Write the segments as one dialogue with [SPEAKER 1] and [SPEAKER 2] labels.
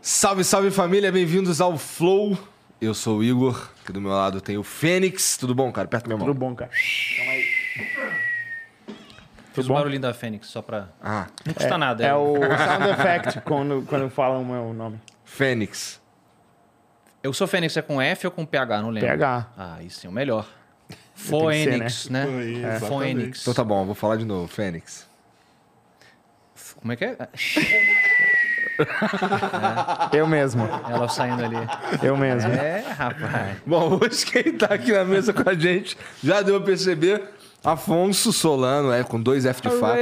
[SPEAKER 1] Salve, salve família, bem-vindos ao Flow. Eu sou o Igor, que do meu lado tem o Fênix. Tudo bom, cara? Perto do meu irmão.
[SPEAKER 2] Tudo bom, cara.
[SPEAKER 3] Fiz o barulhinho da Fênix, só pra.
[SPEAKER 1] Ah,
[SPEAKER 3] Não custa nada.
[SPEAKER 2] É
[SPEAKER 3] eu,
[SPEAKER 2] o sound effect quando, quando falam o meu nome.
[SPEAKER 1] Fênix.
[SPEAKER 3] eu sou Fênix, é com F ou com PH? Não lembro.
[SPEAKER 2] PH.
[SPEAKER 3] Ah, isso é o melhor.
[SPEAKER 2] que ser,
[SPEAKER 3] Fênix, né?
[SPEAKER 4] É, exatamente.
[SPEAKER 3] Fênix.
[SPEAKER 1] Então tá bom, eu vou falar de novo. Fênix.
[SPEAKER 3] Como é que é?
[SPEAKER 2] Eu mesmo.
[SPEAKER 3] Ela saindo ali.
[SPEAKER 2] Eu mesmo.
[SPEAKER 3] É, rapaz.
[SPEAKER 1] Bom, hoje quem tá aqui na mesa com a gente já deu pra perceber. Afonso Solano, é, com dois F de faca.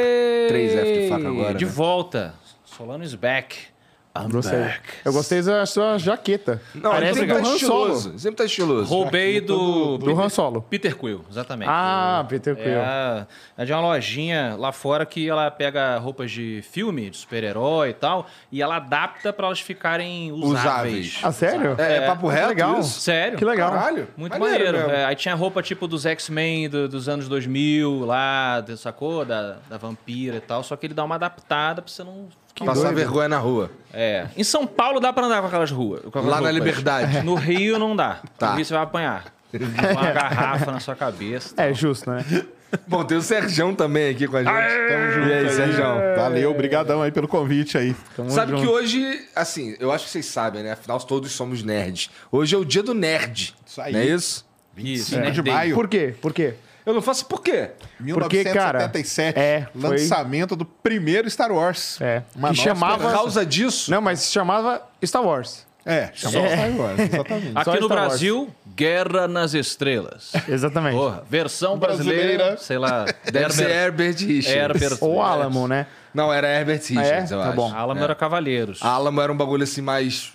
[SPEAKER 1] Três F de faca agora.
[SPEAKER 3] De
[SPEAKER 1] né?
[SPEAKER 3] volta. Solano is back. I'm
[SPEAKER 2] Gostei.
[SPEAKER 3] back.
[SPEAKER 2] Eu gostei da sua jaqueta.
[SPEAKER 1] Não, ele
[SPEAKER 2] Parece
[SPEAKER 1] sempre tá
[SPEAKER 2] do Han
[SPEAKER 1] estiloso.
[SPEAKER 2] Solo.
[SPEAKER 1] Sempre tá estiloso.
[SPEAKER 3] Roubei do.
[SPEAKER 2] Do Han Solo.
[SPEAKER 3] Peter Quill, exatamente.
[SPEAKER 2] Ah, Peter
[SPEAKER 3] É,
[SPEAKER 2] Quill.
[SPEAKER 3] a- é de uma lojinha lá fora que ela pega roupas de filme, de super-herói e tal, e ela adapta pra elas ficarem usáveis.
[SPEAKER 1] Usáveis.
[SPEAKER 2] Ah, sério?
[SPEAKER 1] É, é papo reto
[SPEAKER 2] legal.
[SPEAKER 1] isso?
[SPEAKER 3] Sério?
[SPEAKER 2] Que legal.
[SPEAKER 1] Caralho.
[SPEAKER 3] Muito maneiro.
[SPEAKER 1] mesmo.
[SPEAKER 3] é, aí tinha roupa tipo dos X-Men do- dos anos 2000 lá, de- sacou? Da, da vampira e tal. Só que ele dá uma adaptada pra você não. ficar-
[SPEAKER 1] Passar
[SPEAKER 2] doido.
[SPEAKER 1] vergonha na rua.
[SPEAKER 3] É. Em São Paulo dá pra andar com aquelas ruas. com aquelas
[SPEAKER 1] Lá na
[SPEAKER 3] roupas.
[SPEAKER 1] Liberdade.
[SPEAKER 3] No Rio não dá.
[SPEAKER 1] Tá.
[SPEAKER 3] No Rio você vai apanhar. Uma garrafa na sua cabeça.
[SPEAKER 2] É justo, né?
[SPEAKER 1] Bom, tem o Serjão também aqui com a gente. Tamo junto. E aí, Tá Serjão?
[SPEAKER 4] Valeu, brigadão aí pelo convite aí.
[SPEAKER 2] Um
[SPEAKER 1] Sabe que hoje, assim, eu acho que vocês sabem, né? Afinal, todos somos nerds. Hoje é o dia do nerd.
[SPEAKER 4] Isso aí.
[SPEAKER 1] Não é isso?
[SPEAKER 3] Isso,
[SPEAKER 4] 5
[SPEAKER 3] né?
[SPEAKER 4] de maio.
[SPEAKER 2] Por quê? Por quê?
[SPEAKER 1] Eu não faço por quê?
[SPEAKER 2] Porque, cara,
[SPEAKER 4] 1977,
[SPEAKER 2] é, foi-
[SPEAKER 4] lançamento do primeiro Star Wars.
[SPEAKER 2] É.
[SPEAKER 4] Uma
[SPEAKER 2] Que
[SPEAKER 4] nova
[SPEAKER 2] chamava-
[SPEAKER 1] Por
[SPEAKER 4] esperança.
[SPEAKER 1] causa disso.
[SPEAKER 2] Não, mas se chamava Star Wars.
[SPEAKER 4] É, chamava Star Wars, exatamente.
[SPEAKER 3] Aqui
[SPEAKER 2] Só
[SPEAKER 3] no
[SPEAKER 2] Star Wars.
[SPEAKER 3] Brasil, Guerra nas Estrelas.
[SPEAKER 2] Exatamente.
[SPEAKER 3] Porra, versão brasileira,
[SPEAKER 4] Brasileira.
[SPEAKER 3] sei lá,
[SPEAKER 1] Deve
[SPEAKER 2] é
[SPEAKER 1] ser Herbert Richards.
[SPEAKER 3] Herbert.
[SPEAKER 2] Ou Alamo, né?
[SPEAKER 1] Não, era Herbert Richards,
[SPEAKER 2] Ah, é?
[SPEAKER 1] eu
[SPEAKER 2] Tá
[SPEAKER 1] acho.
[SPEAKER 2] bom.
[SPEAKER 3] Alamo era Cavaleiros.
[SPEAKER 1] Alamo era um bagulho assim mais.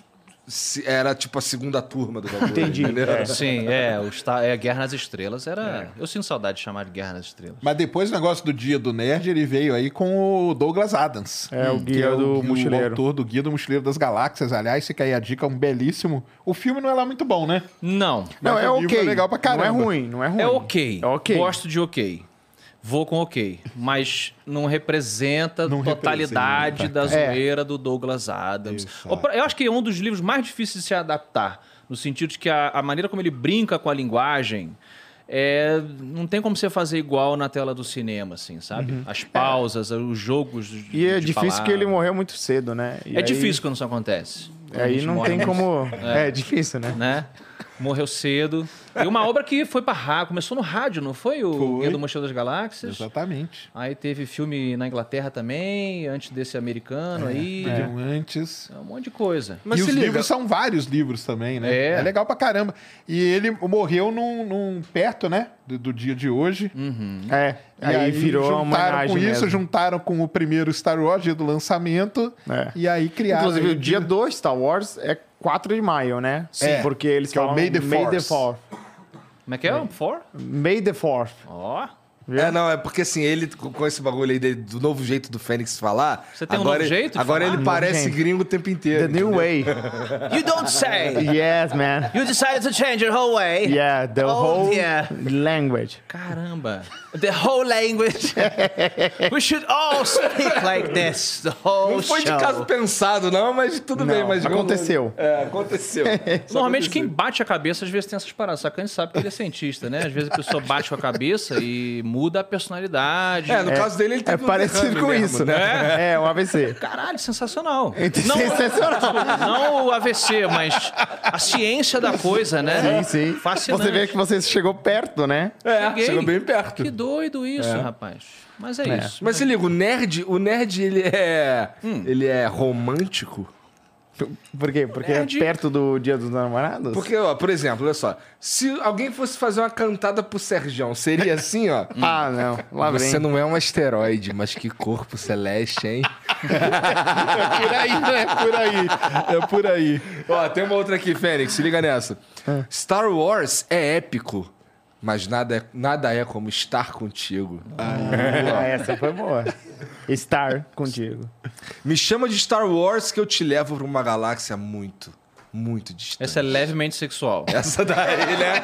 [SPEAKER 1] se- Era tipo a segunda turma do bagulho.
[SPEAKER 2] Entendi,
[SPEAKER 1] entendeu?
[SPEAKER 2] é.
[SPEAKER 3] Sim, é, o Star, é Guerra nas Estrelas era. Eu sinto saudade de chamar de Guerra nas Estrelas.
[SPEAKER 4] Mas depois o negócio do Dia do Nerd, ele veio aí com o Douglas Adams. Hum.
[SPEAKER 2] É, o
[SPEAKER 4] que
[SPEAKER 2] Guia
[SPEAKER 4] o-
[SPEAKER 2] do
[SPEAKER 4] o
[SPEAKER 2] Mochileiro.
[SPEAKER 4] autor do Guia do Mochileiro das Galáxias. Aliás, fica aí a dica, é um belíssimo... O filme não é lá muito bom, né?
[SPEAKER 3] Não.
[SPEAKER 2] Não,
[SPEAKER 4] Mas
[SPEAKER 2] é
[SPEAKER 4] o livro
[SPEAKER 2] ok.
[SPEAKER 4] é legal pra caramba.
[SPEAKER 2] Não é ruim, não é ruim.
[SPEAKER 3] É ok.
[SPEAKER 2] É ok.
[SPEAKER 3] Gosto de ok. Vou com ok. Mas não representa a
[SPEAKER 4] Não
[SPEAKER 3] totalidade
[SPEAKER 4] representa,
[SPEAKER 3] da
[SPEAKER 2] cara. É.
[SPEAKER 3] zoeira do Douglas Adams. Ou pra- Eu acho que é um dos livros mais difíceis de se adaptar. No sentido de que a, a maneira como ele brinca com a linguagem. é, não tem como você fazer igual na tela do cinema, assim, sabe? As pausas, os jogos. de-
[SPEAKER 2] Uhum. E é
[SPEAKER 3] de
[SPEAKER 2] difícil que
[SPEAKER 3] palavra.
[SPEAKER 2] ele morreu muito cedo, né? E
[SPEAKER 3] É
[SPEAKER 2] aí-
[SPEAKER 3] difícil quando isso acontece. Quando a
[SPEAKER 2] Aí
[SPEAKER 3] gente
[SPEAKER 2] não
[SPEAKER 3] morre
[SPEAKER 2] tem
[SPEAKER 3] muito
[SPEAKER 2] como. É. difícil, né?
[SPEAKER 3] né? Morreu cedo. E uma obra que foi pra rádio, começou no rádio, não foi? O
[SPEAKER 4] Foi.
[SPEAKER 3] Guia do Mochil das Galáxias.
[SPEAKER 4] Exatamente.
[SPEAKER 3] Aí teve filme na Inglaterra também, antes desse americano aí.
[SPEAKER 4] Teve um antes...
[SPEAKER 3] É um monte de coisa.
[SPEAKER 1] É. Mas
[SPEAKER 4] e
[SPEAKER 1] se
[SPEAKER 4] os
[SPEAKER 1] liga.
[SPEAKER 4] livros são vários livros também, né?
[SPEAKER 3] É.
[SPEAKER 4] É, legal pra caramba. E ele morreu num, num- perto, né? Do, do dia de hoje.
[SPEAKER 2] É.
[SPEAKER 4] E
[SPEAKER 2] Aí, virou uma
[SPEAKER 4] juntaram
[SPEAKER 2] homenagem.
[SPEAKER 4] com isso,
[SPEAKER 2] mesmo.
[SPEAKER 4] juntaram com o primeiro Star Wars dia do lançamento.
[SPEAKER 2] É.
[SPEAKER 4] E aí criaram.
[SPEAKER 2] Inclusive,
[SPEAKER 4] aí
[SPEAKER 2] o dia do Star Wars é 4 de maio, né?
[SPEAKER 4] Sim.
[SPEAKER 2] Porque eles
[SPEAKER 4] Que é o
[SPEAKER 2] falam
[SPEAKER 4] May the
[SPEAKER 2] May the
[SPEAKER 4] Fourth.
[SPEAKER 2] Fourth.
[SPEAKER 3] Como é que é? Um four?
[SPEAKER 2] May the Fourth.
[SPEAKER 3] Ó.
[SPEAKER 1] É, não, é porque assim, ele com com esse bagulho aí dele, do novo jeito do Fênix falar.
[SPEAKER 3] Você tem um
[SPEAKER 1] agora,
[SPEAKER 3] novo jeito de
[SPEAKER 1] Agora
[SPEAKER 3] falar?
[SPEAKER 1] ele
[SPEAKER 3] Novo
[SPEAKER 1] parece
[SPEAKER 2] jeito.
[SPEAKER 1] gringo o tempo inteiro.
[SPEAKER 2] The new way.
[SPEAKER 3] You don't say!
[SPEAKER 2] yes, man.
[SPEAKER 3] You decided to change your whole way!
[SPEAKER 2] Yeah, the
[SPEAKER 3] Oh,
[SPEAKER 2] whole
[SPEAKER 3] yeah.
[SPEAKER 2] language.
[SPEAKER 3] Caramba! The whole language! We should all speak like this! The whole
[SPEAKER 1] Não foi de
[SPEAKER 3] show.
[SPEAKER 1] caso pensado, não, mas tudo
[SPEAKER 2] Não,
[SPEAKER 1] bem. Mas
[SPEAKER 2] aconteceu.
[SPEAKER 1] É, aconteceu. Só
[SPEAKER 3] Normalmente
[SPEAKER 1] aconteceu.
[SPEAKER 3] quem bate a cabeça às vezes tem essas paradas. Só que a gente sabe que ele é cientista, né? Às vezes a pessoa bate com a cabeça e muda a personalidade.
[SPEAKER 1] É, no caso dele, ele
[SPEAKER 2] É
[SPEAKER 1] teve um
[SPEAKER 2] parecido
[SPEAKER 1] derrame
[SPEAKER 2] com
[SPEAKER 1] mesmo,
[SPEAKER 2] isso,
[SPEAKER 1] né?
[SPEAKER 2] né? É, um AVC.
[SPEAKER 3] Caralho, sensacional.
[SPEAKER 1] É
[SPEAKER 2] Sensacional.
[SPEAKER 3] Não o AVC, mas a ciência da coisa, né?
[SPEAKER 2] Sim, sim.
[SPEAKER 3] Fascinante.
[SPEAKER 2] Você vê que você chegou perto, né?
[SPEAKER 1] É,
[SPEAKER 3] Cheguei.
[SPEAKER 1] chegou bem perto. É.
[SPEAKER 3] Que doido isso, rapaz. Mas é, isso.
[SPEAKER 1] Mas se liga, o nerd, o nerd ele é.
[SPEAKER 2] Hum.
[SPEAKER 1] Ele é romântico.
[SPEAKER 2] Por quê? Porque
[SPEAKER 3] Nerd.
[SPEAKER 2] é perto do dia dos namorados?
[SPEAKER 1] Porque, ó, por exemplo, olha só. Se alguém fosse fazer uma cantada pro Sergião, seria assim, ó.
[SPEAKER 2] Ah, não. Lá vem.
[SPEAKER 1] Você não é um asteroide, mas que corpo celeste, hein?
[SPEAKER 4] Por aí, né? Por aí. É por aí.
[SPEAKER 1] Ó, tem uma outra aqui, Fênix, se liga nessa. Star Wars é épico, mas nada é, nada é como estar contigo.
[SPEAKER 2] Ah, essa foi boa. Estar contigo.
[SPEAKER 1] Me chama de Star Wars que eu te levo pra uma galáxia muito, muito distante.
[SPEAKER 3] Essa é levemente sexual.
[SPEAKER 1] Essa daí, né?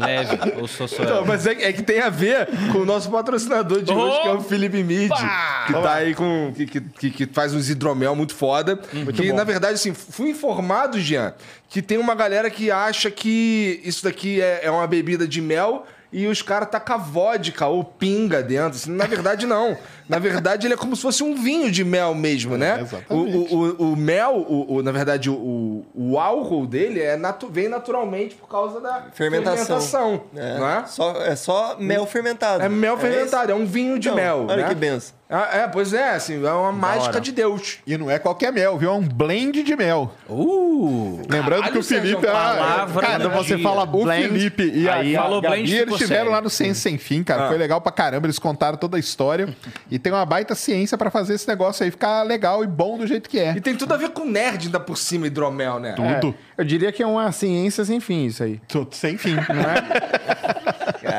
[SPEAKER 3] Leve, ou só só.
[SPEAKER 1] Então, mas é, que- é que tem a ver com o nosso patrocinador de hoje, que é o Felipe Mid, que tá aí com. que, que- que- que faz uns hidromel muito foda. que, na verdade, assim, fui informado, Jean, que tem uma galera que acha que isso daqui é, é uma bebida de mel. E os caras tacam vodka ou pinga dentro. assim, na verdade, não. Na verdade, ele é como se fosse um vinho de mel mesmo, né?
[SPEAKER 4] exatamente.
[SPEAKER 1] O, o- o- o mel, o- o- na verdade, o- o, o álcool dele é natu- vem naturalmente por causa da
[SPEAKER 5] Fermentação.
[SPEAKER 1] fermentação
[SPEAKER 5] É,
[SPEAKER 1] não é?
[SPEAKER 5] Só, é só mel fermentado.
[SPEAKER 1] É mel
[SPEAKER 5] isso?
[SPEAKER 1] fermentado, é, um vinho de
[SPEAKER 5] Então,
[SPEAKER 1] mel.
[SPEAKER 5] Olha
[SPEAKER 1] né?
[SPEAKER 5] que benção.
[SPEAKER 1] Ah, É, pois é, assim, é uma mágica de Deus.
[SPEAKER 4] E não é qualquer mel, viu? É um blend de mel.
[SPEAKER 3] Uh!
[SPEAKER 4] Lembrando
[SPEAKER 1] Caralho,
[SPEAKER 4] que o Felipe.
[SPEAKER 1] Sérgio,
[SPEAKER 4] ah,
[SPEAKER 3] palavra
[SPEAKER 4] cara,
[SPEAKER 3] do
[SPEAKER 4] você
[SPEAKER 3] dia.
[SPEAKER 4] fala o
[SPEAKER 2] Blend,
[SPEAKER 4] Felipe e
[SPEAKER 3] aí
[SPEAKER 4] a
[SPEAKER 3] falou
[SPEAKER 4] Gabi,
[SPEAKER 3] blend,
[SPEAKER 4] eles
[SPEAKER 3] ficou
[SPEAKER 4] estiveram
[SPEAKER 3] sério.
[SPEAKER 4] lá no Ciência Sem Fim, cara. Foi legal pra caramba. Eles contaram toda a história. e tem uma baita ciência pra fazer esse negócio aí ficar legal e bom do jeito que é.
[SPEAKER 1] E tem tudo a ver com nerd ainda por cima, hidromel, né?
[SPEAKER 2] É,
[SPEAKER 4] Tudo.
[SPEAKER 2] eu diria que é uma ciência sem fim isso aí.
[SPEAKER 4] Tudo sem fim, não é?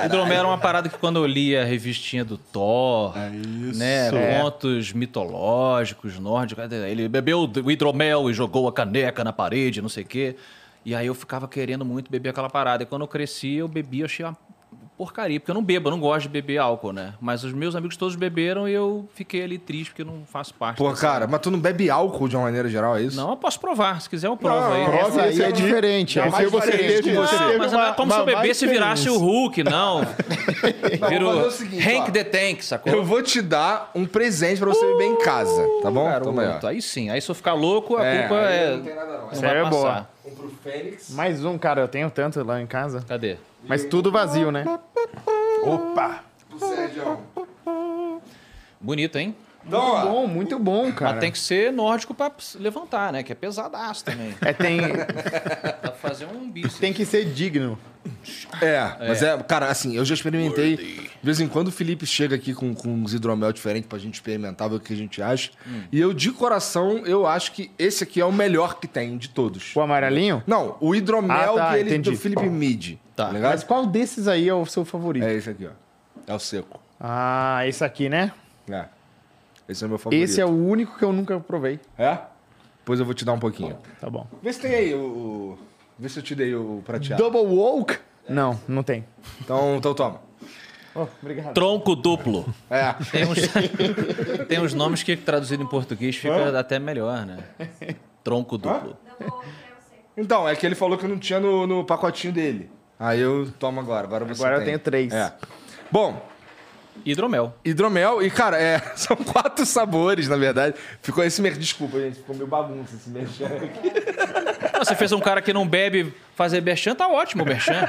[SPEAKER 3] Hidromel era uma parada que quando eu lia a revistinha do Thor,
[SPEAKER 4] isso.
[SPEAKER 3] né, contos mitológicos nórdicos, ele bebeu o hidromel e jogou a caneca na parede, não sei o quê. E aí eu ficava querendo muito beber aquela parada. E quando eu cresci, eu bebi, eu achei uma porcaria, porque eu não bebo, eu não gosto de beber álcool, né? Mas os meus amigos todos beberam e eu fiquei ali triste porque eu não faço parte.
[SPEAKER 1] Pô,
[SPEAKER 3] dessa-
[SPEAKER 1] cara, mas tu não bebe álcool de uma maneira geral, é isso?
[SPEAKER 3] Não, eu posso provar. Se quiser, eu provo
[SPEAKER 1] Não,
[SPEAKER 3] aí.
[SPEAKER 1] prova.
[SPEAKER 2] Essa aí
[SPEAKER 4] esse
[SPEAKER 2] é
[SPEAKER 4] aqui-
[SPEAKER 2] diferente.
[SPEAKER 4] Não,
[SPEAKER 2] essa
[SPEAKER 4] mas
[SPEAKER 2] eu
[SPEAKER 4] parece
[SPEAKER 2] diferente.
[SPEAKER 4] que
[SPEAKER 3] Não,
[SPEAKER 4] você teve
[SPEAKER 3] mas
[SPEAKER 4] uma-
[SPEAKER 3] não é como se eu
[SPEAKER 4] uma má
[SPEAKER 3] bebesse e virasse o
[SPEAKER 4] experiência.
[SPEAKER 3] Hulk, não. Virou
[SPEAKER 1] fazer o seguinte,
[SPEAKER 3] Hank
[SPEAKER 1] ó.
[SPEAKER 3] the Tank, sacou?
[SPEAKER 1] Eu vou te dar um presente pra você beber em casa, tá bom? Toma aí, ó.
[SPEAKER 3] Garoto, aí sim. Aí se eu ficar louco, a
[SPEAKER 1] É,
[SPEAKER 3] culpa
[SPEAKER 1] aí
[SPEAKER 3] é.
[SPEAKER 1] não tem nada não.
[SPEAKER 3] não
[SPEAKER 2] Sério, é
[SPEAKER 3] vai
[SPEAKER 2] boa.
[SPEAKER 3] passar.
[SPEAKER 1] Um pro Fênix.
[SPEAKER 2] Mais um, cara. Eu tenho tanto lá em casa.
[SPEAKER 3] Cadê?
[SPEAKER 2] Mas tudo vazio, né?
[SPEAKER 4] Opa!
[SPEAKER 1] Pro Sérgio.
[SPEAKER 3] Bonito, hein?
[SPEAKER 1] Então, ó.
[SPEAKER 2] Bom, muito bom, cara.
[SPEAKER 3] Mas tem que ser nórdico pra ps- levantar, né? Que é pesadaço também.
[SPEAKER 2] É, tem,
[SPEAKER 3] pra fazer um bíceps.
[SPEAKER 2] tem que ser digno.
[SPEAKER 1] É, mas é, cara, assim, eu já experimentei. De vez em quando o Felipe chega aqui com, com uns hidromel diferentes pra gente experimentar, ver o que a gente acha. E eu, de coração, eu acho que esse aqui é o melhor que tem de todos.
[SPEAKER 2] O amarelinho?
[SPEAKER 1] Não, o hidromel
[SPEAKER 2] Ah, tá,
[SPEAKER 1] que ele
[SPEAKER 2] entendi.
[SPEAKER 1] do Felipe Mid.
[SPEAKER 3] Tá.
[SPEAKER 1] Tá.
[SPEAKER 2] Mas
[SPEAKER 1] ligado?
[SPEAKER 2] qual desses aí é o seu favorito?
[SPEAKER 1] É esse aqui, ó. É o seco.
[SPEAKER 2] Ah, esse aqui, né?
[SPEAKER 1] É. Esse é o meu favorito.
[SPEAKER 2] Esse é o único que eu nunca provei.
[SPEAKER 1] É? Pois eu vou te dar um pouquinho.
[SPEAKER 2] Tá bom.
[SPEAKER 1] Vê se tem aí o. o- Vê se eu te dei o prateado.
[SPEAKER 2] Double woke? Não, não tem.
[SPEAKER 1] Então, então toma.
[SPEAKER 2] Oh, obrigado.
[SPEAKER 3] Tronco duplo.
[SPEAKER 1] É.
[SPEAKER 3] Tem uns, tem uns nomes que traduzido em português fica até melhor, né? Tronco duplo.
[SPEAKER 1] Então, é que ele falou que não tinha no, no pacotinho dele. Aí eu tomo agora. Agora você
[SPEAKER 2] Agora eu
[SPEAKER 1] tem.
[SPEAKER 2] tenho três.
[SPEAKER 1] É. Bom,
[SPEAKER 3] Hidromel.
[SPEAKER 1] hidromel. E, cara, é, são quatro sabores, na verdade. Ficou esse... mer- Desculpa, gente. Ficou meio bagunça esse merchan aqui.
[SPEAKER 3] Pô, Você fez um cara que não bebe fazer merchan, tá ótimo o merchan.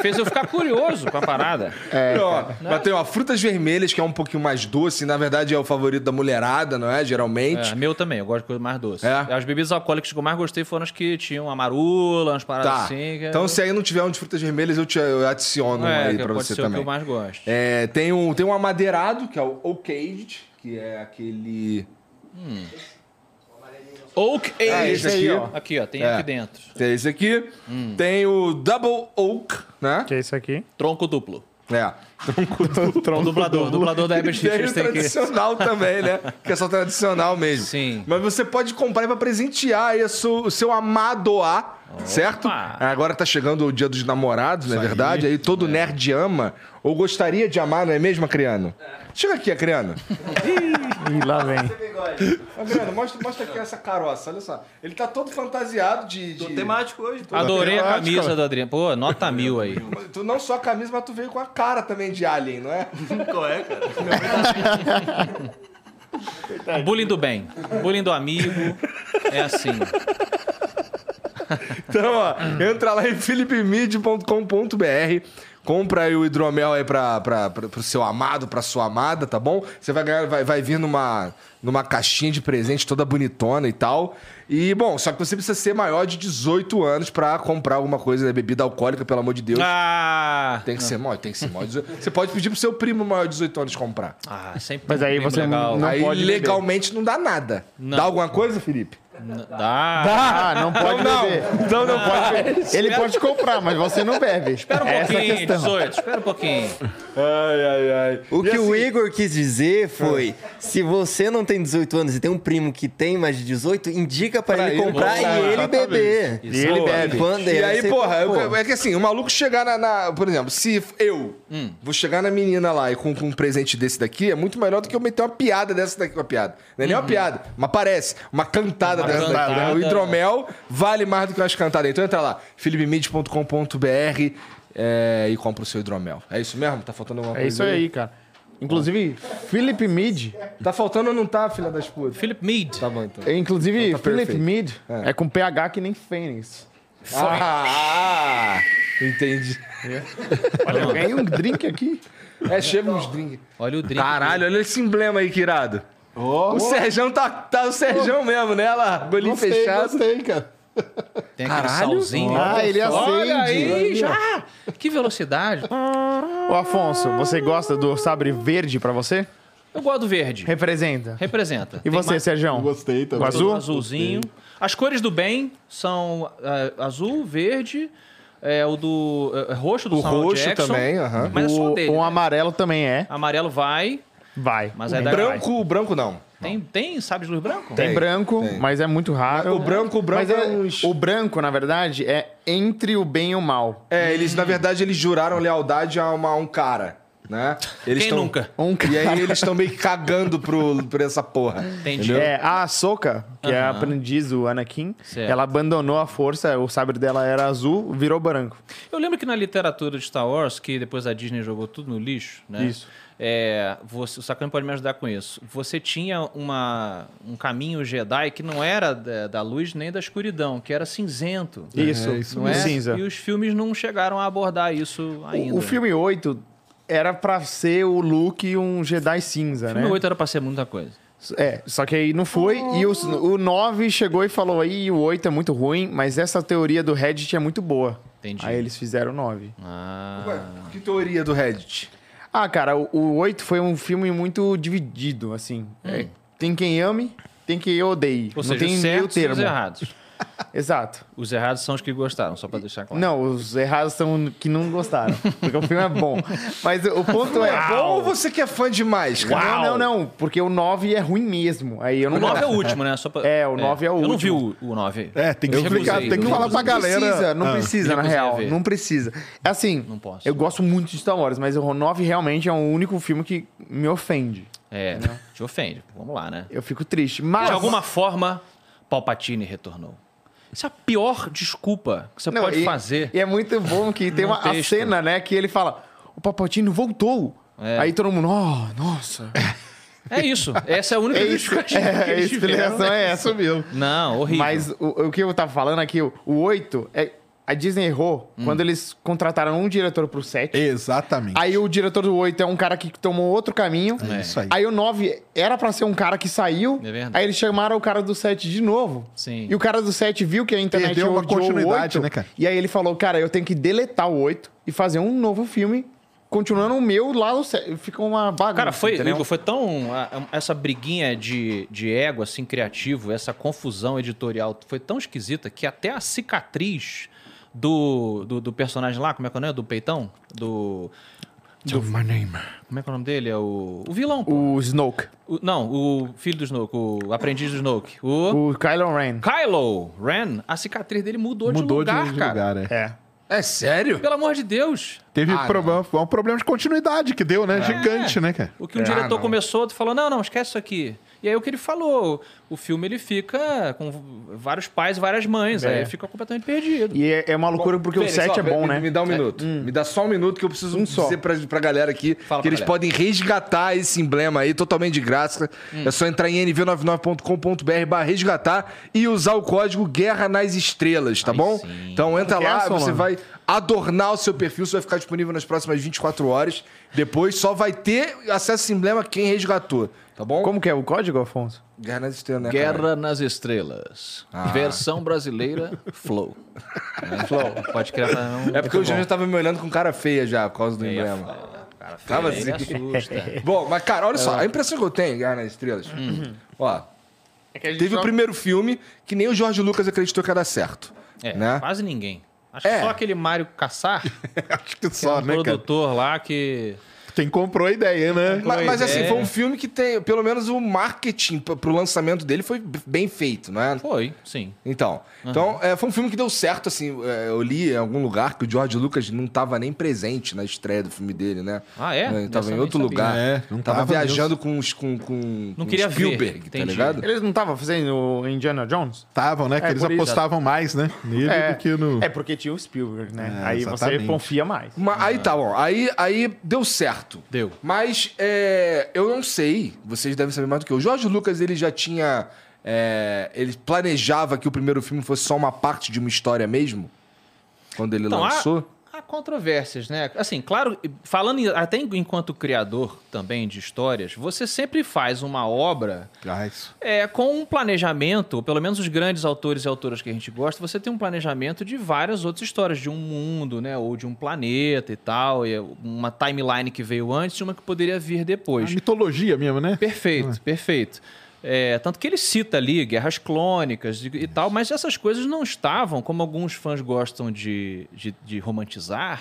[SPEAKER 3] fez eu ficar curioso com a parada.
[SPEAKER 2] É.
[SPEAKER 1] Ó, mas tem, ó, frutas vermelhas, que é um pouquinho mais doce. Na verdade, é o favorito da mulherada, não é? Geralmente.
[SPEAKER 3] É, meu também, eu gosto de coisa mais doce.
[SPEAKER 1] É?
[SPEAKER 3] As bebidas alcoólicas que eu mais gostei foram as que tinham amarula, umas paradas
[SPEAKER 1] Tá.
[SPEAKER 3] assim. que-
[SPEAKER 1] Então, se aí não tiver um de frutas vermelhas, eu te eu adiciono um
[SPEAKER 3] é,
[SPEAKER 1] aí
[SPEAKER 3] que
[SPEAKER 1] pra
[SPEAKER 3] pode
[SPEAKER 1] você
[SPEAKER 3] ser o que
[SPEAKER 1] também.
[SPEAKER 3] eu mais gosto.
[SPEAKER 1] É, tem, um, tem um amadeirado, que é o Oakaged, que é aquele.
[SPEAKER 3] Oak Ale.
[SPEAKER 1] É, esse
[SPEAKER 3] aqui,
[SPEAKER 1] aqui,
[SPEAKER 3] ó.
[SPEAKER 1] ó.
[SPEAKER 3] Aqui, ó, tem
[SPEAKER 1] É.
[SPEAKER 3] aqui dentro.
[SPEAKER 1] Tem esse aqui.
[SPEAKER 3] Hum.
[SPEAKER 1] Tem o Double Oak, né?
[SPEAKER 2] Que é isso aqui?
[SPEAKER 3] Tronco duplo.
[SPEAKER 1] É.
[SPEAKER 3] o dublador, dublador da Herbert
[SPEAKER 1] E tem
[SPEAKER 3] Richards
[SPEAKER 1] o
[SPEAKER 3] tem que...
[SPEAKER 1] tradicional também, né? Que é só tradicional mesmo.
[SPEAKER 3] Sim.
[SPEAKER 1] Mas você pode comprar aí pra presentear aí o seu, o seu amado A, certo? Agora tá chegando o dia dos namorados, não é verdade? Aí, todo nerd ama, ou gostaria de amar, não é mesmo, Acriano? Chega aqui, Acriano.
[SPEAKER 2] Ih, lá vem.
[SPEAKER 1] Adriano, mostra, mostra aqui essa caroça, olha só. Ele tá todo fantasiado de. de-
[SPEAKER 5] Tô temático hoje. Tô...
[SPEAKER 3] Adorei a
[SPEAKER 4] Temática,
[SPEAKER 3] camisa do Adriano. Pô, nota mil aí.
[SPEAKER 1] Tu não só a camisa, mas tu veio com a cara também de alien, não é?
[SPEAKER 5] Qual é, cara?
[SPEAKER 1] Tá.
[SPEAKER 3] Bullying do bem. Bullying do amigo. É assim.
[SPEAKER 1] Então, ó, entra lá em filipemid.com.br. Compra aí o hidromel aí pra, pra, pra, pro seu amado, pra sua amada, tá bom? Você vai ganhar, vai, vai vir numa, numa caixinha de presente toda bonitona e tal. E, bom, só que você precisa ser maior de 18 anos pra comprar alguma coisa, né? Bebida alcoólica, pelo amor de Deus.
[SPEAKER 3] Ah!
[SPEAKER 1] Tem que ser maior, tem que ser maior. de 18. Você pode pedir pro seu primo maior de 18 anos comprar.
[SPEAKER 3] Ah, sempre
[SPEAKER 2] Mas aí
[SPEAKER 3] primo
[SPEAKER 2] você
[SPEAKER 3] legal.
[SPEAKER 2] não
[SPEAKER 1] aí
[SPEAKER 2] pode beber.
[SPEAKER 1] legalmente não dá nada. Dá alguma coisa, Felipe?
[SPEAKER 3] Dá.
[SPEAKER 2] Ah, não pode beber.
[SPEAKER 1] Então não pode.
[SPEAKER 2] Ele pode comprar, mas você não bebe.
[SPEAKER 3] Espera um
[SPEAKER 2] Essa é a
[SPEAKER 3] pouquinho,
[SPEAKER 2] questão.
[SPEAKER 3] 18. Espera um pouquinho.
[SPEAKER 1] Ai, ai, ai.
[SPEAKER 5] O
[SPEAKER 1] E
[SPEAKER 5] que
[SPEAKER 1] assim,
[SPEAKER 5] o Igor quis dizer foi: se você não tem 18 anos e tem um primo que tem mais de 18, indica pra,
[SPEAKER 1] Pra
[SPEAKER 5] ele
[SPEAKER 1] ele
[SPEAKER 5] comprar
[SPEAKER 1] comprar,
[SPEAKER 5] e ele
[SPEAKER 4] exatamente.
[SPEAKER 5] beber.
[SPEAKER 3] E ele
[SPEAKER 5] Boa.
[SPEAKER 2] bebe.
[SPEAKER 5] Quando
[SPEAKER 1] E
[SPEAKER 5] é,
[SPEAKER 1] aí,
[SPEAKER 5] você-
[SPEAKER 1] porra,
[SPEAKER 5] pô,
[SPEAKER 1] eu- é que assim, o maluco chegar na. na- por exemplo, se eu
[SPEAKER 3] Hum.
[SPEAKER 1] vou chegar na menina lá e com, com um presente desse daqui, é muito melhor do que eu meter uma piada dessa daqui. Uma piada. Não é nem uma piada, mas parece. Uma cantada
[SPEAKER 3] Uhum. Uma
[SPEAKER 1] dessa daqui. né?
[SPEAKER 3] cantada.
[SPEAKER 1] O hidromel vale mais do que umas cantadas. Então entra lá, philipemid.com.br é, e compra o seu hidromel. É isso mesmo? Tá faltando alguma
[SPEAKER 2] É
[SPEAKER 1] coisa?
[SPEAKER 2] isso aí, cara. Inclusive, Philip Mead. é,
[SPEAKER 1] Tá faltando ou não tá, filha das putas?
[SPEAKER 3] Philip Mead.
[SPEAKER 1] Tá bom, então.
[SPEAKER 2] Inclusive,
[SPEAKER 1] Então tá
[SPEAKER 2] Philip
[SPEAKER 1] perfeito.
[SPEAKER 2] Mead é. com PH que nem Fênix.
[SPEAKER 1] Ah, entendi.
[SPEAKER 2] Olha, eu ganhei um drink aqui.
[SPEAKER 1] É, chega uns drinks.
[SPEAKER 3] Olha o drink.
[SPEAKER 1] Caralho, olha esse emblema aí, que irado. o Serjão tá, tá o Serjão mesmo, né? Lá, bolinho
[SPEAKER 4] Gostei,
[SPEAKER 1] fechado.
[SPEAKER 4] gostei, cara.
[SPEAKER 3] Tem aquele
[SPEAKER 1] Caralho.
[SPEAKER 3] salzinho.
[SPEAKER 4] Ah, ele acende.
[SPEAKER 3] Olha aí, já! Que velocidade.
[SPEAKER 2] Ô, Afonso, você gosta do sabre verde pra você?
[SPEAKER 3] Eu gosto do verde.
[SPEAKER 2] Representa.
[SPEAKER 3] Representa.
[SPEAKER 2] E
[SPEAKER 3] Tem
[SPEAKER 2] você,
[SPEAKER 3] mais-
[SPEAKER 2] Sergião?
[SPEAKER 4] Gostei também.
[SPEAKER 2] O azul?
[SPEAKER 3] todo azulzinho. As cores do bem são ah, azul, verde, é, o do é, é roxo do
[SPEAKER 1] O
[SPEAKER 3] Samuel
[SPEAKER 1] roxo
[SPEAKER 3] Jackson,
[SPEAKER 1] também, aham.
[SPEAKER 3] Mas é só
[SPEAKER 2] O,
[SPEAKER 3] dele.
[SPEAKER 2] um
[SPEAKER 3] né?
[SPEAKER 2] amarelo também é.
[SPEAKER 3] Amarelo vai.
[SPEAKER 2] Vai.
[SPEAKER 3] Mas
[SPEAKER 2] O
[SPEAKER 3] é da-
[SPEAKER 1] Branco, o branco não.
[SPEAKER 3] Tem, tem sabe de luz branco?
[SPEAKER 2] Tem,
[SPEAKER 1] Tem,
[SPEAKER 2] branco,
[SPEAKER 1] tem.
[SPEAKER 2] mas é muito raro.
[SPEAKER 1] O branco- o branco
[SPEAKER 2] Mas é-
[SPEAKER 1] é uns-
[SPEAKER 2] O branco, na verdade, é entre o bem e o mal.
[SPEAKER 3] Hum.
[SPEAKER 1] É, eles, na verdade, eles juraram lealdade a, uma- a um cara, né? Eles
[SPEAKER 3] Quem
[SPEAKER 1] tão-
[SPEAKER 3] nunca?
[SPEAKER 2] Um
[SPEAKER 1] E aí eles estão meio cagando pro, por essa porra.
[SPEAKER 3] Entendi.
[SPEAKER 1] Entendeu?
[SPEAKER 2] É, a Ahsoka, que é a
[SPEAKER 3] Aham.
[SPEAKER 2] aprendiz do Anakin,
[SPEAKER 3] Certo.
[SPEAKER 2] ela abandonou a força, o sabre dela era azul, virou branco.
[SPEAKER 3] Eu lembro que na literatura de Star Wars, que depois a Disney jogou tudo no lixo, né?
[SPEAKER 2] Isso.
[SPEAKER 3] É, você, o Sacan pode me ajudar com isso. Você tinha uma, um caminho Jedi que não era é, da, da luz nem da escuridão, que era cinzento.
[SPEAKER 2] Isso,
[SPEAKER 4] isso
[SPEAKER 2] não
[SPEAKER 3] Não é?
[SPEAKER 2] cinza.
[SPEAKER 3] E os filmes não chegaram a abordar isso ainda.
[SPEAKER 2] O, o filme 8 era pra ser o Luke um Jedi cinza,
[SPEAKER 3] O filme
[SPEAKER 2] né?
[SPEAKER 3] 8 era pra ser muita coisa.
[SPEAKER 2] É, só que aí não foi. E os- o 9 chegou e falou: aí o 8 é muito ruim, mas essa teoria do Reddit é muito boa.
[SPEAKER 3] Entendi.
[SPEAKER 2] Aí eles fizeram o 9.
[SPEAKER 3] Ah.
[SPEAKER 1] Que teoria do Reddit?
[SPEAKER 2] Ah, cara, o, o 8 foi um filme muito dividido, assim. É, tem quem ame, tem quem odeie.
[SPEAKER 3] Hum.
[SPEAKER 2] não
[SPEAKER 3] Ou seja,
[SPEAKER 2] tem
[SPEAKER 3] os
[SPEAKER 2] meio
[SPEAKER 3] certos e os
[SPEAKER 2] termo.
[SPEAKER 3] errados.
[SPEAKER 2] Exato.
[SPEAKER 3] Os errados são os que gostaram, só pra deixar claro.
[SPEAKER 2] Não, os errados são que não gostaram. porque o filme é bom. Mas o ponto é.
[SPEAKER 1] É bom ou você que é fã demais, cara?
[SPEAKER 2] Não, não, não. Porque o 9 é ruim mesmo. Aí eu não
[SPEAKER 3] O 9 é o
[SPEAKER 2] gosto.
[SPEAKER 3] último, né? Só pra...
[SPEAKER 2] É, o nove é o
[SPEAKER 3] Eu não vi
[SPEAKER 2] último.
[SPEAKER 3] o, o 9.
[SPEAKER 4] É, tem que
[SPEAKER 3] Eu
[SPEAKER 4] explicar,
[SPEAKER 3] recusei,
[SPEAKER 4] tem que
[SPEAKER 3] eu
[SPEAKER 4] falar pra
[SPEAKER 3] recusei.
[SPEAKER 2] Não
[SPEAKER 4] galera.
[SPEAKER 2] precisa,
[SPEAKER 4] Ah.
[SPEAKER 2] não precisa, na
[SPEAKER 3] Recusei a
[SPEAKER 2] real.
[SPEAKER 3] ver.
[SPEAKER 2] Não precisa. Assim,
[SPEAKER 3] Não posso.
[SPEAKER 2] eu gosto muito de Star Wars, mas o 9 realmente é o único filme que me ofende.
[SPEAKER 3] É, te ofende. Vamos lá, né?
[SPEAKER 2] Eu fico triste. Mas.
[SPEAKER 3] De alguma forma, Palpatine retornou. Isso é a pior desculpa que você
[SPEAKER 2] Não,
[SPEAKER 3] pode
[SPEAKER 2] e-
[SPEAKER 3] fazer.
[SPEAKER 2] E é muito bom que tem uma a
[SPEAKER 3] texto.
[SPEAKER 2] cena, né, que ele fala: o Papatino voltou.
[SPEAKER 3] É.
[SPEAKER 2] Aí todo mundo, oh, nossa.
[SPEAKER 3] É isso. Essa é a única justificativa que
[SPEAKER 2] É, a
[SPEAKER 3] eles tiveram.
[SPEAKER 2] explicação é essa.
[SPEAKER 4] Isso mesmo.
[SPEAKER 3] né? Não, horrível.
[SPEAKER 2] Mas o, o que eu tava falando aqui, o, o 8, é, a Disney errou
[SPEAKER 3] Hum.
[SPEAKER 2] quando eles contrataram um diretor pro 7.
[SPEAKER 4] Exatamente.
[SPEAKER 2] Aí o diretor do 8 é um cara que tomou outro caminho.
[SPEAKER 4] É isso aí.
[SPEAKER 2] Aí o 9 era pra ser um cara que saiu.
[SPEAKER 3] É verdade.
[SPEAKER 2] aí eles chamaram o cara do 7 de novo.
[SPEAKER 3] Sim.
[SPEAKER 2] E o cara do 7 viu que a internet
[SPEAKER 4] Perdeu uma
[SPEAKER 2] odiou
[SPEAKER 4] continuidade,
[SPEAKER 2] o 8,
[SPEAKER 4] né, cara?
[SPEAKER 2] E aí ele falou, cara, eu tenho que deletar o 8 e fazer um novo filme, continuando o meu lá no 7. Fica uma bagunça,
[SPEAKER 3] Cara, foi,
[SPEAKER 2] entendeu?
[SPEAKER 3] Igor, foi tão. a- a- Essa briguinha de, de ego, assim, criativo, essa confusão editorial foi tão esquisita que até a cicatriz do, do, do personagem lá, como é que é o nome? Do peitão? Do.
[SPEAKER 4] Do my name.
[SPEAKER 3] Como é que é o nome dele? É o. O vilão, pô.
[SPEAKER 2] O Snoke,
[SPEAKER 3] O- não, o filho do Snoke, o aprendiz do Snoke. O.
[SPEAKER 2] o Kylo Ren.
[SPEAKER 3] Kylo Ren, a cicatriz dele mudou, de
[SPEAKER 4] Mudou
[SPEAKER 3] lugar,
[SPEAKER 4] de, de
[SPEAKER 3] cara.
[SPEAKER 4] lugar, é.
[SPEAKER 2] É.
[SPEAKER 1] É sério?
[SPEAKER 3] Pelo amor de Deus.
[SPEAKER 4] Teve
[SPEAKER 1] Ah,
[SPEAKER 4] problema, foi um problema de continuidade que deu, né? Gigante,
[SPEAKER 3] É.
[SPEAKER 4] né, cara?
[SPEAKER 3] O que o
[SPEAKER 1] não.
[SPEAKER 3] diretor começou, tu falou, não, não, esquece isso aqui. E aí é o que ele falou, o filme ele fica com vários pais, várias mães,
[SPEAKER 2] É.
[SPEAKER 3] aí fica completamente perdido.
[SPEAKER 2] E é, é uma loucura porque o
[SPEAKER 1] Fênix,
[SPEAKER 2] 7
[SPEAKER 1] ó,
[SPEAKER 2] é bom,
[SPEAKER 1] me-
[SPEAKER 2] né?
[SPEAKER 1] Me dá um minuto. Me dá só um minuto que eu preciso
[SPEAKER 2] só.
[SPEAKER 1] dizer pra, pra galera aqui
[SPEAKER 3] Fala
[SPEAKER 1] que
[SPEAKER 3] pra
[SPEAKER 1] eles
[SPEAKER 3] galera.
[SPEAKER 1] podem resgatar esse emblema aí totalmente de graça. É só entrar em nv99.com.br barra resgatar e usar o código Guerra nas Estrelas, tá
[SPEAKER 3] Aí
[SPEAKER 1] bom?
[SPEAKER 3] sim.
[SPEAKER 1] Então entra
[SPEAKER 2] que é,
[SPEAKER 1] lá,
[SPEAKER 2] Solano?
[SPEAKER 1] você vai adornar o seu perfil, isso vai ficar disponível nas próximas 24 horas. Depois só vai ter acesso a esse emblema quem resgatou, tá bom?
[SPEAKER 2] Como que é o código, Afonso?
[SPEAKER 1] Guerra nas Estrelas, né, caralho?
[SPEAKER 3] Guerra nas Estrelas. Versão brasileira, Flow. É, Flow. Pode criar pra um...
[SPEAKER 1] É porque o Júnior tava me olhando com cara feia já por causa do emblema.
[SPEAKER 3] é Cara,
[SPEAKER 1] Tava
[SPEAKER 3] ele
[SPEAKER 1] assim.
[SPEAKER 3] assusta.
[SPEAKER 1] Bom, mas cara, olha só, a impressão que eu tenho, Guerra nas Estrelas. hum, Ó,
[SPEAKER 2] É que a gente
[SPEAKER 1] Teve
[SPEAKER 2] só-
[SPEAKER 1] o primeiro filme que nem o Jorge Lucas acreditou que ia dar certo.
[SPEAKER 3] É,
[SPEAKER 1] né?
[SPEAKER 3] quase ninguém. Acho que
[SPEAKER 1] É.
[SPEAKER 3] só aquele Mário Cassar, que
[SPEAKER 4] Acho que
[SPEAKER 3] é
[SPEAKER 4] só,
[SPEAKER 3] um
[SPEAKER 4] né, cara?
[SPEAKER 3] produtor lá que...
[SPEAKER 4] Quem comprou a ideia, né?
[SPEAKER 1] Ma- Mas,
[SPEAKER 3] Pois
[SPEAKER 1] assim,
[SPEAKER 3] é.
[SPEAKER 1] foi um filme que tem, pelo menos o marketing p- pro lançamento dele foi b- bem feito, né?
[SPEAKER 3] Foi, sim.
[SPEAKER 1] Então,
[SPEAKER 3] Uhum.
[SPEAKER 1] então é, foi um filme que deu certo, assim, é, eu li em algum lugar que o George Lucas não estava nem presente na estreia do filme dele, né?
[SPEAKER 3] Ah, é?
[SPEAKER 1] Ele tava
[SPEAKER 3] Dessa
[SPEAKER 1] em
[SPEAKER 3] eu
[SPEAKER 1] outro
[SPEAKER 3] nem sabia.
[SPEAKER 1] lugar.
[SPEAKER 4] É, não
[SPEAKER 1] tava,
[SPEAKER 4] tava
[SPEAKER 1] viajando com os com, com com
[SPEAKER 3] queria ver,
[SPEAKER 1] Spielberg, tá
[SPEAKER 3] entendi.
[SPEAKER 1] ligado?
[SPEAKER 2] Eles não estavam fazendo o Indiana Jones?
[SPEAKER 4] Estavam, né? Que
[SPEAKER 2] É,
[SPEAKER 4] eles
[SPEAKER 2] por isso.
[SPEAKER 4] apostavam mais, né? Nele do que no.
[SPEAKER 2] é porque tinha o Spielberg, né?
[SPEAKER 4] É,
[SPEAKER 2] Aí
[SPEAKER 4] exatamente.
[SPEAKER 2] você confia mais.
[SPEAKER 1] Ma- aí tá bom, aí, aí deu certo.
[SPEAKER 3] Deu.
[SPEAKER 1] Mas é, eu não sei, vocês devem saber mais do que eu. O Jorge Lucas, ele já tinha... é, ele planejava que o primeiro filme fosse só uma parte de uma história mesmo? Quando ele
[SPEAKER 3] Então, há-
[SPEAKER 1] lançou?
[SPEAKER 3] Há, controvérsias, né? Assim, claro, falando em- até enquanto criador também de histórias, você sempre faz uma obra
[SPEAKER 4] Ah, isso.
[SPEAKER 3] É, com um planejamento, ou pelo menos os grandes autores e autoras que a gente gosta, você tem um planejamento de várias outras histórias, de um mundo, né? Ou de um planeta e tal, e é uma timeline que veio antes e uma que poderia vir
[SPEAKER 4] A
[SPEAKER 3] depois.
[SPEAKER 4] mitologia mesmo, né?
[SPEAKER 3] Perfeito, perfeito. É, tanto que ele cita ali guerras clônicas e, e tal, mas essas coisas não estavam, como alguns fãs gostam de, de, de romantizar,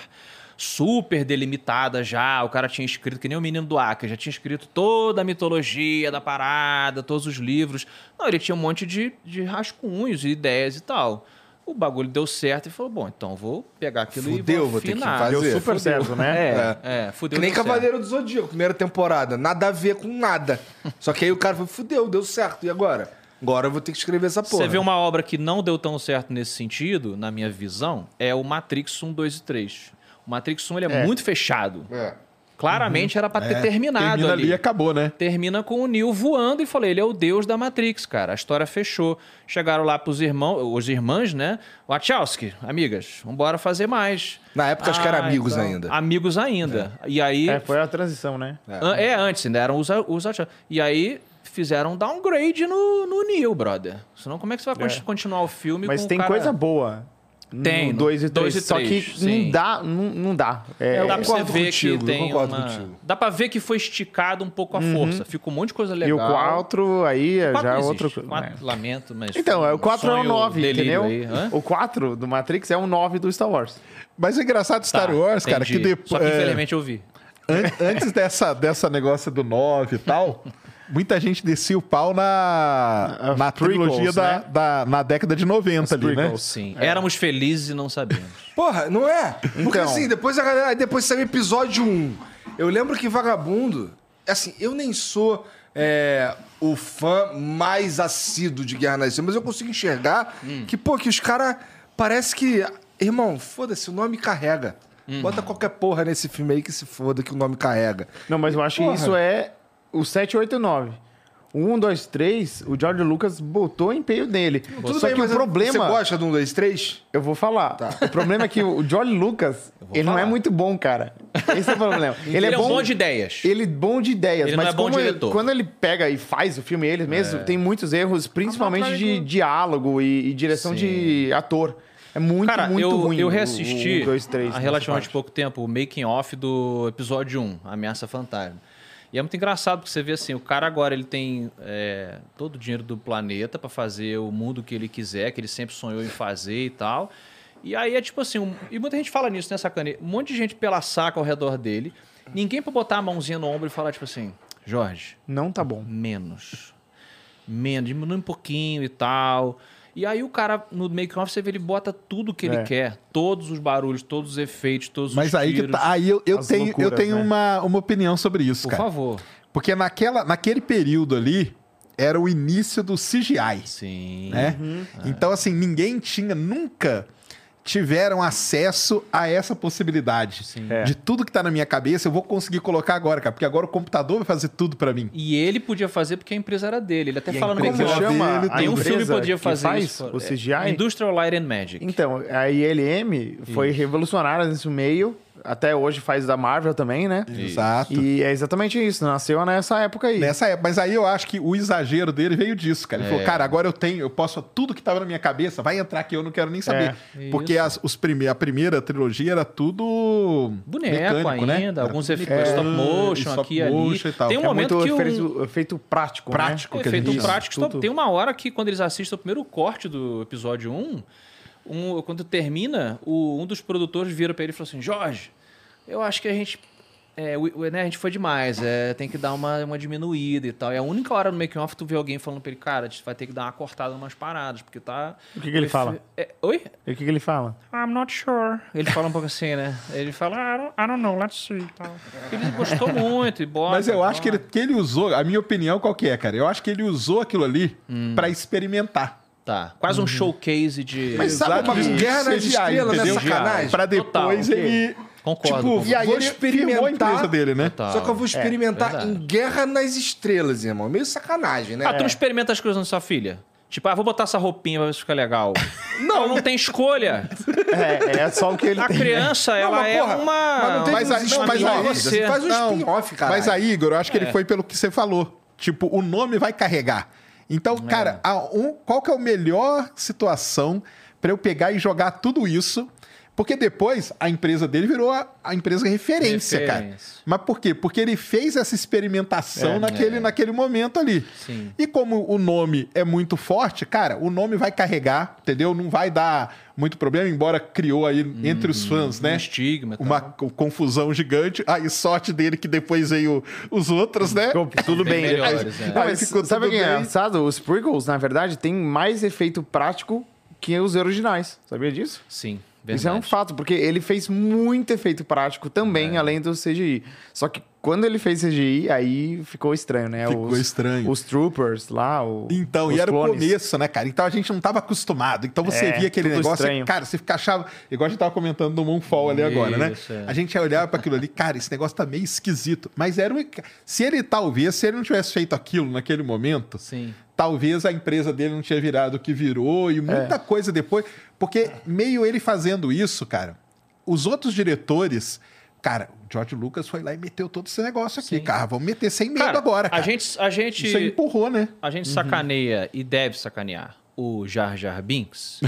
[SPEAKER 3] super delimitada já. O cara tinha escrito, que nem o menino do Acre, já tinha escrito toda a mitologia da parada, todos os livros. Não, ele tinha um monte de, de rascunhos e ideias e tal. O bagulho deu certo e falou: bom, então vou pegar aquilo e
[SPEAKER 1] Fudeu,
[SPEAKER 3] vou
[SPEAKER 1] vou ter que
[SPEAKER 3] afinar.
[SPEAKER 1] fazer.
[SPEAKER 2] Deu
[SPEAKER 1] Fazer,
[SPEAKER 2] super certo, né?
[SPEAKER 3] É, é, fudeu.
[SPEAKER 1] Que nem
[SPEAKER 3] deu certo.
[SPEAKER 1] Cavaleiro do Zodíaco, primeira temporada. Nada a ver com nada. Só que aí o cara falou, fudeu, deu certo. E agora? Agora eu vou ter que escrever essa porra.
[SPEAKER 3] Você vê um- uma obra que não deu tão certo nesse sentido, na minha visão, é o Matrix 1, 2 e 3. O Matrix 1 ele é, muito fechado.
[SPEAKER 1] É.
[SPEAKER 3] Claramente era pra ter
[SPEAKER 4] É,
[SPEAKER 3] terminado
[SPEAKER 4] Termina ali
[SPEAKER 3] ali.
[SPEAKER 4] e acabou, né?
[SPEAKER 3] Termina com o Neo voando e falei, ele é o deus da Matrix, cara. A história fechou. Chegaram lá pros irmãos, os irmãs, né? Wachowski, amigas, vambora fazer mais.
[SPEAKER 1] Na época acho que era
[SPEAKER 3] Ah,
[SPEAKER 1] amigos
[SPEAKER 3] então.
[SPEAKER 1] ainda.
[SPEAKER 3] Amigos ainda. E aí
[SPEAKER 2] É, foi a transição, né?
[SPEAKER 3] An- É, antes, ainda eram os, os Outshot. E aí fizeram um downgrade no, no Neil, brother. Senão como é que você vai con-
[SPEAKER 2] É.
[SPEAKER 3] continuar o filme
[SPEAKER 2] Mas
[SPEAKER 3] com o
[SPEAKER 2] tem
[SPEAKER 3] cara-
[SPEAKER 2] coisa boa. no
[SPEAKER 3] Tem, no
[SPEAKER 2] dois e
[SPEAKER 3] dois
[SPEAKER 2] três.
[SPEAKER 3] e
[SPEAKER 2] Só que
[SPEAKER 3] três, sim.
[SPEAKER 2] não dá, não, não dá. É,
[SPEAKER 3] Dá pra você
[SPEAKER 1] concordo
[SPEAKER 3] ver que
[SPEAKER 1] contigo, eu
[SPEAKER 3] tem
[SPEAKER 1] concordo
[SPEAKER 3] uma...
[SPEAKER 1] contigo.
[SPEAKER 3] Dá pra ver que foi esticado um pouco a força. Fica um monte de coisa legal.
[SPEAKER 2] Uhum. e o 4 aí é
[SPEAKER 3] O quatro
[SPEAKER 2] já é
[SPEAKER 3] não
[SPEAKER 2] outro.
[SPEAKER 3] existe. O quatro,
[SPEAKER 2] né?
[SPEAKER 3] Lamento, mas...
[SPEAKER 2] Então,
[SPEAKER 3] foi
[SPEAKER 2] é,
[SPEAKER 3] um
[SPEAKER 2] o 4 é o
[SPEAKER 3] sonho
[SPEAKER 2] 9, entendeu?
[SPEAKER 3] delírio aí. Hã?
[SPEAKER 2] O 4 do Matrix é o 9 do Star Wars.
[SPEAKER 4] Mas o engraçado do Star
[SPEAKER 3] Tá,
[SPEAKER 4] Wars, cara, que
[SPEAKER 3] entendi.
[SPEAKER 4] depois.
[SPEAKER 2] é.
[SPEAKER 3] Só que infelizmente eu vi.
[SPEAKER 4] An- antes dessa, dessa negócio do 9 e tal, muita gente descia o pau na,
[SPEAKER 2] As
[SPEAKER 4] na
[SPEAKER 2] prequels,
[SPEAKER 4] trilogia da,
[SPEAKER 2] né?
[SPEAKER 4] da- na década de 90 ali, né?
[SPEAKER 2] prequels.
[SPEAKER 3] Sim. Éramos felizes e não sabíamos.
[SPEAKER 1] Porra, não é? Porque
[SPEAKER 2] Então.
[SPEAKER 1] assim, depois a galera. aí Depois saiu o episódio 1. Eu lembro que Vagabundo. Assim, eu nem sou é, o fã mais assíduo de Guerra nas Estrelas, mas eu consigo enxergar
[SPEAKER 2] Hum.
[SPEAKER 1] que, pô, que os caras. Parece que. Irmão, foda-se, o nome carrega.
[SPEAKER 2] Uhum.
[SPEAKER 1] Bota qualquer porra nesse filme aí que se foda, que o nome carrega.
[SPEAKER 2] Não, mas eu acho
[SPEAKER 1] Porra.
[SPEAKER 2] que isso é o 7, 8 e 9. O 1, 2, 3, o George Lucas botou empenho nele. Só que o
[SPEAKER 1] eu- Você
[SPEAKER 2] problema.
[SPEAKER 1] gosta um, do 1, 2, 3?
[SPEAKER 2] Eu vou falar. O problema é que o George Lucas,
[SPEAKER 3] Tá. vou
[SPEAKER 2] ele não é
[SPEAKER 3] falar.
[SPEAKER 2] muito bom, cara. Esse é o problema. ele,
[SPEAKER 3] Ele é bom de ideias.
[SPEAKER 2] Ele é bom de ideias,
[SPEAKER 3] Ele não
[SPEAKER 2] mas
[SPEAKER 3] é bom
[SPEAKER 2] como ele-
[SPEAKER 3] diretor. É.
[SPEAKER 2] quando ele pega e faz o filme ele mesmo, tem muitos erros, principalmente de diálogo e, e direção de ator. É muito,
[SPEAKER 3] Cara,
[SPEAKER 2] muito
[SPEAKER 3] eu,
[SPEAKER 2] ruim.
[SPEAKER 3] eu reassisti
[SPEAKER 2] o um, dois, três,
[SPEAKER 3] há
[SPEAKER 2] nessa
[SPEAKER 3] relativamente
[SPEAKER 2] parte.
[SPEAKER 3] pouco tempo o making off do episódio 1, Ameaça Fantasma. E é muito engraçado porque você vê assim, o cara agora ele tem é, todo o dinheiro do planeta pra fazer o mundo que ele quiser, que ele sempre sonhou em fazer e tal. E aí é tipo assim, um- e muita gente fala nisso, né, sacane? Um monte de gente pela saca ao redor dele, ninguém pra botar a mãozinha no ombro e falar tipo assim, Jorge,
[SPEAKER 2] Não tá bom.
[SPEAKER 3] menos. Menos, diminui um pouquinho e tal. E aí o cara, no make-off, você vê, ele bota tudo que ele
[SPEAKER 2] É.
[SPEAKER 3] quer. Todos os barulhos, todos os efeitos, todos os
[SPEAKER 4] Mas aí que
[SPEAKER 3] tiros.
[SPEAKER 4] tá, aí eu, eu
[SPEAKER 2] As
[SPEAKER 4] tenho, eu
[SPEAKER 2] loucuras,
[SPEAKER 4] tenho
[SPEAKER 2] né?
[SPEAKER 4] uma, uma opinião sobre isso,
[SPEAKER 3] Por
[SPEAKER 4] cara.
[SPEAKER 3] favor.
[SPEAKER 4] Porque naquela, naquele período ali era o início do CGI,
[SPEAKER 3] Sim.
[SPEAKER 4] né? Então, assim, ninguém tinha, nunca tiveram acesso a essa possibilidade.
[SPEAKER 3] Sim.
[SPEAKER 2] É.
[SPEAKER 4] De tudo que tá na minha cabeça, eu vou conseguir colocar agora, cara, porque agora o computador vai fazer tudo pra mim.
[SPEAKER 3] E ele podia fazer porque a empresa era dele. Ele até
[SPEAKER 4] E a
[SPEAKER 3] fala no
[SPEAKER 4] empresa
[SPEAKER 2] Como
[SPEAKER 4] Porque
[SPEAKER 3] make-off.
[SPEAKER 4] dele,
[SPEAKER 2] chama? a
[SPEAKER 3] Nenhum um filme
[SPEAKER 2] empresa
[SPEAKER 3] podia
[SPEAKER 2] que
[SPEAKER 3] fazer
[SPEAKER 2] faz
[SPEAKER 3] isso.
[SPEAKER 2] O
[SPEAKER 3] É,
[SPEAKER 2] CGI?
[SPEAKER 3] Industrial Light and Magic.
[SPEAKER 2] Então, a ILM foi revolucionária nesse meio. até hoje faz da Marvel também, né?
[SPEAKER 4] Exato.
[SPEAKER 2] E é exatamente isso, nasceu nessa época aí.
[SPEAKER 4] Nessa época. Mas aí eu acho que o exagero dele veio disso, cara. Ele falou, cara, agora eu tenho, eu posso, tudo que tava na minha cabeça vai entrar aqui, eu não quero nem saber. Porque as, os prime, a primeira trilogia era tudo.
[SPEAKER 3] Boneco
[SPEAKER 4] mecânico,
[SPEAKER 3] ainda,
[SPEAKER 4] né? Era
[SPEAKER 3] alguns
[SPEAKER 4] tudo
[SPEAKER 3] efeitos stop motion
[SPEAKER 4] stop
[SPEAKER 3] aqui e
[SPEAKER 4] motion
[SPEAKER 3] ali.
[SPEAKER 4] e tal.
[SPEAKER 3] Tem um
[SPEAKER 4] É
[SPEAKER 3] momento
[SPEAKER 2] muito
[SPEAKER 3] que o-
[SPEAKER 2] efeito, efeito prático, né?
[SPEAKER 4] Prático, que a
[SPEAKER 3] Efeito
[SPEAKER 4] gente chama.
[SPEAKER 3] prático.
[SPEAKER 2] Tudo.
[SPEAKER 3] Tem uma hora que, quando eles assistem o primeiro corte do episódio 1, um- quando termina, o- um dos produtores vira pra ele e fala assim: Jorge, eu acho que a gente. é, o- o- né, a gente foi demais, é, tem que dar uma, uma diminuída e tal. É a única hora no making off tu vê alguém falando pra ele, cara, a gente vai ter que dar uma cortada em umas paradas, porque tá.
[SPEAKER 2] O que que ele fala?
[SPEAKER 3] É, oi?
[SPEAKER 2] E o que, que ele fala?
[SPEAKER 6] I'm not sure.
[SPEAKER 3] Ele fala um pouco assim, né? Ele fala, ah,
[SPEAKER 6] I don't, I don't know. Let's see. Tal.
[SPEAKER 3] ele gostou muito e bota.
[SPEAKER 4] Mas eu acho que
[SPEAKER 3] bota.
[SPEAKER 4] ele, que ele usou, a minha opinião qual que é, cara? Eu acho que ele usou aquilo ali pra experimentar.
[SPEAKER 3] Tá. Quase
[SPEAKER 2] Uhum.
[SPEAKER 3] um showcase de.
[SPEAKER 1] Mas sabe uma
[SPEAKER 4] Exatamente.
[SPEAKER 1] guerra nas
[SPEAKER 4] CGI,
[SPEAKER 1] estrelas, né?
[SPEAKER 4] entendeu?
[SPEAKER 1] Sacanagem.
[SPEAKER 4] Pra depois
[SPEAKER 3] Total.
[SPEAKER 4] ele.
[SPEAKER 3] Concordo.
[SPEAKER 1] tipo,
[SPEAKER 3] concordo.
[SPEAKER 1] e aí
[SPEAKER 4] vou
[SPEAKER 1] ele
[SPEAKER 4] firmou a empresa
[SPEAKER 1] experimentar.
[SPEAKER 4] dele,
[SPEAKER 2] Tá.
[SPEAKER 4] né?
[SPEAKER 3] Total.
[SPEAKER 1] Só que eu
[SPEAKER 2] É,
[SPEAKER 1] vou experimentar
[SPEAKER 3] verdade.
[SPEAKER 1] em Guerra nas Estrelas, irmão. Meio sacanagem, né?
[SPEAKER 3] Ah, tu não experimenta as coisas na sua filha? Tipo, ah, vou botar essa roupinha pra ver se fica legal. não, não tem escolha.
[SPEAKER 2] É, é só o que ele
[SPEAKER 3] A
[SPEAKER 2] tem.
[SPEAKER 3] criança,
[SPEAKER 1] né? Não,
[SPEAKER 3] ela
[SPEAKER 1] mas,
[SPEAKER 3] é
[SPEAKER 1] porra,
[SPEAKER 3] uma...
[SPEAKER 1] mas não tem
[SPEAKER 4] Mas
[SPEAKER 1] uns
[SPEAKER 4] aí- não, mas
[SPEAKER 1] spin-off,
[SPEAKER 4] aí-
[SPEAKER 1] assim, faz um
[SPEAKER 4] Não,
[SPEAKER 1] spin-off, cara.
[SPEAKER 4] Mas aí, Igor, eu acho que
[SPEAKER 3] É.
[SPEAKER 4] ele foi pelo que você falou. Tipo, o nome vai carregar. Então,
[SPEAKER 3] É.
[SPEAKER 4] cara, a- um- qual que é a melhor situação pra eu pegar e jogar tudo isso? Porque depois a empresa dele virou a, a empresa referência, cara.
[SPEAKER 3] Referência.
[SPEAKER 4] Mas por quê? Porque ele fez
[SPEAKER 2] É,
[SPEAKER 4] essa experimentação naquele, naquele momento ali.
[SPEAKER 3] Sim.
[SPEAKER 4] E como o nome é muito forte, cara, o nome vai carregar, entendeu? Não vai dar muito problema, embora criou aí entre
[SPEAKER 2] Uhum.
[SPEAKER 4] os fãs,
[SPEAKER 3] Um
[SPEAKER 4] né?
[SPEAKER 2] tá
[SPEAKER 3] estigma e tal.
[SPEAKER 4] uma co- confusão gigante. Aí sorte dele que depois veio os outros, né?
[SPEAKER 2] Ficou Tudo bem. é.
[SPEAKER 3] Bem
[SPEAKER 2] depois.
[SPEAKER 3] melhores, né?
[SPEAKER 2] Não, mas
[SPEAKER 4] Aí ficou
[SPEAKER 2] sabe o
[SPEAKER 4] tudo
[SPEAKER 2] que é
[SPEAKER 4] bem.
[SPEAKER 2] engraçado? Os prequels, na verdade, têm mais efeito prático que os originais. Sabia disso?
[SPEAKER 3] Sim,
[SPEAKER 2] Isso é um
[SPEAKER 3] verdade.
[SPEAKER 2] fato, porque ele fez muito efeito prático também, além do CGI. Só que quando ele fez CGI, aí ficou estranho, né?
[SPEAKER 4] Ficou
[SPEAKER 2] os,
[SPEAKER 4] estranho.
[SPEAKER 2] Os troopers lá, o,
[SPEAKER 4] Então,
[SPEAKER 2] os
[SPEAKER 4] e era o
[SPEAKER 2] clones.
[SPEAKER 4] começo, né, cara? Então a gente não tava acostumado. Então você
[SPEAKER 2] É,
[SPEAKER 4] via aquele
[SPEAKER 2] tudo
[SPEAKER 4] negócio,
[SPEAKER 2] estranho.
[SPEAKER 4] e, cara, você fica achava, igual a gente tava comentando no Moonfall ali agora, né?
[SPEAKER 3] Isso, é.
[SPEAKER 4] A gente ia olhar pra aquilo ali, cara, esse negócio tá meio esquisito. Mas era um. Se ele talvez, se ele não tivesse feito aquilo naquele momento,
[SPEAKER 3] Sim.
[SPEAKER 4] talvez a empresa dele não tinha virado o que virou e
[SPEAKER 3] É.
[SPEAKER 4] muita coisa depois. Porque meio ele fazendo isso, cara, os outros diretores. Cara, o George Lucas foi lá e meteu todo esse negócio aqui, cara. Vamos meter sem medo
[SPEAKER 3] Cara,
[SPEAKER 4] agora, cara.
[SPEAKER 3] A gente, a gente,
[SPEAKER 4] Isso aí empurrou, né?
[SPEAKER 3] a gente sacaneia e deve sacanear o Jar Jar Binks.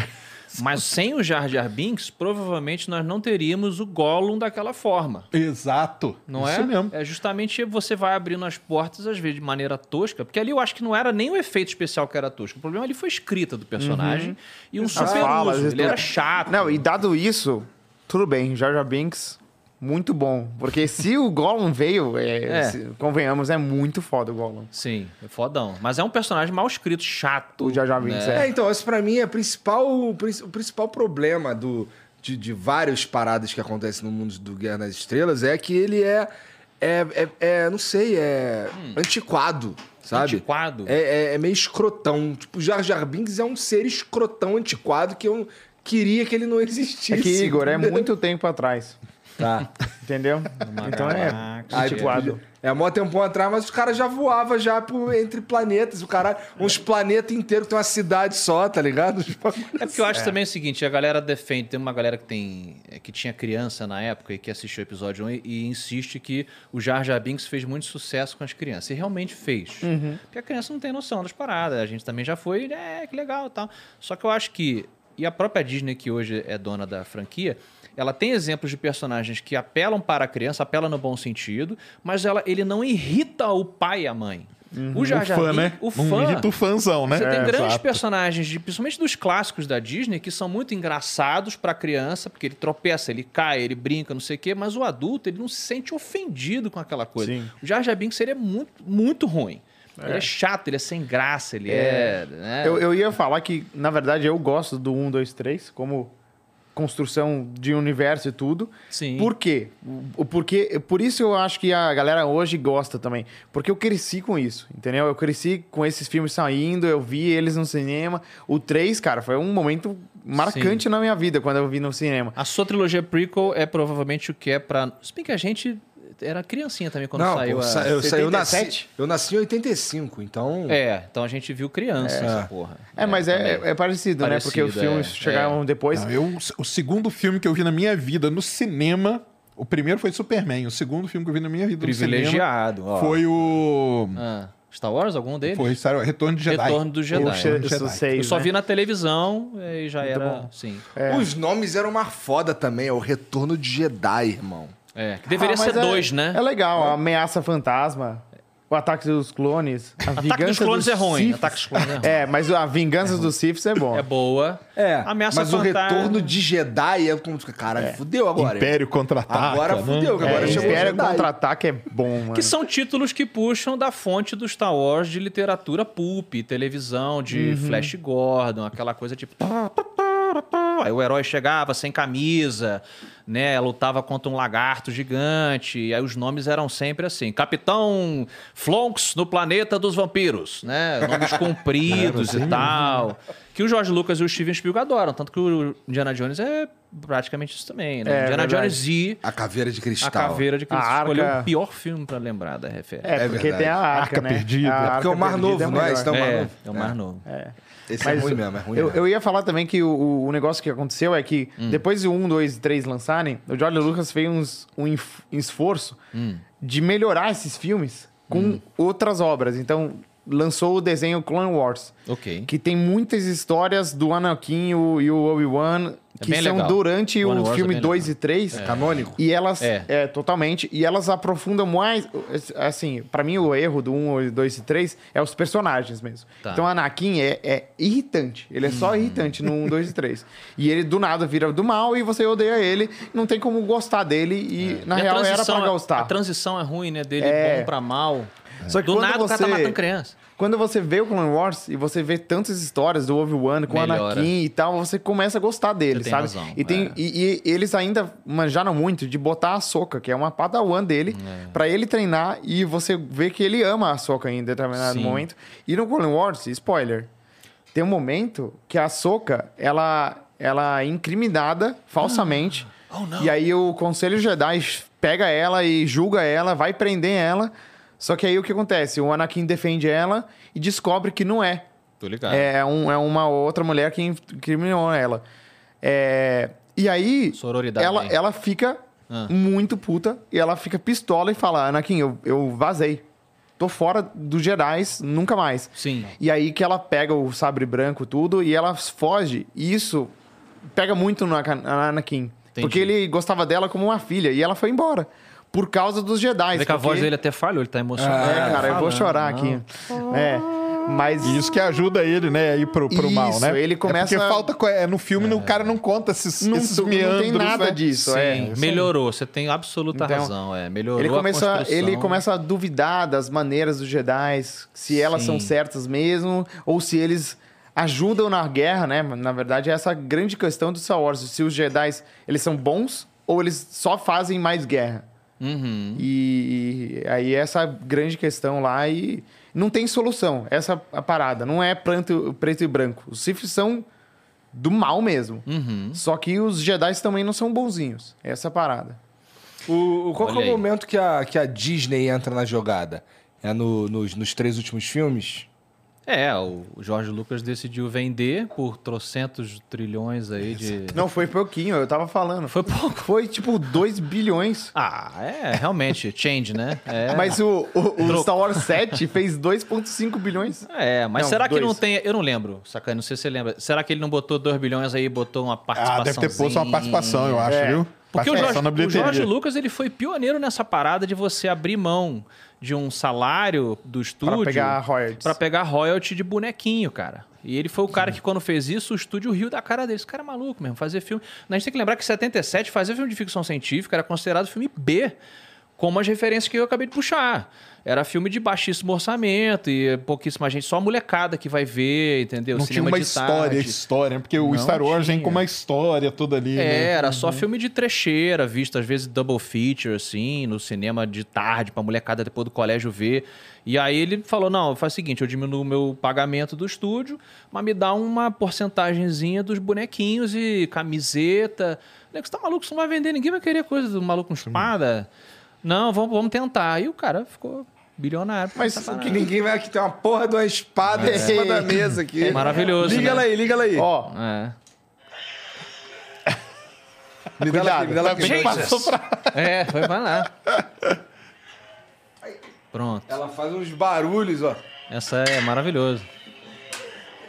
[SPEAKER 3] mas sem o Jar Jar Binks, provavelmente nós não teríamos o Gollum daquela forma.
[SPEAKER 4] Exato.
[SPEAKER 3] Não
[SPEAKER 4] Isso
[SPEAKER 3] é?
[SPEAKER 4] mesmo.
[SPEAKER 3] É justamente você vai abrindo as portas, às vezes, de maneira tosca, porque ali eu acho que não era nem o efeito especial que era tosco. O problema ali foi a escrita do personagem e um super
[SPEAKER 2] Uhum. falas,
[SPEAKER 3] uso.
[SPEAKER 2] isso
[SPEAKER 3] Ele era
[SPEAKER 2] tudo.
[SPEAKER 3] chato.
[SPEAKER 2] Não, e dado isso, tudo bem, Jar Jar Binks, muito bom. Porque se o Gollum veio, é,
[SPEAKER 3] É.
[SPEAKER 2] se- convenhamos, é muito foda o Gollum.
[SPEAKER 3] Sim, é fodão. Mas é um personagem mal escrito, chato.
[SPEAKER 2] O Jar Jar Binks é.
[SPEAKER 1] É, então, esse pra mim é a principal, o prin- o principal problema do, de, de várias paradas que acontecem no mundo do Guerra nas Estrelas é que ele é, é, é- é, não sei, é antiquado, sabe?
[SPEAKER 3] Antiquado?
[SPEAKER 1] É, é- é meio escrotão. Tipo, o Jar Jar Binks é um ser escrotão antiquado que eu queria que ele não existisse.
[SPEAKER 2] É que, Igor, é
[SPEAKER 1] entendeu?
[SPEAKER 2] muito tempo atrás.
[SPEAKER 1] Tá.
[SPEAKER 2] Entendeu? Então é.
[SPEAKER 3] Caraca.
[SPEAKER 1] Aí,
[SPEAKER 2] Antiquado.
[SPEAKER 1] podia- É, mó tempão atrás, mas os caras já voavam já por, entre planetas, o caralho. Uns planetas inteiros, tem uma cidade só, tá ligado? Os bagulho
[SPEAKER 3] É porque eu acho também o seguinte, a galera defende, tem uma galera que tem é, que tinha criança na época e que assistiu o episódio 1 e, e insiste que o Jar Jar Binks fez muito sucesso com as crianças. E realmente fez.
[SPEAKER 4] Uhum.
[SPEAKER 3] Porque a criança não tem noção das paradas. A gente também já foi, é, que legal e tal. Só que eu acho que, e a própria Disney, que hoje é dona da franquia, ela tem exemplos de personagens que apelam para a criança, apela no bom sentido, mas ela, ele não irrita o pai e a mãe. O Jar Jar
[SPEAKER 4] fã,
[SPEAKER 3] Binks-
[SPEAKER 4] né?
[SPEAKER 3] o
[SPEAKER 4] Não
[SPEAKER 3] fã,
[SPEAKER 4] irrita o fãzão, né?
[SPEAKER 3] você tem
[SPEAKER 4] É,
[SPEAKER 3] grandes
[SPEAKER 4] exato.
[SPEAKER 3] personagens, de- principalmente dos clássicos da Disney, que são muito engraçados pra criança, porque ele tropeça, ele cai, ele brinca, não sei o quê, mas o adulto, ele não se sente ofendido com aquela coisa.
[SPEAKER 2] Sim.
[SPEAKER 3] O Jar Jar Binks, ele é muito, muito ruim. Ele é chato, ele é sem graça, ele é... né?
[SPEAKER 2] Eu, eu ia falar que, na verdade, eu gosto do 1, 2, 3 como construção de universo e tudo.
[SPEAKER 3] Sim.
[SPEAKER 2] Por quê? O- Porque, por isso eu acho que a galera hoje gosta também. Porque eu cresci com isso, entendeu? Eu cresci com esses filmes saindo, eu vi eles no cinema. O 3, cara, foi um momento marcante na minha vida quando eu vi no cinema.
[SPEAKER 3] A sua trilogia prequel é provavelmente o que é pra... Se bem que a gente era criancinha também quando
[SPEAKER 1] não,
[SPEAKER 3] saiu
[SPEAKER 1] pô,
[SPEAKER 3] a...
[SPEAKER 1] sa- eu, sa- eu nasci,
[SPEAKER 2] 77?
[SPEAKER 1] eu nasci em 85, então.
[SPEAKER 3] É, então a gente viu criança essa porra.
[SPEAKER 2] É, mas é,
[SPEAKER 3] também.
[SPEAKER 2] é parecido, né? Porque os
[SPEAKER 3] Parecido,
[SPEAKER 2] filmes
[SPEAKER 3] é.
[SPEAKER 2] chegaram depois.
[SPEAKER 4] Não, eu, o segundo filme que eu vi na minha vida no cinema O primeiro foi Superman. O segundo filme que eu vi na minha vida no cinema
[SPEAKER 3] Privilegiado. ó.
[SPEAKER 4] foi o...
[SPEAKER 3] Ah, Star Wars, algum deles?
[SPEAKER 4] Foi Star Wars, Retorno de Jedi.
[SPEAKER 3] Retorno do Jedi.
[SPEAKER 2] Poxa,
[SPEAKER 4] Jedi.
[SPEAKER 2] isso sei,
[SPEAKER 3] Eu só
[SPEAKER 2] né? É.
[SPEAKER 3] vi na televisão eh, e já era. Sim.
[SPEAKER 1] Os nomes eram uma foda também. É o Retorno de Jedi, irmão.
[SPEAKER 3] É, que deveria
[SPEAKER 2] Ah,
[SPEAKER 3] ser
[SPEAKER 2] mas é-
[SPEAKER 3] dois, né?
[SPEAKER 2] É legal, a ameaça fantasma, o ataque dos clones, a
[SPEAKER 3] Ataque
[SPEAKER 2] vingança
[SPEAKER 3] dos clones é ruim.
[SPEAKER 2] Sith.
[SPEAKER 3] Ataque dos clones é ruim.
[SPEAKER 2] É, mas a vingança dos Siths é bom.
[SPEAKER 3] É boa. Ameaça
[SPEAKER 1] mas o
[SPEAKER 3] fantasma.
[SPEAKER 1] Retorno de Jedi é como... Caralho, fudeu agora.
[SPEAKER 4] Império Contra-Ataca.
[SPEAKER 1] Agora
[SPEAKER 4] né?
[SPEAKER 1] fudeu, que agora
[SPEAKER 2] é,
[SPEAKER 1] chegou o
[SPEAKER 2] Império
[SPEAKER 1] Jedi.
[SPEAKER 2] Contra-Ataque é bom, mano.
[SPEAKER 3] Que são títulos que puxam da fonte do Star Wars de literatura pulp, televisão, de
[SPEAKER 2] Uhum.
[SPEAKER 3] Flash Gordon, aquela coisa tipo. Aí o herói chegava sem camisa, né? Lutava contra um lagarto gigante. Aí os nomes eram sempre assim: Capitão Flonks no planeta dos vampiros, né? Nomes compridos e tal. Que o George Lucas e o Steven Spielberg adoram, tanto que o Indiana Jones é praticamente isso também, né?
[SPEAKER 2] É,
[SPEAKER 3] Indiana
[SPEAKER 2] verdade.
[SPEAKER 3] Jones e
[SPEAKER 1] A Caveira de Cristal.
[SPEAKER 3] a Caveira de
[SPEAKER 2] A
[SPEAKER 3] Cristo.
[SPEAKER 2] arca-
[SPEAKER 3] Escolheu o pior filme pra lembrar da referência.
[SPEAKER 2] É,
[SPEAKER 1] É
[SPEAKER 2] porque
[SPEAKER 1] verdade.
[SPEAKER 2] tem a arca,
[SPEAKER 4] Arca
[SPEAKER 2] né?
[SPEAKER 4] Perdida.
[SPEAKER 2] A
[SPEAKER 4] É
[SPEAKER 1] porque é o
[SPEAKER 2] Arca
[SPEAKER 1] Mar
[SPEAKER 2] Perdida
[SPEAKER 1] Novo,
[SPEAKER 2] é
[SPEAKER 1] não é?
[SPEAKER 2] melhor.
[SPEAKER 1] Então- o Mar
[SPEAKER 3] É,
[SPEAKER 1] Novo.
[SPEAKER 3] é o Mar Novo.
[SPEAKER 1] Esse é
[SPEAKER 2] Mas
[SPEAKER 1] ruim mesmo, é ruim
[SPEAKER 2] eu,
[SPEAKER 1] mesmo.
[SPEAKER 2] eu ia falar também que o, o- o negócio que aconteceu é que
[SPEAKER 3] Hum.
[SPEAKER 2] depois de um, dois e três lançarem, o George Lucas fez uns- um inf- esforço
[SPEAKER 3] Hum.
[SPEAKER 2] de melhorar esses filmes com outras obras. Então, lançou o desenho Clone Wars,
[SPEAKER 3] Ok.
[SPEAKER 2] que tem muitas histórias do Anakin e o, e o Obi-Wan
[SPEAKER 3] É
[SPEAKER 2] que
[SPEAKER 3] bem
[SPEAKER 2] são
[SPEAKER 3] legal.
[SPEAKER 2] durante
[SPEAKER 3] Clone
[SPEAKER 2] o
[SPEAKER 3] Wars é
[SPEAKER 2] filme
[SPEAKER 3] bem
[SPEAKER 2] 2 e 3.
[SPEAKER 1] Canônico?
[SPEAKER 2] E elas,
[SPEAKER 3] É.
[SPEAKER 2] é. totalmente. E elas aprofundam mais. Assim, pra mim, o erro do 1, 2 e 3 é os personagens mesmo.
[SPEAKER 3] Tá. Hum.
[SPEAKER 2] Então, Anakin é, é irritante. Ele é só irritante no 1, 2 e 3. E ele do nada vira do mal e você odeia ele. Não tem como gostar dele. E na
[SPEAKER 3] É. E a
[SPEAKER 2] real era
[SPEAKER 3] transição-
[SPEAKER 2] pra gostar.
[SPEAKER 3] A transição é ruim, né? Dele
[SPEAKER 2] É.
[SPEAKER 3] bom pra mal.
[SPEAKER 2] Só que
[SPEAKER 3] Do
[SPEAKER 2] quando
[SPEAKER 3] nada o cara tá
[SPEAKER 2] você-
[SPEAKER 3] matando criança.
[SPEAKER 2] Quando você vê o Clone Wars e você vê tantas histórias do Obi-Wan com o
[SPEAKER 3] Melhora.
[SPEAKER 2] Anakin e tal, você começa a gostar dele,
[SPEAKER 3] Você tem
[SPEAKER 2] sabe?
[SPEAKER 3] razão,
[SPEAKER 2] e, tem,
[SPEAKER 3] é.
[SPEAKER 2] e, e eles ainda manjaram muito de botar a Soca, que é uma padawan dele, pra ele treinar e você vê que ele ama a Soca em determinado
[SPEAKER 3] Sim.
[SPEAKER 2] momento. E no Clone Wars, spoiler, tem um momento que a Soca, ela, ela é incriminada falsamente. E aí o Conselho Jedi pega ela e julga ela, vai prender ela. Só que aí o que acontece? O Anakin defende ela e descobre que não é.
[SPEAKER 3] Tô ligado.
[SPEAKER 2] É, um, é uma outra mulher que incriminou ela. É, e aí
[SPEAKER 3] Sororidade.
[SPEAKER 2] ela,
[SPEAKER 3] hein?
[SPEAKER 2] ela fica
[SPEAKER 3] Ah.
[SPEAKER 2] muito puta e ela fica pistola e fala: Anakin, eu, eu vazei. Tô fora dos Jedi, nunca mais.
[SPEAKER 3] Sim.
[SPEAKER 2] E aí que ela pega o sabre branco, tudo, e ela foge. E isso pega muito no Ana- na Anakin.
[SPEAKER 3] Entendi.
[SPEAKER 2] Porque ele gostava dela como uma filha. E ela foi embora. Por causa dos Jedi.
[SPEAKER 3] Vê que a voz dele até falhou, ele tá emocionado.
[SPEAKER 2] É, cara, eu vou chorar aqui. É. Mas.
[SPEAKER 4] E isso que ajuda ele, né, a ir pro, pro mal,
[SPEAKER 2] Isso,
[SPEAKER 4] né?
[SPEAKER 2] ele
[SPEAKER 4] É
[SPEAKER 2] começa-
[SPEAKER 4] porque falta... co- é, no filme o cara não conta esses,
[SPEAKER 2] não,
[SPEAKER 4] esses
[SPEAKER 2] não
[SPEAKER 4] meandros,
[SPEAKER 2] tem nada
[SPEAKER 4] né?
[SPEAKER 2] disso.
[SPEAKER 3] Sim,
[SPEAKER 2] é.
[SPEAKER 3] melhorou. Você tem absoluta
[SPEAKER 2] Então,
[SPEAKER 3] razão. É, melhorou
[SPEAKER 2] Ele
[SPEAKER 3] a
[SPEAKER 2] começa,
[SPEAKER 3] construção.
[SPEAKER 2] ele começa a duvidar das maneiras dos Jedi, se elas
[SPEAKER 3] Sim.
[SPEAKER 2] são certas mesmo, ou se eles ajudam na guerra, né? Na verdade, essa é a grande questão do Star Wars, se os Jedi, eles são bons ou eles só fazem mais guerra.
[SPEAKER 3] Uhum.
[SPEAKER 2] E, e aí essa é a grande questão lá e não tem solução, essa é a parada, não é preto, preto e branco. Os Sith são do mal mesmo.
[SPEAKER 3] Uhum.
[SPEAKER 2] Só que os Jedi também não são bonzinhos. Essa é a parada.
[SPEAKER 1] O, o- qual que é
[SPEAKER 3] Olha
[SPEAKER 1] o
[SPEAKER 3] aí.
[SPEAKER 1] momento que a, que a Disney entra na jogada? É no- nos, nos três últimos filmes?
[SPEAKER 3] É, o Jorge Lucas decidiu vender por trocentos trilhões aí de.
[SPEAKER 2] Não, foi pouquinho, eu tava falando.
[SPEAKER 3] Foi pouco.
[SPEAKER 2] Foi tipo 2 bilhões.
[SPEAKER 3] Ah, é, realmente, change, né? É.
[SPEAKER 2] Mas o, o- o
[SPEAKER 3] Troco.
[SPEAKER 2] Star Wars 7 fez 2,5 bilhões.
[SPEAKER 3] É, mas
[SPEAKER 2] Não,
[SPEAKER 3] será que
[SPEAKER 2] dois.
[SPEAKER 3] não tem. Eu não lembro, sacana, não sei se você lembra. Será que ele não botou 2 bilhões aí e botou uma participação?
[SPEAKER 4] Ah, deve ter posto uma participação, eu
[SPEAKER 2] É.
[SPEAKER 4] acho, viu?
[SPEAKER 3] Porque o Jorge,
[SPEAKER 4] Participação na
[SPEAKER 3] o
[SPEAKER 4] bilheteria.
[SPEAKER 3] Jorge Lucas ele foi pioneiro nessa parada de você abrir mão de um salário do estúdio
[SPEAKER 2] Pra pegar royalties.
[SPEAKER 3] pra pegar royalty de bonequinho, cara. E ele foi o cara que, quando fez isso, o estúdio riu da cara dele. Esse cara é maluco mesmo, fazer filme. A gente tem que lembrar que em 77 fazer filme de ficção científica era considerado filme B, como as referências que eu acabei de puxar. Era filme de baixíssimo orçamento e pouquíssima gente, só a molecada que vai ver, entendeu?
[SPEAKER 4] Não tinha
[SPEAKER 3] Cinema
[SPEAKER 4] uma
[SPEAKER 3] de
[SPEAKER 4] história,
[SPEAKER 3] tarde.
[SPEAKER 4] história, né? porque o
[SPEAKER 3] Não
[SPEAKER 4] Star Wars vem
[SPEAKER 3] tinha.
[SPEAKER 4] com uma história toda ali,
[SPEAKER 3] É,
[SPEAKER 4] né?
[SPEAKER 3] era
[SPEAKER 1] Uhum.
[SPEAKER 3] só filme de trecheira, visto às vezes double feature, assim, no cinema de tarde, pra molecada depois do colégio ver. E aí ele falou: não, faz o seguinte, eu diminuo o meu pagamento do estúdio, mas me dá uma porcentagemzinha dos bonequinhos e camiseta. Nego, você tá maluco, isso não vai vender, ninguém vai querer coisa do maluco com espada. Não, vamos, vamos tentar. E o cara ficou bilionário.
[SPEAKER 2] Mas
[SPEAKER 3] Essa
[SPEAKER 2] o
[SPEAKER 1] Que
[SPEAKER 3] parada.
[SPEAKER 1] ninguém vai aqui ter uma porra de uma espada em cima da mesa aqui.
[SPEAKER 3] Maravilhoso,
[SPEAKER 1] Liga
[SPEAKER 3] né?
[SPEAKER 1] ela aí, liga ela aí.
[SPEAKER 2] Ó,
[SPEAKER 3] É.
[SPEAKER 1] me dá ela aqui, me dá ela aqui.
[SPEAKER 2] cuidado.
[SPEAKER 1] Passou pra-
[SPEAKER 3] É, foi pra lá. Pronto.
[SPEAKER 1] Ela faz uns barulhos, ó.
[SPEAKER 3] Essa é maravilhosa.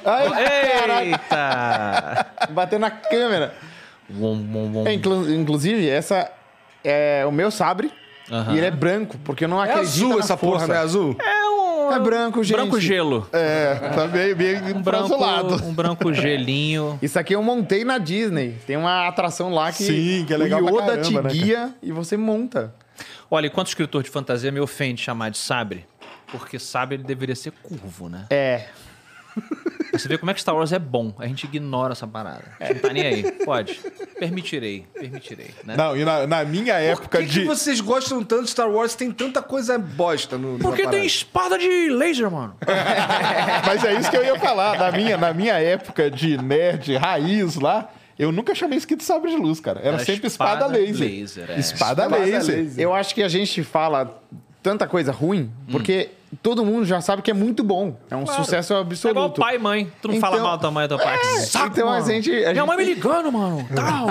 [SPEAKER 2] Ai,
[SPEAKER 3] Eita!
[SPEAKER 2] caralho, bateu É, na câmera.
[SPEAKER 3] Bom, bom, bom.
[SPEAKER 2] É, inclu- inclusive, essa é o meu sabre.
[SPEAKER 3] Aham.
[SPEAKER 2] E ele é branco, porque eu não
[SPEAKER 1] É
[SPEAKER 2] acredito.
[SPEAKER 1] azul
[SPEAKER 2] na
[SPEAKER 1] essa
[SPEAKER 2] força.
[SPEAKER 1] porra, não é azul?
[SPEAKER 2] É branco, gente.
[SPEAKER 3] Um Branco gelo.
[SPEAKER 4] É, tá meio, meio
[SPEAKER 3] Um branco,
[SPEAKER 4] frasolado.
[SPEAKER 3] um branco gelinho.
[SPEAKER 2] Isso aqui eu montei na Disney. Tem uma atração lá que,
[SPEAKER 4] Sim, que é legal
[SPEAKER 2] o
[SPEAKER 4] pra
[SPEAKER 2] Yoda
[SPEAKER 4] caramba,
[SPEAKER 2] te
[SPEAKER 4] né, cara?
[SPEAKER 2] guia e você monta.
[SPEAKER 3] Olha, enquanto escritor de fantasia me ofende chamar de sabre, porque sabre ele deveria ser curvo, né?
[SPEAKER 2] É.
[SPEAKER 3] Você vê como é que Star Wars é bom. A gente ignora essa parada.
[SPEAKER 2] É.
[SPEAKER 3] A gente Não tá nem aí. Pode. Permitirei. Permitirei. Né?
[SPEAKER 4] Não, e na, na minha
[SPEAKER 1] Por
[SPEAKER 4] época
[SPEAKER 1] que,
[SPEAKER 4] de.
[SPEAKER 1] que vocês gostam tanto de Star Wars? Tem tanta coisa bosta no. na
[SPEAKER 3] Porque
[SPEAKER 1] parada?
[SPEAKER 3] tem espada de laser, mano.
[SPEAKER 4] Mas é isso que eu ia falar. Na minha, na minha época de nerd raiz lá, eu nunca chamei isso aqui de sabre de luz, cara. Era,
[SPEAKER 3] Era
[SPEAKER 4] sempre espada,
[SPEAKER 3] espada
[SPEAKER 4] laser.
[SPEAKER 3] laser, é.
[SPEAKER 4] Espada,
[SPEAKER 1] Espada
[SPEAKER 4] laser.
[SPEAKER 1] laser.
[SPEAKER 2] Eu acho que a gente fala tanta coisa ruim, porque todo mundo já sabe que é muito bom. É um sucesso
[SPEAKER 3] É igual
[SPEAKER 2] absoluto.
[SPEAKER 3] pai e mãe. Tu não fala
[SPEAKER 2] Então-
[SPEAKER 3] mal da mãe e do pai. Que saco,
[SPEAKER 2] então a
[SPEAKER 3] mano.
[SPEAKER 2] gente- a
[SPEAKER 3] Minha
[SPEAKER 2] gente
[SPEAKER 3] mãe me
[SPEAKER 2] tem-
[SPEAKER 3] ligando, mano. Tal.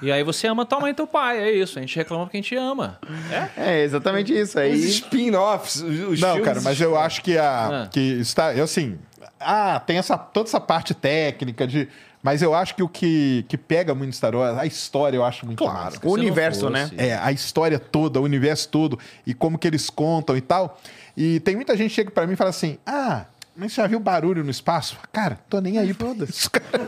[SPEAKER 3] e aí você ama tua mãe e teu pai. É isso. A gente reclama porque a gente ama. É?
[SPEAKER 2] É exatamente isso
[SPEAKER 1] Os
[SPEAKER 2] aí.
[SPEAKER 1] spin-offs. os- os
[SPEAKER 4] Não,
[SPEAKER 1] filmes-
[SPEAKER 4] cara, mas eu acho que a.
[SPEAKER 3] Ah.
[SPEAKER 4] Que está. Eu, assim. Ah, tem essa, toda essa parte técnica de. Mas eu acho que o que, que pega muito Star Wars, a história eu acho muito claro.
[SPEAKER 2] O universo, né?
[SPEAKER 4] É, a história toda, o universo todo e como que eles contam e tal. E tem muita gente que chega pra mim e fala assim: "Ah, mas você já viu barulho no espaço?" Cara, tô nem aí pra isso, cara.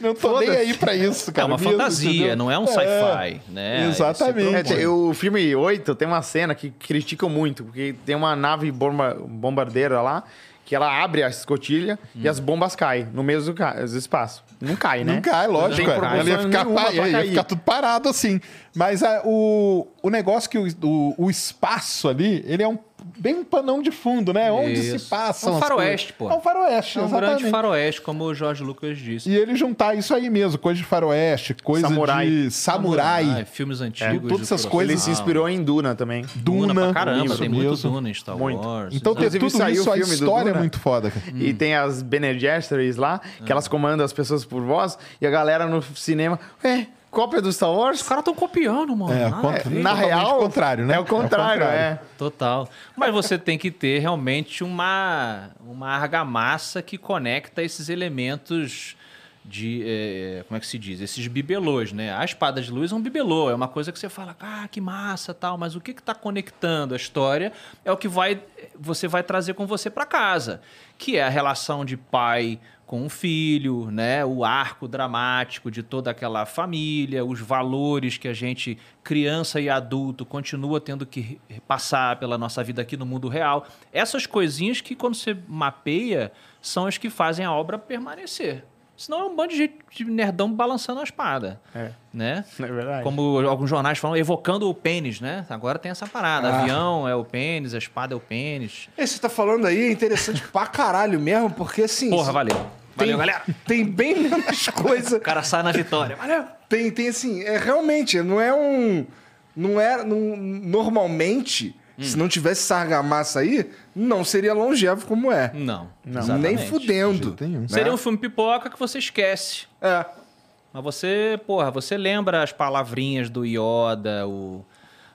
[SPEAKER 4] Não tô nem aí pra isso,
[SPEAKER 3] É
[SPEAKER 4] cara.
[SPEAKER 3] uma
[SPEAKER 4] mesmo,
[SPEAKER 3] fantasia,
[SPEAKER 4] entendeu?
[SPEAKER 3] não é um sci-fi, né?
[SPEAKER 4] Exatamente.
[SPEAKER 2] É,
[SPEAKER 3] Esse
[SPEAKER 2] tem- o filme 8 tem uma cena que criticam muito, porque tem uma nave bomba, bombardeira lá, que ela abre a escotilha e as bombas caem no mesmo do ca- espaço. Não cai, né?
[SPEAKER 4] Não cai, lógico.
[SPEAKER 2] Não tem
[SPEAKER 4] é. Ele ia
[SPEAKER 2] proporção
[SPEAKER 4] ficar,
[SPEAKER 2] nenhuma
[SPEAKER 4] pa-
[SPEAKER 2] pra
[SPEAKER 4] ia
[SPEAKER 2] cair.
[SPEAKER 4] ficar tudo parado assim. Mas a- o, o negócio que o, o, o espaço ali, ele é um bem um panão de fundo, né? Onde se
[SPEAKER 3] Isso.
[SPEAKER 4] passa.
[SPEAKER 3] É um faroeste, pô.
[SPEAKER 4] É um faroeste,
[SPEAKER 3] É um
[SPEAKER 4] exatamente.
[SPEAKER 3] grande faroeste, como o Jorge Lucas disse.
[SPEAKER 4] E ele juntar isso aí mesmo, coisa de faroeste, coisa
[SPEAKER 2] Samurai.
[SPEAKER 4] de samurai,
[SPEAKER 3] filmes antigos.
[SPEAKER 4] todas
[SPEAKER 3] de
[SPEAKER 4] essas
[SPEAKER 3] Kurosawa.
[SPEAKER 4] coisas.
[SPEAKER 2] Ele se inspirou em Duna também.
[SPEAKER 4] Duna.
[SPEAKER 3] Duna pra caramba,
[SPEAKER 4] isso
[SPEAKER 3] tem muito
[SPEAKER 4] mesmo.
[SPEAKER 3] Duna em Star
[SPEAKER 2] Muito.
[SPEAKER 3] Wars.
[SPEAKER 4] Então ter
[SPEAKER 3] exato.
[SPEAKER 4] tudo
[SPEAKER 2] Inclusive, saiu
[SPEAKER 4] isso,
[SPEAKER 2] o
[SPEAKER 4] a
[SPEAKER 2] filme do
[SPEAKER 4] história é
[SPEAKER 2] Duna.
[SPEAKER 4] muito foda. cara.
[SPEAKER 2] E tem as Bene Gesseris lá, que elas comandam as pessoas por voz, e a galera no cinema, é, cópia do Star
[SPEAKER 3] Os
[SPEAKER 2] Wars?
[SPEAKER 3] caras estão copiando, mano.
[SPEAKER 4] É,
[SPEAKER 3] Nada a
[SPEAKER 4] contra-
[SPEAKER 3] ver.
[SPEAKER 2] Na
[SPEAKER 4] Totalmente
[SPEAKER 2] real,
[SPEAKER 4] o contrário, né?
[SPEAKER 2] É o contrário,
[SPEAKER 4] É o contrário.
[SPEAKER 2] é.
[SPEAKER 3] Total. Mas você tem que ter realmente uma, uma argamassa que conecta esses elementos de. eh, como é que se diz? Esses bibelôs, né? A espada de luz é um bibelô, é uma coisa que você fala, ah, que massa tal, mas o que está conectando a história é o que vai você vai trazer com você para casa, que é a relação de pai com o filho, né? O arco dramático de toda aquela família, os valores que a gente, criança e adulto, continua tendo que re- passar pela nossa vida aqui no mundo real. Essas coisinhas que, quando você mapeia, são as que fazem a obra permanecer. Senão é um bando de gente de nerdão balançando a espada.
[SPEAKER 2] É.
[SPEAKER 3] Né?
[SPEAKER 2] É verdade.
[SPEAKER 3] Como alguns jornais falam, evocando o pênis, né? Agora tem essa parada.
[SPEAKER 2] Ah.
[SPEAKER 3] Avião é o pênis, a espada é o pênis.
[SPEAKER 1] Esse que tá falando aí é interessante pra caralho mesmo, porque assim.
[SPEAKER 3] Porra, valeu.
[SPEAKER 1] Tem,
[SPEAKER 3] Valeu, galera.
[SPEAKER 1] Tem bem menos coisa.
[SPEAKER 3] O cara sai na vitória. Valeu.
[SPEAKER 1] Tem, tem assim, é realmente, não é um. Não é. não- normalmente, se não tivesse essa argamassa aí, não seria longevo como é.
[SPEAKER 3] Não.
[SPEAKER 1] Nem
[SPEAKER 3] Hum, exatamente.
[SPEAKER 1] fudendo.
[SPEAKER 4] jeito nenhum.
[SPEAKER 1] né?
[SPEAKER 3] Seria um filme pipoca que você esquece.
[SPEAKER 1] É.
[SPEAKER 3] Mas você, porra, você lembra as palavrinhas do Yoda, o,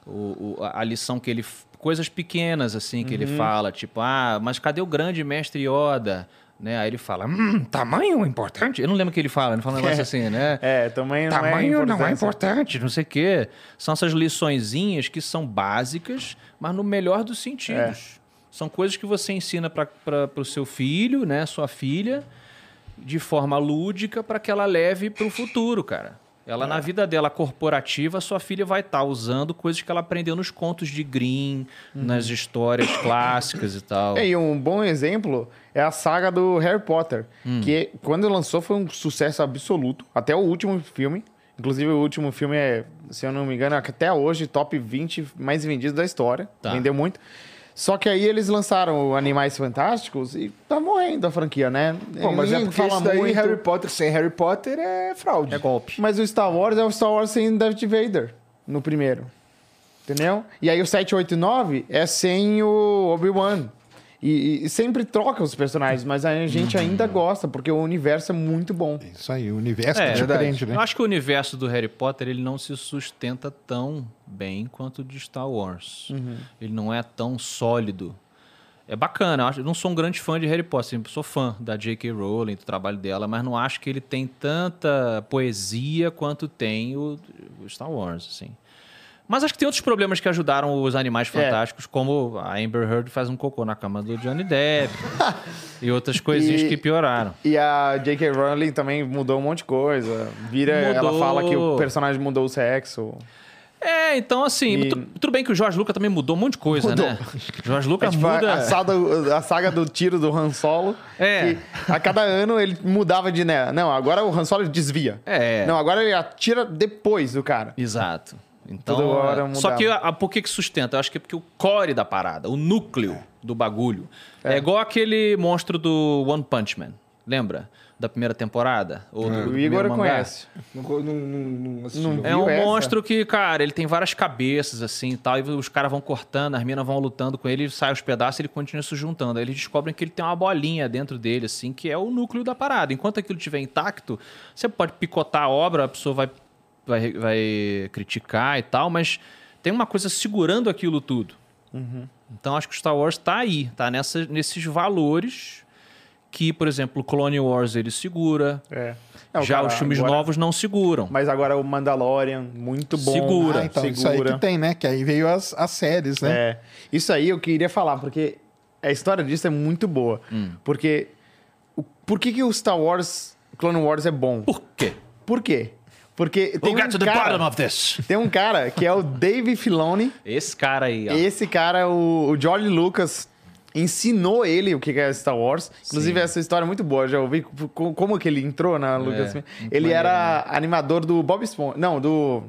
[SPEAKER 3] o, o- a a lição que ele. f- coisas pequenas, assim, que ele
[SPEAKER 1] Uhum.
[SPEAKER 3] fala, tipo, ah, mas cadê o grande mestre Yoda? Né? Aí ele fala, hum, tamanho é importante? Eu não lembro o que ele fala, ele fala um negócio assim, né?
[SPEAKER 2] É, também não
[SPEAKER 3] Tamanho
[SPEAKER 2] é
[SPEAKER 3] não é
[SPEAKER 2] importância.
[SPEAKER 3] importante, não sei o quê. São essas liçõezinhas que são básicas, mas no melhor dos sentidos. São coisas que você ensina para o seu filho, né, sua filha, de forma lúdica para que ela leve para o futuro, cara. Ela, na vida dela corporativa, sua filha vai estar usando coisas que ela aprendeu nos contos de Grimm, nas histórias clássicas e tal.
[SPEAKER 2] É, e um bom exemplo é a saga do Harry Potter, que quando lançou foi um sucesso absoluto, até o último filme. Inclusive, o último filme é, se eu não me engano, até hoje, top 20 mais vendidos da história.
[SPEAKER 3] Tá.
[SPEAKER 2] Vendeu muito. Só que aí eles lançaram o Animais Fantásticos e tá morrendo a franquia, né?
[SPEAKER 1] Pô, mas é
[SPEAKER 2] Ninguém
[SPEAKER 1] porque isso daí, Harry Potter sem Harry Potter é fraude.
[SPEAKER 3] É golpe.
[SPEAKER 2] Mas o Star Wars é o Star Wars sem Darth Vader no primeiro. Entendeu? E aí o 789 é sem o Obi-Wan. E, e sempre troca os personagens, mas a gente
[SPEAKER 3] Uhum.
[SPEAKER 2] ainda gosta, porque o universo é muito bom.
[SPEAKER 4] Isso aí, o universo
[SPEAKER 3] É,
[SPEAKER 4] é, diferente,
[SPEAKER 3] Eu
[SPEAKER 4] né?
[SPEAKER 3] acho que o universo do Harry Potter ele não se sustenta tão bem quanto o de Star Wars. Ele não é tão sólido. É bacana, eu acho- eu não sou um grande fã de Harry Potter, assim, sou fã da J.K. Rowling, do trabalho dela, mas não acho que ele tem tanta poesia quanto tem o, o Star Wars, assim. Mas acho que tem outros problemas que ajudaram os Animais Fantásticos, como a Amber Heard faz um cocô na cama do Johnny Depp e outras coisinhas
[SPEAKER 2] E-
[SPEAKER 3] que pioraram.
[SPEAKER 2] E a J.K. Rowling também mudou um monte de coisa. Vira, ela
[SPEAKER 3] Mudou.
[SPEAKER 2] fala que o personagem mudou o sexo.
[SPEAKER 3] É, então assim,
[SPEAKER 2] E-
[SPEAKER 3] tu- tudo bem que o Jorge Lucas também mudou um monte de coisa, né? Jorge
[SPEAKER 2] É
[SPEAKER 3] Lucas
[SPEAKER 2] tipo a,
[SPEAKER 3] muda.
[SPEAKER 2] a saga, a saga do tiro do Han Solo.
[SPEAKER 3] É.
[SPEAKER 2] que a cada ano ele mudava de. Né, não, agora o Han Solo desvia.
[SPEAKER 3] É.
[SPEAKER 2] Não, agora ele atira depois do cara.
[SPEAKER 3] Exato. Então,
[SPEAKER 2] Toda hora
[SPEAKER 3] é-
[SPEAKER 2] mudava.
[SPEAKER 3] só que a, a- por que que sustenta? Eu acho que é porque o core da parada, o núcleo do bagulho, é, igual aquele monstro do One Punch Man, lembra? Da primeira temporada? Ou do, do
[SPEAKER 2] É. O
[SPEAKER 3] primeiro
[SPEAKER 2] Igor
[SPEAKER 3] mangá?
[SPEAKER 2] conhece.
[SPEAKER 1] Não, co- não, não, assim, não assisti.
[SPEAKER 2] Não
[SPEAKER 1] não.
[SPEAKER 2] vi.
[SPEAKER 3] É um
[SPEAKER 2] Viu essa?
[SPEAKER 3] monstro que, cara, ele tem várias cabeças, assim, e tal, e os caras vão cortando, as minas vão lutando com ele, sai os pedaços e ele continua se juntando. Aí eles descobrem que ele tem uma bolinha dentro dele, assim, que é o núcleo da parada. Enquanto aquilo estiver intacto, você pode picotar a obra, a pessoa vai, vai, vai criticar e tal, mas tem uma coisa segurando aquilo tudo.
[SPEAKER 2] Uhum.
[SPEAKER 3] Então acho que o Star Wars tá aí, tá nessa, nesses valores que, por exemplo, o Clone Wars ele segura,
[SPEAKER 2] É. Não,
[SPEAKER 3] já
[SPEAKER 2] cara,
[SPEAKER 3] os filmes
[SPEAKER 2] agora-
[SPEAKER 3] novos não seguram.
[SPEAKER 2] Mas agora o Mandalorian, muito bom.
[SPEAKER 3] Segura.
[SPEAKER 4] Ah, então isso aí
[SPEAKER 2] segura.
[SPEAKER 4] que tem, né? Que aí veio as, as séries, né?
[SPEAKER 2] É. Isso aí eu queria falar, porque a história disso é muito boa.
[SPEAKER 3] Hum.
[SPEAKER 2] Porque. o- por que, que o Star Wars, Clone Wars é bom?
[SPEAKER 3] Por quê?
[SPEAKER 2] Por quê? Porque tem
[SPEAKER 3] We'll
[SPEAKER 2] um,
[SPEAKER 3] get to the bottom
[SPEAKER 2] cara,
[SPEAKER 3] of this.
[SPEAKER 2] tem um cara que é o Dave Filoni.
[SPEAKER 3] Esse cara aí, ó.
[SPEAKER 2] Esse cara, o, o George Lucas, ensinou ele o que que é Star Wars. Inclusive, essa história é muito boa. Já ouvi co- co- como que ele entrou na Lucas.
[SPEAKER 3] É, muito
[SPEAKER 2] ele
[SPEAKER 3] maneiro, né?
[SPEAKER 2] era animador do Bob Esponja. Não, do.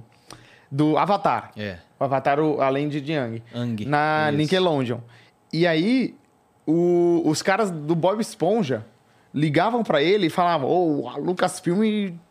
[SPEAKER 2] Do Avatar.
[SPEAKER 3] É.
[SPEAKER 2] O Avatar, o- além de Yang.
[SPEAKER 3] Aang,
[SPEAKER 2] Na
[SPEAKER 3] isso.
[SPEAKER 2] Nickelodeon. E aí, o- os caras do Bob Esponja ligavam pra ele e falavam: Ô, a Lucasfilm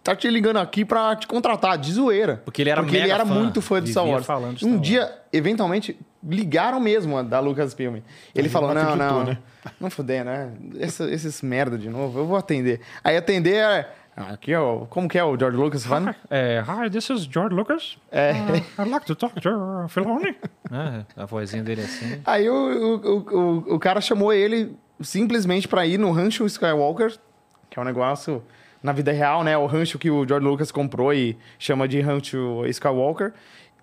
[SPEAKER 2] tá te ligando aqui pra te contratar, de zoeira.
[SPEAKER 3] Porque ele era
[SPEAKER 2] Porque ele
[SPEAKER 3] mega
[SPEAKER 2] era
[SPEAKER 3] fã,
[SPEAKER 2] muito fã de Star
[SPEAKER 3] vivia
[SPEAKER 2] Wars.
[SPEAKER 3] falando de Star
[SPEAKER 2] um
[SPEAKER 3] Wars.
[SPEAKER 2] dia, eventualmente, ligaram mesmo a da Lucasfilm. Ele falou:
[SPEAKER 4] não
[SPEAKER 2] Não,
[SPEAKER 4] acreditou,
[SPEAKER 2] não.
[SPEAKER 4] né?"
[SPEAKER 2] Não fuder, né? Essa- esses merda de novo, eu vou atender. Aí atender era. "Ah, Aqui é o. Como que é o George Lucas falando?
[SPEAKER 6] Uh, hi, this is George Lucas.
[SPEAKER 2] É.
[SPEAKER 6] Uh, I'd like to talk to uh, Filoni.
[SPEAKER 3] né? A vozinha dele é assim.
[SPEAKER 2] Aí o, o, o, o cara chamou ele simplesmente pra ir no rancho Skywalker, que é um negócio na vida real, né? O rancho que o George Lucas comprou e chama de rancho Skywalker,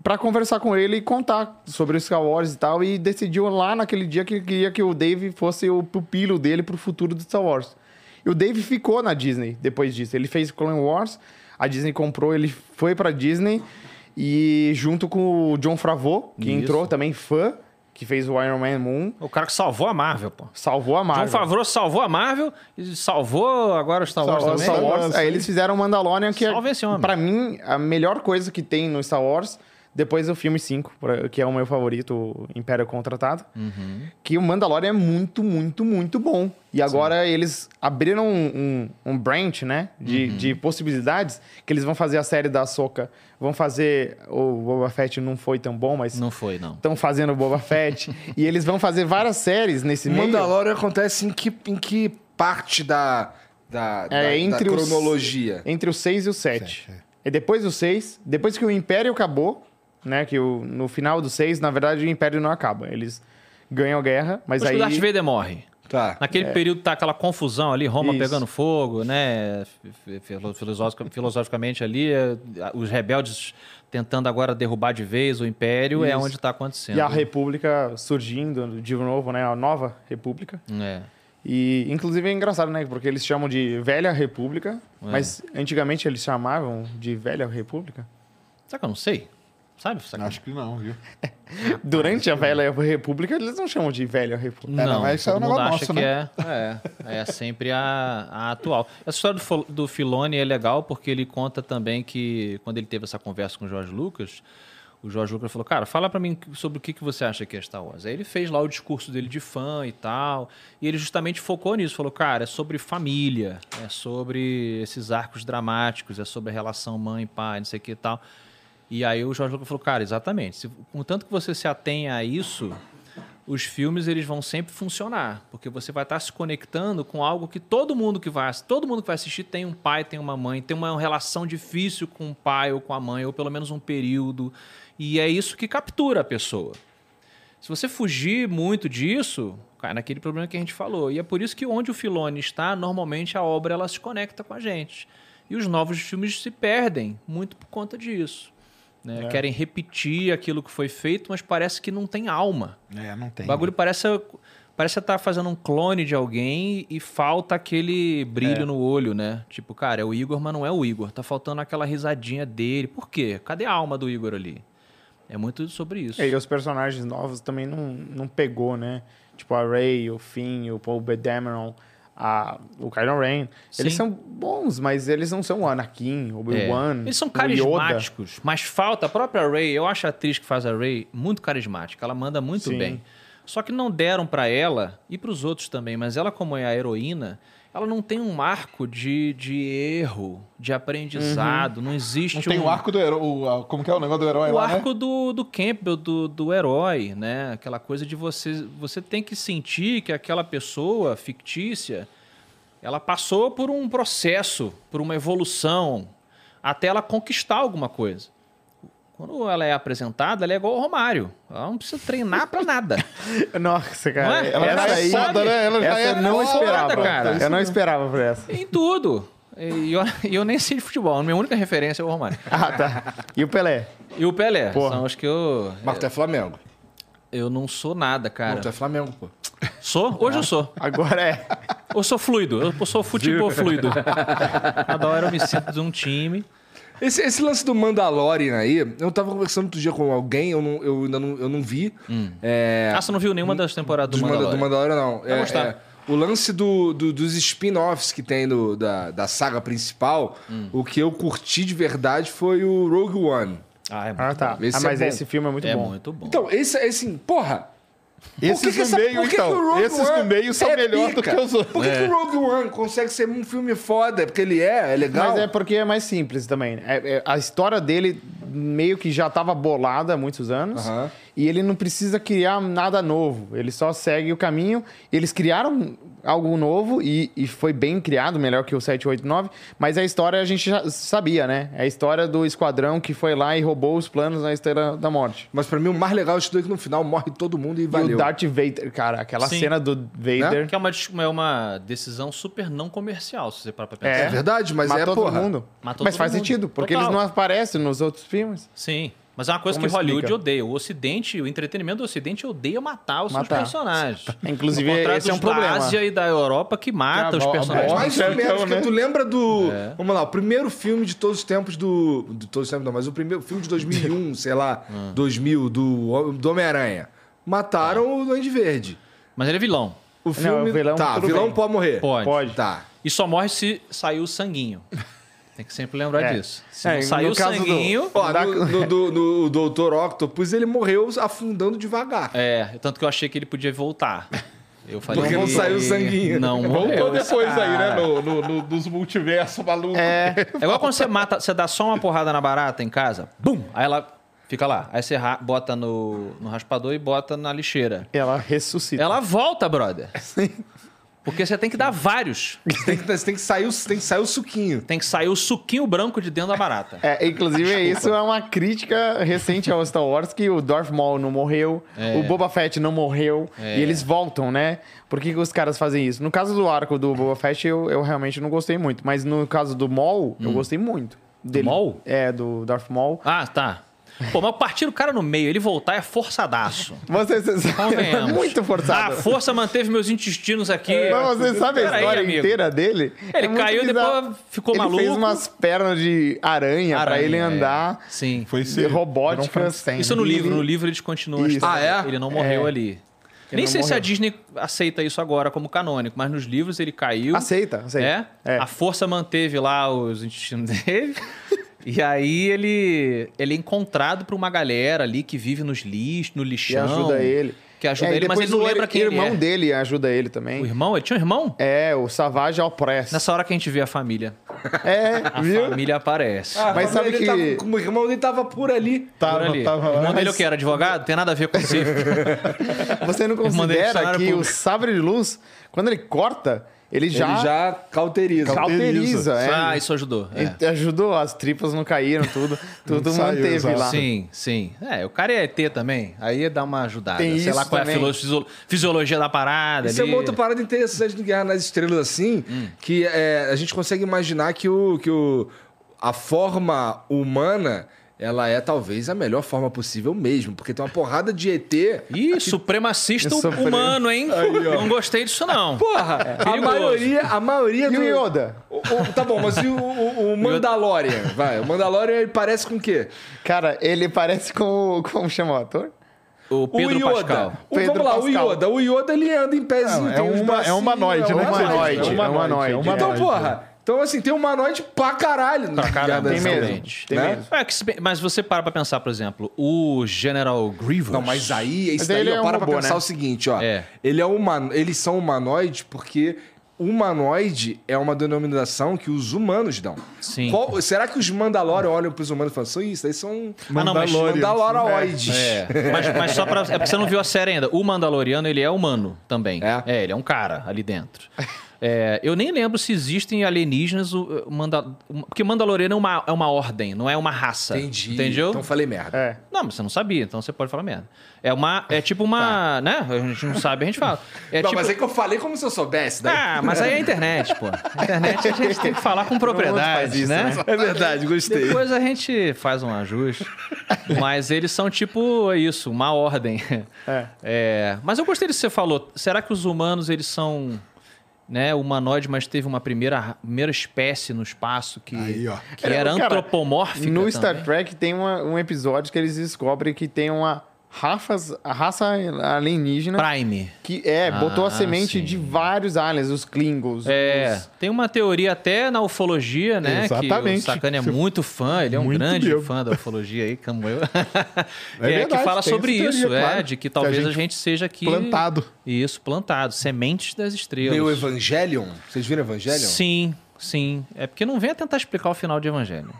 [SPEAKER 2] pra conversar com ele e contar sobre o Star Wars e tal. E decidiu lá naquele dia que queria que o Dave fosse o pupilo dele pro futuro do Star Wars. E o Dave ficou na Disney depois disso. Ele fez Clone Wars, a Disney comprou, ele foi pra Disney e junto com o John Favreau, que
[SPEAKER 3] Isso.
[SPEAKER 2] entrou também fã, que fez o Iron Man 1,
[SPEAKER 3] O cara que salvou a Marvel, pô.
[SPEAKER 2] salvou a
[SPEAKER 3] John
[SPEAKER 2] Marvel.
[SPEAKER 3] Favreau salvou a Marvel e salvou agora o Star Wars
[SPEAKER 2] Salvou
[SPEAKER 3] também.
[SPEAKER 2] Star Wars.
[SPEAKER 4] Nossa,
[SPEAKER 2] Aí
[SPEAKER 4] hein?
[SPEAKER 2] eles fizeram o Mandalorian, que é,
[SPEAKER 3] Salve esse homem.
[SPEAKER 2] pra mim, a melhor coisa que tem no Star Wars, depois do filme 5, pra- que é o meu favorito, o Império Contratado, que o Mandalorian é muito, muito, muito bom. E agora eles abriram um, um, um branch, né, de, de possibilidades, que eles vão fazer a série da Soca, vão fazer... O Boba Fett não foi tão bom, mas...
[SPEAKER 3] Não foi, não.
[SPEAKER 2] Estão fazendo o Boba Fett. e eles vão fazer várias séries nesse meio.
[SPEAKER 1] Mandalorian acontece em que, em que parte da,
[SPEAKER 3] É,
[SPEAKER 1] da, da- da
[SPEAKER 2] entre os-
[SPEAKER 1] cronologia?
[SPEAKER 2] É. Entre o 6 e o 7. É depois do 6, depois que o Império acabou, né? Que o- no final do 6, na verdade, o Império não acaba. Eles ganham a guerra, mas
[SPEAKER 3] Depois que o Darth
[SPEAKER 2] aí... É.
[SPEAKER 3] Vader morre.
[SPEAKER 1] Tá.
[SPEAKER 3] Naquele período tá aquela confusão ali, Roma
[SPEAKER 2] Isso.
[SPEAKER 3] pegando fogo, né? Fi- fi- filo- filosofica- Filosoficamente ali, eh, os rebeldes tentando agora derrubar de vez o Império é
[SPEAKER 2] Isso.
[SPEAKER 3] onde tá acontecendo.
[SPEAKER 2] E a República surgindo de novo, né? A nova República.
[SPEAKER 3] É.
[SPEAKER 2] E, inclusive, é engraçado, né? Porque eles chamam de Velha República,
[SPEAKER 3] É.
[SPEAKER 2] mas antigamente eles chamavam de Velha República.
[SPEAKER 3] Será que eu não sei? Sabe? Será que-
[SPEAKER 4] Acho que não, viu?
[SPEAKER 2] Durante a Velha República, eles não chamam de Velha República.
[SPEAKER 4] É, não, mas isso é
[SPEAKER 3] todo
[SPEAKER 4] um
[SPEAKER 3] mundo
[SPEAKER 4] negócio
[SPEAKER 3] acha
[SPEAKER 4] nosso, né?
[SPEAKER 3] que é. É, é sempre a, a atual. Essa história do, Fo- do Filone é legal porque ele conta também que quando ele teve essa conversa com o Jorge Lucas, o Jorge Lucas falou, cara, fala pra mim sobre o que, que você acha que é Star Wars. Aí ele fez lá o discurso dele de fã e tal, e ele justamente focou nisso, falou, cara, é sobre família, é sobre esses arcos dramáticos, é sobre a relação mãe-pai, não sei o que e tal. E aí o Jorge Lucas falou, cara, exatamente, se, contanto que você se atenha a isso, os filmes eles vão sempre funcionar, porque você vai estar se conectando com algo que todo mundo que vai, todo mundo que vai assistir tem um pai, tem uma mãe, tem uma relação difícil com o pai ou com a mãe, ou pelo menos um período, e é isso que captura a pessoa. Se você fugir muito disso, cai naquele problema que a gente falou. E é por isso que onde o Filone está, normalmente a obra ela se conecta com a gente. E os novos filmes se perdem muito por conta disso. né? Querem repetir aquilo que foi feito, mas parece que não tem alma.
[SPEAKER 4] É, não tem.
[SPEAKER 3] O bagulho parece parece estar tá fazendo um clone de alguém e falta aquele brilho
[SPEAKER 2] É.
[SPEAKER 3] no olho, né? Tipo, cara, é o Igor, mas não é o Igor. Tá faltando aquela risadinha dele. Por quê? Cadê a alma do Igor ali? É muito sobre isso.
[SPEAKER 2] E os personagens novos também não, não pegou, né? Tipo a Ray, o Finn, o Paul B. Dameron, a, o Kylo Ren. Eles
[SPEAKER 3] Sim.
[SPEAKER 2] são bons, mas eles não são o Anakin, o
[SPEAKER 3] É.
[SPEAKER 2] Obi-Wan,
[SPEAKER 3] Eles são
[SPEAKER 2] o Yoda.
[SPEAKER 3] carismáticos, mas falta a própria Ray. Eu acho a atriz que faz a Ray muito carismática. Ela manda muito
[SPEAKER 2] Sim.
[SPEAKER 3] bem. Só que não deram pra ela e pros outros também. Mas ela, como é a heroína, ela não tem um arco de, de erro, de
[SPEAKER 2] Uhum.
[SPEAKER 3] aprendizado. Não existe
[SPEAKER 4] Não tem
[SPEAKER 3] um...
[SPEAKER 4] o arco do herói. o- a- Como que é o negócio do herói
[SPEAKER 3] O
[SPEAKER 4] lá, né?
[SPEAKER 3] arco do, do Campbell, do, do herói, né? Aquela coisa de você. Você tem que sentir que aquela pessoa fictícia ela passou por um processo, por uma evolução, até ela conquistar alguma coisa. Quando ela é apresentada, ela é igual ao Romário. Ela não precisa treinar pra nada.
[SPEAKER 2] Nossa,
[SPEAKER 3] Não
[SPEAKER 2] cara.
[SPEAKER 3] é?
[SPEAKER 2] Ela
[SPEAKER 3] Ela
[SPEAKER 2] essa
[SPEAKER 3] já
[SPEAKER 2] aí,
[SPEAKER 3] sabe.
[SPEAKER 4] Ela já
[SPEAKER 2] essa
[SPEAKER 4] é
[SPEAKER 2] eu não
[SPEAKER 4] foda,
[SPEAKER 2] esperava.
[SPEAKER 3] cara.
[SPEAKER 2] Eu não esperava por essa.
[SPEAKER 3] em tudo. E eu, e eu nem sei de futebol. Minha única referência é o Romário.
[SPEAKER 2] Ah, tá. E o Pelé?
[SPEAKER 3] E o Pelé.
[SPEAKER 2] Porra.
[SPEAKER 3] São os que eu.
[SPEAKER 1] Mas tu é Flamengo.
[SPEAKER 3] Eu não sou nada,
[SPEAKER 1] Não, tu
[SPEAKER 3] cara.
[SPEAKER 1] é Flamengo, pô.
[SPEAKER 3] Sou? Hoje eu sou.
[SPEAKER 2] Agora é.
[SPEAKER 3] Eu sou fluido, eu sou futebol fluido. Cada hora eu me sinto de um time.
[SPEAKER 1] Esse, esse lance do Mandalorian aí, eu tava conversando outro dia com alguém, eu, não, eu ainda não, eu não vi. É,
[SPEAKER 3] Ah, você não viu nenhuma das temporadas
[SPEAKER 1] dos
[SPEAKER 3] do
[SPEAKER 1] Manda- do
[SPEAKER 3] Mandalorian?
[SPEAKER 1] Mandalorian, não. É,
[SPEAKER 3] gostar.
[SPEAKER 1] é, o lance do, do- dos spin-offs que tem do- da, da saga principal,
[SPEAKER 3] Hum.
[SPEAKER 1] o que eu curti de verdade foi o Rogue One.
[SPEAKER 3] Ah, é muito
[SPEAKER 2] Ah, tá.
[SPEAKER 1] Esse
[SPEAKER 2] ah, mas
[SPEAKER 1] é bom.
[SPEAKER 2] esse filme é muito
[SPEAKER 3] bom. É
[SPEAKER 2] bom.
[SPEAKER 3] muito bom.
[SPEAKER 1] Então, esse, esse porra,
[SPEAKER 4] Esses
[SPEAKER 1] que
[SPEAKER 4] do
[SPEAKER 1] essa-
[SPEAKER 4] meio,
[SPEAKER 1] por que
[SPEAKER 4] então.
[SPEAKER 1] que o Rogue
[SPEAKER 4] Esses do
[SPEAKER 1] One
[SPEAKER 4] meio são
[SPEAKER 1] é
[SPEAKER 4] melhor do
[SPEAKER 1] pica?
[SPEAKER 4] que os outros.
[SPEAKER 1] por que,
[SPEAKER 2] É.
[SPEAKER 1] que o Rogue One consegue ser um filme foda? Porque ele é, é legal.
[SPEAKER 2] Mas é porque é mais simples também. É- é- a história dele meio que já estava bolada há muitos anos.
[SPEAKER 1] Aham.
[SPEAKER 2] E ele não precisa criar nada novo. Ele só segue o caminho. Eles criaram algo novo e, e foi bem criado, melhor que o 789. Mas a história a gente já sabia, né? É a história do esquadrão que foi lá e roubou os planos na Estrela da Morte.
[SPEAKER 1] Mas pra mim o mais legal disso tudo é que no final morre todo mundo e
[SPEAKER 2] E
[SPEAKER 1] valeu. Né?
[SPEAKER 2] o Darth Vader, cara, aquela
[SPEAKER 3] Sim.
[SPEAKER 2] cena do Vader.
[SPEAKER 3] Que é uma, dis- é uma decisão super não comercial, se você parar pra pensar.
[SPEAKER 1] É verdade, mas
[SPEAKER 2] Matou
[SPEAKER 1] é porra.
[SPEAKER 2] todo mundo.
[SPEAKER 3] Matou
[SPEAKER 2] mas
[SPEAKER 3] todo
[SPEAKER 2] faz
[SPEAKER 3] mundo.
[SPEAKER 2] sentido, porque
[SPEAKER 3] Total.
[SPEAKER 2] eles não aparecem nos outros filmes.
[SPEAKER 3] Sim. Mas é uma coisa
[SPEAKER 2] Como
[SPEAKER 3] que Hollywood
[SPEAKER 2] explica?
[SPEAKER 3] odeia. O Ocidente, o entretenimento do Ocidente odeia matar os
[SPEAKER 2] Matar.
[SPEAKER 3] seus personagens.
[SPEAKER 2] Inclusive,
[SPEAKER 3] Ao contrário
[SPEAKER 2] esse é
[SPEAKER 3] dos
[SPEAKER 2] um problema.
[SPEAKER 3] Da Ásia e da Europa que
[SPEAKER 2] Ah,
[SPEAKER 3] mata os
[SPEAKER 2] bom,
[SPEAKER 1] Mas
[SPEAKER 3] personagens.
[SPEAKER 2] bom.
[SPEAKER 1] é mais ou menos,
[SPEAKER 2] Então,
[SPEAKER 1] porque
[SPEAKER 2] né? É.
[SPEAKER 1] tu lembra do. Vamos lá, o primeiro filme de todos os tempos do. De todos os tempos, não, mas o primeiro filme de 2001, sei lá,
[SPEAKER 2] Ah.
[SPEAKER 1] 2000, do, Hom- do Homem-Aranha. Mataram o Duende Verde.
[SPEAKER 3] Mas ele é vilão.
[SPEAKER 1] O filme.
[SPEAKER 2] Tá. o vilão,
[SPEAKER 1] tá,
[SPEAKER 2] tudo
[SPEAKER 1] vilão
[SPEAKER 2] bem.
[SPEAKER 1] pode morrer.
[SPEAKER 3] Pode.
[SPEAKER 2] Pode.
[SPEAKER 1] Tá.
[SPEAKER 3] E só morre se sair o sanguinho. Tem que sempre lembrar
[SPEAKER 2] É.
[SPEAKER 3] disso. Se
[SPEAKER 2] É,
[SPEAKER 3] não
[SPEAKER 2] no
[SPEAKER 3] sair o
[SPEAKER 2] caso do-
[SPEAKER 3] sanguinho...
[SPEAKER 1] Ó, no, no, do- no Doutor Octopus, ele morreu afundando devagar.
[SPEAKER 3] É, tanto que eu achei que ele podia voltar. Eu falei
[SPEAKER 1] Porque não
[SPEAKER 3] que-
[SPEAKER 1] saiu o sanguinho.
[SPEAKER 3] Não
[SPEAKER 4] Voltou
[SPEAKER 3] morreu.
[SPEAKER 4] depois aí, né? No, no- no- dos multiversos malucos.
[SPEAKER 2] É,
[SPEAKER 3] É igual quando você mata, você dá só uma porrada na barata em casa, bum! Aí ela fica lá. Aí você ra- bota no, no raspador e bota na lixeira.
[SPEAKER 2] ela ressuscita.
[SPEAKER 3] Ela volta, brother. Porque você tem que dar vários.
[SPEAKER 1] Você tem, que, você tem que sair, o- tem que sair o suquinho.
[SPEAKER 3] Tem que sair o suquinho branco de dentro da barata.
[SPEAKER 2] É, inclusive, isso é uma crítica recente ao Star Wars, que o Darth Maul não morreu,
[SPEAKER 3] É.
[SPEAKER 2] o Boba Fett não morreu, e eles voltam, né? Por que, que os caras fazem isso? No caso do arco do Boba Fett, eu, eu realmente não gostei muito. Mas no caso do Maul, eu gostei muito. Dele.
[SPEAKER 3] Hum. Maul?
[SPEAKER 2] É, do Darth Maul.
[SPEAKER 3] Ah, tá. Pô, mas partir o cara no meio, ele voltar é forçadaço.
[SPEAKER 2] Você, você é
[SPEAKER 3] Convenhamos.
[SPEAKER 2] muito
[SPEAKER 3] A
[SPEAKER 2] forçado.
[SPEAKER 3] força manteve meus intestinos aqui.
[SPEAKER 2] Mas você sabe a
[SPEAKER 3] Peraí,
[SPEAKER 2] história
[SPEAKER 3] amigo.
[SPEAKER 2] inteira dele?
[SPEAKER 3] É,
[SPEAKER 2] É
[SPEAKER 3] Ele
[SPEAKER 2] muito
[SPEAKER 3] caiu,
[SPEAKER 2] bizarro.
[SPEAKER 3] depois ficou
[SPEAKER 2] ele
[SPEAKER 3] maluco.
[SPEAKER 2] fez umas pernas de aranha, pra
[SPEAKER 3] Aranha,
[SPEAKER 2] ele
[SPEAKER 3] é.
[SPEAKER 2] andar.
[SPEAKER 3] Sim.
[SPEAKER 4] Foi
[SPEAKER 2] De robóticas.
[SPEAKER 3] Isso no livro, no livro eles continuam a
[SPEAKER 2] Isso.
[SPEAKER 3] história.
[SPEAKER 1] Ah, é?
[SPEAKER 3] Ele não morreu ali. Nem
[SPEAKER 2] não
[SPEAKER 3] sei se a
[SPEAKER 2] morreu.
[SPEAKER 3] Disney aceita isso agora como canônico, mas nos livros ele caiu.
[SPEAKER 2] Aceita, aceita.
[SPEAKER 3] É? A força manteve lá os intestinos dele. e aí ele, ele é encontrado por uma galera ali que vive nos lixos, no
[SPEAKER 2] Que
[SPEAKER 3] lixão.
[SPEAKER 2] ajuda ele.
[SPEAKER 3] Que ajuda
[SPEAKER 2] É, e
[SPEAKER 3] ele, mas
[SPEAKER 2] depois
[SPEAKER 3] ele não
[SPEAKER 2] o
[SPEAKER 3] lembra
[SPEAKER 2] ir-
[SPEAKER 3] quem
[SPEAKER 2] irmão
[SPEAKER 3] ele é.
[SPEAKER 2] dele ajuda ele
[SPEAKER 3] O
[SPEAKER 2] também.
[SPEAKER 3] irmão? Ele tinha um irmão?
[SPEAKER 2] É, o Savage Alpress.
[SPEAKER 3] Nessa hora que a gente vê a família.
[SPEAKER 2] É,
[SPEAKER 3] A
[SPEAKER 2] viu?
[SPEAKER 3] família aparece.
[SPEAKER 2] Ah, mas sabe
[SPEAKER 1] ele
[SPEAKER 2] que-
[SPEAKER 1] tava- como o irmão dele tava por ali.
[SPEAKER 3] Por ali.
[SPEAKER 4] tava lá,
[SPEAKER 3] o irmão dele é o
[SPEAKER 4] mas-
[SPEAKER 3] que era advogado? Tem nada a ver com isso.
[SPEAKER 2] Você não
[SPEAKER 3] mandei pro
[SPEAKER 2] considera
[SPEAKER 3] cenário
[SPEAKER 2] que o
[SPEAKER 3] público.
[SPEAKER 2] sabre de luz, quando ele corta, ele já,
[SPEAKER 1] Ele já cauteriza.
[SPEAKER 2] cauteriza. é. Então,
[SPEAKER 3] Ah, isso ajudou. é.
[SPEAKER 2] E Ajudou, as tripas não caíram, tudo, tudo
[SPEAKER 4] saiu,
[SPEAKER 2] manteve
[SPEAKER 4] exato.
[SPEAKER 2] lá.
[SPEAKER 3] Sim, sim. É, o cara é ET também. Aí dá uma ajudada.
[SPEAKER 2] Tem
[SPEAKER 3] Sei lá
[SPEAKER 2] isso
[SPEAKER 3] qual é a
[SPEAKER 2] também.
[SPEAKER 3] filo- fisio- fisiologia da parada.
[SPEAKER 1] Isso é
[SPEAKER 3] ali.
[SPEAKER 1] uma outra parada interessante do Guerra nas Estrelas, assim, que é, a gente consegue imaginar que, o, que o, a forma humana ela é talvez a melhor forma possível mesmo, porque tem uma porrada de ET.
[SPEAKER 3] Ih, supremacista hum-,
[SPEAKER 2] Eu sou pre-
[SPEAKER 3] humano, hein? não gostei disso, não.
[SPEAKER 1] Porra, a
[SPEAKER 3] Perigoso.
[SPEAKER 1] maioria, a maioria
[SPEAKER 2] E
[SPEAKER 1] do.
[SPEAKER 2] o Yoda?
[SPEAKER 1] O- o- tá bom, mas e o, o, o Mandalorian? Vai, o Mandalorian ele parece com o quê?
[SPEAKER 2] Cara, ele parece com. o- Como chama o ator?
[SPEAKER 3] O Pedro
[SPEAKER 1] o Yoda.
[SPEAKER 3] Pascal.
[SPEAKER 1] O-
[SPEAKER 2] Pedro
[SPEAKER 1] vamos lá,
[SPEAKER 2] Pascal.
[SPEAKER 1] o Yoda. O Yoda ele anda em pezinho.
[SPEAKER 4] Não, é
[SPEAKER 1] tem uns
[SPEAKER 4] uma- é um humanoide,
[SPEAKER 1] bracinhos,
[SPEAKER 4] né?
[SPEAKER 1] é um
[SPEAKER 2] É
[SPEAKER 4] Humanoide, é
[SPEAKER 2] um
[SPEAKER 4] um
[SPEAKER 2] humanoide.
[SPEAKER 4] humanoide, é um
[SPEAKER 2] é.
[SPEAKER 1] Então,
[SPEAKER 4] Verdade,
[SPEAKER 1] porra. Então, assim, tem um humanoide pra caralho. Pra
[SPEAKER 3] caramba,
[SPEAKER 2] Tem mesmo.
[SPEAKER 3] Exatamente.
[SPEAKER 2] Tem
[SPEAKER 1] Né?
[SPEAKER 2] mesmo.
[SPEAKER 3] É que se bem- mas você para pra pensar, por exemplo, o General Grievous.
[SPEAKER 1] Não, mas aí, isso
[SPEAKER 2] Mas
[SPEAKER 1] daí,
[SPEAKER 2] ele
[SPEAKER 1] eu
[SPEAKER 2] é um
[SPEAKER 1] paro
[SPEAKER 2] robô,
[SPEAKER 1] pra pensar
[SPEAKER 2] né?
[SPEAKER 1] o seguinte, ó.
[SPEAKER 3] É.
[SPEAKER 1] Ele é humano, eles são humanoides porque humanoide é uma denominação que os humanos dão.
[SPEAKER 3] Sim.
[SPEAKER 1] Qual- será que os Mandalorian olham pros humanos e falam, são isso, eles são
[SPEAKER 3] Ah, não, mas-
[SPEAKER 1] Mandaloroides.
[SPEAKER 3] É, mas, mas só pra. É porque você não viu a série ainda. O Mandaloriano, ele é humano também.
[SPEAKER 1] É?
[SPEAKER 3] ele é um cara ali dentro. É, eu nem lembro se existem alienígenas. o- o Manda- porque Mandaloriano é uma, é uma ordem, não é uma raça.
[SPEAKER 1] Entendi.
[SPEAKER 3] Entendeu?
[SPEAKER 1] Então falei merda.
[SPEAKER 2] É.
[SPEAKER 3] Não, mas você não sabia, então você pode falar merda. É uma. É tipo uma. Né? A gente não sabe, a gente fala.
[SPEAKER 1] Tá.
[SPEAKER 3] É
[SPEAKER 1] não,
[SPEAKER 3] tipo.
[SPEAKER 1] mas é que eu falei como se eu soubesse, né?
[SPEAKER 3] Ah, mas aí é a internet, pô. A internet a gente tem que falar com
[SPEAKER 2] faz
[SPEAKER 3] propriedade,
[SPEAKER 2] isso,
[SPEAKER 3] né?
[SPEAKER 2] né?
[SPEAKER 1] É verdade, gostei.
[SPEAKER 3] Depois a gente faz um ajuste. mas eles são tipo é isso, uma ordem.
[SPEAKER 2] É.
[SPEAKER 3] É, mas eu gostei disso que você falou. Será que os humanos eles são né, humanoide, mas teve uma primeira, primeira espécie no espaço que,
[SPEAKER 4] Aí, ó.
[SPEAKER 3] que era
[SPEAKER 2] Cara,
[SPEAKER 3] antropomórfica?
[SPEAKER 2] No
[SPEAKER 3] também?
[SPEAKER 2] Star Trek tem uma- um episódio que eles descobrem que tem uma raças, a raça alienígena
[SPEAKER 3] Prime.
[SPEAKER 2] que é, botou
[SPEAKER 3] Ah,
[SPEAKER 2] a semente
[SPEAKER 3] sim.
[SPEAKER 2] de vários aliens, os Klingons.
[SPEAKER 3] É,
[SPEAKER 2] os-
[SPEAKER 3] tem uma teoria até na ufologia, né? Que
[SPEAKER 4] Exatamente.
[SPEAKER 3] o Sacani é muito fã, ele é um
[SPEAKER 4] Muito
[SPEAKER 3] grande
[SPEAKER 4] mesmo.
[SPEAKER 3] fã da ufologia aí, como eu. É,
[SPEAKER 4] É
[SPEAKER 3] que
[SPEAKER 4] verdade,
[SPEAKER 3] fala
[SPEAKER 4] tem
[SPEAKER 3] sobre
[SPEAKER 4] essa teoria,
[SPEAKER 3] isso, é,
[SPEAKER 4] claro.
[SPEAKER 3] de que
[SPEAKER 4] Que a
[SPEAKER 3] talvez a gente,
[SPEAKER 4] gente
[SPEAKER 3] seja aqui...
[SPEAKER 4] plantado.
[SPEAKER 3] Isso, plantado. Sementes das estrelas.
[SPEAKER 1] Meu Evangelion? Vocês viram Evangelion?
[SPEAKER 3] Sim, sim. É porque não venha tentar explicar o final de Evangelho.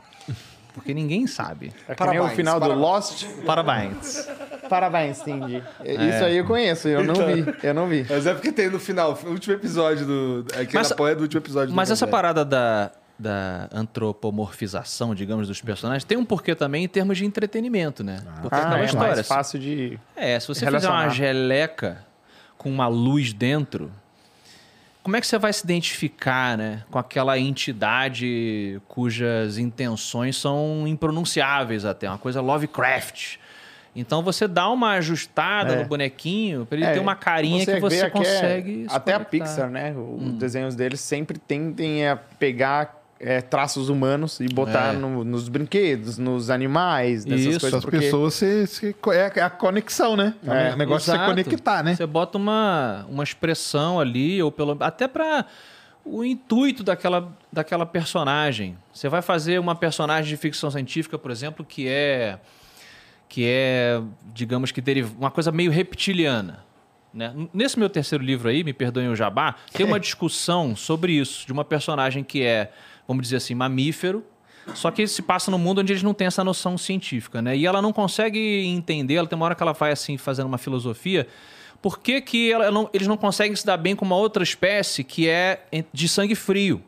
[SPEAKER 3] Porque ninguém sabe.
[SPEAKER 2] É que nem
[SPEAKER 1] Parabéns,
[SPEAKER 2] o final
[SPEAKER 1] parabéns.
[SPEAKER 2] do Lost.
[SPEAKER 3] Parabéns.
[SPEAKER 2] Parabéns, Cindy.
[SPEAKER 3] É.
[SPEAKER 2] Isso aí eu conheço, eu não vi, eu não vi.
[SPEAKER 1] Mas é porque tem no final, no último episódio do. Aqui
[SPEAKER 3] Mas-
[SPEAKER 1] na porra é do último episódio
[SPEAKER 3] Mas
[SPEAKER 1] do
[SPEAKER 3] essa
[SPEAKER 1] Evangelho.
[SPEAKER 3] parada da, da antropomorfização, digamos, dos personagens, tem um porquê também em termos de entretenimento, né? Porque
[SPEAKER 2] Ah,
[SPEAKER 3] aquela
[SPEAKER 2] é
[SPEAKER 3] história,
[SPEAKER 2] mais
[SPEAKER 3] se-
[SPEAKER 2] fácil de...
[SPEAKER 3] É, se você fizer uma
[SPEAKER 2] Relacionar.
[SPEAKER 3] geleca com uma luz dentro, como é que você vai se identificar, né, com aquela entidade cujas intenções são impronunciáveis até, É uma coisa Lovecraft. Então você dá uma ajustada no bonequinho pra ele
[SPEAKER 2] É,
[SPEAKER 3] ter uma carinha
[SPEAKER 2] você
[SPEAKER 3] que você
[SPEAKER 2] vê que é-
[SPEAKER 3] consegue. tá? Hum. se
[SPEAKER 2] até a
[SPEAKER 3] conectar.
[SPEAKER 2] Pixar, né? O- Os desenhos deles sempre tendem a pegar é, traços humanos e botar
[SPEAKER 3] É.
[SPEAKER 2] no- nos brinquedos, nos animais, nessas
[SPEAKER 3] Isso,
[SPEAKER 2] coisas.
[SPEAKER 4] Essas
[SPEAKER 2] Porque...
[SPEAKER 4] pessoas se, se co- é a conexão, né? É, o negócio de
[SPEAKER 3] Exato.
[SPEAKER 4] se conectar, né?
[SPEAKER 3] Você bota uma, uma expressão ali, ou pelo até para o intuito daquela, daquela personagem. Você vai fazer uma personagem de ficção científica, por exemplo, que é que é, digamos que deriva, uma coisa meio reptiliana. Né? Nesse meu terceiro livro aí, me perdoem o jabá, tem uma discussão sobre isso, de uma personagem que é, vamos dizer assim, mamífero, só que se passa num mundo onde eles não têm essa noção científica, né? E ela não consegue entender, ela tem uma hora que ela vai assim, fazendo uma filosofia, por que, que ela não- eles não conseguem se dar bem com uma outra espécie que é de sangue frio.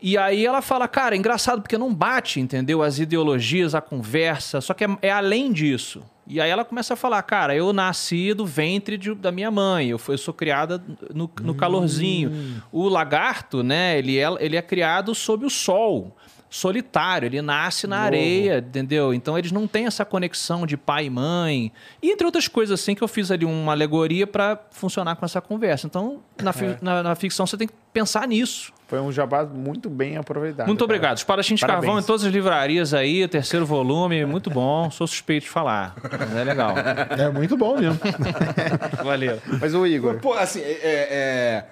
[SPEAKER 3] E aí ela fala, cara, é engraçado porque não bate, entendeu? As ideologias, a conversa, só que é, é além disso. E aí ela começa a falar, cara, eu nasci do ventre de- da minha mãe, eu, fui- eu sou criada no, no calorzinho. O lagarto, né, ele é, ele é criado sob o sol, solitário, ele nasce na areia, entendeu? Então eles não têm essa conexão de pai e mãe. E entre outras coisas assim, que eu fiz ali uma alegoria para funcionar com essa conversa. Então, na, fi- na- na ficção, você tem que pensar nisso.
[SPEAKER 2] Foi um jabá muito bem aproveitado.
[SPEAKER 3] Muito
[SPEAKER 2] cara.
[SPEAKER 3] obrigado. Os Palestins de Carvão em
[SPEAKER 2] Parabéns.
[SPEAKER 3] todas as livrarias aí, terceiro volume, muito bom. Sou suspeito de falar, mas é legal.
[SPEAKER 4] É muito bom mesmo.
[SPEAKER 3] Valeu.
[SPEAKER 2] Mas o Igor,
[SPEAKER 1] Pô, assim, é. é- é-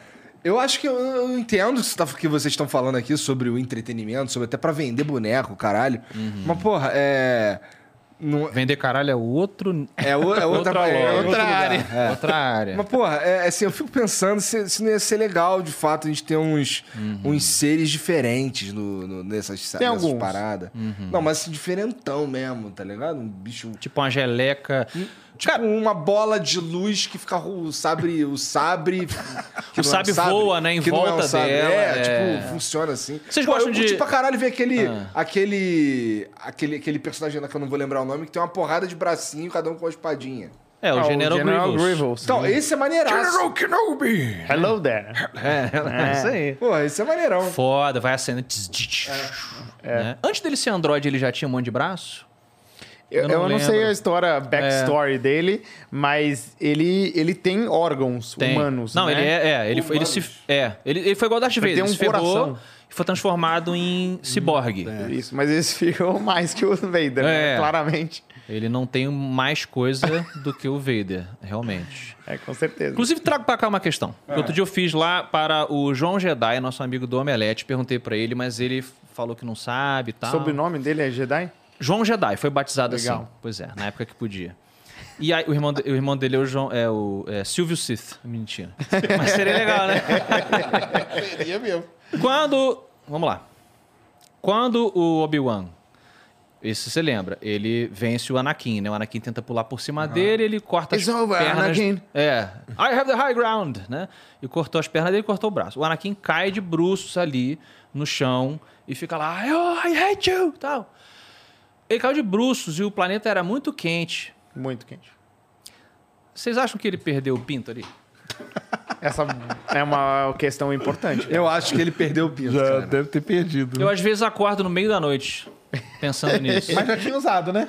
[SPEAKER 1] Eu acho que eu, eu entendo o que você tá- que vocês estão falando aqui sobre o entretenimento, sobre até pra vender boneco, caralho. Mas, porra, é. Não-
[SPEAKER 3] Vender caralho é outro.
[SPEAKER 1] É, o- é outra,
[SPEAKER 3] Outra
[SPEAKER 1] é
[SPEAKER 3] loja.
[SPEAKER 1] outro
[SPEAKER 3] Outra
[SPEAKER 1] lugar.
[SPEAKER 3] área.
[SPEAKER 1] É.
[SPEAKER 3] Outra área.
[SPEAKER 1] Mas, porra, é, assim, eu fico pensando se, se não ia ser legal, de fato, a gente ter uns, uns seres diferentes no, no- nessas,
[SPEAKER 2] Tem
[SPEAKER 1] nessas
[SPEAKER 2] alguns.
[SPEAKER 1] paradas. Não, mas assim, diferentão mesmo, tá ligado? Um bicho.
[SPEAKER 3] Tipo uma geleca.
[SPEAKER 1] Tipo uma bola de luz que fica ro- o sabre. O sabre. que
[SPEAKER 3] O
[SPEAKER 1] não é um
[SPEAKER 3] sabre voa, né, em
[SPEAKER 1] que não um
[SPEAKER 3] volta
[SPEAKER 1] sabre.
[SPEAKER 3] dela,
[SPEAKER 1] É,
[SPEAKER 3] é.
[SPEAKER 1] tipo, funciona assim.
[SPEAKER 3] Vocês
[SPEAKER 1] Pô,
[SPEAKER 3] gostam
[SPEAKER 1] eu
[SPEAKER 3] de-
[SPEAKER 1] curti pra caralho ver aquele,
[SPEAKER 3] Ah.
[SPEAKER 1] aquele. aquele. Aquele personagem lá que eu não vou lembrar o nome, que tem uma porrada de bracinho, cada um com uma espadinha.
[SPEAKER 3] É, o
[SPEAKER 2] Ah,
[SPEAKER 3] General, Grievous.
[SPEAKER 1] Então, esse é maneiraço. General Kenobi!
[SPEAKER 2] Uhum. Hello there.
[SPEAKER 3] É, é isso aí.
[SPEAKER 1] Porra, esse é maneirão.
[SPEAKER 3] Foda, vai acendendo. Tss, tss, tss, né? Antes dele ser Android, ele já tinha um monte de braço?
[SPEAKER 2] Eu,
[SPEAKER 3] Eu
[SPEAKER 2] eu
[SPEAKER 3] não
[SPEAKER 2] não, sei
[SPEAKER 3] lembro. É.
[SPEAKER 2] a história, a backstory dele, mas ele, ele tem órgãos
[SPEAKER 3] Tem.
[SPEAKER 2] humanos,
[SPEAKER 3] Não,
[SPEAKER 2] né?
[SPEAKER 3] ele é. é, ele, ele
[SPEAKER 1] Humanos.
[SPEAKER 3] se. É. Ele, ele foi igual o Darth Vader.
[SPEAKER 2] tem
[SPEAKER 3] Ele
[SPEAKER 2] um
[SPEAKER 3] se ferrou
[SPEAKER 2] coração.
[SPEAKER 3] e foi transformado em ciborgue.
[SPEAKER 2] Isso, mas esse ficou mais que o Vader, né?
[SPEAKER 3] É.
[SPEAKER 2] Claramente.
[SPEAKER 3] Ele não tem mais coisa do que o Vader, realmente.
[SPEAKER 2] É, com certeza.
[SPEAKER 3] Inclusive, trago pra cá uma questão. Outro dia eu fiz lá para o João Jedi, nosso amigo do Omelete. Perguntei pra ele, mas ele falou que não sabe e tal.
[SPEAKER 2] Sobre o nome dele é Jedi?
[SPEAKER 3] João Jedi, foi batizado
[SPEAKER 2] Legal.
[SPEAKER 3] assim. Pois é, na época que podia. E aí, o irmão, de- o irmão dele é o João. É o é, Silvio Sith. Mentira. Mas seria legal, né?
[SPEAKER 4] Seria mesmo.
[SPEAKER 3] Quando. Vamos lá. Quando o Obi-Wan. Esse você lembra, ele vence o Anakin, né? O Anakin tenta pular por cima dele, ele corta
[SPEAKER 2] It's
[SPEAKER 3] as
[SPEAKER 2] over,
[SPEAKER 3] pernas.
[SPEAKER 2] Anakin.
[SPEAKER 3] É. I have the high ground, né? E cortou as pernas dele e cortou o braço. O Anakin cai de bruços ali no chão e fica lá, oh, I hate you, tal. Ele caiu de bruços e o planeta era muito quente.
[SPEAKER 2] Muito quente.
[SPEAKER 3] Vocês acham que ele perdeu o pinto ali?
[SPEAKER 2] Essa é uma questão importante.
[SPEAKER 1] Eu acho que ele perdeu o pinto,
[SPEAKER 4] Já
[SPEAKER 1] cara.
[SPEAKER 4] deve ter perdido. né?
[SPEAKER 3] Eu às vezes acordo no meio da noite pensando nisso.
[SPEAKER 4] Mas já tinha usado, né?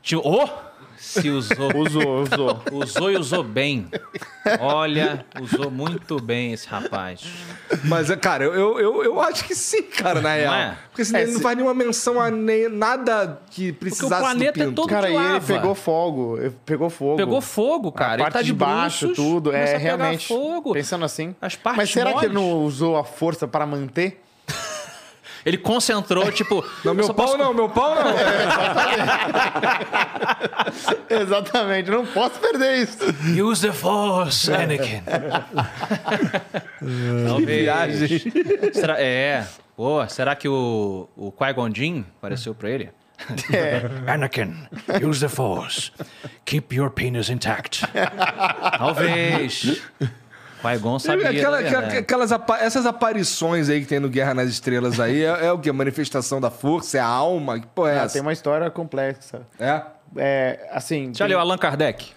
[SPEAKER 3] Tipo, oh, se usou.
[SPEAKER 2] Usou, usou.
[SPEAKER 3] Usou e usou bem. Olha, usou muito bem esse rapaz.
[SPEAKER 1] Mas, é, cara, eu, eu, eu acho que sim, cara, na real.
[SPEAKER 3] é?
[SPEAKER 1] Porque senão
[SPEAKER 2] É,
[SPEAKER 1] ele não
[SPEAKER 2] se-
[SPEAKER 1] faz nenhuma menção a nem, nada que precisasse
[SPEAKER 3] planeta é
[SPEAKER 1] do pinto.
[SPEAKER 3] todo-
[SPEAKER 2] Cara,
[SPEAKER 3] de
[SPEAKER 2] e ele
[SPEAKER 3] lava.
[SPEAKER 2] pegou fogo. ele Pegou fogo.
[SPEAKER 3] Pegou fogo, cara. Ele
[SPEAKER 2] a parte
[SPEAKER 3] tá de
[SPEAKER 2] de baixo,
[SPEAKER 3] bruços,
[SPEAKER 2] tudo.
[SPEAKER 3] começa
[SPEAKER 2] É,
[SPEAKER 3] a pegar
[SPEAKER 2] realmente.
[SPEAKER 3] fogo.
[SPEAKER 2] Pensando assim.
[SPEAKER 3] As partes
[SPEAKER 2] Mas será que ele
[SPEAKER 3] moles.
[SPEAKER 2] não usou a força para manter?
[SPEAKER 3] Ele concentrou, tipo.
[SPEAKER 1] Não, meu
[SPEAKER 3] só
[SPEAKER 1] pau
[SPEAKER 3] posso-
[SPEAKER 1] não, meu pau não.
[SPEAKER 2] Exatamente. Não posso perder isso.
[SPEAKER 3] Use the force, Anakin. Talvez.
[SPEAKER 1] Viagem.
[SPEAKER 3] Será... É. Pô, será que o, o Qui-Gon Jinn apareceu pra ele?
[SPEAKER 6] Anakin, use the force. Keep your penis intact.
[SPEAKER 3] Talvez. Qui-Gon sabia.
[SPEAKER 1] Aquela-
[SPEAKER 3] né,
[SPEAKER 1] aquela-
[SPEAKER 4] É.
[SPEAKER 3] né?
[SPEAKER 1] aquelas, apa- essas aparições aí que tem no Guerra nas Estrelas aí, é, é o quê? Manifestação da força? É a alma? Que porra é
[SPEAKER 2] Ah,
[SPEAKER 1] essa?
[SPEAKER 2] tem uma história complexa.
[SPEAKER 1] É?
[SPEAKER 2] É, assim.
[SPEAKER 3] Já
[SPEAKER 2] tem-
[SPEAKER 3] leu Allan Kardec?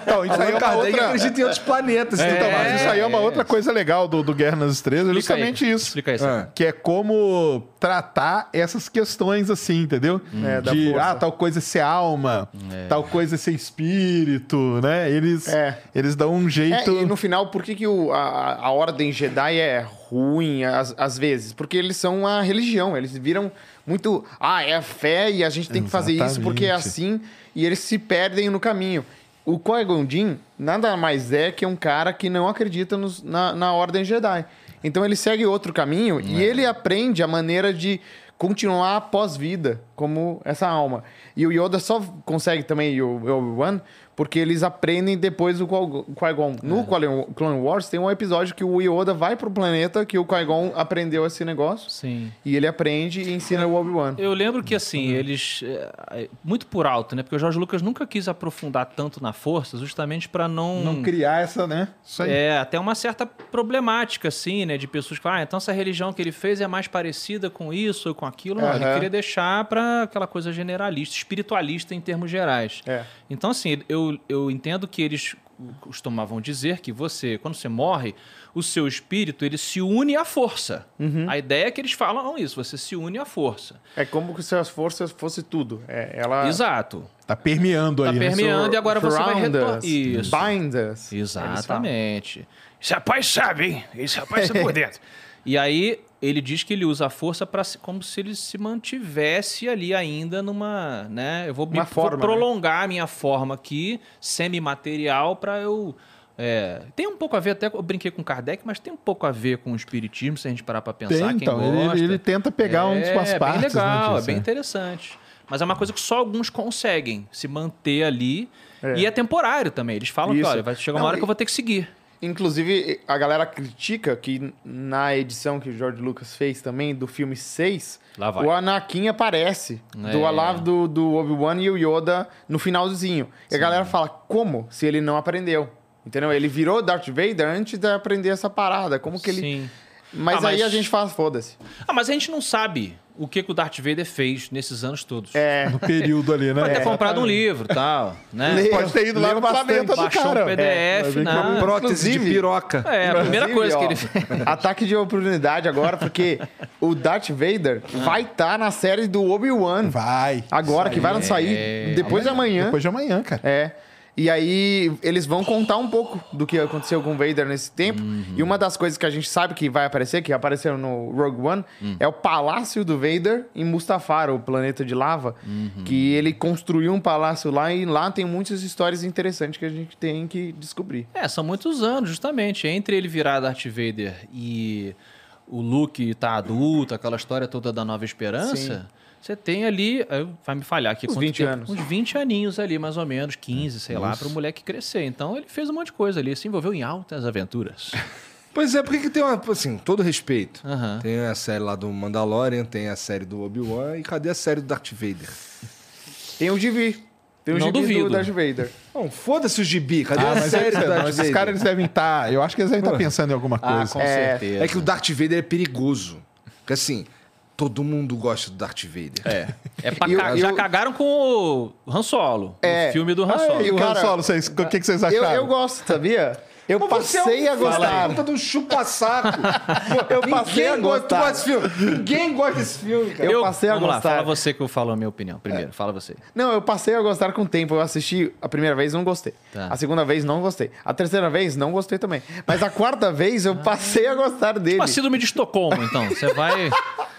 [SPEAKER 4] Então, isso aí é
[SPEAKER 1] Allan
[SPEAKER 4] uma
[SPEAKER 1] Kardec
[SPEAKER 4] outra...
[SPEAKER 1] acredita em outros planetas.
[SPEAKER 4] Então,
[SPEAKER 1] então,
[SPEAKER 4] mas isso aí é uma outra coisa legal do, do Guerra nas Estrelas, é
[SPEAKER 3] Explica aí.
[SPEAKER 4] justamente isso.
[SPEAKER 3] Explica isso.
[SPEAKER 1] Ah.
[SPEAKER 4] Que é como tratar essas questões assim, entendeu?
[SPEAKER 2] É, da
[SPEAKER 4] de,
[SPEAKER 2] força.
[SPEAKER 4] ah, tal coisa é ser alma, tal coisa é ser espírito, né? Eles,
[SPEAKER 2] É.
[SPEAKER 4] eles dão um
[SPEAKER 2] É,
[SPEAKER 4] jeito...
[SPEAKER 2] e no final, por que, que o- a, a ordem Jedi é ruim às, às vezes? Porque eles são uma religião, eles viram muito. Ah, é a fé e a gente tem que fazer isso porque é
[SPEAKER 4] Exatamente.
[SPEAKER 2] assim, e eles se perdem no caminho. O Qui-Gon Jinn nada mais é que um cara que não acredita nos- na, na ordem Jedi. Então ele segue outro caminho e ele aprende a maneira de continuar após vida, como essa alma. E o Yoda só consegue também, e o Obi-Wan, porque eles aprendem depois do Qui- Qui-Gon. No Qui- Clone Wars tem um episódio que o Yoda vai pro planeta que o Qui-Gon aprendeu esse negócio.
[SPEAKER 3] Sim.
[SPEAKER 2] E ele aprende e ensina o Obi-Wan.
[SPEAKER 3] Eu lembro que, assim, eles. eh, Muito por alto, né? Porque o Jorge Lucas nunca quis aprofundar tanto na força, justamente para não.
[SPEAKER 4] Não criar essa, né?
[SPEAKER 2] Tá
[SPEAKER 4] Isso aí.
[SPEAKER 3] É, até uma certa problemática, assim, né? De pessoas que falam, ah, então essa religião que ele fez é mais parecida com isso ou com aquilo. Não, ele
[SPEAKER 2] Aham.
[SPEAKER 3] queria deixar para aquela coisa generalista, espiritualista em termos gerais.
[SPEAKER 2] É.
[SPEAKER 3] Então, assim, eu, eu entendo que eles costumavam dizer que você, quando você morre, o seu espírito, ele se une à força.
[SPEAKER 2] Uhum.
[SPEAKER 3] A ideia é que eles falam isso, você se une à força.
[SPEAKER 2] É como se as forças fosse tudo. É, ela
[SPEAKER 3] Exato.
[SPEAKER 4] Tá permeando
[SPEAKER 3] Tá
[SPEAKER 4] aí, né?
[SPEAKER 3] permeando e agora você vai
[SPEAKER 2] surround
[SPEAKER 3] retornar.
[SPEAKER 2] us,
[SPEAKER 3] Isso.
[SPEAKER 2] Bind us. Eles falam.
[SPEAKER 3] Exatamente.
[SPEAKER 6] Esse rapaz sabe, hein? Esse rapaz sabe por dentro.
[SPEAKER 3] E aí ele diz que ele usa a força para como se ele se mantivesse ali ainda numa, né? Eu vou, me,
[SPEAKER 2] Uma
[SPEAKER 3] vou
[SPEAKER 2] forma, né?
[SPEAKER 3] prolongar a minha forma aqui semimaterial para eu é, tem um pouco a ver até eu brinquei com Kardec, mas tem um pouco a ver com o espiritismo se a gente parar para pensar
[SPEAKER 4] Tem,
[SPEAKER 3] quem
[SPEAKER 4] então,
[SPEAKER 3] gosta.
[SPEAKER 2] um
[SPEAKER 4] ele, ele tenta pegar
[SPEAKER 3] é,
[SPEAKER 4] umas partes.
[SPEAKER 3] bem legal,
[SPEAKER 4] né,
[SPEAKER 3] é
[SPEAKER 4] disso,
[SPEAKER 3] bem
[SPEAKER 4] né?
[SPEAKER 3] interessante. Mas é uma coisa que só alguns conseguem se manter ali.
[SPEAKER 2] É.
[SPEAKER 3] E é temporário também. Eles falam que,
[SPEAKER 2] Isso.
[SPEAKER 3] olha, vai chegar uma
[SPEAKER 2] Não,
[SPEAKER 3] hora
[SPEAKER 2] e-
[SPEAKER 3] que eu vou ter que seguir.
[SPEAKER 2] Inclusive, a galera critica que na edição que o George Lucas fez também, do filme 6,
[SPEAKER 3] Lá vai.
[SPEAKER 2] o Anakin aparece do
[SPEAKER 3] É.
[SPEAKER 2] Alav do, do Obi-Wan e o Yoda no finalzinho. E a galera fala, como se ele não aprendeu? Entendeu? Ele virou Darth Vader antes de aprender essa parada. Como que ele.
[SPEAKER 3] Sim.
[SPEAKER 2] Mas
[SPEAKER 3] Ah,
[SPEAKER 2] aí
[SPEAKER 3] mas-
[SPEAKER 2] a gente fala, foda-se.
[SPEAKER 3] Ah, mas a gente não sabe o que, que o Darth Vader fez nesses anos todos.
[SPEAKER 2] É.
[SPEAKER 4] No período ali, né?
[SPEAKER 3] Pode ter comprado um livro e tal, né?
[SPEAKER 2] Leu.
[SPEAKER 4] Pode ter ido lá no
[SPEAKER 2] Leu bastante.
[SPEAKER 4] planeta do
[SPEAKER 3] Baixou
[SPEAKER 4] cara.
[SPEAKER 3] um PDF,
[SPEAKER 4] É, vai
[SPEAKER 3] né?
[SPEAKER 1] Prótese de
[SPEAKER 2] inclusive-
[SPEAKER 1] piroca.
[SPEAKER 3] É, a primeira
[SPEAKER 2] Inclusive,
[SPEAKER 3] coisa que
[SPEAKER 2] ó,
[SPEAKER 3] ele fez.
[SPEAKER 2] Ataque de oportunidade agora, porque o Darth Vader
[SPEAKER 3] Ah.
[SPEAKER 2] vai estar na série do Obi-Wan.
[SPEAKER 4] Vai.
[SPEAKER 2] Agora, que vai sair
[SPEAKER 3] é,
[SPEAKER 2] depois de amanhã.
[SPEAKER 4] Depois de amanhã, cara.
[SPEAKER 2] É. E aí eles vão contar um pouco do que aconteceu com o Vader nesse tempo. E uma das coisas que a gente sabe que vai aparecer, que apareceu no Rogue One,
[SPEAKER 3] Hum.
[SPEAKER 2] é o palácio do Vader em Mustafar, o planeta de lava.
[SPEAKER 3] Uhum.
[SPEAKER 2] Que ele construiu um palácio lá e lá tem muitas histórias interessantes que a gente tem que descobrir.
[SPEAKER 3] É, são muitos anos, justamente. Entre ele virar Darth Vader e o Luke tá adulto, aquela história toda da Nova Esperança, você tem ali. eh, Vai me falhar aqui.
[SPEAKER 2] Uns
[SPEAKER 3] quanto
[SPEAKER 2] 20 anos.
[SPEAKER 3] Uns 20 aninhos ali, mais ou menos, 15, sei lá, para o moleque crescer. Então ele fez um monte de coisa ali, se envolveu em altas aventuras.
[SPEAKER 1] Pois é, porque que tem uma. Assim, todo respeito.
[SPEAKER 3] Aham.
[SPEAKER 1] Tem a série lá do Mandalorian, tem a série do Obi-Wan e cadê a série do Darth Vader?
[SPEAKER 2] Tem o Divi. Tem o
[SPEAKER 3] Não
[SPEAKER 2] gibi
[SPEAKER 3] duvido.
[SPEAKER 2] do Darth Vader.
[SPEAKER 1] Não, foda-se o gibi, cadê
[SPEAKER 4] Ah,
[SPEAKER 1] a
[SPEAKER 4] mas é,
[SPEAKER 1] série do Darth
[SPEAKER 4] não,
[SPEAKER 1] Vader?
[SPEAKER 4] esses caras eles devem estar. Eu acho que eles devem estar pensando em alguma coisa.
[SPEAKER 2] É.
[SPEAKER 3] certeza.
[SPEAKER 1] É que o Darth Vader é perigoso. Porque assim, todo mundo gosta do Darth Vader.
[SPEAKER 3] É. É pra
[SPEAKER 2] E eu-
[SPEAKER 3] ca- Já
[SPEAKER 2] eu-
[SPEAKER 3] cagaram com o Han Solo.
[SPEAKER 2] É.
[SPEAKER 3] O filme do Han Solo.
[SPEAKER 4] E o Han
[SPEAKER 2] Cara,
[SPEAKER 4] Solo, vocês- o que, que vocês
[SPEAKER 2] Eu,
[SPEAKER 3] Tá
[SPEAKER 4] acharam?
[SPEAKER 2] eu gosto, sabia? Eu
[SPEAKER 1] Mas você é um
[SPEAKER 2] passei a
[SPEAKER 1] filho da
[SPEAKER 2] gostar.
[SPEAKER 1] puta do chupa-saco.
[SPEAKER 2] Eu passei a
[SPEAKER 1] Ninguém gosta, tu
[SPEAKER 2] gostar.
[SPEAKER 1] gosta desse filme. Ninguém gosta desse filme, cara.
[SPEAKER 2] Eu passei a
[SPEAKER 3] vamos
[SPEAKER 2] gostar. É.
[SPEAKER 3] lá, fala você que eu falo a minha opinião primeiro. Fala você.
[SPEAKER 2] Não, eu passei a gostar com o tempo. Eu assisti a primeira vez, não gostei.
[SPEAKER 3] Tá.
[SPEAKER 2] A segunda vez, não gostei. A terceira vez, não gostei também. Mas a quarta vez,
[SPEAKER 3] Ah.
[SPEAKER 2] eu passei a gostar dele.
[SPEAKER 3] Tipo a síndrome de Estocolmo, então. Você vai.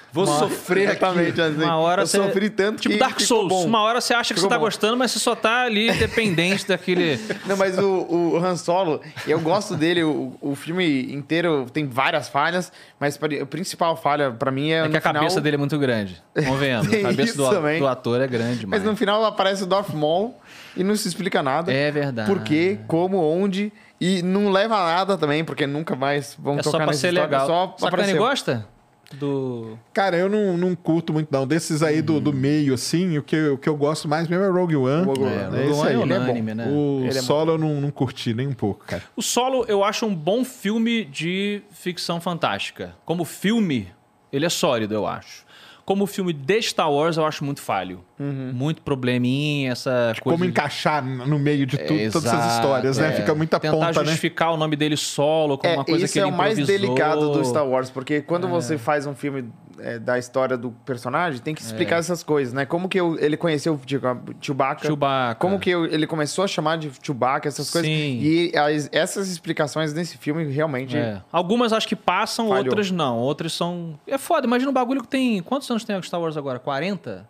[SPEAKER 1] Vou sofrer aqui.
[SPEAKER 2] Exatamente, assim.
[SPEAKER 3] Uma hora
[SPEAKER 2] eu
[SPEAKER 3] você-
[SPEAKER 2] sofri tanto
[SPEAKER 3] Tipo
[SPEAKER 2] que
[SPEAKER 3] Dark
[SPEAKER 2] ficou
[SPEAKER 3] Souls.
[SPEAKER 2] bom.
[SPEAKER 3] Uma hora você acha que
[SPEAKER 2] Ficou
[SPEAKER 3] você tá
[SPEAKER 2] bom. É,
[SPEAKER 3] gostando, mas você só tá ali dependente daquele.
[SPEAKER 2] Não, mas o, o Han Solo, eu gosto dele. O, o filme inteiro tem várias falhas, mas pari- a principal falha pra mim é,
[SPEAKER 3] É
[SPEAKER 2] no
[SPEAKER 3] que a cabeça
[SPEAKER 2] final-
[SPEAKER 3] dele é muito grande. Convenhamos. A
[SPEAKER 2] Tem
[SPEAKER 3] cabeça
[SPEAKER 2] isso
[SPEAKER 3] do, a-
[SPEAKER 2] também.
[SPEAKER 3] do ator é grande,
[SPEAKER 2] Mas
[SPEAKER 3] mas.
[SPEAKER 2] no final aparece o Darth Maul e não se explica nada.
[SPEAKER 3] É verdade.
[SPEAKER 2] Por quê, como, onde... E não leva a nada também, porque nunca mais vão
[SPEAKER 3] É só
[SPEAKER 2] tocar
[SPEAKER 3] pra
[SPEAKER 2] nessa
[SPEAKER 3] ser
[SPEAKER 2] história,
[SPEAKER 3] legal.
[SPEAKER 2] Só
[SPEAKER 3] Sacane
[SPEAKER 2] apareceu.
[SPEAKER 3] gosta? Do.
[SPEAKER 4] Cara, eu não, não curto muito, não. Desses aí do, do meio, assim, o que, eu- o que eu gosto mais mesmo é Rogue One.
[SPEAKER 2] Rogue One.
[SPEAKER 4] É,
[SPEAKER 3] É, o
[SPEAKER 4] esse
[SPEAKER 3] Luan é
[SPEAKER 4] aí.
[SPEAKER 3] unânime, né?
[SPEAKER 4] O
[SPEAKER 2] Ele é
[SPEAKER 4] solo eu não, não curti nem um pouco, cara.
[SPEAKER 3] O Solo eu acho um bom filme de ficção fantástica. Como filme, ele é sólido, eu acho. Como filme de Star Wars, eu acho muito falho. Muito probleminha, essa coisa.
[SPEAKER 4] Como
[SPEAKER 3] de-
[SPEAKER 4] encaixar no meio de tudo,
[SPEAKER 3] É,
[SPEAKER 4] todas essas
[SPEAKER 3] exato,
[SPEAKER 4] histórias, né?
[SPEAKER 3] é.
[SPEAKER 4] Fica muita
[SPEAKER 3] Tentar
[SPEAKER 4] ponta, né?
[SPEAKER 3] justificar o nome dele solo como
[SPEAKER 2] É,
[SPEAKER 3] uma coisa
[SPEAKER 2] isso
[SPEAKER 3] que
[SPEAKER 2] é
[SPEAKER 3] ele
[SPEAKER 2] o mais
[SPEAKER 3] improvisou. É.
[SPEAKER 2] delicado do Star Wars, porque quando você faz um filme é, da história do personagem, tem que explicar essas coisas, né? Como que eu- ele conheceu o Chewba- Chewbacca?
[SPEAKER 3] É. Chewbacca.
[SPEAKER 2] Como que eu- ele começou a chamar de Chewbacca, essas coisas.
[SPEAKER 3] Sim.
[SPEAKER 2] E as- essas explicações nesse filme realmente...
[SPEAKER 3] É. Algumas acho que passam,
[SPEAKER 2] Falhou.
[SPEAKER 3] outras não. Outras são. É foda, imagina um bagulho que tem. Quantos anos tem o Star Wars agora? 40?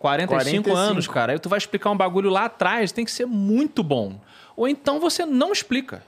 [SPEAKER 3] 45,
[SPEAKER 2] 45.
[SPEAKER 3] anos, cara. Aí tu vai explicar um bagulho lá atrás, tem que ser muito bom. Ou então você não explica.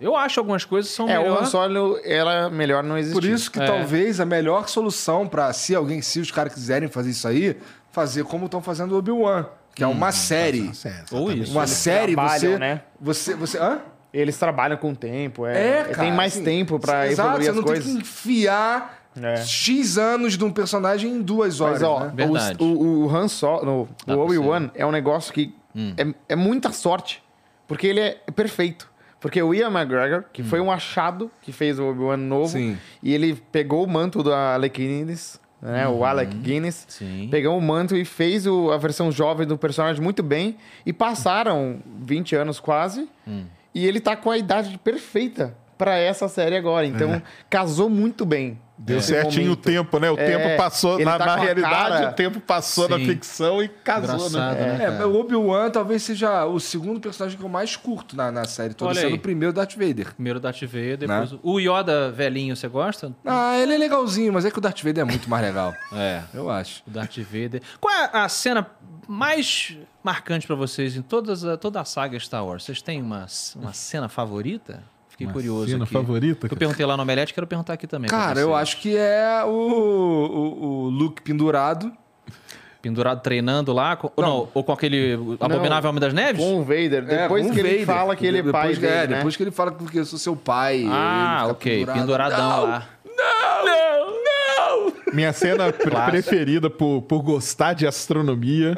[SPEAKER 3] Eu acho algumas coisas são
[SPEAKER 2] É, o
[SPEAKER 3] melhor.
[SPEAKER 2] Han Solo era melhor não existir.
[SPEAKER 1] Por isso que
[SPEAKER 3] É.
[SPEAKER 1] talvez a melhor solução pra se alguém, se os caras quiserem fazer isso aí, fazer como estão fazendo o Obi-Wan, que é uma série.
[SPEAKER 4] Certo.
[SPEAKER 3] Ou isso.
[SPEAKER 1] Uma série,
[SPEAKER 2] trabalham,
[SPEAKER 1] você,
[SPEAKER 2] né?
[SPEAKER 1] você. Você. Hã?
[SPEAKER 2] Eles trabalham com o tempo, é,
[SPEAKER 1] É, cara.
[SPEAKER 2] tem mais
[SPEAKER 1] assim,
[SPEAKER 2] tempo pra
[SPEAKER 1] exato,
[SPEAKER 2] evoluir
[SPEAKER 1] você
[SPEAKER 2] as
[SPEAKER 1] não
[SPEAKER 2] coisas.
[SPEAKER 1] tem que enfiar
[SPEAKER 2] É.
[SPEAKER 1] X anos de um personagem em duas horas.
[SPEAKER 2] Mas, ó,
[SPEAKER 1] né?
[SPEAKER 3] Verdade.
[SPEAKER 2] o, o, o Han Solo,
[SPEAKER 3] Dá
[SPEAKER 2] o
[SPEAKER 3] pra Hum.
[SPEAKER 2] Obi-Wan, é um negócio que é, é muita sorte, porque ele é perfeito. Porque o Ian McGregor,
[SPEAKER 3] Hum.
[SPEAKER 2] que foi um achado que fez o Obi-Wan novo,
[SPEAKER 1] Sim.
[SPEAKER 2] e ele pegou o manto da Alec Guinness, né?
[SPEAKER 3] Uhum.
[SPEAKER 2] O Alec Guinness.
[SPEAKER 3] Sim.
[SPEAKER 2] Pegou o manto e fez o- a versão jovem do personagem muito bem. E passaram 20 anos quase.
[SPEAKER 3] Hum.
[SPEAKER 2] E ele tá com a idade perfeita pra essa série agora. Então,
[SPEAKER 3] É.
[SPEAKER 2] casou muito bem.
[SPEAKER 4] Deu
[SPEAKER 2] esse
[SPEAKER 4] certinho
[SPEAKER 2] momento.
[SPEAKER 4] o tempo, né? O
[SPEAKER 2] É,
[SPEAKER 4] tempo passou,
[SPEAKER 2] ele
[SPEAKER 4] na,
[SPEAKER 2] tá
[SPEAKER 4] na
[SPEAKER 2] com a
[SPEAKER 4] realidade,
[SPEAKER 2] cara-
[SPEAKER 4] o tempo passou na
[SPEAKER 3] Sim.
[SPEAKER 4] ficção e casou,
[SPEAKER 3] Engraçado,
[SPEAKER 4] né?
[SPEAKER 3] né,
[SPEAKER 1] É,
[SPEAKER 3] cara?
[SPEAKER 1] o Obi-Wan talvez seja o segundo personagem que eu mais curto na, na série toda,
[SPEAKER 3] Olha
[SPEAKER 1] sendo
[SPEAKER 3] aí.
[SPEAKER 1] o primeiro Darth Vader.
[SPEAKER 3] Primeiro Darth Vader, depois. o- O Yoda velhinho, você gosta?
[SPEAKER 1] Ah, ele é legalzinho, mas é que o Darth Vader é muito mais legal.
[SPEAKER 3] É.
[SPEAKER 1] Eu acho.
[SPEAKER 3] O Darth Vader. Qual é a cena mais marcante pra vocês em todas a- toda a saga Star Wars? Vocês têm uma, uma cena favorita? Fiquei curioso
[SPEAKER 4] cena
[SPEAKER 3] aqui.
[SPEAKER 4] favorita,
[SPEAKER 3] Eu
[SPEAKER 4] cara?
[SPEAKER 3] perguntei lá no Omelete, quero
[SPEAKER 1] é
[SPEAKER 3] perguntar aqui também. pra
[SPEAKER 1] Cara, eu
[SPEAKER 3] vocês.
[SPEAKER 1] acho que é o, o, o Luke pendurado.
[SPEAKER 3] Pendurado treinando lá. com- ou não, ou com aquele abominável Homem das Neves?
[SPEAKER 2] Com o Vader.
[SPEAKER 1] É,
[SPEAKER 2] Depois
[SPEAKER 1] com
[SPEAKER 2] que
[SPEAKER 1] o
[SPEAKER 2] ele
[SPEAKER 1] Vader.
[SPEAKER 2] fala que ele é
[SPEAKER 1] Depois
[SPEAKER 2] pai
[SPEAKER 1] que-
[SPEAKER 2] dele,
[SPEAKER 1] É,
[SPEAKER 2] né?
[SPEAKER 1] depois que ele fala que eu sou seu pai.
[SPEAKER 3] Ah,
[SPEAKER 1] ele fica
[SPEAKER 3] ok.
[SPEAKER 1] pendurado.
[SPEAKER 3] Penduradão
[SPEAKER 1] Não,
[SPEAKER 3] lá.
[SPEAKER 1] Não, não!
[SPEAKER 4] É. Minha cena pre-
[SPEAKER 3] Clássico.
[SPEAKER 4] preferida por, por gostar de astronomia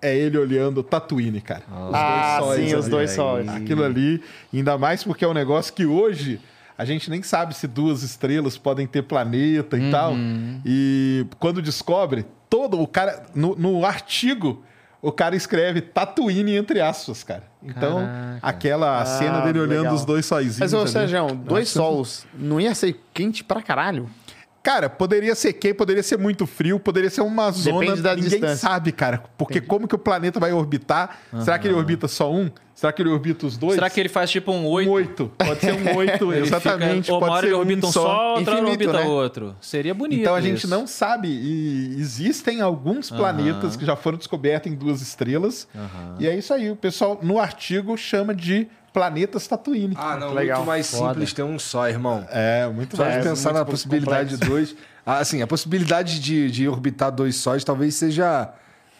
[SPEAKER 4] é ele olhando Tatooine, cara.
[SPEAKER 2] Ah, sim, os dois sóis.
[SPEAKER 4] É Aquilo ali, ainda mais porque é um negócio que hoje a gente nem sabe se duas estrelas podem ter planeta e tal.
[SPEAKER 2] Uhum.
[SPEAKER 4] E quando descobre, todo o cara. No, no artigo, o cara escreve Tatooine entre aspas, cara. Então, aquela cena dele olhando
[SPEAKER 2] Ah, legal.
[SPEAKER 4] os dois sozinhos.
[SPEAKER 2] Mas, ô
[SPEAKER 4] ali.
[SPEAKER 2] Sérgio, dois solos não ia ser quente pra caralho?
[SPEAKER 4] Cara, poderia ser quente, poderia ser muito frio, poderia ser uma zona.
[SPEAKER 2] da
[SPEAKER 4] ninguém
[SPEAKER 2] distância.
[SPEAKER 4] sabe, cara. Porque como que o planeta vai orbitar? Será que ele orbita só um? Será que ele orbita os dois?
[SPEAKER 3] Será que ele faz tipo um
[SPEAKER 4] um
[SPEAKER 3] 8?
[SPEAKER 4] oito? Pode ser um oito,
[SPEAKER 3] Ele fica-
[SPEAKER 4] exatamente.
[SPEAKER 3] ou
[SPEAKER 4] pode
[SPEAKER 3] uma hora
[SPEAKER 4] ser
[SPEAKER 3] ele
[SPEAKER 4] um
[SPEAKER 3] orbita um
[SPEAKER 4] só.
[SPEAKER 3] só, outra hora
[SPEAKER 2] Infinito,
[SPEAKER 3] orbita
[SPEAKER 2] né?
[SPEAKER 3] outro. Seria bonito.
[SPEAKER 4] Então a gente
[SPEAKER 3] isso.
[SPEAKER 4] não sabe. E existem alguns planetas que já foram descobertos em duas estrelas. E é isso aí. O pessoal no artigo chama de planetas Tatooine.
[SPEAKER 1] Ah, não,
[SPEAKER 2] Legal.
[SPEAKER 1] muito mais simples ter um só, irmão.
[SPEAKER 4] É, muito
[SPEAKER 1] Só
[SPEAKER 4] bem.
[SPEAKER 1] de pensar na
[SPEAKER 2] muito
[SPEAKER 1] possibilidade de dois. Ah, Assim, a possibilidade de, de orbitar dois sóis talvez seja.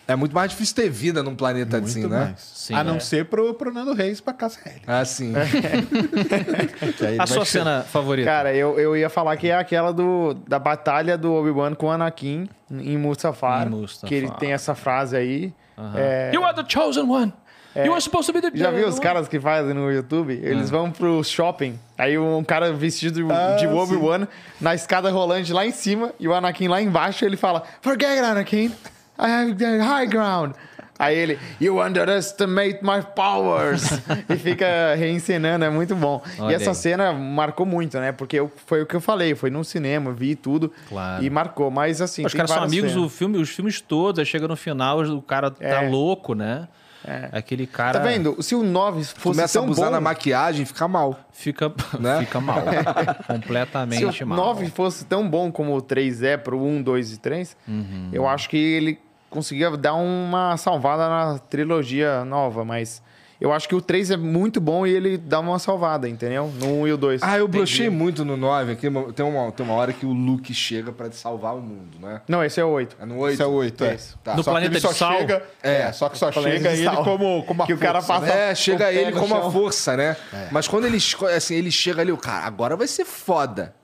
[SPEAKER 1] É muito mais difícil ter vida num planeta assim, né?
[SPEAKER 3] Sim,
[SPEAKER 4] a Ah, não
[SPEAKER 3] é.
[SPEAKER 4] ser pro, pro Nando Reis pra Caça Hélio.
[SPEAKER 1] Assim.
[SPEAKER 2] É.
[SPEAKER 3] A sua cena favorita.
[SPEAKER 2] Cara, eu, eu ia falar que é aquela do, da batalha do Obi-Wan com o Anakin em Mustafar.
[SPEAKER 3] Em Mustafar.
[SPEAKER 2] Que ele tem essa frase aí. É,
[SPEAKER 6] You are the chosen one. You are supposed to be the
[SPEAKER 2] Já viu os
[SPEAKER 6] one.
[SPEAKER 2] caras que fazem no YouTube?
[SPEAKER 3] Ah.
[SPEAKER 2] Eles vão pro shopping, aí um cara vestido de-
[SPEAKER 4] Ah,
[SPEAKER 2] de
[SPEAKER 4] sim.
[SPEAKER 2] Obi-Wan na escada rolante lá em cima e o Anakin lá embaixo, ele fala: "Forget it, Anakin. I have the high ground." Aí ele, you underestimate my powers. e fica reencenando, é muito bom. e
[SPEAKER 3] Olha
[SPEAKER 2] essa
[SPEAKER 3] aí.
[SPEAKER 2] cena marcou muito, né? Porque eu- foi o que eu falei, foi no cinema, vi tudo.
[SPEAKER 3] Claro.
[SPEAKER 2] E marcou. Mas assim.
[SPEAKER 3] Os
[SPEAKER 2] tem
[SPEAKER 3] caras são
[SPEAKER 2] várias
[SPEAKER 3] amigos,
[SPEAKER 2] cenas.
[SPEAKER 3] o filme, os filmes todos, aí chega no final, o cara tá
[SPEAKER 2] É.
[SPEAKER 3] louco, né? Aquele cara
[SPEAKER 2] Tá vendo? Se o 9 fosse
[SPEAKER 1] Começa a
[SPEAKER 2] tão
[SPEAKER 1] abusar
[SPEAKER 2] bom,
[SPEAKER 1] na maquiagem, fica mal.
[SPEAKER 3] fica,
[SPEAKER 1] Né?
[SPEAKER 3] fica mal.
[SPEAKER 2] Se
[SPEAKER 3] completamente
[SPEAKER 2] o
[SPEAKER 3] mal.
[SPEAKER 2] 9 fosse tão bom como o 3 é pro 1, 2 e 3, eu acho que ele conseguia dar uma salvada na trilogia nova, mas eu acho que o 3 é muito bom e ele dá uma salvada, entendeu? No 1 e o 2.
[SPEAKER 1] Ah, eu brochei muito no 9. Aqui, tem, uma, tem uma hora que o Luke chega pra salvar o mundo, né?
[SPEAKER 2] Não, esse é o 8.
[SPEAKER 1] É no 8.
[SPEAKER 4] Isso é oito, é.
[SPEAKER 1] Tá.
[SPEAKER 3] No
[SPEAKER 4] Só que
[SPEAKER 3] planeta
[SPEAKER 4] ele só
[SPEAKER 3] de sal?
[SPEAKER 4] Chega, é, só que só
[SPEAKER 2] Planeta
[SPEAKER 4] chega
[SPEAKER 2] de
[SPEAKER 4] ele
[SPEAKER 2] sal.
[SPEAKER 4] como, como a
[SPEAKER 2] Que o cara
[SPEAKER 4] força,
[SPEAKER 2] passa-
[SPEAKER 4] né?
[SPEAKER 1] É, chega
[SPEAKER 2] o pé
[SPEAKER 1] ele
[SPEAKER 2] no
[SPEAKER 1] com uma
[SPEAKER 2] chão.
[SPEAKER 1] força, né? Mas quando ele esco- assim, ele chega ali, o cara, agora vai ser foda.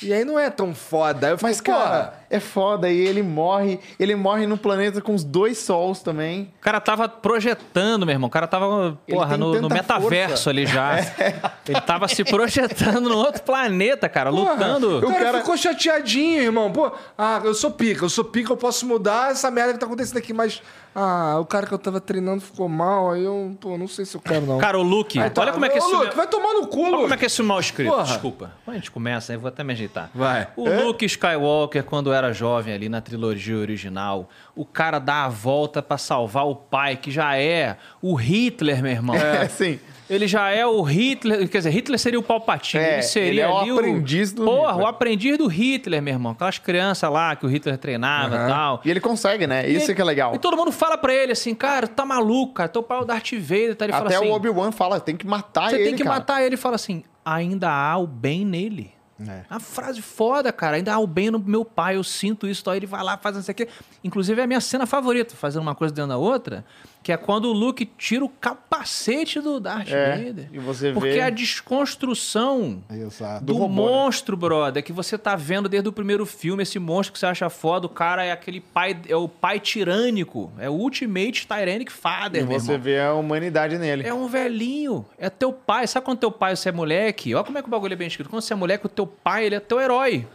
[SPEAKER 1] E aí não é tão foda. Aí eu fico,
[SPEAKER 2] Mas,
[SPEAKER 3] Tipo,
[SPEAKER 2] cara, é foda. E ele morre. Ele morre num planeta com os dois sols também.
[SPEAKER 3] O cara tava projetando, meu irmão. O cara tava,
[SPEAKER 2] Ele
[SPEAKER 3] porra,
[SPEAKER 2] tem
[SPEAKER 3] no, no
[SPEAKER 2] tanta
[SPEAKER 3] metaverso
[SPEAKER 2] força. É.
[SPEAKER 3] ali já. Ele tava se projetando no outro planeta, cara,
[SPEAKER 1] porra,
[SPEAKER 3] lutando.
[SPEAKER 1] O cara, ficou chateadinho, irmão. Pô, ah, eu sou pica, eu sou pica, eu posso mudar essa merda que tá acontecendo aqui, mas. Ah, o cara que eu tava treinando ficou mal, aí eu, pô, não sei se eu quero, não.
[SPEAKER 3] Cara, o Luke,
[SPEAKER 1] Aí tá,
[SPEAKER 3] olha como é que
[SPEAKER 1] ô,
[SPEAKER 3] esse
[SPEAKER 1] Luke,
[SPEAKER 3] filme-
[SPEAKER 1] vai tomar no cu,
[SPEAKER 3] Olha
[SPEAKER 1] Luke.
[SPEAKER 3] como é que é esse mal escrito,
[SPEAKER 1] Porra.
[SPEAKER 3] desculpa. Quando a gente começa, eu vou até me ajeitar.
[SPEAKER 1] Vai.
[SPEAKER 3] O Luke Skywalker, quando era jovem ali na trilogia original, o cara dá a volta pra salvar o pai, que já é o Hitler, meu irmão.
[SPEAKER 2] É, assim.
[SPEAKER 3] Ele já é o Hitler, quer dizer, Hitler seria o Palpatine,
[SPEAKER 2] É,
[SPEAKER 3] ele seria
[SPEAKER 2] ele é o
[SPEAKER 3] ali
[SPEAKER 2] aprendiz do
[SPEAKER 3] Porra,
[SPEAKER 2] Hitler.
[SPEAKER 3] o aprendiz do Hitler, meu irmão. Aquelas crianças lá que o Hitler treinava e tal.
[SPEAKER 2] E ele consegue, né? Isso
[SPEAKER 3] E-
[SPEAKER 2] é que é legal.
[SPEAKER 3] E todo mundo fala pra ele assim, cara, tá maluco, cara, teu pai é o Darth Vader. Tá? Ele fala
[SPEAKER 2] Até
[SPEAKER 3] assim,
[SPEAKER 2] o Obi-Wan fala: tem que matar
[SPEAKER 3] você
[SPEAKER 2] ele.
[SPEAKER 3] tem que
[SPEAKER 2] cara.
[SPEAKER 3] matar ele. Fala assim, ainda há o bem nele. É. Uma frase foda, cara. Ainda há o bem no meu pai, eu sinto isso. Aí ele vai lá, faz não sei o quê. Inclusive, é a minha cena favorita, fazendo uma coisa dentro da outra, que é quando o Luke tira o capacete do Darth
[SPEAKER 2] É,
[SPEAKER 3] Vader.
[SPEAKER 2] e você
[SPEAKER 3] Porque é
[SPEAKER 2] vê-
[SPEAKER 3] a desconstrução
[SPEAKER 4] Exato.
[SPEAKER 3] do,
[SPEAKER 2] né?
[SPEAKER 3] monstro, brother, que você tá vendo desde o primeiro filme, esse monstro que você acha foda, o cara é aquele pai, é o pai tirânico, é o Ultimate Tyrannic Father,
[SPEAKER 2] E
[SPEAKER 3] meu
[SPEAKER 2] você
[SPEAKER 3] irmão.
[SPEAKER 2] vê a humanidade nele.
[SPEAKER 3] É um velhinho. É teu pai. Sabe quando teu pai você é moleque? Olha como é que o bagulho é bem escrito. Quando você é moleque, o teu pai ele é teu herói.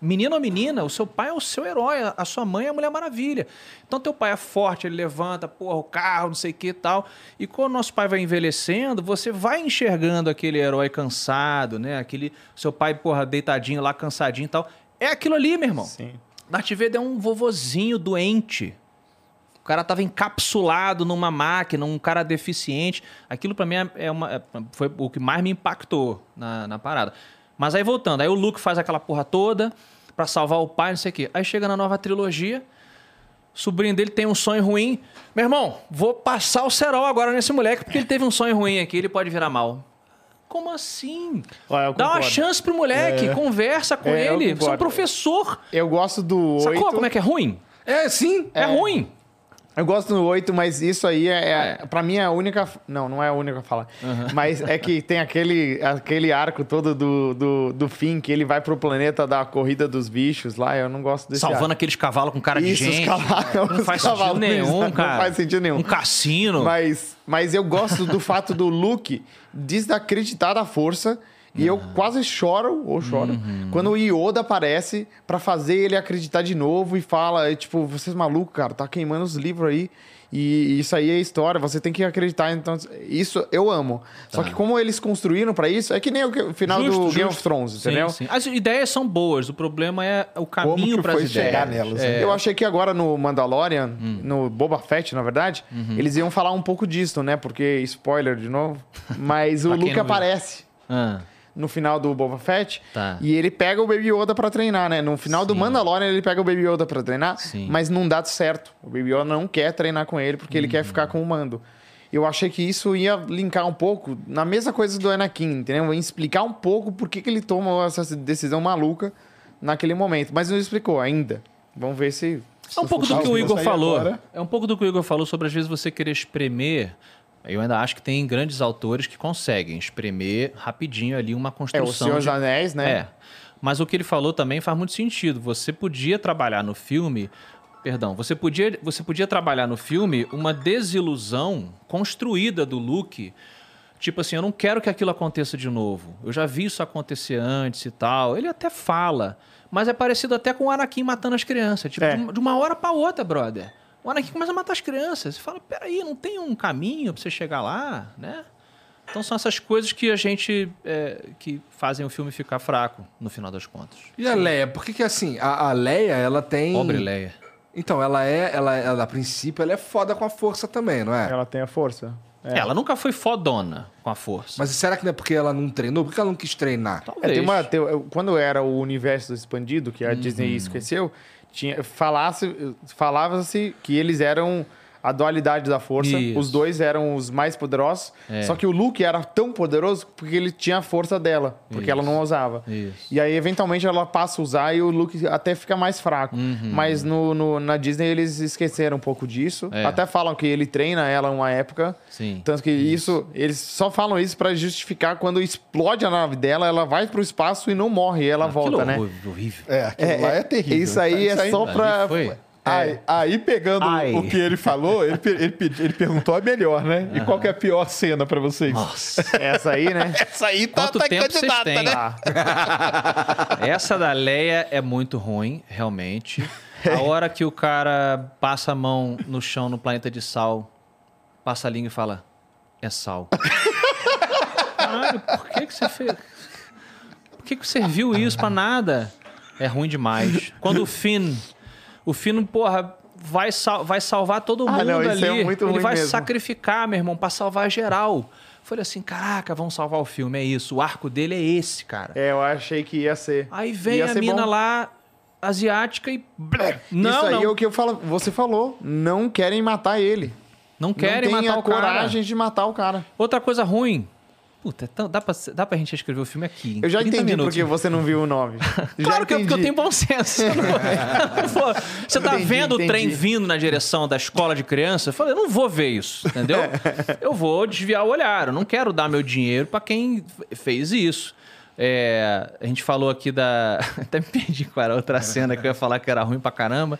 [SPEAKER 3] Menino ou menina, o seu pai é o seu herói, a sua mãe é a Mulher Maravilha. Então teu pai é forte, ele levanta, porra, o carro, não sei o que e tal. E quando nosso pai vai envelhecendo, você vai enxergando aquele herói cansado, né? Aquele seu pai, porra, deitadinho lá, cansadinho e tal. É aquilo ali, meu irmão.
[SPEAKER 2] Sim.
[SPEAKER 3] Darth Vader é um vovozinho doente. O cara tava encapsulado numa máquina, um cara deficiente. Aquilo pra mim é- é uma, é- foi o que mais me impactou na, na parada. Mas aí voltando, aí o Luke faz aquela porra toda pra salvar o pai, não sei o quê. Aí chega na nova trilogia, sobrinho dele tem um sonho ruim. Meu irmão, vou passar o cerol agora nesse moleque, porque ele teve um sonho ruim aqui, ele pode virar mal. Como assim?
[SPEAKER 2] Olha, eu
[SPEAKER 3] Dá uma
[SPEAKER 2] concordo.
[SPEAKER 3] chance pro moleque, conversa com
[SPEAKER 2] É, eu
[SPEAKER 3] ele. Você é um
[SPEAKER 2] concordo.
[SPEAKER 3] professor.
[SPEAKER 2] Eu gosto do 8.
[SPEAKER 3] Sacou como é que é ruim?
[SPEAKER 1] É, sim.
[SPEAKER 3] É, ruim.
[SPEAKER 2] Eu gosto do 8, mas isso aí é, é para mim é a única, f- não, não é a única fala. Mas é que tem aquele aquele arco todo do, do, do fim que ele vai pro planeta da corrida dos bichos lá, eu não gosto desse
[SPEAKER 3] Salvando
[SPEAKER 2] arco.
[SPEAKER 3] aqueles cavalos com cara
[SPEAKER 2] Isso,
[SPEAKER 3] de
[SPEAKER 2] os
[SPEAKER 3] gente.
[SPEAKER 2] cavalos,
[SPEAKER 3] não
[SPEAKER 2] os
[SPEAKER 3] faz
[SPEAKER 2] cavalos,
[SPEAKER 3] sentido
[SPEAKER 2] não,
[SPEAKER 3] nenhum,
[SPEAKER 2] não
[SPEAKER 3] cara.
[SPEAKER 2] faz sentido nenhum.
[SPEAKER 3] Um cassino.
[SPEAKER 2] Mas, mas eu gosto do fato do Luke desacreditar da força. E eu
[SPEAKER 3] Uhum.
[SPEAKER 2] quase choro, ou choro, quando o Yoda aparece pra fazer ele acreditar de novo e fala, é, tipo, vocês malucos, cara, tá queimando os livros aí. E isso aí é história, você tem que acreditar. Então, isso eu amo. Só que como eles construíram pra isso, é que nem o que- o final do
[SPEAKER 3] Tá. Justo,
[SPEAKER 2] Game
[SPEAKER 3] justo.
[SPEAKER 2] of Thrones,
[SPEAKER 3] Sim,
[SPEAKER 2] entendeu?
[SPEAKER 3] sim. As ideias são boas, o problema é o
[SPEAKER 4] Como
[SPEAKER 3] caminho
[SPEAKER 4] que
[SPEAKER 3] para
[SPEAKER 4] foi
[SPEAKER 3] as ideias. É.
[SPEAKER 4] chegar nelas? né?
[SPEAKER 2] É, Eu achei que agora no Mandalorian,
[SPEAKER 3] Hum.
[SPEAKER 2] no Boba Fett, na verdade,
[SPEAKER 3] Uhum.
[SPEAKER 2] eles iam falar um pouco disso, né? Porque, spoiler de novo, mas o
[SPEAKER 3] Pra quem
[SPEAKER 2] Luke
[SPEAKER 3] não viu.
[SPEAKER 2] aparece
[SPEAKER 3] Ah,
[SPEAKER 2] no final do Boba Fett
[SPEAKER 3] Tá.
[SPEAKER 2] e ele pega o Baby Yoda pra treinar, né? No final do Mandalorian ele pega o Baby Yoda pra treinar,
[SPEAKER 3] Sim.
[SPEAKER 2] mas não dá certo. O Baby Yoda não quer treinar com ele porque ele
[SPEAKER 3] Uhum.
[SPEAKER 2] quer ficar com o Mando. Eu achei que isso ia linkar um pouco na mesma coisa do Anakin, entendeu? Ia explicar um pouco por que, que ele tomou essa decisão maluca naquele momento, mas não explicou ainda. Vamos ver se
[SPEAKER 3] É um pouco do
[SPEAKER 4] fosse
[SPEAKER 3] que o
[SPEAKER 4] eu
[SPEAKER 3] Igor
[SPEAKER 4] sair
[SPEAKER 3] falou.
[SPEAKER 4] agora-
[SPEAKER 3] É um pouco do que o Igor falou sobre às vezes você querer espremer. Eu ainda acho que tem grandes autores que conseguem espremer rapidinho ali
[SPEAKER 2] É,
[SPEAKER 3] uma
[SPEAKER 2] o
[SPEAKER 3] construção.
[SPEAKER 2] Senhor
[SPEAKER 3] de-
[SPEAKER 2] dos Anéis, né?
[SPEAKER 3] É. Mas o que ele falou também faz muito sentido. Você podia trabalhar no filme. Perdão, você podia, você podia trabalhar no filme uma desilusão construída do Luke. Tipo assim, eu não quero que aquilo aconteça de novo. Eu já vi isso acontecer antes e tal. Ele até fala. Mas é parecido até com o Anakin matando as crianças. Tipo,
[SPEAKER 2] É.
[SPEAKER 3] de uma- de uma hora pra outra, brother. O Anakin começa a matar as crianças. Você fala, peraí, não tem um caminho pra você chegar lá, né? Então são essas coisas que a gente é, que fazem o filme ficar fraco no final das contas.
[SPEAKER 1] E a Leia? Por que que assim, a, a Leia, ela tem...
[SPEAKER 3] Pobre Leia.
[SPEAKER 1] Então, ela é, ela, ela, a princípio, ela é foda com a força também, não é?
[SPEAKER 2] Ela tem a força.
[SPEAKER 3] Ela nunca foi fodona com a força.
[SPEAKER 1] Mas será que não é porque ela não treinou? Por que ela não quis treinar?
[SPEAKER 2] É,
[SPEAKER 3] Talvez. Uhum.
[SPEAKER 2] tem uma, tem- eu- quando era o universo expandido, que a Disney esqueceu, tinha, falasse, falava-se que eles eram a dualidade da força.
[SPEAKER 3] Isso. É.
[SPEAKER 2] Os dois eram os mais poderosos. Só que o Luke era tão poderoso porque ele tinha a força dela, porque ela não usava.
[SPEAKER 3] Isso.
[SPEAKER 2] E aí, eventualmente, ela passa a usar e o Luke até fica mais fraco.
[SPEAKER 3] Uhum.
[SPEAKER 2] Mas no, no- na Disney eles esqueceram um pouco disso.
[SPEAKER 3] É.
[SPEAKER 2] Até falam que ele treina ela uma época.
[SPEAKER 3] Sim.
[SPEAKER 2] Tanto que isso, eles só falam isso pra justificar quando explode a nave dela, ela vai pro espaço e não morre, e ela volta,
[SPEAKER 3] Aquilo
[SPEAKER 2] né?
[SPEAKER 3] horror- horrível.
[SPEAKER 4] É, aquilo lá é terrível.
[SPEAKER 2] Isso aí é só
[SPEAKER 3] Ali
[SPEAKER 2] pra.
[SPEAKER 3] foi. É.
[SPEAKER 4] Aí, aí pegando
[SPEAKER 3] Ai.
[SPEAKER 4] o que ele falou, ele, pe- ele, pe- ele perguntou a melhor, né? E qual que é a pior cena pra vocês?
[SPEAKER 3] Nossa.
[SPEAKER 2] Essa aí, né?
[SPEAKER 4] Essa aí
[SPEAKER 3] Quanto tempo vocês têm?
[SPEAKER 2] Ah,
[SPEAKER 3] Essa da Leia é muito ruim, realmente. A hora que o cara passa a mão no chão no planeta de sal, passa a língua e fala: É sal. Caralho, por que, que você fez? Por que, que você viu isso pra nada? É ruim demais. Quando o Finn. O Finn, porra. Vai, sal- vai salvar todo mundo
[SPEAKER 2] Ah, não,
[SPEAKER 3] ali.
[SPEAKER 2] isso é muito
[SPEAKER 3] Ele
[SPEAKER 2] ruim
[SPEAKER 3] vai
[SPEAKER 2] mesmo.
[SPEAKER 3] sacrificar, meu irmão, pra salvar geral. Falei assim: caraca, vão salvar o filme, é isso. O arco dele é esse, cara.
[SPEAKER 2] é, eu achei que ia ser.
[SPEAKER 3] Aí vem
[SPEAKER 2] Ia
[SPEAKER 3] a
[SPEAKER 2] ser
[SPEAKER 3] mina
[SPEAKER 2] bom.
[SPEAKER 3] lá, asiática, e. Não,
[SPEAKER 2] isso aí
[SPEAKER 3] não.
[SPEAKER 2] é o que eu falo. Você falou, não querem matar ele.
[SPEAKER 3] Não querem
[SPEAKER 2] não tem
[SPEAKER 3] matar
[SPEAKER 2] a
[SPEAKER 3] o cara.
[SPEAKER 2] coragem de matar o cara.
[SPEAKER 3] Outra coisa ruim. Puta, então dá pra, dá pra gente escrever o filme aqui. em
[SPEAKER 2] Eu já
[SPEAKER 3] 30
[SPEAKER 2] entendi
[SPEAKER 3] minutos.
[SPEAKER 2] porque você não viu o 9.
[SPEAKER 3] Claro que eu, porque eu tenho bom senso. Eu não vou- eu não vou- Você tá
[SPEAKER 2] Entendi,
[SPEAKER 3] vendo o trem
[SPEAKER 2] entendi.
[SPEAKER 3] vindo na direção da escola de criança? Eu falei, eu não vou ver isso, entendeu? Eu vou desviar o olhar. Eu não quero dar meu dinheiro pra quem f- fez isso. É, a gente falou aqui da. Até me perdi qual era a outra cena que eu ia falar que era ruim pra caramba.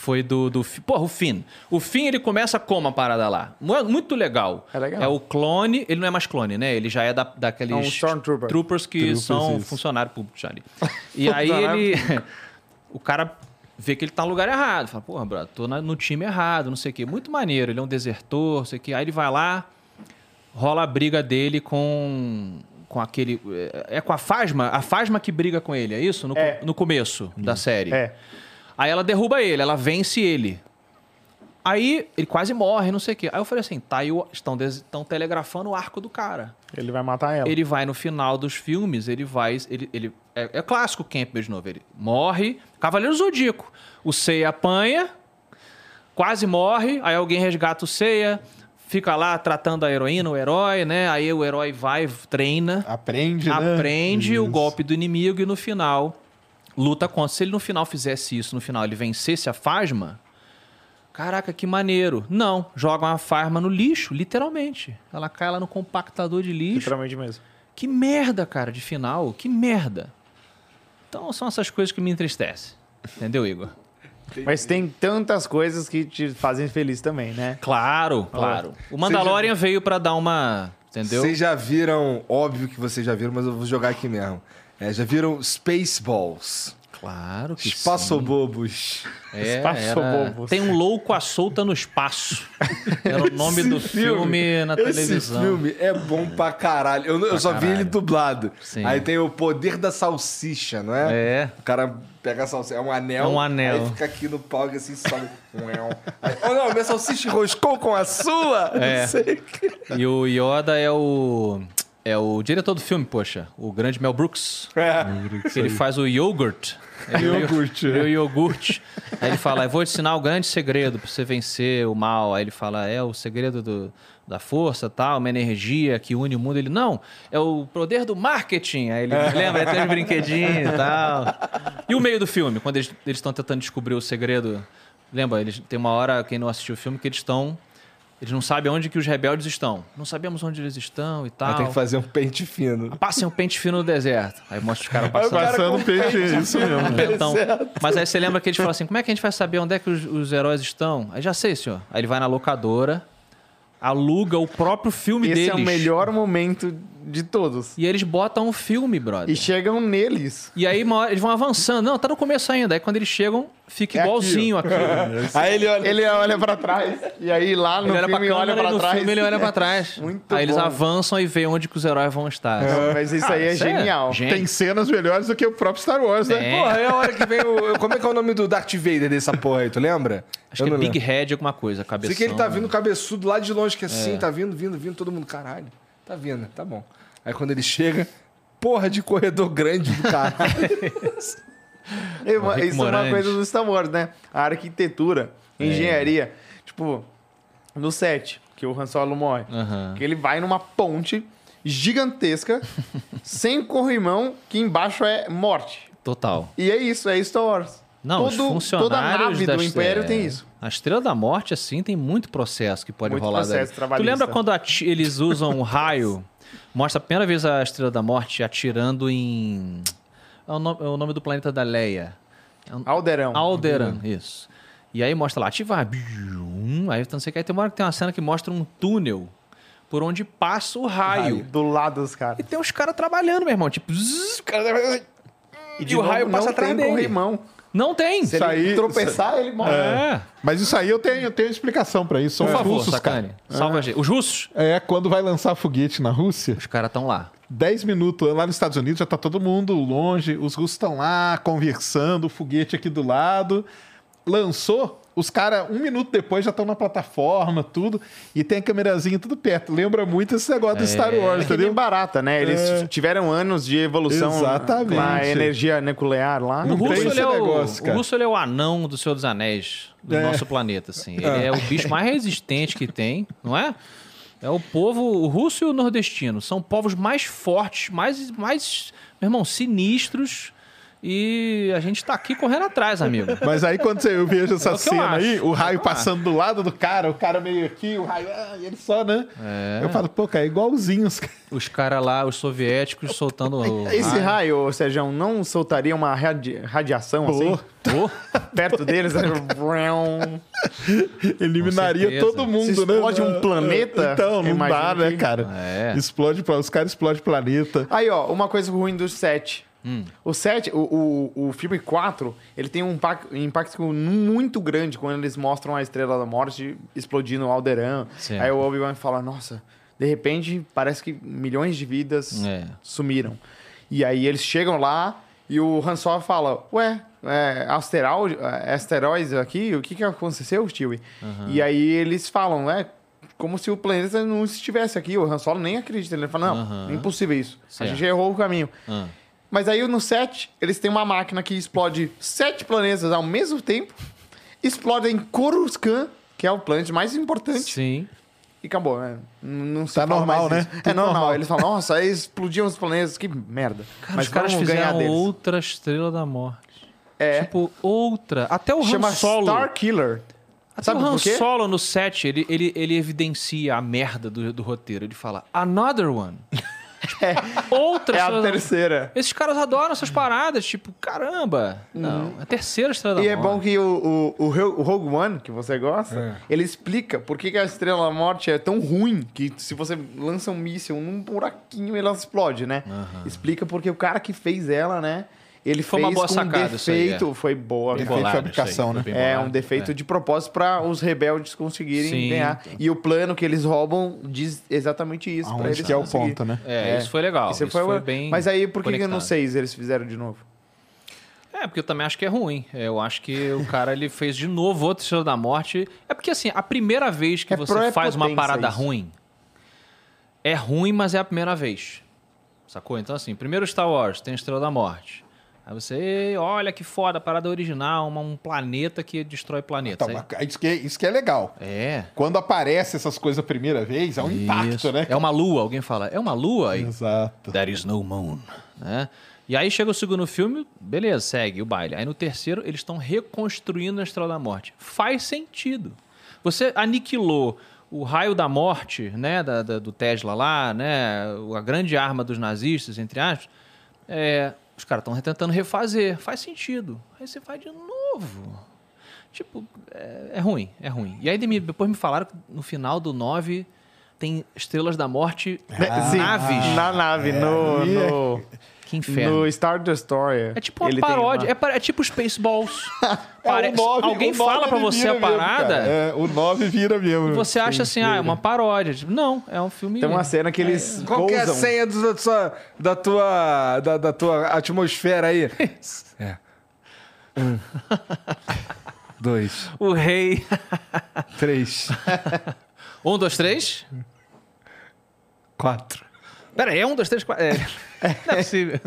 [SPEAKER 3] Foi do. do... Fi- Porra, o Finn. O Finn ele começa como a parada lá? Mu- Muito legal.
[SPEAKER 2] É legal.
[SPEAKER 3] o clone. Ele não é mais clone, né? Ele já é da, daqueles.
[SPEAKER 2] É um Stormtrooper.
[SPEAKER 3] Troopers que são funcionário público já ali. E aí
[SPEAKER 2] Funcionário
[SPEAKER 3] ele. o cara vê que ele tá no lugar errado. Fala, porra, brother, tô na- no time errado, não sei o quê. Muito maneiro, ele é um desertor, não sei o quê. Aí ele vai lá, rola a briga dele com. Com aquele. É é com a Fasma? A Fasma que briga com ele, é isso? No, co-
[SPEAKER 2] É.
[SPEAKER 3] no começo da série.
[SPEAKER 2] É.
[SPEAKER 3] Aí ela derruba ele, ela vence ele. Aí ele quase morre, não sei o quê. Aí eu falei assim: tá aí, o- estão, des- estão telegrafando o arco do cara.
[SPEAKER 2] Ele vai matar ela.
[SPEAKER 3] Ele vai no final dos filmes, ele vai. Ele, ele, é, é clássico o Campbell de novo. Ele morre. Cavaleiro Zodíaco. O Seiya apanha, quase morre, aí alguém resgata o Seiya, fica lá tratando a heroína, o herói, né? Aí o herói vai, treina,
[SPEAKER 4] Aprende, né?
[SPEAKER 3] aprende o golpe do inimigo e no final luta contra. Se ele no final fizesse isso, no final ele vencesse a Fasma, caraca, que maneiro. Não, joga uma Fasma no lixo, literalmente. Ela cai lá no compactador de lixo.
[SPEAKER 2] Literalmente mesmo.
[SPEAKER 3] Que merda, cara, de final. Que merda. Então são essas coisas que me entristecem. Entendeu, Igor?
[SPEAKER 2] Mas tem tantas coisas que te fazem feliz também, né?
[SPEAKER 3] Claro, claro. O Mandalorian veio pra dar uma. Entendeu?
[SPEAKER 1] Vocês já viram, óbvio que vocês já viram, mas eu vou jogar aqui mesmo. É, já viram Spaceballs?
[SPEAKER 3] Claro que
[SPEAKER 1] Espaço Bobos.
[SPEAKER 3] É,
[SPEAKER 2] Espaço
[SPEAKER 3] era-
[SPEAKER 2] Bobo.
[SPEAKER 3] Tem um louco à solta no espaço. Era o nome do filme, na televisão.
[SPEAKER 1] Esse filme é bom pra caralho. Eu, eu só vi
[SPEAKER 3] caralho.
[SPEAKER 1] ele dublado.
[SPEAKER 3] Sim.
[SPEAKER 1] Aí tem o poder da salsicha, não é?
[SPEAKER 3] É.
[SPEAKER 1] O cara pega a salsicha, é um anel.
[SPEAKER 3] É um anel.
[SPEAKER 1] Aí fica aqui no pau e assim sobe. Uéu. Aí, oh não, minha salsicha enroscou com a sua?
[SPEAKER 3] É.
[SPEAKER 1] Não sei o quê.
[SPEAKER 3] E o Yoda é o. É o diretor do filme, poxa. O grande Mel Brooks.
[SPEAKER 1] É.
[SPEAKER 3] Que ele faz o yogurt.
[SPEAKER 4] Iogurte,
[SPEAKER 3] Ele,
[SPEAKER 4] é.
[SPEAKER 3] o iogurte. Aí ele fala, eu vou te ensinar o grande segredo pra você vencer o mal. Aí ele fala, é o segredo do- da força, tal, uma energia que une o mundo. Ele, não, é o poder do marketing. Aí ele,
[SPEAKER 1] É.
[SPEAKER 3] lembra, ele tem um brinquedinho e tal. E o meio do filme, quando eles eles estão tentando descobrir o segredo. Lembra, eles, tem uma hora, quem não assistiu o filme, que eles estão... Eles não sabem onde que os rebeldes estão. Não sabemos onde eles estão e tal.
[SPEAKER 1] Tem que fazer um pente fino.
[SPEAKER 3] Passem um pente fino no deserto. Aí mostra os caras
[SPEAKER 4] Aí
[SPEAKER 3] passando.
[SPEAKER 4] Passando peixe, isso mesmo.
[SPEAKER 3] Então, mas aí você lembra que eles falam assim: como é que a gente vai saber onde é que os, os heróis estão? Aí já sei, senhor. Aí ele vai na locadora, aluga o próprio filme
[SPEAKER 2] Esse
[SPEAKER 3] deles.
[SPEAKER 2] é o melhor momento de todos.
[SPEAKER 3] E eles botam um filme, brother.
[SPEAKER 2] E chegam neles.
[SPEAKER 3] E aí uma hora eles vão avançando. Não, tá no começo ainda. Aí quando eles chegam, fica
[SPEAKER 2] É
[SPEAKER 3] igualzinho aqui.
[SPEAKER 1] Aí ele olha.
[SPEAKER 2] Ele olha pra trás. E aí lá no
[SPEAKER 3] Ele olha pra
[SPEAKER 2] filme
[SPEAKER 3] câmera
[SPEAKER 2] olha pra
[SPEAKER 3] e no
[SPEAKER 2] trás.
[SPEAKER 3] filme ele olha pra trás.
[SPEAKER 2] Muito
[SPEAKER 3] aí eles
[SPEAKER 2] bom.
[SPEAKER 3] avançam e veem onde que os heróis vão estar.
[SPEAKER 2] Mas isso aí é
[SPEAKER 3] Ah, Isso
[SPEAKER 2] genial.
[SPEAKER 3] Gente,
[SPEAKER 4] Tem cenas melhores do que o próprio Star Wars, né?
[SPEAKER 3] É.
[SPEAKER 1] Porra, é a hora que vem o. Como é que é o nome do Darth Vader dessa porra aí, tu lembra?
[SPEAKER 3] acho
[SPEAKER 1] Eu
[SPEAKER 3] que é
[SPEAKER 1] não
[SPEAKER 3] Big
[SPEAKER 1] lembro.
[SPEAKER 3] Head alguma coisa, né? cabeça.
[SPEAKER 1] Sei que ele tá vindo cabeçudo lá de longe, que assim,
[SPEAKER 3] É.
[SPEAKER 1] tá vindo, vindo, vindo, todo mundo, caralho. Tá vindo, tá bom. Aí quando ele chega, porra de corredor grande do cara.
[SPEAKER 2] É uma-
[SPEAKER 3] Rick
[SPEAKER 2] isso é
[SPEAKER 3] Moranis.
[SPEAKER 2] uma coisa do Star Wars, né? A arquitetura,
[SPEAKER 3] É.
[SPEAKER 2] engenharia. Tipo, no set, que o Han Solo morre.
[SPEAKER 3] Aham.
[SPEAKER 2] Que ele vai numa ponte gigantesca, sem corrimão, que embaixo é morte.
[SPEAKER 3] Total.
[SPEAKER 2] E é isso, é Star Wars.
[SPEAKER 3] Não, os
[SPEAKER 2] Todo-
[SPEAKER 3] funcionários
[SPEAKER 2] Toda nave
[SPEAKER 3] da
[SPEAKER 2] do Império
[SPEAKER 3] é,
[SPEAKER 2] tem isso.
[SPEAKER 3] A Estrela da Morte, assim, tem muito processo que pode
[SPEAKER 2] Muito
[SPEAKER 3] rolar.
[SPEAKER 2] processo
[SPEAKER 3] daí. Tu
[SPEAKER 2] trabalhista.
[SPEAKER 3] lembra quando ati- eles usam o raio? Mostra a primeira vez a Estrela da Morte atirando em... É o nome, é o nome do planeta da Leia. É um-
[SPEAKER 2] Alderão.
[SPEAKER 3] Alderan, isso. E aí mostra lá, ativar. bium, Aí não sei o que. Aí tem uma hora que tem uma cena que mostra um túnel por onde passa o raio.
[SPEAKER 2] Do lado dos caras.
[SPEAKER 3] E tem os caras trabalhando, meu irmão. Tipo, zzz, o cara- e,
[SPEAKER 2] de
[SPEAKER 3] o
[SPEAKER 2] novo,
[SPEAKER 3] raio passa
[SPEAKER 2] não
[SPEAKER 3] atrás
[SPEAKER 2] tem
[SPEAKER 3] dele.
[SPEAKER 2] corrimão.
[SPEAKER 3] Não tem.
[SPEAKER 2] Se
[SPEAKER 4] Isso
[SPEAKER 2] ele
[SPEAKER 4] aí-
[SPEAKER 2] tropeçar, ele morre.
[SPEAKER 3] É.
[SPEAKER 4] Mas isso aí eu tenho, eu tenho explicação pra isso. São
[SPEAKER 3] Por
[SPEAKER 4] os
[SPEAKER 3] favor,
[SPEAKER 4] russos,
[SPEAKER 3] Sacani.
[SPEAKER 4] cara.
[SPEAKER 3] Salva a gente. Os russos?
[SPEAKER 4] É, quando vai lançar foguete na Rússia,
[SPEAKER 3] Os caras estão lá.
[SPEAKER 4] 10 minutos lá nos Estados Unidos, já tá todo mundo longe, os russos estão lá conversando, o foguete aqui do lado. Lançou, os caras, um minuto depois, já estão na plataforma, tudo, e tem a câmerazinha tudo perto. Lembra muito esse
[SPEAKER 3] É.
[SPEAKER 4] negócio do Star Wars,
[SPEAKER 2] Que nem
[SPEAKER 4] entendeu?
[SPEAKER 2] barata, né? Eles tiveram anos de evolução
[SPEAKER 4] Exatamente.
[SPEAKER 2] na energia nuclear lá.
[SPEAKER 3] O
[SPEAKER 4] Não tem
[SPEAKER 3] russo,
[SPEAKER 4] esse
[SPEAKER 3] ele é o,
[SPEAKER 4] negócio,
[SPEAKER 3] o
[SPEAKER 4] cara.
[SPEAKER 3] russo ele é o anão do Senhor dos Anéis do nosso planeta, assim. Ele é. o bicho mais resistente que tem, não é? É o povo, o russo e o nordestino. São povos mais fortes, mais, mais meu irmão, sinistros. E a gente tá aqui correndo atrás, amigo.
[SPEAKER 4] Mas aí quando você- eu vejo essa
[SPEAKER 3] É o que eu
[SPEAKER 4] cena
[SPEAKER 3] acho.
[SPEAKER 4] aí, o
[SPEAKER 3] É
[SPEAKER 4] raio
[SPEAKER 3] o que eu
[SPEAKER 4] passando do lado do cara, o cara meio aqui, o raio, ah, e ele só, né? Eu falo, pô, cara, é igualzinho os caras.
[SPEAKER 3] Os caras lá, os soviéticos, soltando. o
[SPEAKER 2] Esse
[SPEAKER 3] raio.
[SPEAKER 2] raio, ô, Sérgio, não soltaria uma radi- radiação assim? Perto deles? né? Vrão.
[SPEAKER 4] Eliminaria
[SPEAKER 3] certeza.
[SPEAKER 4] todo
[SPEAKER 2] Se
[SPEAKER 4] mundo, né?
[SPEAKER 2] explode um planeta,
[SPEAKER 4] Então, não
[SPEAKER 2] imagino
[SPEAKER 4] dá, né,
[SPEAKER 2] que-
[SPEAKER 4] cara?
[SPEAKER 3] É. Ah,
[SPEAKER 4] Explode, pra- os caras explodem planeta.
[SPEAKER 2] Aí, ó, uma coisa ruim do 7. O 7, o, o, o filme 4, ele tem um impac- impacto, muito grande quando eles mostram a Estrela da Morte explodindo o Alderan.
[SPEAKER 3] Certo.
[SPEAKER 2] Aí o Obi-Wan fala, nossa, de repente parece que milhões de vidas
[SPEAKER 3] É.
[SPEAKER 2] sumiram. E aí eles chegam lá e o Han Solo fala, ué, é, asteral, é, asteroides aqui, o que, que aconteceu, Stewie? E aí eles falam, é como se o planeta não estivesse aqui. O Han Solo nem acredita. Ele fala, não,
[SPEAKER 3] Aham.
[SPEAKER 2] impossível isso.
[SPEAKER 3] Certo.
[SPEAKER 2] A gente errou o caminho.
[SPEAKER 3] Ah.
[SPEAKER 2] Mas aí no set, eles têm uma máquina que explode sete planetas ao mesmo tempo, explodem Coruscant, que é o planeta mais importante,
[SPEAKER 3] Ah, Sim.
[SPEAKER 2] e acabou. né? N- Não se
[SPEAKER 4] Tá
[SPEAKER 2] fala
[SPEAKER 4] normal,
[SPEAKER 2] mais
[SPEAKER 4] né?
[SPEAKER 2] disso. É
[SPEAKER 4] Tudo
[SPEAKER 2] normal.
[SPEAKER 4] normal.
[SPEAKER 2] Eles falam, nossa, aí explodiam os planetas, que merda.
[SPEAKER 3] Cara, os caras
[SPEAKER 2] vamos ganhar
[SPEAKER 3] fizeram
[SPEAKER 2] deles.
[SPEAKER 3] outra estrela da morte.
[SPEAKER 2] É.
[SPEAKER 3] Tipo, outra. Até o
[SPEAKER 2] Chama
[SPEAKER 3] Han tipo, Solo.
[SPEAKER 2] Star Killer.
[SPEAKER 3] Até
[SPEAKER 2] Sabe
[SPEAKER 3] o Han
[SPEAKER 2] por quê?
[SPEAKER 3] Solo no set, ele, ele, ele evidencia a merda do, do roteiro. Ele fala, another one. Tipo, outra.
[SPEAKER 2] É
[SPEAKER 3] Estrela
[SPEAKER 2] a
[SPEAKER 3] da-
[SPEAKER 2] terceira.
[SPEAKER 3] Esses caras adoram essas paradas. Tipo, caramba. Não, é a terceira estrela da
[SPEAKER 2] Hum. E é
[SPEAKER 3] Morte.
[SPEAKER 2] bom que o, o, o Ro- o Rogue One, que você
[SPEAKER 4] É.
[SPEAKER 2] gosta, ele explica por que, que a Estrela da Morte é tão ruim que se você lança um míssil num buraquinho, ela explode, né? Explica porque o cara que fez ela, né? Ele
[SPEAKER 3] Foi
[SPEAKER 2] fez
[SPEAKER 3] uma boa
[SPEAKER 2] com um
[SPEAKER 3] sacada isso aí,
[SPEAKER 2] defeito. Foi boa.
[SPEAKER 4] Bem
[SPEAKER 2] cara.
[SPEAKER 4] bolado.
[SPEAKER 3] Bolado isso aí,
[SPEAKER 4] fabricação, né?
[SPEAKER 3] bem
[SPEAKER 2] É,
[SPEAKER 3] bolado.
[SPEAKER 2] um defeito de propósito para os rebeldes conseguirem
[SPEAKER 3] Sim. então.
[SPEAKER 2] ganhar. E o plano que eles roubam diz exatamente isso. pra
[SPEAKER 4] Aonde
[SPEAKER 2] eles
[SPEAKER 4] que é o
[SPEAKER 2] conseguirem.
[SPEAKER 4] ponto, né?
[SPEAKER 3] É, isso foi legal.
[SPEAKER 2] Isso
[SPEAKER 3] Isso,
[SPEAKER 2] foi-
[SPEAKER 3] foi, bem.
[SPEAKER 2] Mas aí, por que, que no
[SPEAKER 3] conectado.
[SPEAKER 2] 6 eles fizeram de novo?
[SPEAKER 3] É, porque eu também acho que é ruim. Eu acho que o cara ele fez de novo outra Estrela da Morte. É porque, assim, a primeira vez que
[SPEAKER 2] É
[SPEAKER 3] você
[SPEAKER 2] pró-
[SPEAKER 3] faz uma
[SPEAKER 2] potência
[SPEAKER 3] parada
[SPEAKER 2] isso.
[SPEAKER 3] ruim é ruim, mas é a primeira vez. Sacou? Então, assim, primeiro Star Wars, tem Estrela da Morte. Aí você, "Ei, olha que foda, parada original, uma- um planeta que destrói planetas.
[SPEAKER 2] Ah, tá,
[SPEAKER 4] Então, isso, que é, isso que é legal.
[SPEAKER 3] Aí- é.
[SPEAKER 4] Quando aparece essas coisas a primeira vez, é um impacto,
[SPEAKER 3] Isso.
[SPEAKER 4] né?
[SPEAKER 3] É uma lua, alguém fala. É uma lua? Aí,
[SPEAKER 4] Exato.
[SPEAKER 6] There is no moon.
[SPEAKER 3] né? E aí chega o segundo filme, beleza, segue o baile. Aí no terceiro, eles estão reconstruindo a Estrela da Morte. Faz sentido. Você aniquilou o raio da morte, né, da- da- do Tesla lá, né, a grande arma dos nazistas, entre aspas. É, os caras estão tentando refazer. Faz sentido. Aí você faz de novo. Tipo, é, é ruim, é ruim. E aí de- me- depois me falaram que no final do 9 tem Estrelas da Morte
[SPEAKER 4] Ah,
[SPEAKER 3] naves.
[SPEAKER 2] Na
[SPEAKER 4] É.
[SPEAKER 2] nave, no, no,
[SPEAKER 3] Que inferno.
[SPEAKER 2] no Star Destroyer.
[SPEAKER 3] É tipo uma um
[SPEAKER 2] Ele tem
[SPEAKER 3] paródia,
[SPEAKER 2] uma-
[SPEAKER 3] É, pa- é tipo Spaceballs.
[SPEAKER 4] É, o
[SPEAKER 3] Parece,
[SPEAKER 4] nove-
[SPEAKER 3] alguém
[SPEAKER 4] o nove
[SPEAKER 3] fala pra
[SPEAKER 4] ele
[SPEAKER 3] você a
[SPEAKER 4] vira mesmo,
[SPEAKER 3] parada,
[SPEAKER 4] cara. É, o 9 vira mesmo.
[SPEAKER 3] você acha assim, ah, é uma paródia. Tipo, não, é um filme.
[SPEAKER 2] Tem uma cena que eles
[SPEAKER 1] Qual que é a
[SPEAKER 2] pousam.
[SPEAKER 1] senha do- da, sua, da, tua, da, da tua atmosfera aí? É. Um. Dois.
[SPEAKER 3] O rei.
[SPEAKER 1] Três.
[SPEAKER 3] Um, dois, três?
[SPEAKER 1] Quatro.
[SPEAKER 3] Pera aí, é um, dois, três, quatro. É. Não é possível.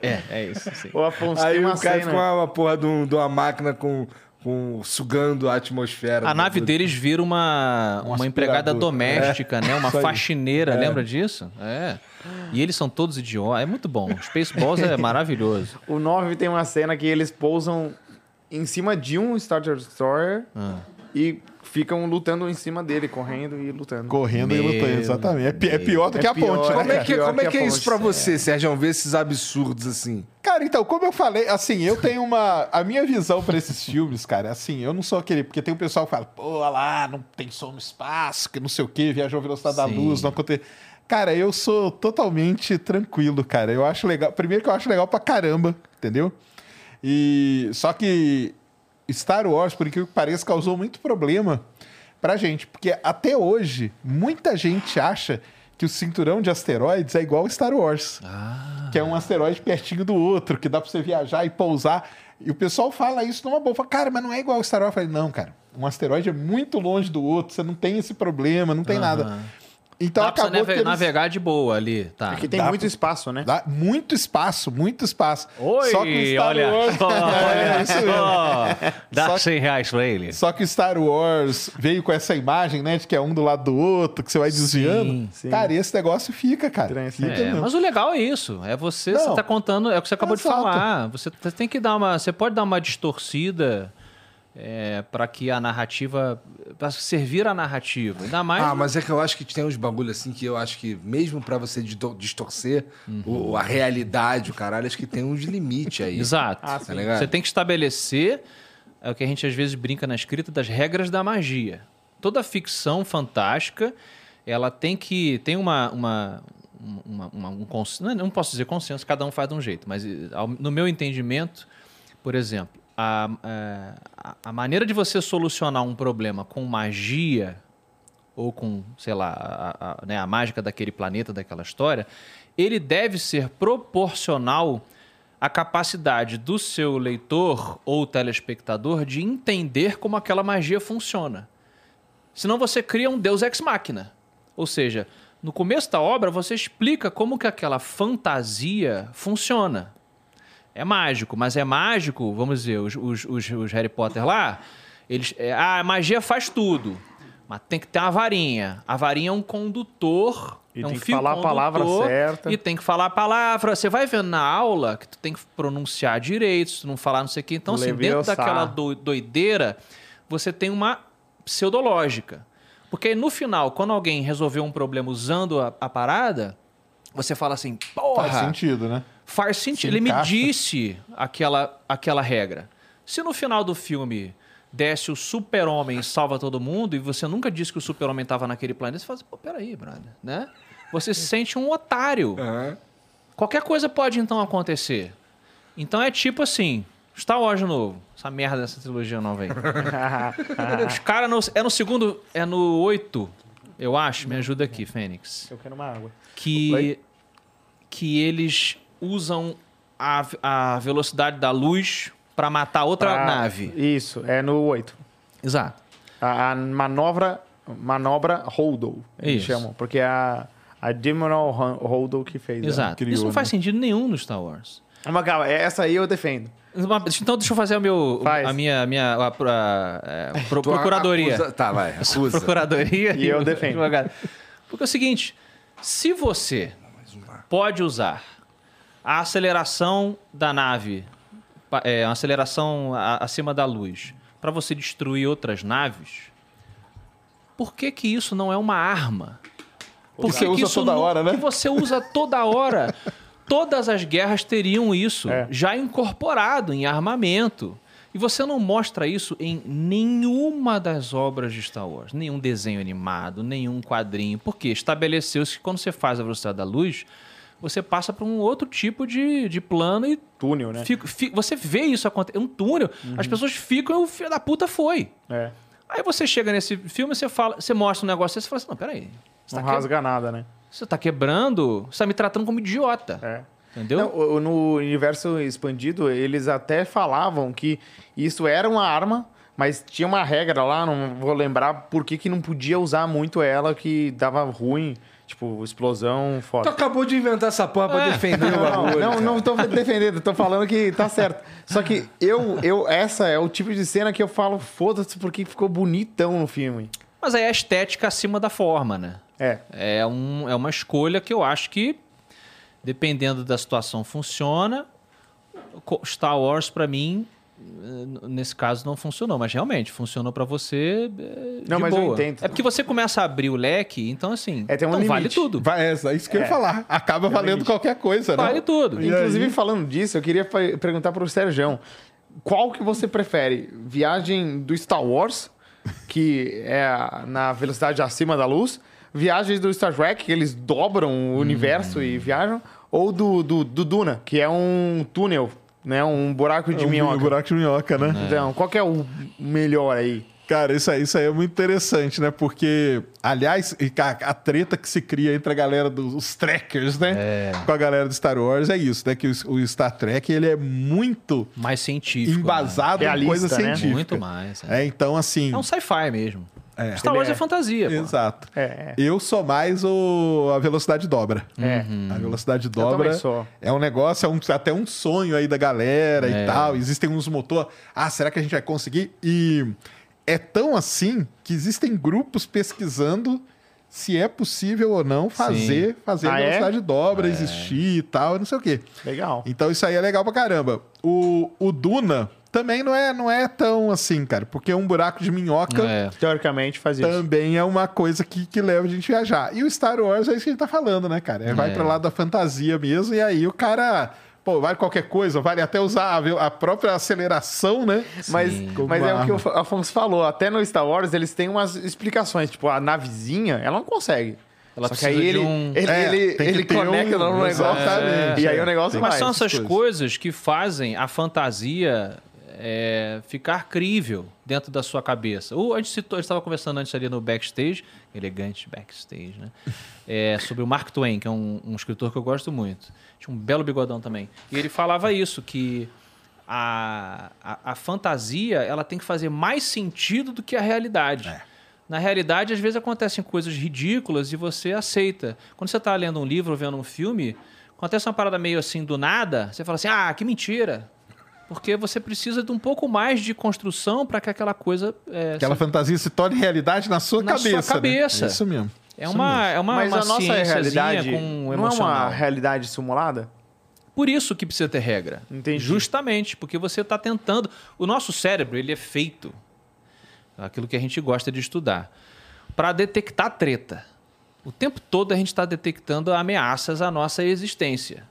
[SPEAKER 3] É, é isso, sim.
[SPEAKER 2] O Afonso
[SPEAKER 1] Aí
[SPEAKER 2] tem uma
[SPEAKER 1] o cara
[SPEAKER 2] cena.
[SPEAKER 1] fica
[SPEAKER 3] né?
[SPEAKER 1] uma, uma porra de, um- de uma máquina com, com- sugando a atmosfera.
[SPEAKER 3] A
[SPEAKER 1] do-
[SPEAKER 3] nave
[SPEAKER 1] do-
[SPEAKER 3] deles vira uma, uma empregada
[SPEAKER 4] aspirador.
[SPEAKER 3] doméstica, né? Uma
[SPEAKER 1] Isso aí.
[SPEAKER 3] faxineira, lembra disso? É. E eles são todos idiotas. É muito bom. Spaceballs é maravilhoso.
[SPEAKER 2] O 9 tem uma cena que eles pousam em cima de um Star Destroyer
[SPEAKER 3] Ah.
[SPEAKER 2] e ficam lutando em cima dele, correndo e lutando.
[SPEAKER 4] Correndo e lutando, exatamente. É, pi- é pior do que a
[SPEAKER 2] pior,
[SPEAKER 4] ponte, né?
[SPEAKER 2] é
[SPEAKER 1] Como é que,
[SPEAKER 2] Pior
[SPEAKER 1] como é,
[SPEAKER 2] que
[SPEAKER 1] que
[SPEAKER 2] a
[SPEAKER 1] é isso
[SPEAKER 2] ponte,
[SPEAKER 1] pra você, Sérgio? Ver esses absurdos assim.
[SPEAKER 4] Cara, então, como eu falei, assim, eu tenho uma. A minha visão pra esses filmes, cara, assim, eu não sou aquele. Porque tem um pessoal que fala, pô, olha lá, não tem som no espaço, que não sei o quê, viajou à velocidade da
[SPEAKER 3] Sim.
[SPEAKER 4] luz, não acontece. Cara, eu sou totalmente tranquilo, cara. Eu acho legal. Primeiro que eu acho legal pra caramba, entendeu? E. Só que. Star Wars, por incrível que pareça, causou muito problema pra gente. Porque até hoje, muita gente acha que o cinturão de asteroides é igual Star Wars que é um asteroide pertinho do outro, que dá pra você viajar e pousar. E o pessoal fala isso numa boa. Fala, cara, mas não é igual ao Star Wars. Eu falei, não, cara. Um asteroide é muito longe do outro, você não tem esse problema, não tem nada. Então
[SPEAKER 3] Dá pra você
[SPEAKER 4] acabou
[SPEAKER 3] nave-
[SPEAKER 4] que eles- É
[SPEAKER 3] navegar de boa ali, tá?
[SPEAKER 2] Porque É tem
[SPEAKER 4] Dá
[SPEAKER 2] muito
[SPEAKER 4] pra-
[SPEAKER 2] espaço, né?
[SPEAKER 4] Dá muito espaço, muito espaço.
[SPEAKER 3] Oi,
[SPEAKER 4] Só que o Star
[SPEAKER 3] olha
[SPEAKER 4] Wars...
[SPEAKER 3] só,
[SPEAKER 4] É,
[SPEAKER 3] olha
[SPEAKER 4] isso mesmo.
[SPEAKER 3] só. Dá
[SPEAKER 4] Só que-
[SPEAKER 3] 100 reais pra ele.
[SPEAKER 4] Só que o Star Wars veio com essa imagem, né? De que é um do lado do outro, que você vai desviando.
[SPEAKER 2] sim.
[SPEAKER 4] Cara, esse negócio fica, cara.
[SPEAKER 2] Estranho,
[SPEAKER 4] Fica
[SPEAKER 3] É,
[SPEAKER 4] mesmo.
[SPEAKER 3] mas o legal é isso. É você,
[SPEAKER 4] Não.
[SPEAKER 3] você tá contando, é o que você acabou
[SPEAKER 4] Exato.
[SPEAKER 3] de falar. Você t- tem que dar uma. Você pode dar uma distorcida é, para que a narrativa. para servir a narrativa. Ainda mais.
[SPEAKER 1] Ah, mas é que eu acho que tem uns bagulho assim que eu acho que, mesmo pra você disto- distorcer o- a realidade, o caralho, acho que tem uns limites aí.
[SPEAKER 3] Uhum. Exato.
[SPEAKER 1] sim. Tá ligado?
[SPEAKER 3] Ah, você tem que estabelecer é o que a gente às vezes brinca na escrita das regras da magia. Toda ficção fantástica, ela tem que tem uma, uma, uma- uma- um cons- não é- não posso dizer consenso, cada um faz de um jeito, mas eh, ao- no meu entendimento, por exemplo, a, eh, a, a maneira de você solucionar um problema com magia ou com, sei lá, a, a- né, a mágica daquele planeta, daquela história, ele deve ser proporcional à capacidade do seu leitor ou telespectador de entender como aquela magia funciona. Senão você cria um deus ex machina. Ou seja, no começo da obra você explica como que aquela fantasia funciona. É mágico, mas é mágico, vamos dizer, os, os- os- os Harry Potter lá, eles. é, ah, a magia faz tudo. Mas tem que ter uma varinha. A varinha é um condutor
[SPEAKER 2] E
[SPEAKER 3] é um
[SPEAKER 2] tem que
[SPEAKER 3] fio
[SPEAKER 2] falar a palavra
[SPEAKER 3] condutor
[SPEAKER 2] certa.
[SPEAKER 3] E tem que falar a palavra. Você vai vendo na aula que tu tem que pronunciar direito, se tu não falar não sei o quê. Então, assim, dentro
[SPEAKER 2] Leviosa.
[SPEAKER 3] daquela do- doideira, você tem uma pseudológica. Porque aí, no final, quando alguém resolveu um problema usando a, a parada, você fala assim, porra,
[SPEAKER 4] Faz sentido, né?
[SPEAKER 3] Faz sentido.
[SPEAKER 4] Se
[SPEAKER 3] Ele me
[SPEAKER 4] encaixa.
[SPEAKER 3] disse aquela, aquela regra. Se no final do filme desce o super-homem e salva todo mundo, e você nunca disse que o super-homem estava naquele planeta, você fala assim, pô, peraí, brother, né? Você se sente um otário.
[SPEAKER 4] É.
[SPEAKER 1] Aham.
[SPEAKER 3] Qualquer coisa pode então acontecer. Então é tipo assim, Star Wars de novo. Essa merda dessa trilogia nova aí. Os caras no- é no segundo, é no 8, eu acho. Me ajuda aqui, Fênix
[SPEAKER 2] Eu quero uma água.
[SPEAKER 3] que, que eles usam a, a velocidade da luz pra matar outra
[SPEAKER 2] Pra-
[SPEAKER 3] nave.
[SPEAKER 2] Ah, Isso, é no 8.
[SPEAKER 3] Exato.
[SPEAKER 2] A, a manobra, manobra Holdall, eles
[SPEAKER 3] Isso.
[SPEAKER 2] chamam. Porque é a, a Admiral Hon- Holdall que fez. ela.
[SPEAKER 3] Exato.
[SPEAKER 4] criou,
[SPEAKER 3] Isso não
[SPEAKER 4] né?
[SPEAKER 3] faz sentido nenhum no Star Wars.
[SPEAKER 2] Mas calma, é, essa aí eu defendo.
[SPEAKER 3] Então deixa eu fazer o meu,
[SPEAKER 2] Faz.
[SPEAKER 3] a minha, a minha a, pra- é, pro-
[SPEAKER 1] Tu
[SPEAKER 3] procuradoria.
[SPEAKER 1] acusa- Tá, vai. Acusa.
[SPEAKER 3] Procuradoria.
[SPEAKER 2] E eu defendo.
[SPEAKER 3] advogado. Porque é o seguinte, se você
[SPEAKER 2] um
[SPEAKER 3] pode usar a aceleração da nave, pa- é, uma aceleração a- acima da luz, para você destruir outras naves, por que que isso não é uma arma? Por
[SPEAKER 4] você usa toda
[SPEAKER 3] não-
[SPEAKER 4] hora, né?
[SPEAKER 3] Que você usa toda hora. Todas as guerras teriam isso
[SPEAKER 2] É.
[SPEAKER 3] já incorporado em armamento. E você não mostra isso em nenhuma das obras de Star Wars. Nenhum desenho animado, nenhum quadrinho. Porque estabeleceu-se que quando você faz a velocidade da luz, você passa para um outro tipo de, de plano e
[SPEAKER 2] Túnel, né? Uhum.
[SPEAKER 3] fica- fi- você vê isso acontecer. É um túnel. As pessoas ficam e o filho da puta foi.
[SPEAKER 2] É.
[SPEAKER 3] Aí você chega nesse filme, você fala, você mostra um negócio desse e fala assim: não, peraí. Você
[SPEAKER 2] Não
[SPEAKER 3] tá, que-
[SPEAKER 2] rasga nada, né?
[SPEAKER 3] você tá quebrando, você tá me tratando como idiota.
[SPEAKER 2] É.
[SPEAKER 3] Entendeu?
[SPEAKER 2] Não, o- o- no universo expandido, eles até falavam que isso era uma arma, mas tinha uma regra lá, não vou lembrar por que, que não podia usar muito ela, que dava ruim, tipo, explosão,
[SPEAKER 1] Tu
[SPEAKER 2] foda.
[SPEAKER 1] acabou de inventar essa porra
[SPEAKER 2] Ah.
[SPEAKER 1] pra defender Tá o
[SPEAKER 2] Não,
[SPEAKER 1] bagulho.
[SPEAKER 2] não, não tô defendendo, tô falando que tá certo. Só que eu, eu, essa é o tipo de cena que eu falo, foda-se, porque ficou bonitão no filme.
[SPEAKER 3] Mas aí é a estética acima da forma, né?
[SPEAKER 2] É.
[SPEAKER 3] É, um, é uma escolha que eu acho que, dependendo da situação, funciona. Co- Star Wars, pra mim, eh, n- nesse caso não funcionou, mas realmente funcionou pra você. eh,
[SPEAKER 2] Não,
[SPEAKER 3] de
[SPEAKER 2] mas eu
[SPEAKER 3] boa.
[SPEAKER 2] entendo.
[SPEAKER 3] É porque você começa a abrir o leque, então assim.
[SPEAKER 2] É, tem um
[SPEAKER 3] então vale
[SPEAKER 2] limite.
[SPEAKER 3] tudo.
[SPEAKER 4] Vai, é é isso que eu ia falar. Acaba valendo qualquer coisa, né?
[SPEAKER 3] Vale
[SPEAKER 2] um
[SPEAKER 3] tudo.
[SPEAKER 2] Inclusive, falando disso, eu queria fa- perguntar pro Serjão. Qual que você prefere? Viagem do Star Wars, que é na velocidade acima da luz? Viagens do Star Trek, que eles dobram o universo e viajam? Ou do, do, do Duna, que é um túnel, né? Um buraco de
[SPEAKER 4] Um
[SPEAKER 2] minhoca.
[SPEAKER 4] buraco de minhoca, né?
[SPEAKER 2] Então, qual que é o melhor aí?
[SPEAKER 4] Cara, isso aí, isso aí é muito interessante, né? Porque, aliás, e ca- a, treta que se cria entre a galera dos os trackers, né?
[SPEAKER 2] É.
[SPEAKER 4] Com a galera do Star Wars é isso, né? Que o, o Star Trek ele é muito
[SPEAKER 3] Mais científico.
[SPEAKER 4] embasado em
[SPEAKER 2] Realista, né?
[SPEAKER 4] coisa
[SPEAKER 3] Né?
[SPEAKER 4] científica.
[SPEAKER 3] Muito mais. É,
[SPEAKER 4] É, então assim.
[SPEAKER 3] É um sci-fi mesmo.
[SPEAKER 4] É.
[SPEAKER 3] Star Wars é,
[SPEAKER 2] Ele é-
[SPEAKER 3] fantasia. pô.
[SPEAKER 4] Exato.
[SPEAKER 2] É,
[SPEAKER 4] Eu sou mais o a velocidade dobra.
[SPEAKER 2] É.
[SPEAKER 4] A velocidade
[SPEAKER 2] também
[SPEAKER 4] Uhum. dobra
[SPEAKER 2] sou.
[SPEAKER 4] é um negócio, é um- até um sonho aí da galera
[SPEAKER 3] É.
[SPEAKER 4] e tal. Existem uns motor. Ah, será que a gente vai conseguir? E é tão assim que existem grupos pesquisando se é possível ou não fazer, fazer
[SPEAKER 2] Ah,
[SPEAKER 4] a
[SPEAKER 2] é?
[SPEAKER 4] velocidade dobra existir e tal, não sei o quê.
[SPEAKER 2] legal.
[SPEAKER 4] Então isso aí é legal pra caramba. O, o Duna também não é, não é tão assim, cara, porque um buraco de minhoca
[SPEAKER 3] É.
[SPEAKER 2] Teoricamente faz isso.
[SPEAKER 4] também é uma coisa que, que leva a gente a viajar. E o Star Wars é isso que a gente tá falando, né, cara? É, Vai pra lá da fantasia mesmo, e aí o cara. Pô, vale qualquer coisa, vale até usar a, ve- a própria aceleração, né?
[SPEAKER 2] Mas,
[SPEAKER 4] Como
[SPEAKER 2] mas é o que
[SPEAKER 4] arma.
[SPEAKER 2] o Afonso falou. Até no Star Wars eles têm umas explicações. Tipo, a navezinha, ela não consegue.
[SPEAKER 3] Ela
[SPEAKER 2] Só que
[SPEAKER 3] precisa
[SPEAKER 2] aí
[SPEAKER 3] de
[SPEAKER 2] ele,
[SPEAKER 3] um-
[SPEAKER 2] ele,
[SPEAKER 4] É,
[SPEAKER 2] ele,
[SPEAKER 4] tem que
[SPEAKER 2] ele
[SPEAKER 4] ter
[SPEAKER 2] conecta
[SPEAKER 4] um-
[SPEAKER 2] no negócio
[SPEAKER 4] Exatamente. é,
[SPEAKER 2] e aí o negócio
[SPEAKER 3] Mas
[SPEAKER 2] vai.
[SPEAKER 3] são essas
[SPEAKER 4] coisas.
[SPEAKER 3] coisas. que fazem a fantasia é, ficar crível dentro da sua cabeça. O, a gente citou, a gente estava conversando antes ali no backstage, elegante backstage, né? É, sobre o Mark Twain, que é um, um escritor que eu gosto muito. Tinha um belo bigodão também. E ele falava isso, que a, a, a fantasia ela tem que fazer mais sentido do que a realidade. Na realidade, às vezes acontecem coisas ridículas e você aceita. Quando você está lendo um livro ou vendo um filme, acontece uma parada meio assim do nada, você fala assim: ah, que mentira. Porque você precisa de um pouco mais de construção para que aquela coisa. é,
[SPEAKER 4] Aquela fantasia se torne realidade na sua
[SPEAKER 3] Na sua
[SPEAKER 4] cabeça. né?
[SPEAKER 3] cabeça.
[SPEAKER 4] Isso mesmo.
[SPEAKER 3] É uma, é uma,
[SPEAKER 2] Mas
[SPEAKER 3] uma
[SPEAKER 2] a nossa
[SPEAKER 3] ciênciazinha
[SPEAKER 2] realidade
[SPEAKER 3] com
[SPEAKER 2] não é uma
[SPEAKER 3] emocional.
[SPEAKER 2] realidade simulada?
[SPEAKER 3] Por isso que precisa ter regra.
[SPEAKER 2] Entendi.
[SPEAKER 3] Justamente, porque você está tentando. O nosso cérebro, ele é feito, aquilo que a gente gosta de estudar, para detectar treta. O tempo todo a gente está detectando ameaças à nossa existência.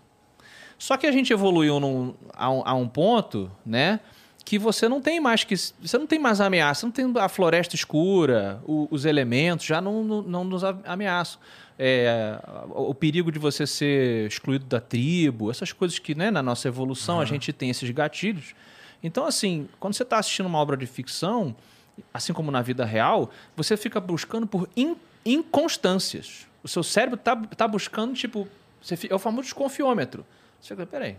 [SPEAKER 3] Só que a gente evoluiu num- a, um, a um ponto, né? Que você não tem mais que. Você não tem mais ameaça, você não tem a floresta escura, o- os elementos já não, não, não nos a- ameaçam. É, o, o perigo de você ser excluído da tribo, essas coisas que, né, na nossa evolução, a gente tem esses gatilhos. Então, assim, quando você está assistindo uma obra de ficção, assim como na vida real, você fica buscando por in- inconstâncias. O seu cérebro tá, tá buscando, tipo, você fi- é o famoso desconfiômetro. Você fica, peraí,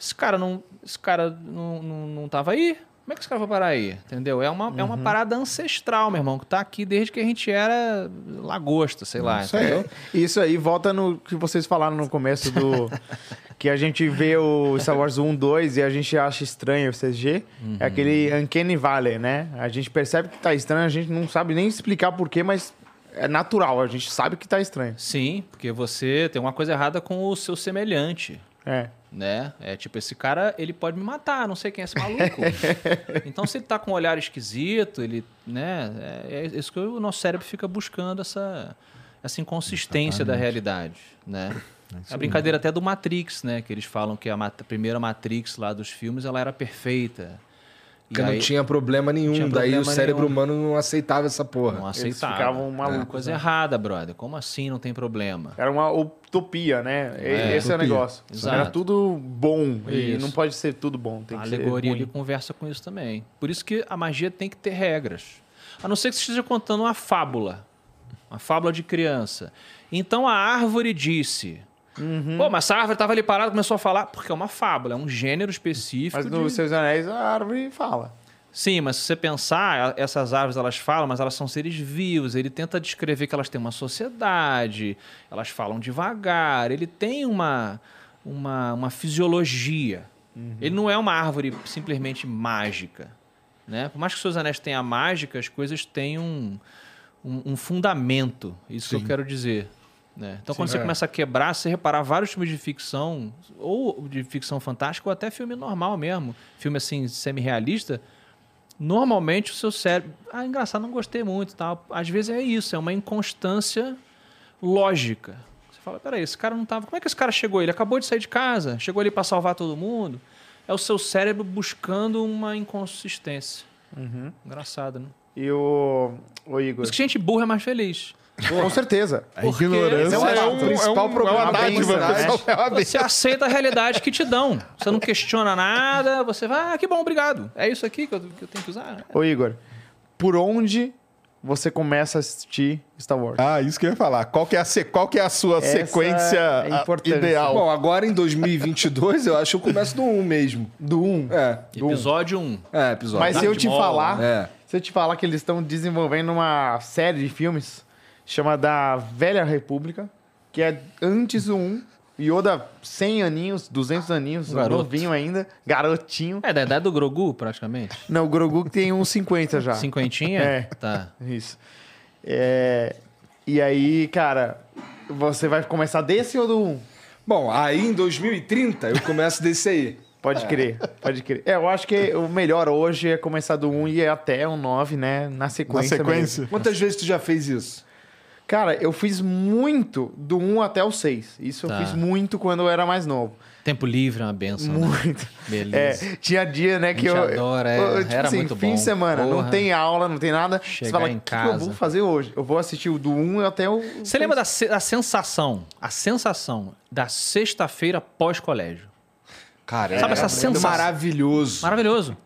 [SPEAKER 3] esse cara não, esse cara não, não, não tava aí? Como é que esse cara vai parar aí? Entendeu? É uma, é
[SPEAKER 4] Uhum.
[SPEAKER 3] uma parada ancestral, meu irmão, que tá aqui desde que a gente era lagosta, sei lá.
[SPEAKER 4] Isso aí.
[SPEAKER 2] Isso aí volta no que vocês falaram no começo do. que a gente vê o Star Wars 1, 2 e a gente acha estranho o CG. É aquele Uncanny Valley, né? A gente percebe que tá estranho, a gente não sabe nem explicar porquê, mas é natural, a gente sabe que tá estranho.
[SPEAKER 3] Sim, porque você tem uma coisa errada com o seu semelhante.
[SPEAKER 2] É.
[SPEAKER 3] né? É tipo, esse cara, ele pode me matar, não sei quem é esse maluco. então, se ele tá com um olhar esquisito, ele, né? É, é isso que o nosso cérebro fica buscando, essa, essa inconsistência da realidade, né? a brincadeira até do Matrix, né? Que eles falam que a, mat- a primeira Matrix lá dos filmes, ela era perfeita. E
[SPEAKER 1] Porque não
[SPEAKER 3] aí-
[SPEAKER 1] tinha problema nenhum.
[SPEAKER 3] Tinha
[SPEAKER 1] Daí
[SPEAKER 3] problema
[SPEAKER 1] o cérebro
[SPEAKER 3] nenhum. né?
[SPEAKER 1] humano não aceitava essa porra.
[SPEAKER 3] Não
[SPEAKER 2] Eles
[SPEAKER 3] aceitava. É,
[SPEAKER 2] ficavam malucos,
[SPEAKER 3] Coisa
[SPEAKER 2] né?
[SPEAKER 3] errada, brother. Como assim não tem problema?
[SPEAKER 2] Era uma utopia, né? E-
[SPEAKER 3] É,
[SPEAKER 2] Esse é o negócio.
[SPEAKER 3] Exato.
[SPEAKER 2] Era tudo bom. E
[SPEAKER 3] Isso.
[SPEAKER 2] não pode ser tudo bom. Tem
[SPEAKER 3] a
[SPEAKER 2] que
[SPEAKER 3] alegoria
[SPEAKER 2] ser ruim.
[SPEAKER 3] ele conversa com isso também. Por isso que a magia tem que ter regras. A não ser que você esteja contando uma fábula. Uma fábula de criança. Então a árvore disse.
[SPEAKER 2] Uhum.
[SPEAKER 3] Pô, mas essa árvore estava ali parada, começou a falar. Porque é uma fábula, é um gênero específico.
[SPEAKER 2] Mas
[SPEAKER 3] Tipo de-
[SPEAKER 2] nos Seus Anéis a árvore fala.
[SPEAKER 3] Sim, mas se você pensar, a- essas árvores elas falam, mas elas são seres vivos. Ele tenta descrever que elas têm uma sociedade, elas falam devagar, ele tem uma, uma, uma fisiologia. Ele não é uma árvore simplesmente mágica. Né? Por mais que os seus anéis tenham mágica, as coisas têm um, um, um fundamento. Isso que eu quero dizer. né? Então, quando você começa a quebrar, você reparar vários filmes de ficção, ou de ficção fantástica, ou até filme normal mesmo, filme assim, semi-realista, normalmente o seu cérebro. Ah, engraçado, não gostei muito e tal. Às vezes é isso, é uma inconstância lógica. Você fala, peraí, esse cara não tava. Como é que esse cara chegou? Ele acabou de sair de casa, chegou ali para salvar todo mundo. É o seu cérebro buscando uma inconsistência.
[SPEAKER 4] Uhum.
[SPEAKER 3] Engraçado, né?
[SPEAKER 2] E o, o
[SPEAKER 3] Por
[SPEAKER 2] Igor.
[SPEAKER 3] isso que gente burra é mais feliz.
[SPEAKER 2] Com certeza.
[SPEAKER 4] A
[SPEAKER 3] Porque
[SPEAKER 4] ignorância
[SPEAKER 2] esse é
[SPEAKER 4] é
[SPEAKER 2] um-
[SPEAKER 4] o
[SPEAKER 1] é
[SPEAKER 4] principal
[SPEAKER 1] um-
[SPEAKER 4] problema
[SPEAKER 1] é uma
[SPEAKER 4] da
[SPEAKER 1] dádiva,
[SPEAKER 4] humanidade.
[SPEAKER 1] né?
[SPEAKER 4] É uma
[SPEAKER 3] Você aceita a realidade que te dão. Você não questiona nada, você vai, ah, que bom, obrigado. É isso aqui que eu, que eu tenho que usar?
[SPEAKER 2] Ô, Igor, por onde você começa a assistir Star Wars?
[SPEAKER 4] Ah, isso que eu ia falar. Qual que é a, se- qual que é a sua
[SPEAKER 2] Essa
[SPEAKER 4] sequência
[SPEAKER 2] é
[SPEAKER 4] ah,
[SPEAKER 2] importante.
[SPEAKER 4] ideal?
[SPEAKER 1] Bom, agora em 2022, eu acho que eu começo do 1 mesmo.
[SPEAKER 2] Do 1.
[SPEAKER 1] É, do 1.
[SPEAKER 3] Episódio 1.
[SPEAKER 1] É, episódio. um.
[SPEAKER 2] Mas se eu te
[SPEAKER 3] Darth Maul, É.
[SPEAKER 2] falar,
[SPEAKER 1] né?
[SPEAKER 2] se eu te falar que eles estão desenvolvendo uma série de filmes chamada Velha República, que é antes do 1, Yoda 100 aninhos, 200 aninhos,
[SPEAKER 3] Garoto.
[SPEAKER 2] novinho ainda, garotinho.
[SPEAKER 3] É, da idade do Grogu, praticamente.
[SPEAKER 2] Não, o Grogu que tem uns 50 já.
[SPEAKER 3] Cinquentinha?
[SPEAKER 2] É.
[SPEAKER 3] Tá.
[SPEAKER 2] Isso. É, E aí, cara, você vai começar desse ou do 1?
[SPEAKER 1] Bom, aí em 2030 eu começo desse aí.
[SPEAKER 2] Pode crer, pode crer. É, eu acho que o melhor hoje é começar do 1 e ir até o 9, né? Na
[SPEAKER 4] Na
[SPEAKER 2] sequência.
[SPEAKER 4] sequência?
[SPEAKER 2] mesmo.
[SPEAKER 1] Quantas vezes tu já fez isso?
[SPEAKER 2] Cara, eu fiz muito do 1 até o 6. Isso
[SPEAKER 3] Tá.
[SPEAKER 2] eu fiz muito quando eu era mais novo.
[SPEAKER 3] Tempo livre é uma benção. né?
[SPEAKER 2] Muito. É,
[SPEAKER 3] Beleza.
[SPEAKER 2] tinha dia, né, que
[SPEAKER 3] A
[SPEAKER 2] eu.
[SPEAKER 3] gente adora, é.
[SPEAKER 2] eu, tipo assim,
[SPEAKER 3] Era muito
[SPEAKER 2] fim
[SPEAKER 3] bom.
[SPEAKER 2] de semana,
[SPEAKER 3] Porra.
[SPEAKER 2] não tem aula, não tem nada.
[SPEAKER 3] Chegar
[SPEAKER 2] você fala,
[SPEAKER 3] em
[SPEAKER 2] o que, que eu
[SPEAKER 3] casa."
[SPEAKER 2] vou fazer hoje? Eu vou assistir o do 1 até o.
[SPEAKER 3] Você lembra da, se- da sensação? A sensação da sexta-feira pós-colégio.
[SPEAKER 1] Cara,
[SPEAKER 3] Sabe essa
[SPEAKER 1] era
[SPEAKER 3] sensação?
[SPEAKER 1] maravilhoso.
[SPEAKER 3] Maravilhoso.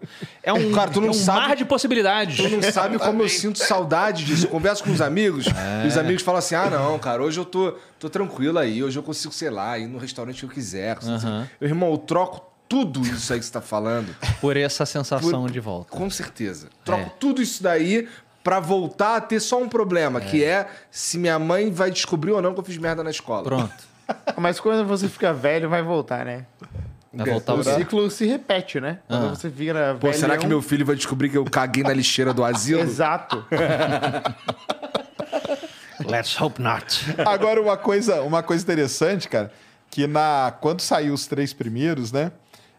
[SPEAKER 3] É um,
[SPEAKER 1] Cara, tu não
[SPEAKER 3] é um
[SPEAKER 1] sabe-
[SPEAKER 3] mar de possibilidades.
[SPEAKER 1] Tu não sabe como eu sinto saudade disso. Eu converso com os amigos,
[SPEAKER 3] É.
[SPEAKER 1] e os amigos falam assim: ah, não, cara, hoje eu tô, tô tranquilo aí, hoje eu consigo, sei lá, ir no restaurante que eu quiser. assim,
[SPEAKER 3] Aham.
[SPEAKER 1] assim. Eu, irmão, eu troco tudo isso aí que você tá falando,
[SPEAKER 3] Por essa sensação de volta.
[SPEAKER 1] com certeza. Troco
[SPEAKER 3] É.
[SPEAKER 1] tudo isso daí pra voltar a ter só um problema, que é se minha mãe vai descobrir ou não que eu fiz merda na escola.
[SPEAKER 3] Pronto.
[SPEAKER 2] Mas quando você fica velho, vai voltar, né?
[SPEAKER 3] Vai voltar
[SPEAKER 2] o
[SPEAKER 3] pra...
[SPEAKER 2] ciclo se repete, né? Quando
[SPEAKER 3] Ah.
[SPEAKER 2] você vira
[SPEAKER 1] Pô,
[SPEAKER 2] velho.
[SPEAKER 4] é
[SPEAKER 1] será
[SPEAKER 4] um
[SPEAKER 1] que meu filho vai descobrir que eu caguei na lixeira do asilo?
[SPEAKER 2] Exato.
[SPEAKER 6] Let's hope not.
[SPEAKER 4] Agora, uma coisa, uma coisa interessante, cara, que na quando saiu os três primeiros, né?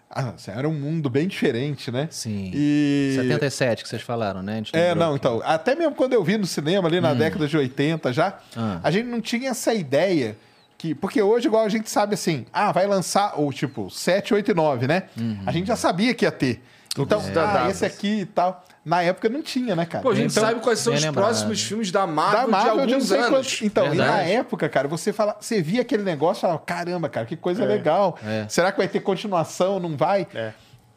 [SPEAKER 4] ah, assim, era um mundo bem diferente, né?
[SPEAKER 3] Sim.
[SPEAKER 4] E...
[SPEAKER 3] 77 que vocês falaram, né? A gente
[SPEAKER 4] É,
[SPEAKER 3] lembrou
[SPEAKER 4] não,
[SPEAKER 3] aqui.
[SPEAKER 4] então. Até mesmo quando eu vi no cinema ali na década de 80 já,
[SPEAKER 3] Hum. Ah.
[SPEAKER 4] a gente não tinha essa ideia. Que, porque hoje, igual a gente sabe assim, ah, vai lançar, ou tipo, 7, 8 e 9, né?
[SPEAKER 3] Uhum.
[SPEAKER 4] A gente já sabia que ia ter. Então, ah, esse aqui e tal. Na época não tinha, né, cara?
[SPEAKER 1] Pô, a gente
[SPEAKER 3] Então,
[SPEAKER 1] sabe quais são
[SPEAKER 3] bem
[SPEAKER 1] os
[SPEAKER 3] lembrado.
[SPEAKER 1] próximos filmes da Marvel,
[SPEAKER 4] da Marvel
[SPEAKER 1] de
[SPEAKER 4] de não
[SPEAKER 1] alguns
[SPEAKER 4] sei
[SPEAKER 1] anos.
[SPEAKER 4] quantos. Então, e na
[SPEAKER 3] Verdade.
[SPEAKER 4] época, cara, você fala, você via aquele negócio e falava, caramba, cara, que
[SPEAKER 3] É,
[SPEAKER 4] coisa legal. Será que vai ter continuação? Não vai?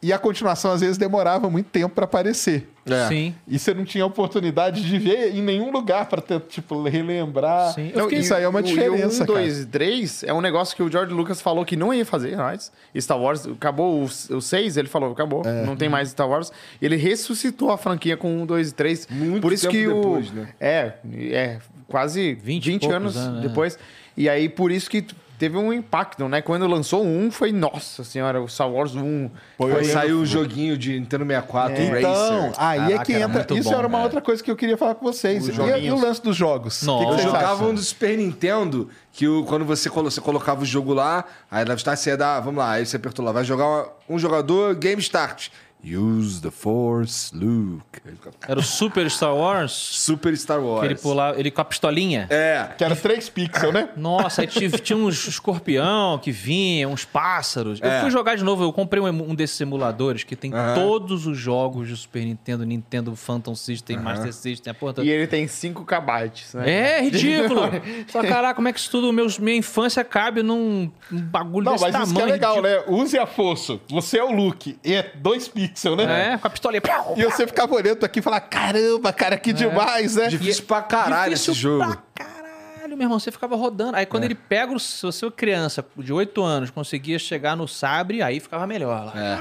[SPEAKER 4] E a continuação, às vezes, demorava muito tempo pra aparecer.
[SPEAKER 1] É.
[SPEAKER 3] Sim.
[SPEAKER 4] E você não tinha oportunidade de ver em nenhum lugar pra ter, tipo, relembrar.
[SPEAKER 3] Sim. Eu
[SPEAKER 4] Não,
[SPEAKER 3] fiquei-
[SPEAKER 4] Isso aí é uma diferença,
[SPEAKER 2] 1,
[SPEAKER 4] cara.
[SPEAKER 2] 2 e 3 um, é um negócio que o George Lucas falou que não ia fazer mais. Star Wars, acabou o, o 6, ele falou, acabou,
[SPEAKER 4] É.
[SPEAKER 2] não tem mais Star Wars. Ele ressuscitou a franquia com 1, 2 e 3.
[SPEAKER 1] Muito
[SPEAKER 2] Por isso
[SPEAKER 1] tempo
[SPEAKER 2] que o
[SPEAKER 1] depois, né?
[SPEAKER 2] é, é quase
[SPEAKER 3] 20
[SPEAKER 2] 20,
[SPEAKER 3] e poucos
[SPEAKER 2] anos
[SPEAKER 3] anos, né?
[SPEAKER 2] depois. E aí por isso que teve um impacto, né? Quando lançou o 1 foi, nossa senhora, o Star Wars 1.
[SPEAKER 4] Pô,
[SPEAKER 1] Quando
[SPEAKER 4] eu lembro-
[SPEAKER 1] saiu o um joguinho de Nintendo 64, Racer.
[SPEAKER 4] Então, aí é
[SPEAKER 3] Caraca,
[SPEAKER 4] que
[SPEAKER 3] era
[SPEAKER 4] entra.
[SPEAKER 3] muito
[SPEAKER 4] isso
[SPEAKER 3] bom,
[SPEAKER 4] era uma
[SPEAKER 3] cara.
[SPEAKER 4] outra coisa que eu queria falar com vocês. E, e o
[SPEAKER 2] joguinhos.
[SPEAKER 4] lance dos jogos? O
[SPEAKER 1] Eu
[SPEAKER 3] Nossa.
[SPEAKER 4] vocês
[SPEAKER 1] jogava
[SPEAKER 4] acham?
[SPEAKER 1] um do Super Nintendo, que o- quando você, colo- você colocava o jogo lá, aí na Star você ia dar, vamos lá, aí você apertou lá, vai jogar uma- um jogador, Game Start. Use the Force, Luke. Aí fica,
[SPEAKER 3] Era o Super Star Wars,
[SPEAKER 1] Super Star Wars.
[SPEAKER 3] que ele pulava, ele com a pistolinha.
[SPEAKER 1] É.
[SPEAKER 4] Que era 3 pixels, né?
[SPEAKER 3] Nossa, aí tive- tinha uns escorpião que vinha, uns pássaros.
[SPEAKER 4] É.
[SPEAKER 3] Eu fui jogar de novo, eu comprei um, emu- um desses emuladores que tem
[SPEAKER 1] Aham.
[SPEAKER 3] todos os jogos de Super Nintendo, Nintendo Phantom System, Master System, a porra toda.
[SPEAKER 2] E ele tem 5 kbytes, né?
[SPEAKER 3] É ridículo! Só caraca, como é que isso tudo, meus, minha infância cabe num num bagulho
[SPEAKER 4] Não,
[SPEAKER 3] desse
[SPEAKER 4] mas
[SPEAKER 3] tamanho?
[SPEAKER 4] isso que é legal,
[SPEAKER 3] ridículo.
[SPEAKER 4] né? Use a força. Você é o Luke. E é 2 pixels, né?
[SPEAKER 3] É, com a pistolinha. Pau,
[SPEAKER 4] E você ficava olhando aqui e falava, caramba, cara, que demais, né?
[SPEAKER 1] Difícil pra caralho
[SPEAKER 3] Difícil
[SPEAKER 1] esse jogo.
[SPEAKER 3] Pra caralho, meu irmão, você ficava rodando. Aí quando ele pega, o- se você é uma criança de 8 anos conseguia chegar no sabre, aí ficava melhor. Lá.
[SPEAKER 1] É.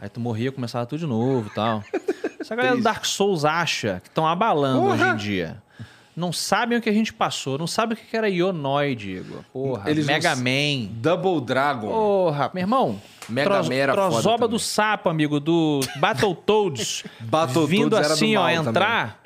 [SPEAKER 3] Aí tu morria, começava tudo de novo e tal. Essa galera do Dark Souls acha que estão abalando hoje em dia. Não sabem o que a gente passou, não sabem o que era Ionoi, Diego. Porra,
[SPEAKER 1] Eles não
[SPEAKER 3] Mega
[SPEAKER 1] s-
[SPEAKER 3] Man.
[SPEAKER 1] Double Dragon.
[SPEAKER 3] Porra, meu irmão.
[SPEAKER 1] Mega Man era foda
[SPEAKER 3] Trozoba
[SPEAKER 1] também.
[SPEAKER 3] do sapo, amigo, do Battletoads.
[SPEAKER 1] Battletoads
[SPEAKER 3] Vindo
[SPEAKER 1] era do
[SPEAKER 3] assim, ó,
[SPEAKER 1] mal
[SPEAKER 3] entrar.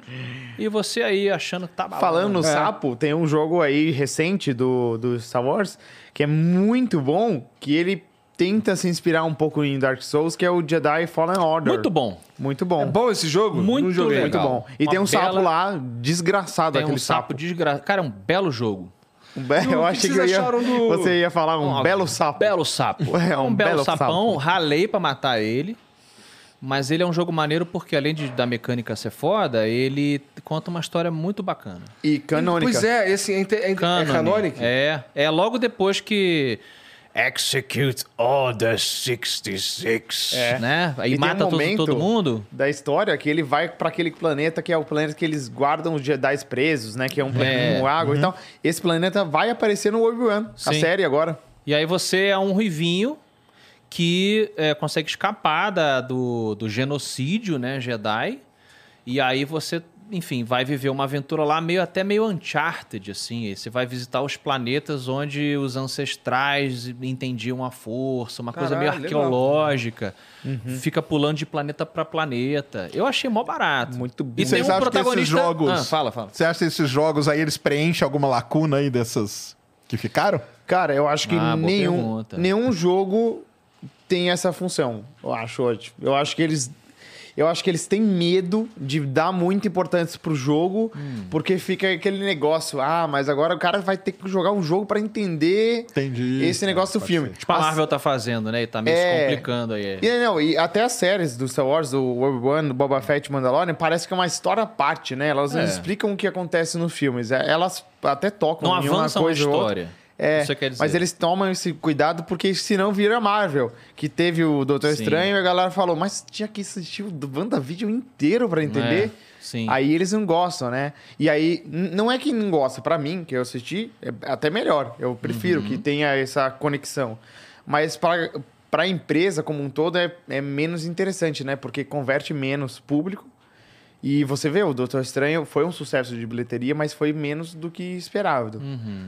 [SPEAKER 3] E você aí achando que tá balando.
[SPEAKER 2] Falando no sapo, tem um jogo aí recente do, do Star Wars que é muito bom, que ele tenta se inspirar um pouco em Dark Souls, que é o Jedi Fallen Order.
[SPEAKER 3] Muito bom.
[SPEAKER 2] Muito bom.
[SPEAKER 1] É bom esse jogo?
[SPEAKER 3] Muito
[SPEAKER 1] Não joguei.
[SPEAKER 2] Muito
[SPEAKER 3] legal.
[SPEAKER 2] bom. E
[SPEAKER 3] Uma
[SPEAKER 2] tem um sapo
[SPEAKER 3] bela-
[SPEAKER 2] lá, desgraçado
[SPEAKER 3] Tem
[SPEAKER 2] aquele
[SPEAKER 3] um sapo desgraçado. Cara, é um belo jogo.
[SPEAKER 1] E o
[SPEAKER 2] Eu
[SPEAKER 1] que
[SPEAKER 2] achei
[SPEAKER 1] vocês
[SPEAKER 2] que eu ia-
[SPEAKER 1] acharam do-
[SPEAKER 2] você ia falar um
[SPEAKER 3] Ó,
[SPEAKER 2] belo sapo.
[SPEAKER 3] Belo sapo.
[SPEAKER 2] É, um belo
[SPEAKER 3] sapão.
[SPEAKER 2] sapo.
[SPEAKER 3] Ralei pra matar ele. Mas ele é um jogo maneiro porque, além de, da mecânica ser foda, ele conta uma história muito bacana.
[SPEAKER 2] E canônica.
[SPEAKER 1] Pois é, esse é, inte- é,
[SPEAKER 3] Cânone.
[SPEAKER 1] é canônico?
[SPEAKER 3] É. É logo depois que.
[SPEAKER 6] Execute Order 66.
[SPEAKER 2] É.
[SPEAKER 3] Né?
[SPEAKER 2] E
[SPEAKER 3] Aí
[SPEAKER 2] tem
[SPEAKER 3] mata
[SPEAKER 2] um
[SPEAKER 3] todo-
[SPEAKER 2] momento-
[SPEAKER 3] todo mundo.
[SPEAKER 2] Da história que ele vai pra aquele planeta que é o planeta que eles guardam os Jedi presos, né? Que é um planeta
[SPEAKER 3] É.
[SPEAKER 2] com água e tal. Esse planeta vai aparecer no Obi-Wan, a
[SPEAKER 3] Sim.
[SPEAKER 2] série agora.
[SPEAKER 3] E aí você é um ruivinho que é, consegue escapar da- do, do genocídio, né, Jedi. E aí você, enfim, vai viver uma aventura lá meio até meio Uncharted, assim. E Você vai visitar os planetas onde os ancestrais entendiam a força, uma coisa meio
[SPEAKER 1] Caralho, legal.
[SPEAKER 3] arqueológica.
[SPEAKER 2] Uhum.
[SPEAKER 3] Fica pulando de planeta pra planeta. Eu achei mó barato.
[SPEAKER 2] Muito bom.
[SPEAKER 3] E tem
[SPEAKER 4] Vocês
[SPEAKER 3] um
[SPEAKER 4] acham que esses
[SPEAKER 3] protagonista...
[SPEAKER 4] jogos-
[SPEAKER 3] Ah, fala, fala.
[SPEAKER 4] Você acha que esses jogos aí, eles preenchem alguma lacuna aí dessas que ficaram?
[SPEAKER 2] Cara, eu acho que
[SPEAKER 3] Ah, boa
[SPEAKER 2] nenhum,
[SPEAKER 3] pergunta.
[SPEAKER 2] nenhum jogo tem essa função, eu acho hoje. Eu acho que eles. Eu acho que eles têm medo de dar muita importância pro jogo,
[SPEAKER 3] Hum.
[SPEAKER 2] porque fica aquele negócio, ah, mas agora o cara vai ter que jogar um jogo pra entender
[SPEAKER 4] Entendi.
[SPEAKER 2] esse negócio do
[SPEAKER 4] Pode
[SPEAKER 2] filme.
[SPEAKER 3] Tipo, a
[SPEAKER 2] As-
[SPEAKER 3] Marvel tá fazendo, né? E tá meio se
[SPEAKER 2] É.
[SPEAKER 3] complicando aí.
[SPEAKER 2] E, não, e até as séries do Star Wars, do Obi-Wan, do Boba Fett, Mandalorian, parece que é uma história à parte, né? Elas
[SPEAKER 3] É.
[SPEAKER 2] não explicam o que acontece nos filmes. É, Elas até tocam
[SPEAKER 3] Não
[SPEAKER 2] em é uma
[SPEAKER 3] avançam a
[SPEAKER 2] coisa ou outra.
[SPEAKER 3] história.
[SPEAKER 2] É,
[SPEAKER 3] Isso quer dizer.
[SPEAKER 2] mas eles tomam esse cuidado porque senão vira Marvel. Que teve o Doutor
[SPEAKER 3] Sim.
[SPEAKER 2] Estranho e a galera falou, mas tinha que assistir o WandaVision inteiro pra entender.
[SPEAKER 3] É, sim.
[SPEAKER 2] Aí eles não gostam, né? E aí, n- não é que não gosta. Pra mim, que eu assisti, é até melhor. Eu prefiro
[SPEAKER 3] Uhum.
[SPEAKER 2] que tenha essa conexão. Mas pra, pra empresa como um todo é, é menos interessante, né? Porque converte menos público. E você vê, o Doutor Estranho foi um sucesso de bilheteria, mas foi menos do que esperado.
[SPEAKER 3] Uhum.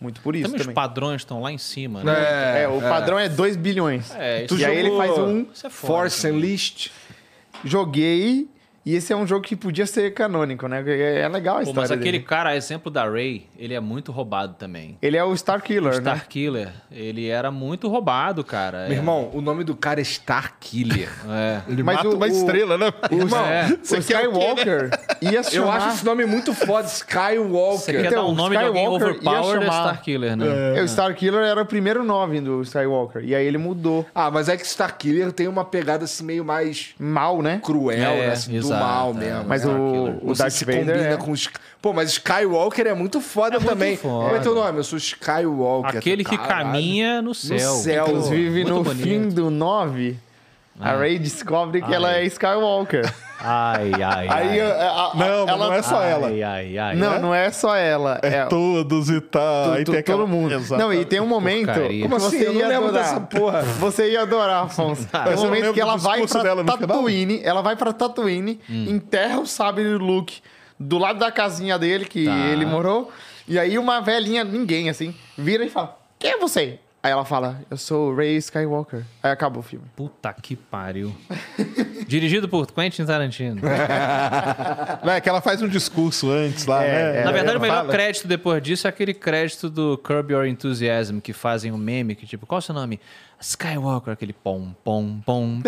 [SPEAKER 2] Muito por isso
[SPEAKER 3] também, os
[SPEAKER 2] também.
[SPEAKER 3] padrões estão lá em cima, né?
[SPEAKER 1] É,
[SPEAKER 2] É, o padrão é 2 bilhões.
[SPEAKER 3] É,
[SPEAKER 2] e
[SPEAKER 3] isso
[SPEAKER 2] aí ele
[SPEAKER 1] jogou
[SPEAKER 2] faz um.
[SPEAKER 3] Isso é foda,
[SPEAKER 1] Force
[SPEAKER 3] né?
[SPEAKER 1] Unleashed?
[SPEAKER 2] Joguei E esse é um jogo que podia ser canônico, né? É é legal a
[SPEAKER 3] Pô,
[SPEAKER 2] história
[SPEAKER 3] mas aquele
[SPEAKER 2] dele.
[SPEAKER 3] cara, exemplo da Ray, ele é muito roubado também.
[SPEAKER 2] Ele é o Star Killer, né?
[SPEAKER 3] Star Killer, ele era muito roubado, cara.
[SPEAKER 1] Meu irmão, o nome do cara é Star Killer.
[SPEAKER 3] É.
[SPEAKER 4] Ele
[SPEAKER 2] Mas
[SPEAKER 4] mata
[SPEAKER 2] o-
[SPEAKER 4] uma
[SPEAKER 2] o-
[SPEAKER 4] estrela, né?
[SPEAKER 2] O,
[SPEAKER 1] Irmão,
[SPEAKER 2] é, o
[SPEAKER 4] quer o quê,
[SPEAKER 2] Skywalker ia
[SPEAKER 1] Eu
[SPEAKER 2] chamar...
[SPEAKER 1] acho esse nome muito foda,
[SPEAKER 3] Você
[SPEAKER 1] Skywalker.
[SPEAKER 3] quer dar
[SPEAKER 2] Então,
[SPEAKER 3] um
[SPEAKER 2] o
[SPEAKER 3] nome de alguém
[SPEAKER 2] Skywalker
[SPEAKER 3] overpowered
[SPEAKER 2] ia
[SPEAKER 3] é
[SPEAKER 2] chamar-
[SPEAKER 3] Star Killer, né?
[SPEAKER 2] O Star Killer era o primeiro nome do Skywalker. E aí ele mudou.
[SPEAKER 1] Ah, mas é que Star Killer tem uma pegada assim meio mais
[SPEAKER 2] Mal, né?
[SPEAKER 1] cruel,
[SPEAKER 3] É,
[SPEAKER 1] né? Assim, do
[SPEAKER 3] exato,
[SPEAKER 1] mal
[SPEAKER 3] é.
[SPEAKER 1] mesmo.
[SPEAKER 2] Mas
[SPEAKER 1] né?
[SPEAKER 2] o, o
[SPEAKER 1] Não sei
[SPEAKER 2] Darth
[SPEAKER 1] se
[SPEAKER 2] Vader
[SPEAKER 1] combina
[SPEAKER 2] é...
[SPEAKER 1] com os. Pô, mas Skywalker é muito foda
[SPEAKER 3] muito
[SPEAKER 1] também.
[SPEAKER 3] foda.
[SPEAKER 1] Como é teu nome? Eu sou Skywalker.
[SPEAKER 3] Aquele que
[SPEAKER 1] Caralho.
[SPEAKER 3] caminha no céu.
[SPEAKER 1] céu.
[SPEAKER 2] Inclusive,
[SPEAKER 3] Muito
[SPEAKER 2] no
[SPEAKER 3] bonito.
[SPEAKER 2] fim do 9, a Rey descobre que ela é Skywalker.
[SPEAKER 6] Ai, ai,
[SPEAKER 2] Aí
[SPEAKER 6] ai.
[SPEAKER 2] a- a-
[SPEAKER 4] Não, mas
[SPEAKER 2] ela-
[SPEAKER 4] não é só ela.
[SPEAKER 6] Ai, ai, ai.
[SPEAKER 3] né?
[SPEAKER 2] Não, não é só ela. É,
[SPEAKER 4] Todos e tal.
[SPEAKER 2] tu-
[SPEAKER 4] Aí
[SPEAKER 2] tu-
[SPEAKER 4] tem aquela-
[SPEAKER 2] todo mundo. Não, e tem um momento.
[SPEAKER 3] porcaria.
[SPEAKER 2] que
[SPEAKER 1] Como assim?
[SPEAKER 2] Você
[SPEAKER 1] Eu não
[SPEAKER 2] ia
[SPEAKER 1] lembro
[SPEAKER 2] adorar.
[SPEAKER 1] dessa porra.
[SPEAKER 2] Você ia adorar, Afonso.
[SPEAKER 4] Mas
[SPEAKER 2] Tem um
[SPEAKER 4] eu não
[SPEAKER 2] momento
[SPEAKER 4] lembro
[SPEAKER 2] que ela
[SPEAKER 4] do
[SPEAKER 2] vai
[SPEAKER 4] discurso
[SPEAKER 2] pra
[SPEAKER 4] dela no final?
[SPEAKER 2] Tatooine. Ela vai pra Tatooine,
[SPEAKER 1] Hum.
[SPEAKER 2] enterra o sabre do Luke do lado da casinha dele, que
[SPEAKER 1] Tá.
[SPEAKER 2] ele morou. E aí uma velhinha, ninguém assim, vira e fala: Quem é você? Aí ela fala: Eu sou o Ray Skywalker. Aí acaba o filme.
[SPEAKER 3] Puta que pariu. Dirigido por Quentin Tarantino.
[SPEAKER 4] Né, que ela faz um discurso antes
[SPEAKER 2] É,
[SPEAKER 4] lá, né?
[SPEAKER 3] Na verdade,
[SPEAKER 4] Ela
[SPEAKER 3] o melhor
[SPEAKER 4] fala.
[SPEAKER 3] crédito depois disso é aquele crédito do Curb Your Enthusiasm, que fazem um meme, que tipo, qual é o seu nome? Skywalker, aquele pom, pom, pom.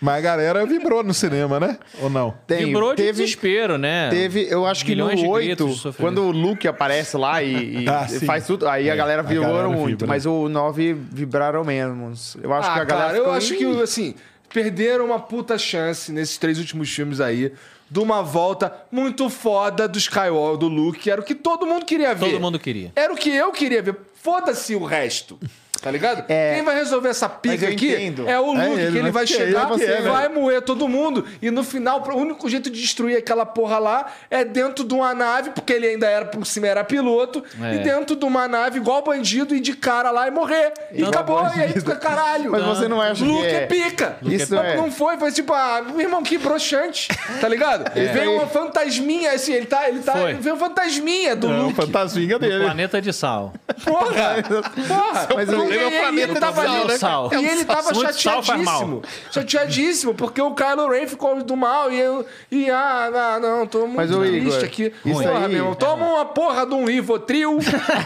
[SPEAKER 4] Mas a galera vibrou no cinema, né? Ou não?
[SPEAKER 2] Tem,
[SPEAKER 3] Vibrou de
[SPEAKER 2] teve-
[SPEAKER 3] desespero, né?
[SPEAKER 2] Teve, eu acho que no
[SPEAKER 3] Milhões de
[SPEAKER 2] 8,
[SPEAKER 3] gritos de sofrimento.
[SPEAKER 2] quando o Luke aparece lá e, e
[SPEAKER 4] Ah, sim.
[SPEAKER 2] faz tudo, aí a galera vibrou
[SPEAKER 4] galera
[SPEAKER 2] muito,
[SPEAKER 4] vibra. né?
[SPEAKER 2] mas o 9 vibraram menos. Eu acho
[SPEAKER 1] ah,
[SPEAKER 2] que a galera.
[SPEAKER 1] cara, eu
[SPEAKER 2] ficou,
[SPEAKER 1] acho que,
[SPEAKER 2] "Ih".
[SPEAKER 1] assim, perderam uma puta chance nesses três últimos filmes aí de uma volta muito foda do Skywalker, do Luke, que era o que todo mundo queria ver.
[SPEAKER 3] Todo mundo queria.
[SPEAKER 1] Era o que eu queria ver. Foda-se o resto. Tá ligado?
[SPEAKER 2] É.
[SPEAKER 1] Quem vai resolver essa
[SPEAKER 2] Mas
[SPEAKER 1] pica
[SPEAKER 2] eu
[SPEAKER 1] aqui
[SPEAKER 2] entendo.
[SPEAKER 1] é o
[SPEAKER 4] É
[SPEAKER 1] Luke,
[SPEAKER 4] ele,
[SPEAKER 1] que ele
[SPEAKER 4] mas
[SPEAKER 1] vai
[SPEAKER 4] que é
[SPEAKER 1] chegar,
[SPEAKER 4] ele, que é,
[SPEAKER 2] né?
[SPEAKER 1] vai moer todo mundo. E no final, o único jeito de destruir aquela porra lá é dentro de uma nave, porque ele ainda era por cima, era piloto,
[SPEAKER 3] É.
[SPEAKER 1] e dentro de uma nave igual bandido, e de cara lá e morrer. E acabou, e aí fica caralho.
[SPEAKER 2] Mas você não acha
[SPEAKER 1] Luke
[SPEAKER 2] que
[SPEAKER 1] é,
[SPEAKER 2] é-
[SPEAKER 1] pica.
[SPEAKER 2] Isso
[SPEAKER 1] Mas
[SPEAKER 2] é-
[SPEAKER 1] Não foi, foi tipo, ah, meu irmão, que broxante, tá ligado?
[SPEAKER 2] É.
[SPEAKER 1] Veio uma fantasminha, assim, ele tá, ele tá,
[SPEAKER 3] Foi.
[SPEAKER 1] veio fantasminha do
[SPEAKER 4] Não,
[SPEAKER 1] Luke.
[SPEAKER 4] fantasminha dele.
[SPEAKER 3] Planeta de sal.
[SPEAKER 1] Porra! Porra! Mas
[SPEAKER 2] o
[SPEAKER 1] ele,
[SPEAKER 2] problema é o
[SPEAKER 1] ele,
[SPEAKER 2] planeta
[SPEAKER 1] ele tava,
[SPEAKER 3] do
[SPEAKER 1] ali,
[SPEAKER 3] sal, né,
[SPEAKER 1] E
[SPEAKER 3] cara?
[SPEAKER 1] ele
[SPEAKER 3] É, o sal-
[SPEAKER 1] tava
[SPEAKER 3] muito sal faz mal.
[SPEAKER 1] chateadíssimo. Chateadíssimo, porque o Kylo Ren ficou do mal e eu. E ah, ah, não, tô muito
[SPEAKER 2] Mas, ô,
[SPEAKER 1] triste
[SPEAKER 2] Igor,
[SPEAKER 1] aqui.
[SPEAKER 2] isso
[SPEAKER 1] porra,
[SPEAKER 2] aí- é
[SPEAKER 1] meu irmão. Toma uma porra de um Rivotril.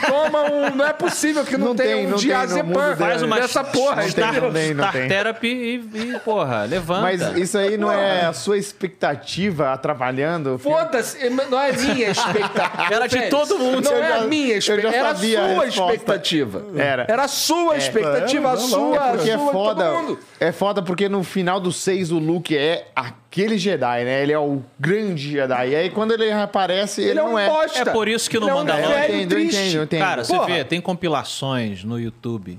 [SPEAKER 1] toma um. Não é possível que não,
[SPEAKER 2] Não
[SPEAKER 1] tenha
[SPEAKER 2] tem,
[SPEAKER 1] um
[SPEAKER 2] não tem, no mundo
[SPEAKER 1] diazepam
[SPEAKER 2] dele.
[SPEAKER 3] Faz uma
[SPEAKER 1] dessa porra.
[SPEAKER 3] Star,
[SPEAKER 2] não tem, não
[SPEAKER 3] Star
[SPEAKER 2] tem.
[SPEAKER 3] Therapy e, e, porra, levanta.
[SPEAKER 2] Mas isso aí não é a sua expectativa atrapalhando? o filme?
[SPEAKER 1] Foda-se, não é minha expectativa.
[SPEAKER 3] Era de todo mundo.
[SPEAKER 1] Não
[SPEAKER 2] Eu
[SPEAKER 1] é
[SPEAKER 2] já-
[SPEAKER 1] a minha
[SPEAKER 2] eu já
[SPEAKER 1] expectativa. Era a
[SPEAKER 2] sabia a
[SPEAKER 1] sua
[SPEAKER 2] resposta.
[SPEAKER 1] expectativa.
[SPEAKER 2] Era.
[SPEAKER 1] Era a sua expectativa, a
[SPEAKER 4] não, não,
[SPEAKER 1] sua,
[SPEAKER 2] É
[SPEAKER 1] a sua,
[SPEAKER 2] porque é foda.
[SPEAKER 1] todo mundo.
[SPEAKER 2] É foda porque no final do 6 o Luke é aquele Jedi, né? Ele é o grande Jedi. E aí quando ele aparece, ele,
[SPEAKER 1] Ele é um
[SPEAKER 2] não é.
[SPEAKER 1] bosta.
[SPEAKER 3] É por isso que no
[SPEAKER 1] Ele é um
[SPEAKER 3] Mandalorian-
[SPEAKER 1] velho
[SPEAKER 2] Eu entendo, eu
[SPEAKER 1] triste.
[SPEAKER 2] entendo, eu entendo.
[SPEAKER 3] Cara, você
[SPEAKER 1] Porra.
[SPEAKER 3] vê, tem compilações no YouTube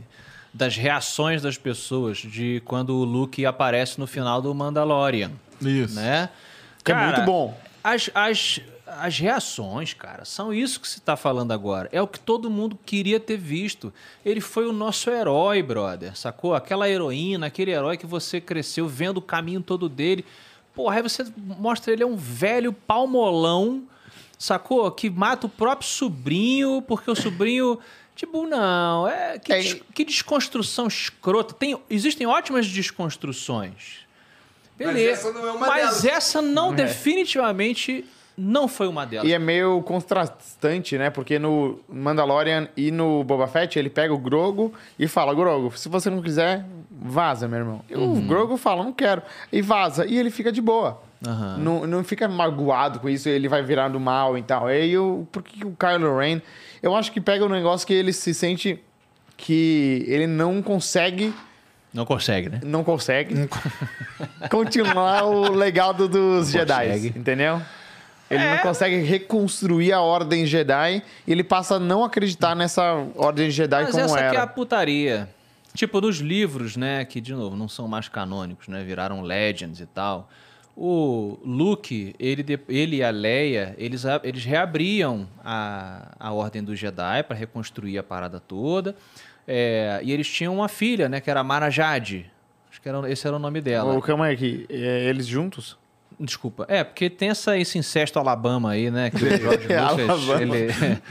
[SPEAKER 3] das reações das pessoas de quando o Luke aparece no final do Mandalorian.
[SPEAKER 4] Isso.
[SPEAKER 3] Né?
[SPEAKER 2] Que é muito bom.
[SPEAKER 3] As, as, as reações, cara, são isso que se tá falando agora. É o que todo mundo queria ter visto. Ele foi o nosso herói, brother, sacou? Aquela heroína, aquele herói que você cresceu vendo o caminho todo dele. Porra, aí você mostra ele é um velho palmolão, sacou? Que mata o próprio sobrinho, porque o sobrinho. Tipo, não, é. Que,
[SPEAKER 2] É,
[SPEAKER 3] des- que desconstrução escrota. Tem, existem ótimas desconstruções. Beleza.
[SPEAKER 1] essa não é uma
[SPEAKER 3] Mas
[SPEAKER 1] delas.
[SPEAKER 3] essa não, definitivamente não foi uma delas.
[SPEAKER 2] E é meio contrastante, né? Porque no Mandalorian e no Boba Fett, ele pega o Grogo e fala: Grogo, se você não quiser, vaza, meu irmão. E o Grogo fala: não quero. E vaza. E ele fica de boa.
[SPEAKER 3] Aham.
[SPEAKER 2] Não, não fica magoado com isso, ele vai virar do mal e tal. E eu, por que que o Kylo Ren. Eu acho que pega um negócio que ele se sente que ele não consegue.
[SPEAKER 3] Não consegue, né?
[SPEAKER 2] Não consegue continuar o legado dos Jedi,
[SPEAKER 3] consegue.
[SPEAKER 2] entendeu? Ele
[SPEAKER 3] É.
[SPEAKER 2] não consegue reconstruir a Ordem Jedi e ele passa a não acreditar nessa Ordem Jedi
[SPEAKER 3] Mas
[SPEAKER 2] Tá, como
[SPEAKER 3] essa aqui é a
[SPEAKER 2] era.
[SPEAKER 3] putaria. Tipo, nos livros, né? Que, de novo, não são mais canônicos, né? Viraram legends e tal. O Luke, ele, de- ele e a Leia, eles, a- eles reabriam a, a Ordem do Jedi para reconstruir a parada toda. É, e eles tinham uma filha, né? Que era a Mara Jade. Acho que era, esse era o nome dela.
[SPEAKER 2] Ô, calma aí aqui, é, eles juntos?
[SPEAKER 3] Desculpa. É, porque tem essa, esse incesto Alabama aí, né? Que o George Lucas,
[SPEAKER 2] Alabama.
[SPEAKER 3] ele...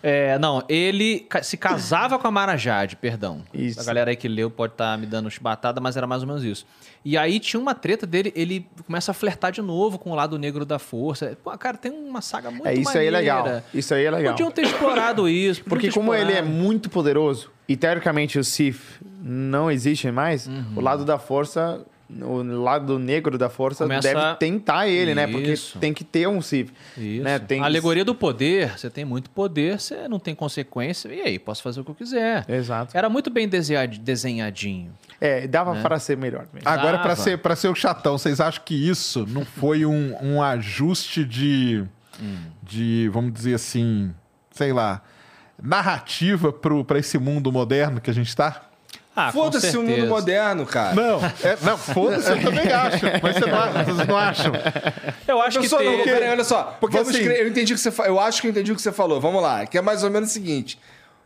[SPEAKER 3] É, não, ele ca- se casava com a Mara Jade, perdão.
[SPEAKER 2] Isso.
[SPEAKER 3] A galera aí que leu pode estar me dando chibatada, mas era mais ou menos isso. E aí tinha uma treta dele, ele começa a flertar de novo com o lado negro da força. Pô, cara, tem uma saga muito
[SPEAKER 2] É, isso aí é
[SPEAKER 3] maneira. tipo
[SPEAKER 2] legal. Isso aí é legal.
[SPEAKER 3] Podiam ter explorado isso. podiam
[SPEAKER 2] Porque
[SPEAKER 3] ter
[SPEAKER 2] como ele é
[SPEAKER 3] explorado.
[SPEAKER 2] muito poderoso e teoricamente o Sif não existe mais,
[SPEAKER 3] Uhum.
[SPEAKER 2] o lado da força, o lado negro da força
[SPEAKER 3] Começa-
[SPEAKER 2] deve tentar ele, né? Porque
[SPEAKER 3] Isso.
[SPEAKER 2] tem que ter um Sif.
[SPEAKER 3] Isso.
[SPEAKER 2] Né? Tem
[SPEAKER 3] a alegoria do poder, você tem muito poder, você não tem consequência, e aí, posso fazer o que eu quiser.
[SPEAKER 2] Exato.
[SPEAKER 3] Era muito bem desenhad- desenhadinho.
[SPEAKER 2] É, dava
[SPEAKER 3] Né?
[SPEAKER 2] para ser melhor mesmo.
[SPEAKER 4] Agora, pra
[SPEAKER 3] Dava.
[SPEAKER 4] ser, pra ser o chatão, vocês acham que isso não foi um, um ajuste de, de, vamos dizer assim, sei lá, narrativa pro, pra esse mundo moderno que a gente tá?
[SPEAKER 3] Ah, com
[SPEAKER 1] Foda-se o mundo
[SPEAKER 3] certeza.
[SPEAKER 1] moderno, cara.
[SPEAKER 4] Não, é, não foda-se, eu também acho. Mas você não, acha- vocês não acham?
[SPEAKER 3] Eu acho que
[SPEAKER 1] Pessoal, não,
[SPEAKER 3] teve...
[SPEAKER 1] peraí, olha só.
[SPEAKER 4] Porque
[SPEAKER 1] Vamos
[SPEAKER 4] assim-
[SPEAKER 1] escre- eu entendi o que você fa- Eu acho que eu entendi o que você falou. Vamos lá. Que é mais ou menos o seguinte.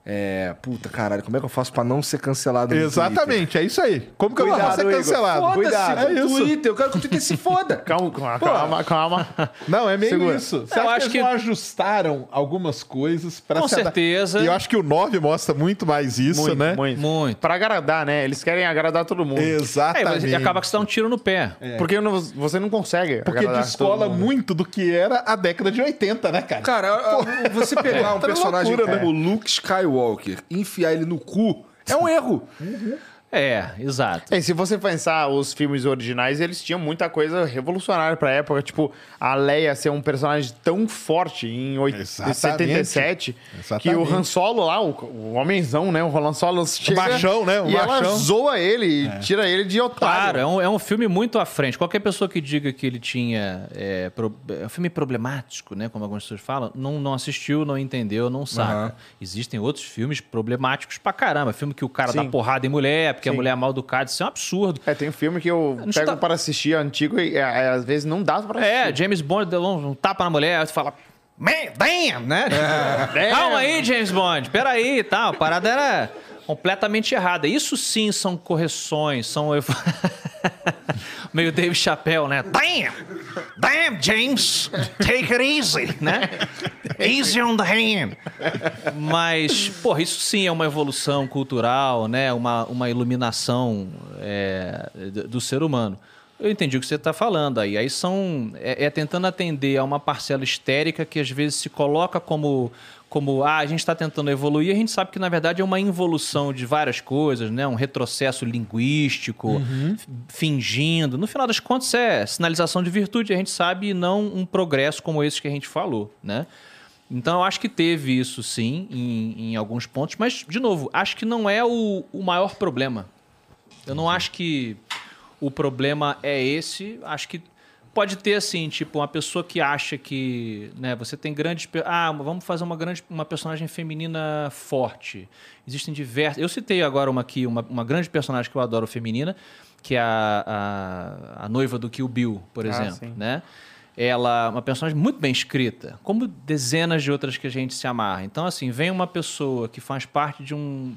[SPEAKER 1] É. Puta caralho, como é que eu faço pra não ser cancelado no
[SPEAKER 4] Exatamente, é isso aí. Como que eu vou
[SPEAKER 1] Cuidado,
[SPEAKER 4] ser
[SPEAKER 1] Igor.
[SPEAKER 4] cancelado?
[SPEAKER 1] Twitter?
[SPEAKER 4] Cuidado,
[SPEAKER 1] Foda-se
[SPEAKER 4] é
[SPEAKER 1] com o
[SPEAKER 4] isso.
[SPEAKER 1] Twitter. Eu quero que o Twitter se foda.
[SPEAKER 2] Calma, calma, calma. calma.
[SPEAKER 4] Não, é meio
[SPEAKER 2] Segura.
[SPEAKER 4] isso. Você
[SPEAKER 3] Eu
[SPEAKER 4] acha
[SPEAKER 3] acho
[SPEAKER 4] que eles
[SPEAKER 3] que-
[SPEAKER 4] não ajustaram algumas coisas para
[SPEAKER 3] Com certeza.
[SPEAKER 4] E eu acho que o 9 mostra muito mais isso,
[SPEAKER 2] muito,
[SPEAKER 4] né?
[SPEAKER 2] muito.
[SPEAKER 3] Muito.
[SPEAKER 2] Pra agradar, né? Eles querem agradar todo mundo. É.
[SPEAKER 3] É, mas
[SPEAKER 4] Exatamente.
[SPEAKER 3] acaba que você dá um tiro no pé.
[SPEAKER 2] Porque não- você não consegue
[SPEAKER 4] Porque
[SPEAKER 2] agradar
[SPEAKER 4] descola
[SPEAKER 2] todo mundo.
[SPEAKER 4] muito do que era a década de 80, né, cara?
[SPEAKER 1] Cara, a- a- você pegar um
[SPEAKER 4] Tá
[SPEAKER 1] personagem
[SPEAKER 4] loucura,
[SPEAKER 1] como Luke Skywalker e enfiar ele no cu é um erro.
[SPEAKER 3] É, exato.
[SPEAKER 2] É, se você pensar, os filmes originais, eles tinham muita coisa revolucionária pra época. Tipo, a Leia ser um personagem tão forte em oit-
[SPEAKER 4] Exatamente.
[SPEAKER 2] 77 que o
[SPEAKER 4] Exatamente.
[SPEAKER 2] Han Solo lá, o, o homenzão, né? O Han Solo chega...
[SPEAKER 4] machão, né? O
[SPEAKER 2] e ela
[SPEAKER 4] machão. É.
[SPEAKER 2] zoa ele e tira ele de
[SPEAKER 3] Claro,
[SPEAKER 2] otário.
[SPEAKER 3] é um, é um filme muito à frente. Qualquer pessoa que diga que ele tinha. É, pro- é um filme problemático, né? Como algumas pessoas falam, não, não assistiu, não entendeu, não saca. Existem outros filmes problemáticos pra caramba. Filme que o cara dá
[SPEAKER 2] Sim.
[SPEAKER 3] porrada em mulher, porque a
[SPEAKER 2] Sim.
[SPEAKER 3] mulher é mal educada, isso é um absurdo.
[SPEAKER 2] É, tem um filme que eu
[SPEAKER 3] não
[SPEAKER 2] pego
[SPEAKER 3] tá-
[SPEAKER 2] para assistir antigo e é, é, às vezes não dá pra assistir.
[SPEAKER 3] É, James Bond deu um, um tapa na mulher, aí tu fala. Man, damn, né? Calma aí, James Bond, peraí e tal. A parada era completamente errada. Isso sim são correções, são. eu- Meio Dave Chappelle, né?
[SPEAKER 6] Damn! Damn, James! Take it easy,
[SPEAKER 3] né?
[SPEAKER 6] easy on the hand.
[SPEAKER 3] Mas, porra, isso sim é uma evolução cultural, né? Uma, uma iluminação é, do, do ser humano. Eu entendi o que você está falando aí. Aí são. É, é tentando atender a uma parcela histérica que às vezes se coloca como. Como, ah, a gente está tentando evoluir, a gente sabe que na verdade é uma involução de várias coisas, né? Um retrocesso linguístico, f- fingindo. No final das contas, é sinalização de virtude, a gente sabe, e não um progresso como esse que a gente falou, né? Então eu acho que teve isso sim em, em alguns pontos, mas de novo, acho que não é o, o maior problema. Eu não acho que o problema é esse. Acho que pode ter assim, tipo, uma pessoa que acha que, né, você tem grandes, pe- ah, vamos fazer uma grande uma personagem feminina forte. Existem diversas. Eu citei agora uma aqui, uma, uma grande personagem que eu adoro feminina, que é a, a, a noiva do Kill Bill, por exemplo,
[SPEAKER 2] sim.
[SPEAKER 3] né? Ela é uma personagem muito bem escrita, como dezenas de outras que a gente se amarra. Então, assim, vem uma pessoa que faz parte de um,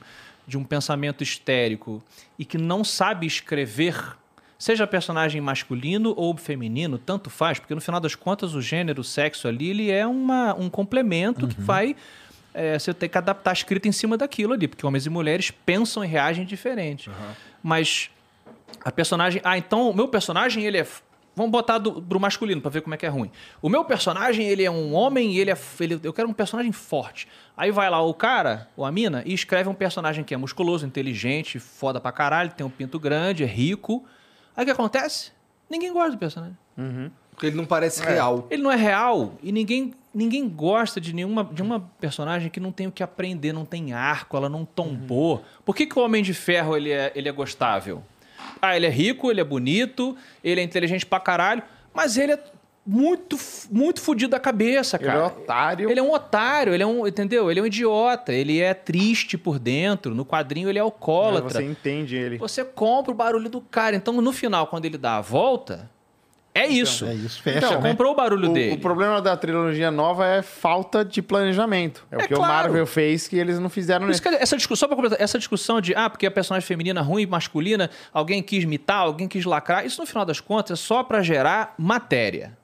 [SPEAKER 3] de um pensamento histérico e que não sabe escrever, seja personagem masculino ou feminino, tanto faz, porque no final das contas o gênero, o sexo ali, ele é uma, um complemento que vai. é, você tem que adaptar a escrita em cima daquilo ali, porque homens e mulheres pensam e reagem diferente. Mas a personagem. Ah, então o meu personagem, ele é. f- Vamos botar do, pro masculino pra ver como é que é ruim. O meu personagem, ele é um homem e ele é. f- ele- eu quero um personagem forte. Aí vai lá o cara, ou a mina, e escreve um personagem que é musculoso, inteligente, foda pra caralho, tem um pinto grande, é rico. Aí o que acontece? Ninguém gosta do personagem.
[SPEAKER 1] Porque ele não parece real.
[SPEAKER 3] Ele não é real e ninguém, ninguém gosta de nenhuma de uma personagem que não tem o que aprender, não tem arco, ela não tombou.
[SPEAKER 2] Uhum.
[SPEAKER 3] Por que, que o Homem de Ferro ele é, ele é gostável? Ah, ele é rico, ele é bonito, ele é inteligente pra caralho, mas ele é muito, f- muito fudido da cabeça,
[SPEAKER 2] Ele
[SPEAKER 3] cara.
[SPEAKER 2] é otário.
[SPEAKER 3] Ele é um otário, ele é um, entendeu? Ele é um idiota, ele é triste por dentro, no quadrinho ele é
[SPEAKER 2] Mas
[SPEAKER 3] alcoólatra.
[SPEAKER 2] Você entende ele.
[SPEAKER 3] Você compra o barulho do cara. Então, no final, quando ele dá a volta, é isso.
[SPEAKER 4] É isso, fecha,
[SPEAKER 2] Então,
[SPEAKER 4] né?
[SPEAKER 3] Comprou o barulho
[SPEAKER 2] O,
[SPEAKER 3] dele.
[SPEAKER 2] o problema da trilogia nova é falta de planejamento. É,
[SPEAKER 3] É
[SPEAKER 2] o que
[SPEAKER 3] claro.
[SPEAKER 2] o Marvel fez que eles não fizeram
[SPEAKER 3] Por isso que essa discussão, só pra completar, essa discussão de, ah, porque a personagem feminina é ruim e masculina, alguém quis imitar, alguém quis lacrar, isso no final das contas é só pra gerar matéria.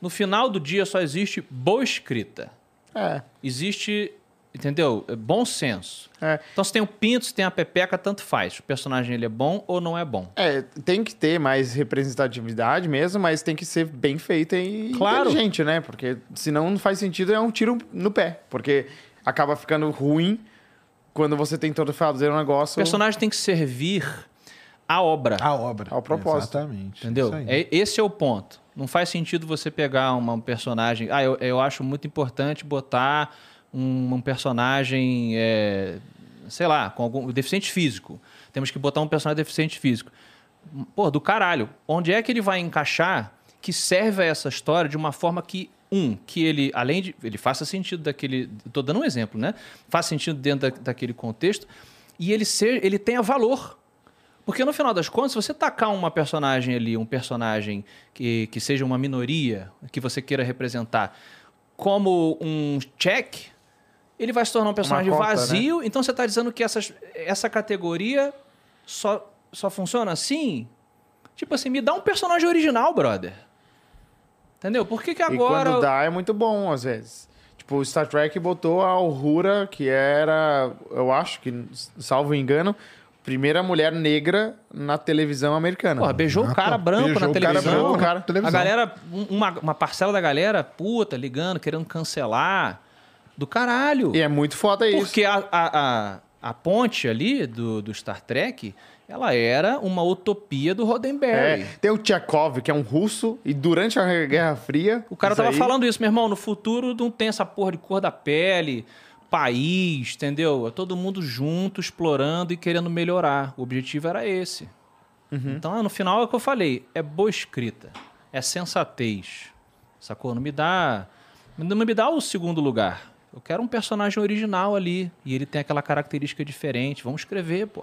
[SPEAKER 3] No final do dia só existe boa escrita.
[SPEAKER 2] É.
[SPEAKER 3] Existe Entendeu? É Bom senso.
[SPEAKER 2] É.
[SPEAKER 3] Então se tem o Pinto, se tem a Pepeca, tanto faz. O personagem ele é bom ou não é bom.
[SPEAKER 2] É, tem que ter mais representatividade mesmo, mas tem que ser bem feita e
[SPEAKER 3] Claro.
[SPEAKER 2] inteligente, né? Porque senão não faz sentido, é um tiro no pé. Porque acaba ficando ruim quando você tem todo fazer um
[SPEAKER 3] O
[SPEAKER 2] negócio
[SPEAKER 3] personagem tem que servir à obra.
[SPEAKER 4] A obra.
[SPEAKER 2] Ao propósito.
[SPEAKER 4] Exatamente.
[SPEAKER 3] Entendeu?
[SPEAKER 4] Isso aí.
[SPEAKER 3] É, esse é o ponto. Não faz sentido você pegar uma, um personagem. Ah, eu, eu acho muito importante botar um, um personagem, é, sei lá, com algum deficiente físico. Temos que botar um personagem deficiente físico. Pô, do caralho. Onde é que ele vai encaixar que serve a essa história de uma forma que, um, que ele, além de. Ele faça sentido daquele. Estou dando um exemplo, né? Faça sentido dentro da- daquele contexto. E ele, ser, ele tenha valor. Porque no final das contas, se você tacar uma personagem ali, um personagem que, que seja uma minoria, que você queira representar, como um check, ele vai se tornar um personagem
[SPEAKER 2] cota,
[SPEAKER 3] vazio. Então você está dizendo que essas, essa categoria só, só funciona assim? Tipo assim, me dá um personagem original, brother. Entendeu? Por que, que
[SPEAKER 2] E quando
[SPEAKER 3] agora.
[SPEAKER 2] dá, é muito bom, às vezes. Tipo, o Star Trek botou a Uhura, que era, eu acho que, salvo engano, primeira mulher negra na televisão americana.
[SPEAKER 3] Porra, beijou o cara branco
[SPEAKER 4] Beijou
[SPEAKER 3] na
[SPEAKER 4] o cara
[SPEAKER 3] televisão.
[SPEAKER 4] branco na
[SPEAKER 3] A
[SPEAKER 4] televisão.
[SPEAKER 3] galera, um- uma, uma parcela da galera, puta, ligando, querendo cancelar. Do caralho.
[SPEAKER 2] E é muito foda isso.
[SPEAKER 3] Porque a, a, a, a ponte ali do, do Star Trek, ela era uma utopia do Roddenberry.
[SPEAKER 2] É, tem o Tchekov, que é um russo, e durante a Guerra Fria...
[SPEAKER 3] O cara
[SPEAKER 2] isso
[SPEAKER 3] tava
[SPEAKER 2] aí-
[SPEAKER 3] falando isso, meu irmão. No futuro não tem essa porra de cor da pele, país, entendeu? É todo mundo junto, explorando e querendo melhorar. O objetivo era esse. Então, no final, é o que eu falei. É boa escrita. É sensatez. Sacou? Não me dá... Não me dá o segundo lugar. Eu quero um personagem original ali. E ele tem aquela característica diferente. Vamos escrever, pô.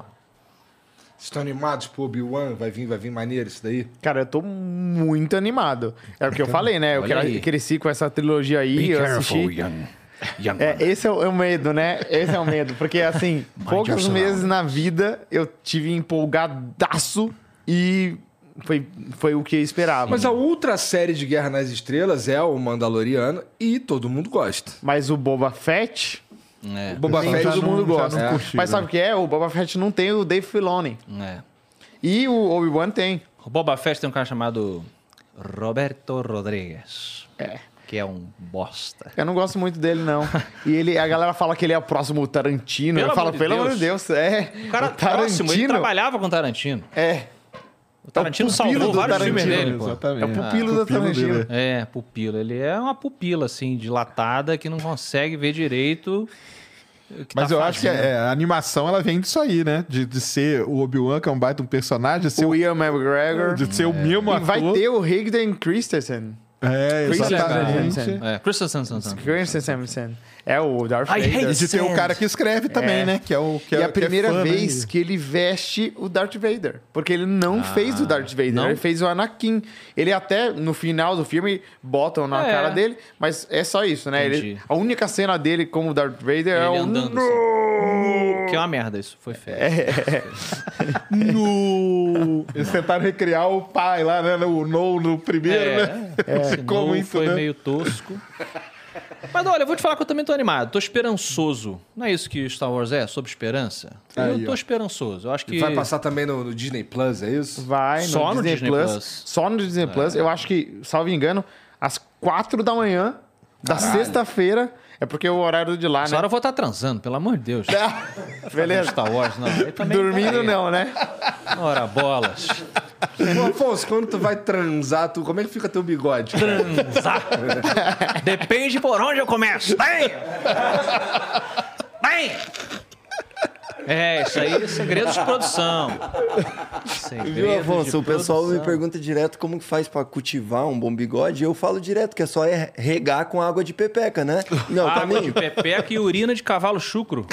[SPEAKER 1] Vocês estão animados pro Obi-Wan? Vai vir, vai vir maneiro isso daí?
[SPEAKER 2] Cara, eu tô muito animado. É o que eu falei, né? Eu
[SPEAKER 3] Então, Olha
[SPEAKER 2] cre-
[SPEAKER 3] aí.
[SPEAKER 2] cresci com essa trilogia aí,
[SPEAKER 6] Be
[SPEAKER 2] eu
[SPEAKER 6] careful,
[SPEAKER 2] assisti...
[SPEAKER 6] young, young
[SPEAKER 2] É,
[SPEAKER 6] one.
[SPEAKER 2] esse é o, é o medo, né? Esse é o medo. Porque, assim, poucos
[SPEAKER 6] yourself.
[SPEAKER 2] meses na vida eu tive empolgadaço e foi, foi o que eu esperava.
[SPEAKER 1] Mas a ultra série de Guerra nas Estrelas é o Mandaloriano e todo mundo gosta.
[SPEAKER 2] Mas o Boba Fett,
[SPEAKER 3] É,
[SPEAKER 1] Boba
[SPEAKER 4] Sim,
[SPEAKER 1] Fett,
[SPEAKER 4] já
[SPEAKER 2] todo
[SPEAKER 4] não-
[SPEAKER 2] mundo
[SPEAKER 4] já
[SPEAKER 2] gosta.
[SPEAKER 4] não
[SPEAKER 2] É.
[SPEAKER 4] curti,
[SPEAKER 2] Mas
[SPEAKER 4] né?
[SPEAKER 2] sabe o que é? O Boba Fett não tem o Dave Filoni.
[SPEAKER 3] é.
[SPEAKER 2] E o Obi-Wan tem.
[SPEAKER 3] O Boba Fett tem um cara chamado Roberto Rodrigues.
[SPEAKER 2] É.
[SPEAKER 3] Que é um bosta.
[SPEAKER 2] Eu não gosto muito dele, não. E ele, a galera fala que ele é o próximo Tarantino.
[SPEAKER 3] Pelo
[SPEAKER 2] eu falo,
[SPEAKER 3] amor de
[SPEAKER 2] pelo amor
[SPEAKER 3] Deus.
[SPEAKER 2] de Deus, é.
[SPEAKER 3] O cara próximo, ele trabalhava com o Tarantino.
[SPEAKER 2] É.
[SPEAKER 3] O Tarantino
[SPEAKER 2] pupilo
[SPEAKER 3] salvou
[SPEAKER 2] do
[SPEAKER 3] vários
[SPEAKER 2] Tarantino,
[SPEAKER 3] filmes dele, pô.
[SPEAKER 4] Exatamente.
[SPEAKER 2] É
[SPEAKER 4] Ah,
[SPEAKER 2] o pupilo da Tarantino.
[SPEAKER 4] dele.
[SPEAKER 3] É, pupila. Ele é uma pupila, assim, dilatada, que não consegue ver direito. o que
[SPEAKER 4] Mas
[SPEAKER 3] tá
[SPEAKER 4] eu acho que
[SPEAKER 3] fazendo.
[SPEAKER 4] é, a animação ela vem disso aí, né? De, de ser o Obi-Wan, que é um baita um personagem, ser
[SPEAKER 2] O
[SPEAKER 4] o,
[SPEAKER 2] Ian McGregor.
[SPEAKER 4] de ser o mesmo
[SPEAKER 2] E
[SPEAKER 4] ator.
[SPEAKER 2] vai ter o Higden Christensen.
[SPEAKER 4] É,
[SPEAKER 2] Christensen.
[SPEAKER 4] exatamente.
[SPEAKER 3] É, Christensen. Sanson.
[SPEAKER 2] Christensen. É o Darth
[SPEAKER 3] I
[SPEAKER 2] Vader.
[SPEAKER 3] hate
[SPEAKER 4] E de ter o cara que escreve também,
[SPEAKER 2] É.
[SPEAKER 4] né? Que é o que
[SPEAKER 2] e
[SPEAKER 4] é,
[SPEAKER 2] a primeira
[SPEAKER 4] que é fã, né?
[SPEAKER 2] vez que ele veste o Darth Vader. Porque ele
[SPEAKER 4] Ah,
[SPEAKER 2] não fez o Darth Vader,
[SPEAKER 3] não?
[SPEAKER 2] ele fez o Anakin. Ele até, no final do filme, botam na
[SPEAKER 3] É.
[SPEAKER 2] cara dele, mas é só isso, né? Ele-
[SPEAKER 3] Entendi.
[SPEAKER 2] a única cena dele como Darth Vader
[SPEAKER 3] Ele
[SPEAKER 2] é o...
[SPEAKER 3] andando assim.
[SPEAKER 2] "No!"
[SPEAKER 3] Que é uma merda isso. Foi feio.
[SPEAKER 4] Eles tentaram recriar o pai lá, né? O No no primeiro, né?
[SPEAKER 3] É, esse
[SPEAKER 4] Ficou
[SPEAKER 3] novo
[SPEAKER 4] muito,
[SPEAKER 3] foi
[SPEAKER 4] né?
[SPEAKER 3] meio tosco. Mas olha, eu vou te falar que eu também tô animado, tô esperançoso. Não é isso que Star Wars é? Sobre esperança? eu
[SPEAKER 4] Aí,
[SPEAKER 3] tô
[SPEAKER 4] ó.
[SPEAKER 3] esperançoso. Eu acho que.
[SPEAKER 1] Vai passar também no, no Disney Plus, é isso?
[SPEAKER 2] Vai no,
[SPEAKER 3] Só
[SPEAKER 2] Disney, Plus, Só no
[SPEAKER 4] É.
[SPEAKER 2] Disney Plus. Eu acho que, salvo engano, às quatro da manhã da sexta-feira... É porque é o horário de lá,
[SPEAKER 3] Essa
[SPEAKER 2] né?
[SPEAKER 3] hora eu vou estar transando, pelo amor de Deus.
[SPEAKER 2] Beleza.
[SPEAKER 3] Star Wars, não. Ele também
[SPEAKER 2] Dormindo
[SPEAKER 4] é.
[SPEAKER 3] tá aí.
[SPEAKER 2] não, né?
[SPEAKER 3] Ora, bolas.
[SPEAKER 1] Ô, Afonso, quando tu vai transar, tu, como é que fica teu bigode? cara?
[SPEAKER 3] Transar. Depende por onde eu começo. Bem! Bem! É, isso aí é segredo de produção. Segredo
[SPEAKER 5] Viu,
[SPEAKER 3] de
[SPEAKER 5] Afonso? O pessoal me
[SPEAKER 3] produção.
[SPEAKER 5] pergunta direto como que faz pra cultivar um bom bigode. E eu falo direto que é só é regar com água de pepeca, né? Não, o
[SPEAKER 3] Água de
[SPEAKER 5] caminho.
[SPEAKER 3] pepeca e urina de cavalo chucro.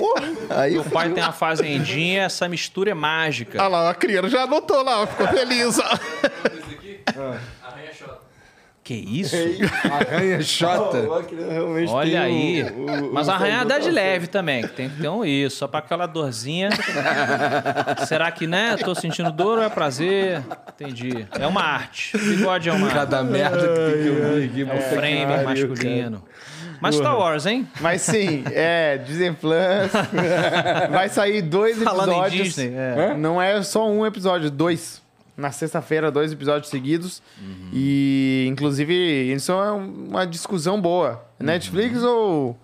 [SPEAKER 5] Aí
[SPEAKER 3] Meu pai tem uma fazendinha, essa mistura é mágica.
[SPEAKER 4] Ah lá, a criança já anotou lá, ó, ficou feliz. ó.
[SPEAKER 3] Que isso?
[SPEAKER 1] Arranha chota.
[SPEAKER 5] realmente
[SPEAKER 3] Olha aí.
[SPEAKER 5] tem o- o-
[SPEAKER 3] Mas
[SPEAKER 5] o-
[SPEAKER 3] arranhada é de leve também, que tem que ter um isso, só pra aquela dorzinha. Será que, né? Tô sentindo dor ou é prazer? Entendi. É uma arte. Bigode é uma arte.
[SPEAKER 1] Cada merda que tem que ouvir aqui.
[SPEAKER 3] É um frame masculino. Mas Star Wars, hein?
[SPEAKER 2] Mas sim, é, Disney Plus. Vai sair dois
[SPEAKER 3] Falando em
[SPEAKER 2] episódios.
[SPEAKER 3] Disney, é.
[SPEAKER 2] é. Não é só um episódio, dois. Na sexta-feira, dois episódios seguidos.
[SPEAKER 1] Uhum.
[SPEAKER 2] E, inclusive, isso é uma discussão boa. Netflix
[SPEAKER 1] Uhum.
[SPEAKER 2] ou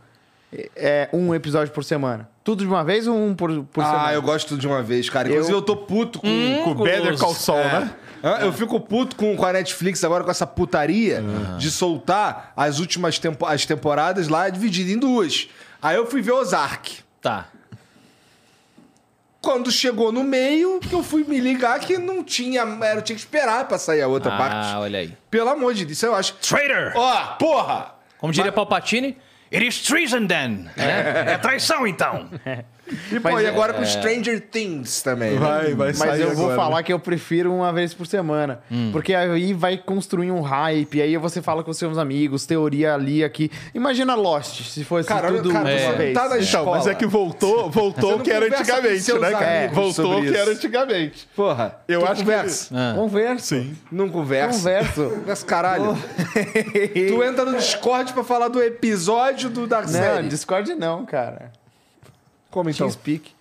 [SPEAKER 2] é, um episódio por semana? Tudo de uma vez ou um por, por semana?
[SPEAKER 1] Ah, eu gosto tudo de uma vez, cara.
[SPEAKER 2] Eu-
[SPEAKER 1] Inclusive, eu, tô puto com,
[SPEAKER 3] Hum,
[SPEAKER 1] com o Better
[SPEAKER 3] guloso.
[SPEAKER 1] Call Saul,
[SPEAKER 3] É.
[SPEAKER 1] né? Hã? Eu fico puto com, com a Netflix agora com essa putaria de soltar as últimas tempo- as temporadas lá dividida em duas. Aí eu fui ver Ozark.
[SPEAKER 3] Tá.
[SPEAKER 1] Quando chegou no meio, que eu fui me ligar que não tinha. Era, eu tinha que esperar pra sair a outra
[SPEAKER 3] Ah,
[SPEAKER 1] parte.
[SPEAKER 3] olha aí.
[SPEAKER 1] Pelo amor de Deus, isso eu acho.
[SPEAKER 6] Traitor!
[SPEAKER 1] Ó, porra!
[SPEAKER 3] Como diria Palpatine,
[SPEAKER 6] It is treason then! É, é traição então!
[SPEAKER 1] E, pô,
[SPEAKER 2] Mas
[SPEAKER 1] e
[SPEAKER 2] é-
[SPEAKER 1] agora com Stranger Things também. né?
[SPEAKER 4] Vai, vai
[SPEAKER 2] Mas eu vou falar que eu prefiro uma vez por semana.
[SPEAKER 1] Hum.
[SPEAKER 2] Porque aí vai construir um hype, aí você fala com seus amigos, teoria ali, aqui. Imagina Lost, se fosse
[SPEAKER 1] Cara, olha,
[SPEAKER 2] tudo
[SPEAKER 1] cara,
[SPEAKER 2] de uma
[SPEAKER 1] você
[SPEAKER 2] vez.
[SPEAKER 1] tá na
[SPEAKER 4] Então,
[SPEAKER 1] escola.
[SPEAKER 4] mas é que voltou,
[SPEAKER 1] Você
[SPEAKER 4] voltou
[SPEAKER 1] não
[SPEAKER 4] o que era
[SPEAKER 1] conversa com
[SPEAKER 4] antigamente,
[SPEAKER 1] seus
[SPEAKER 4] né, cara?
[SPEAKER 1] amigos
[SPEAKER 4] Voltou o
[SPEAKER 1] sobre
[SPEAKER 4] que era
[SPEAKER 1] isso.
[SPEAKER 4] antigamente.
[SPEAKER 1] Porra.
[SPEAKER 4] Eu
[SPEAKER 1] tu
[SPEAKER 4] acho que-
[SPEAKER 1] conversa.
[SPEAKER 3] Ah.
[SPEAKER 2] Ah,
[SPEAKER 3] um,
[SPEAKER 2] Converso.
[SPEAKER 4] Sim.
[SPEAKER 1] Não conversa.
[SPEAKER 2] Converso.
[SPEAKER 1] Conversa, caralho. tu entra no Discord pra falar do episódio do Dark
[SPEAKER 2] não,
[SPEAKER 3] Né,
[SPEAKER 1] Série.
[SPEAKER 2] Discord não, cara.
[SPEAKER 1] Como então?
[SPEAKER 2] Teamspeak.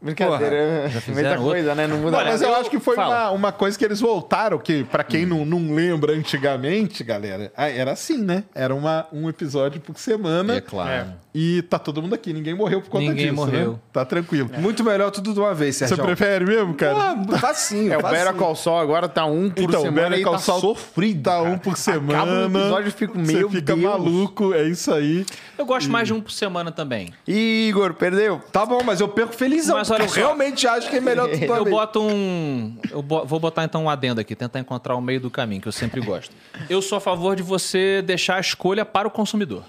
[SPEAKER 2] Brincadeira. Muita
[SPEAKER 3] fizeram
[SPEAKER 2] coisa, né? Não muda
[SPEAKER 4] Não, mas eu,
[SPEAKER 2] nada.
[SPEAKER 4] acho que foi
[SPEAKER 3] fala. Hum.
[SPEAKER 4] uma, uma coisa que eles voltaram, que pra quem não, não lembra antigamente, galera, ah, era assim, né? Era uma, um episódio por semana.
[SPEAKER 3] É claro. É.
[SPEAKER 4] E tá todo mundo aqui, ninguém morreu por conta
[SPEAKER 3] Ninguém
[SPEAKER 4] disso,
[SPEAKER 3] morreu. É.
[SPEAKER 4] né? Tá tranquilo.
[SPEAKER 1] Muito melhor tudo de uma vez,
[SPEAKER 4] Você
[SPEAKER 1] Sérgio.
[SPEAKER 4] prefere mesmo, cara?
[SPEAKER 1] Porra, facinho,
[SPEAKER 2] É, o
[SPEAKER 1] facinho.
[SPEAKER 2] Better Call Saul agora tá um por
[SPEAKER 4] Então, o
[SPEAKER 2] semana
[SPEAKER 4] Better
[SPEAKER 2] e tá
[SPEAKER 4] Call Saul
[SPEAKER 2] sofrido.
[SPEAKER 4] Dá
[SPEAKER 2] cara.
[SPEAKER 4] um por
[SPEAKER 2] Acaba
[SPEAKER 4] semana.
[SPEAKER 2] o episódio, eu fico, meu
[SPEAKER 4] Você fica
[SPEAKER 2] Deus.
[SPEAKER 4] maluco, é isso aí.
[SPEAKER 3] eu gosto mais de um por semana também.
[SPEAKER 2] Igor, perdeu.
[SPEAKER 1] Tá bom, mas eu perco felizão.
[SPEAKER 3] Mas
[SPEAKER 1] porque
[SPEAKER 3] olha
[SPEAKER 1] eu
[SPEAKER 3] só.
[SPEAKER 1] realmente acho que é melhor tudo de
[SPEAKER 2] Então,
[SPEAKER 1] uma
[SPEAKER 3] Eu
[SPEAKER 1] vez.
[SPEAKER 3] boto um. Eu bo- vou botar então um adendo aqui, tentar encontrar o meio do caminho, que eu sempre gosto. Eu sou a favor de você deixar a escolha para o consumidor.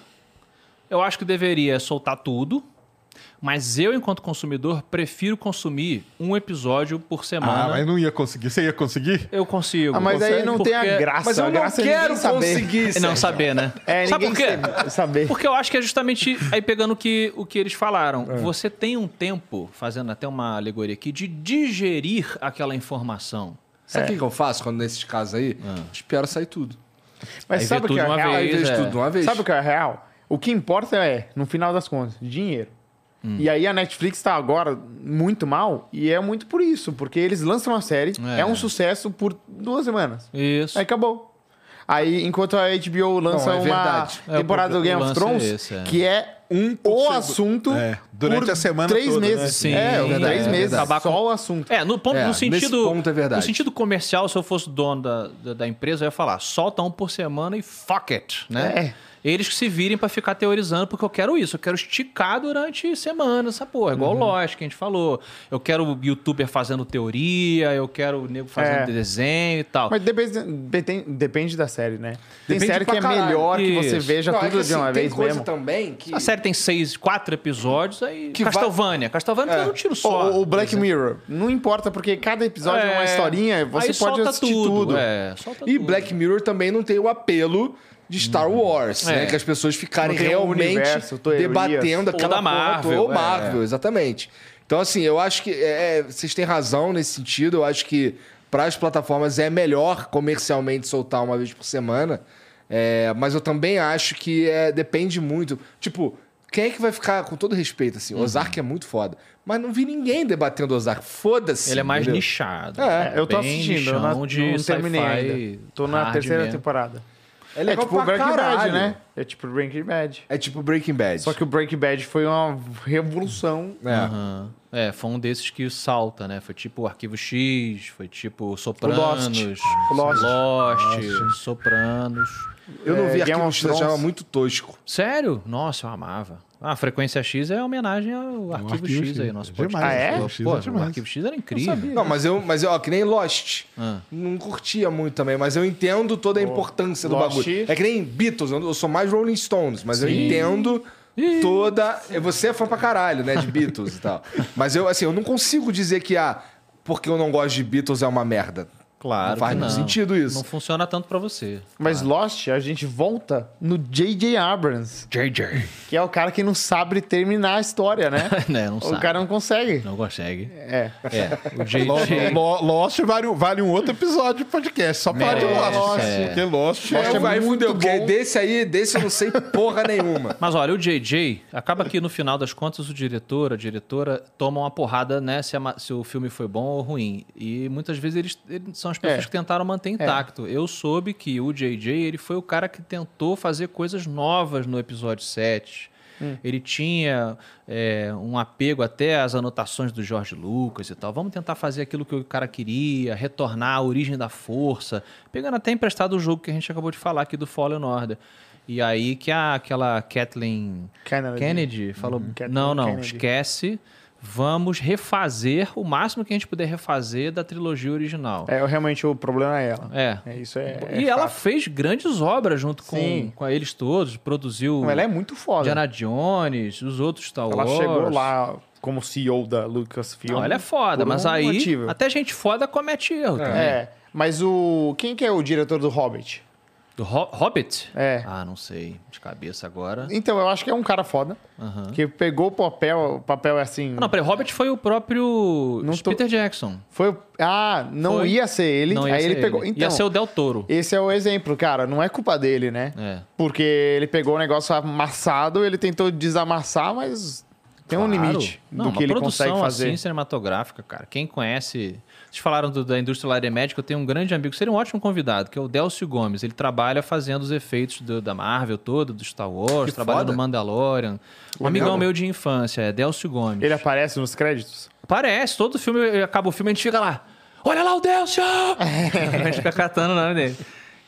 [SPEAKER 3] Eu acho que deveria soltar tudo, mas eu, enquanto consumidor, prefiro consumir um episódio por semana.
[SPEAKER 4] Ah, mas não ia conseguir. Você ia conseguir?
[SPEAKER 3] Eu consigo.
[SPEAKER 2] Ah, mas aí
[SPEAKER 3] Consegue?
[SPEAKER 2] não
[SPEAKER 3] Porque-
[SPEAKER 2] tem a graça.
[SPEAKER 1] Mas eu
[SPEAKER 2] a
[SPEAKER 1] não
[SPEAKER 2] graça é ninguém
[SPEAKER 1] quero
[SPEAKER 2] saber.
[SPEAKER 1] conseguir
[SPEAKER 3] É
[SPEAKER 1] isso.
[SPEAKER 3] Não saber, né?
[SPEAKER 2] É,
[SPEAKER 3] Sabe por
[SPEAKER 2] ninguém
[SPEAKER 3] quê?
[SPEAKER 2] sabe- saber.
[SPEAKER 3] Porque eu acho que é justamente aí pegando o que, o que eles falaram.
[SPEAKER 1] É.
[SPEAKER 3] Você tem um tempo, fazendo até uma alegoria aqui, de digerir aquela informação.
[SPEAKER 1] Sabe o que que eu faço quando nesses casos aí?
[SPEAKER 3] Ah.
[SPEAKER 1] Espero sair tudo.
[SPEAKER 2] Mas
[SPEAKER 3] Aí
[SPEAKER 2] sabe
[SPEAKER 3] vê
[SPEAKER 2] o que
[SPEAKER 3] tudo
[SPEAKER 2] é
[SPEAKER 3] uma
[SPEAKER 2] real?
[SPEAKER 3] vez,
[SPEAKER 1] Aí vejo
[SPEAKER 3] é.
[SPEAKER 1] tudo de uma vez.
[SPEAKER 2] Sabe o que é real? O que importa é, no final das contas, dinheiro. E aí a Netflix tá agora muito mal e é muito por isso, porque eles lançam uma série,
[SPEAKER 3] É.
[SPEAKER 2] é, um sucesso por duas semanas.
[SPEAKER 3] Isso.
[SPEAKER 2] Aí acabou. Aí, enquanto a HBO lança
[SPEAKER 1] Não, é
[SPEAKER 2] uma
[SPEAKER 1] verdade.
[SPEAKER 3] É, o
[SPEAKER 2] temporada do
[SPEAKER 3] pro-
[SPEAKER 2] Game
[SPEAKER 3] o
[SPEAKER 2] of
[SPEAKER 3] lance
[SPEAKER 2] Thrones,
[SPEAKER 3] é esse, é.
[SPEAKER 2] que é um o assunto
[SPEAKER 4] É, durante
[SPEAKER 2] por
[SPEAKER 4] a semana
[SPEAKER 2] três
[SPEAKER 4] toda, né?
[SPEAKER 2] meses.
[SPEAKER 3] Sim,
[SPEAKER 2] é,
[SPEAKER 3] é
[SPEAKER 2] três
[SPEAKER 3] verdade.
[SPEAKER 2] meses,
[SPEAKER 3] Acabar com-
[SPEAKER 2] só o assunto.
[SPEAKER 3] É, no, ponto,
[SPEAKER 1] É,
[SPEAKER 3] no
[SPEAKER 1] nesse
[SPEAKER 3] sentido.
[SPEAKER 1] ponto é verdade.
[SPEAKER 3] No sentido comercial, se eu fosse dono da, da, da empresa, eu ia falar: solta um por semana e fuck it,
[SPEAKER 1] É.
[SPEAKER 3] né? Eles que se virem pra ficar teorizando, porque eu quero isso, eu quero esticar durante semanas, essa porra, É igual
[SPEAKER 1] Uhum.
[SPEAKER 3] o Lost que a gente falou. Eu quero o youtuber fazendo teoria, eu quero o nego fazendo
[SPEAKER 2] É.
[SPEAKER 3] desenho e tal.
[SPEAKER 2] Mas depende, depende- depende da série, né? Tem
[SPEAKER 1] Depende
[SPEAKER 2] série
[SPEAKER 1] pra
[SPEAKER 2] que é
[SPEAKER 1] caralho.
[SPEAKER 2] melhor que
[SPEAKER 3] Isso.
[SPEAKER 2] você veja
[SPEAKER 1] Não, é
[SPEAKER 2] tudo
[SPEAKER 1] que,
[SPEAKER 2] de uma
[SPEAKER 1] assim,
[SPEAKER 2] vez
[SPEAKER 1] tem coisa
[SPEAKER 2] mesmo.
[SPEAKER 1] também que...
[SPEAKER 3] A série tem seis, quatro episódios, aí.
[SPEAKER 1] Que vai-
[SPEAKER 3] Castlevania.
[SPEAKER 2] É.
[SPEAKER 3] Castlevania fez um tiro só.
[SPEAKER 2] O, o Black Mirror. Não importa, porque cada episódio é, uma historinha, você pode
[SPEAKER 3] aí solta
[SPEAKER 2] assistir tudo.
[SPEAKER 3] É, solta
[SPEAKER 1] E
[SPEAKER 3] tudo.
[SPEAKER 1] Black Mirror também não tem o apelo de Star Wars, né?
[SPEAKER 3] É.
[SPEAKER 1] Que as pessoas ficarem
[SPEAKER 2] Hum. Não tem um
[SPEAKER 1] realmente
[SPEAKER 2] universo, teorias.
[SPEAKER 1] debatendo
[SPEAKER 3] Ou
[SPEAKER 1] aquela porra toda,
[SPEAKER 3] da Marvel,
[SPEAKER 1] ou
[SPEAKER 3] é.
[SPEAKER 1] Marvel, exatamente. Então, assim, eu acho que é, vocês têm razão nesse sentido. Eu acho que para as plataformas é melhor comercialmente soltar uma vez por semana. É, mas eu também acho que é, depende muito. Tipo, quem é que vai ficar, com todo respeito, assim,
[SPEAKER 3] Uhum.
[SPEAKER 1] Ozark é muito foda. Mas não vi ninguém debatendo Ozark. Foda-se.
[SPEAKER 3] Ele é mais
[SPEAKER 1] entendeu?
[SPEAKER 3] nichado.
[SPEAKER 1] É,
[SPEAKER 2] É, eu tô
[SPEAKER 3] Bem
[SPEAKER 2] assistindo, eu não,
[SPEAKER 3] nichão de um
[SPEAKER 2] não terminei
[SPEAKER 3] sci-fi
[SPEAKER 2] ainda. Tô na
[SPEAKER 3] hard
[SPEAKER 2] terceira
[SPEAKER 3] mesmo.
[SPEAKER 2] temporada.
[SPEAKER 1] É,
[SPEAKER 2] É,
[SPEAKER 1] legal
[SPEAKER 2] tipo
[SPEAKER 1] pra
[SPEAKER 2] Breaking Bad,
[SPEAKER 1] caralho.
[SPEAKER 2] né? É tipo Breaking Bad.
[SPEAKER 1] É tipo Breaking Bad.
[SPEAKER 2] Só que o Breaking Bad foi uma revolução.
[SPEAKER 1] É.
[SPEAKER 3] Aham. É, foi um desses que salta, né? Foi tipo o Arquivo X, foi tipo Sopranos,
[SPEAKER 2] Lost.
[SPEAKER 3] Lost, Sopranos.
[SPEAKER 1] Eu não
[SPEAKER 2] É,
[SPEAKER 1] vi
[SPEAKER 2] Game
[SPEAKER 1] aquilo,
[SPEAKER 2] of
[SPEAKER 1] eu achava
[SPEAKER 2] Thrones.
[SPEAKER 1] muito tosco.
[SPEAKER 3] Sério? Nossa, eu amava. Ah, Frequência X é homenagem ao Arquivo,
[SPEAKER 4] um Arquivo
[SPEAKER 3] X, aí,
[SPEAKER 4] X,
[SPEAKER 3] nosso
[SPEAKER 4] é
[SPEAKER 3] podcast.
[SPEAKER 4] demais,
[SPEAKER 2] Ah, é?
[SPEAKER 4] Arquivo X é
[SPEAKER 3] Pô, o
[SPEAKER 4] demais.
[SPEAKER 3] Arquivo X era incrível.
[SPEAKER 1] Não, mas eu, mas eu, ó, que nem Lost.
[SPEAKER 3] Ah.
[SPEAKER 1] Não curtia muito também, mas eu entendo toda a importância do
[SPEAKER 2] Lost.
[SPEAKER 1] bagulho. É que nem Beatles, eu eu sou mais Rolling Stones, mas eu
[SPEAKER 3] Sim.
[SPEAKER 1] entendo toda. Você é fã pra caralho, né, de Beatles e tal. Mas eu, assim, eu não consigo dizer que, ah, porque eu não gosto de Beatles é uma merda.
[SPEAKER 3] Claro.
[SPEAKER 1] faz
[SPEAKER 3] que
[SPEAKER 1] nenhum sentido isso.
[SPEAKER 3] Não funciona tanto pra você.
[SPEAKER 2] Mas Lost, a gente volta no J.J. Abrams,
[SPEAKER 3] JJ.
[SPEAKER 2] que é o cara que não sabe terminar a história, né?
[SPEAKER 3] Né, não
[SPEAKER 2] o
[SPEAKER 3] sabe.
[SPEAKER 2] cara não consegue.
[SPEAKER 3] Não consegue.
[SPEAKER 2] É.
[SPEAKER 3] É. O
[SPEAKER 4] Lo-
[SPEAKER 3] JJ.
[SPEAKER 4] Lo- Lost vale, um- vale um outro episódio de podcast, só falar de
[SPEAKER 3] Merece,
[SPEAKER 4] Lost.
[SPEAKER 3] é.
[SPEAKER 4] Porque Lost
[SPEAKER 1] Aí
[SPEAKER 4] é um-
[SPEAKER 1] vai, fudeu,
[SPEAKER 2] bom.
[SPEAKER 1] porque desse aí, desse eu não sei porra nenhuma.
[SPEAKER 3] Mas olha, o JJ, acaba que no final das contas o diretor, a diretora, toma uma porrada, né? Se, a ma- se o filme foi bom ou ruim. E muitas vezes eles, eles são as pessoas
[SPEAKER 2] É.
[SPEAKER 3] que tentaram manter intacto. Eu soube que o JJ, ele foi o cara que tentou fazer coisas novas no episódio 7.
[SPEAKER 2] Hum.
[SPEAKER 3] Ele tinha é, um apego até às anotações do Jorge Lucas e tal. Vamos tentar fazer aquilo que o cara queria, retornar à origem da força. Pegando até emprestado o jogo que a gente acabou de falar aqui do Fallen Order. E aí que a, aquela Kathleen
[SPEAKER 2] Kennedy. Uhum.
[SPEAKER 3] Kennedy falou:
[SPEAKER 2] Kathleen
[SPEAKER 3] não, não,
[SPEAKER 2] Kennedy."
[SPEAKER 3] esquece. Vamos refazer o máximo que a gente puder refazer da trilogia original.
[SPEAKER 2] É, realmente o problema é ela.
[SPEAKER 3] É.
[SPEAKER 2] É, isso é. é
[SPEAKER 3] e ela
[SPEAKER 2] fato.
[SPEAKER 3] fez grandes obras junto com,
[SPEAKER 2] Sim.
[SPEAKER 3] com eles todos, produziu
[SPEAKER 2] Não, Ela é muito foda.
[SPEAKER 3] Diana Jones, os outros Star
[SPEAKER 2] Ela
[SPEAKER 3] Wars.
[SPEAKER 2] chegou lá como CEO da Lucasfilm.
[SPEAKER 3] Não, ela é foda,
[SPEAKER 2] por um
[SPEAKER 3] mas aí
[SPEAKER 2] motivo.
[SPEAKER 3] até gente foda comete erro. também.
[SPEAKER 2] É, mas o. Quem que é o diretor do Hobbit?
[SPEAKER 3] Do Ho- Hobbit?
[SPEAKER 2] É.
[SPEAKER 3] Ah, não sei. De cabeça agora.
[SPEAKER 2] Então, eu acho que é um cara foda. Que pegou o papel. O papel é assim.
[SPEAKER 3] Ah, Não, peraí, Hobbit foi o próprio
[SPEAKER 2] Não tô-
[SPEAKER 3] Peter Jackson.
[SPEAKER 2] Foi. o- Ah, não
[SPEAKER 3] Foi.
[SPEAKER 2] ia ser ele.
[SPEAKER 3] Não ia
[SPEAKER 2] aí
[SPEAKER 3] ser
[SPEAKER 2] ele pegou. Então,
[SPEAKER 3] ia ser o Del Toro.
[SPEAKER 2] esse é o exemplo, cara. Não é culpa dele, né?
[SPEAKER 3] É.
[SPEAKER 2] Porque ele pegou o negócio amassado, ele tentou desamassar, mas tem um
[SPEAKER 3] Claro.
[SPEAKER 2] limite
[SPEAKER 3] Não,
[SPEAKER 2] do
[SPEAKER 3] uma
[SPEAKER 2] que ele
[SPEAKER 3] produção
[SPEAKER 2] consegue fazer.
[SPEAKER 3] assim cinematográfica, cara. Quem conhece. Vocês falaram do- da indústria Lare Médica, eu tenho um grande amigo, seria um ótimo convidado, que é o Delcio Gomes. Ele trabalha fazendo os efeitos do- da Marvel toda, do Star Wars,
[SPEAKER 5] Que
[SPEAKER 3] trabalha
[SPEAKER 5] foda.
[SPEAKER 3] no Mandalorian. Um amigão meu de infância, é Delcio Gomes.
[SPEAKER 2] Ele aparece nos créditos?
[SPEAKER 3] Parece, todo filme, acaba o filme, a gente fica lá. Olha lá o Delcio! a gente fica catando o nome dele.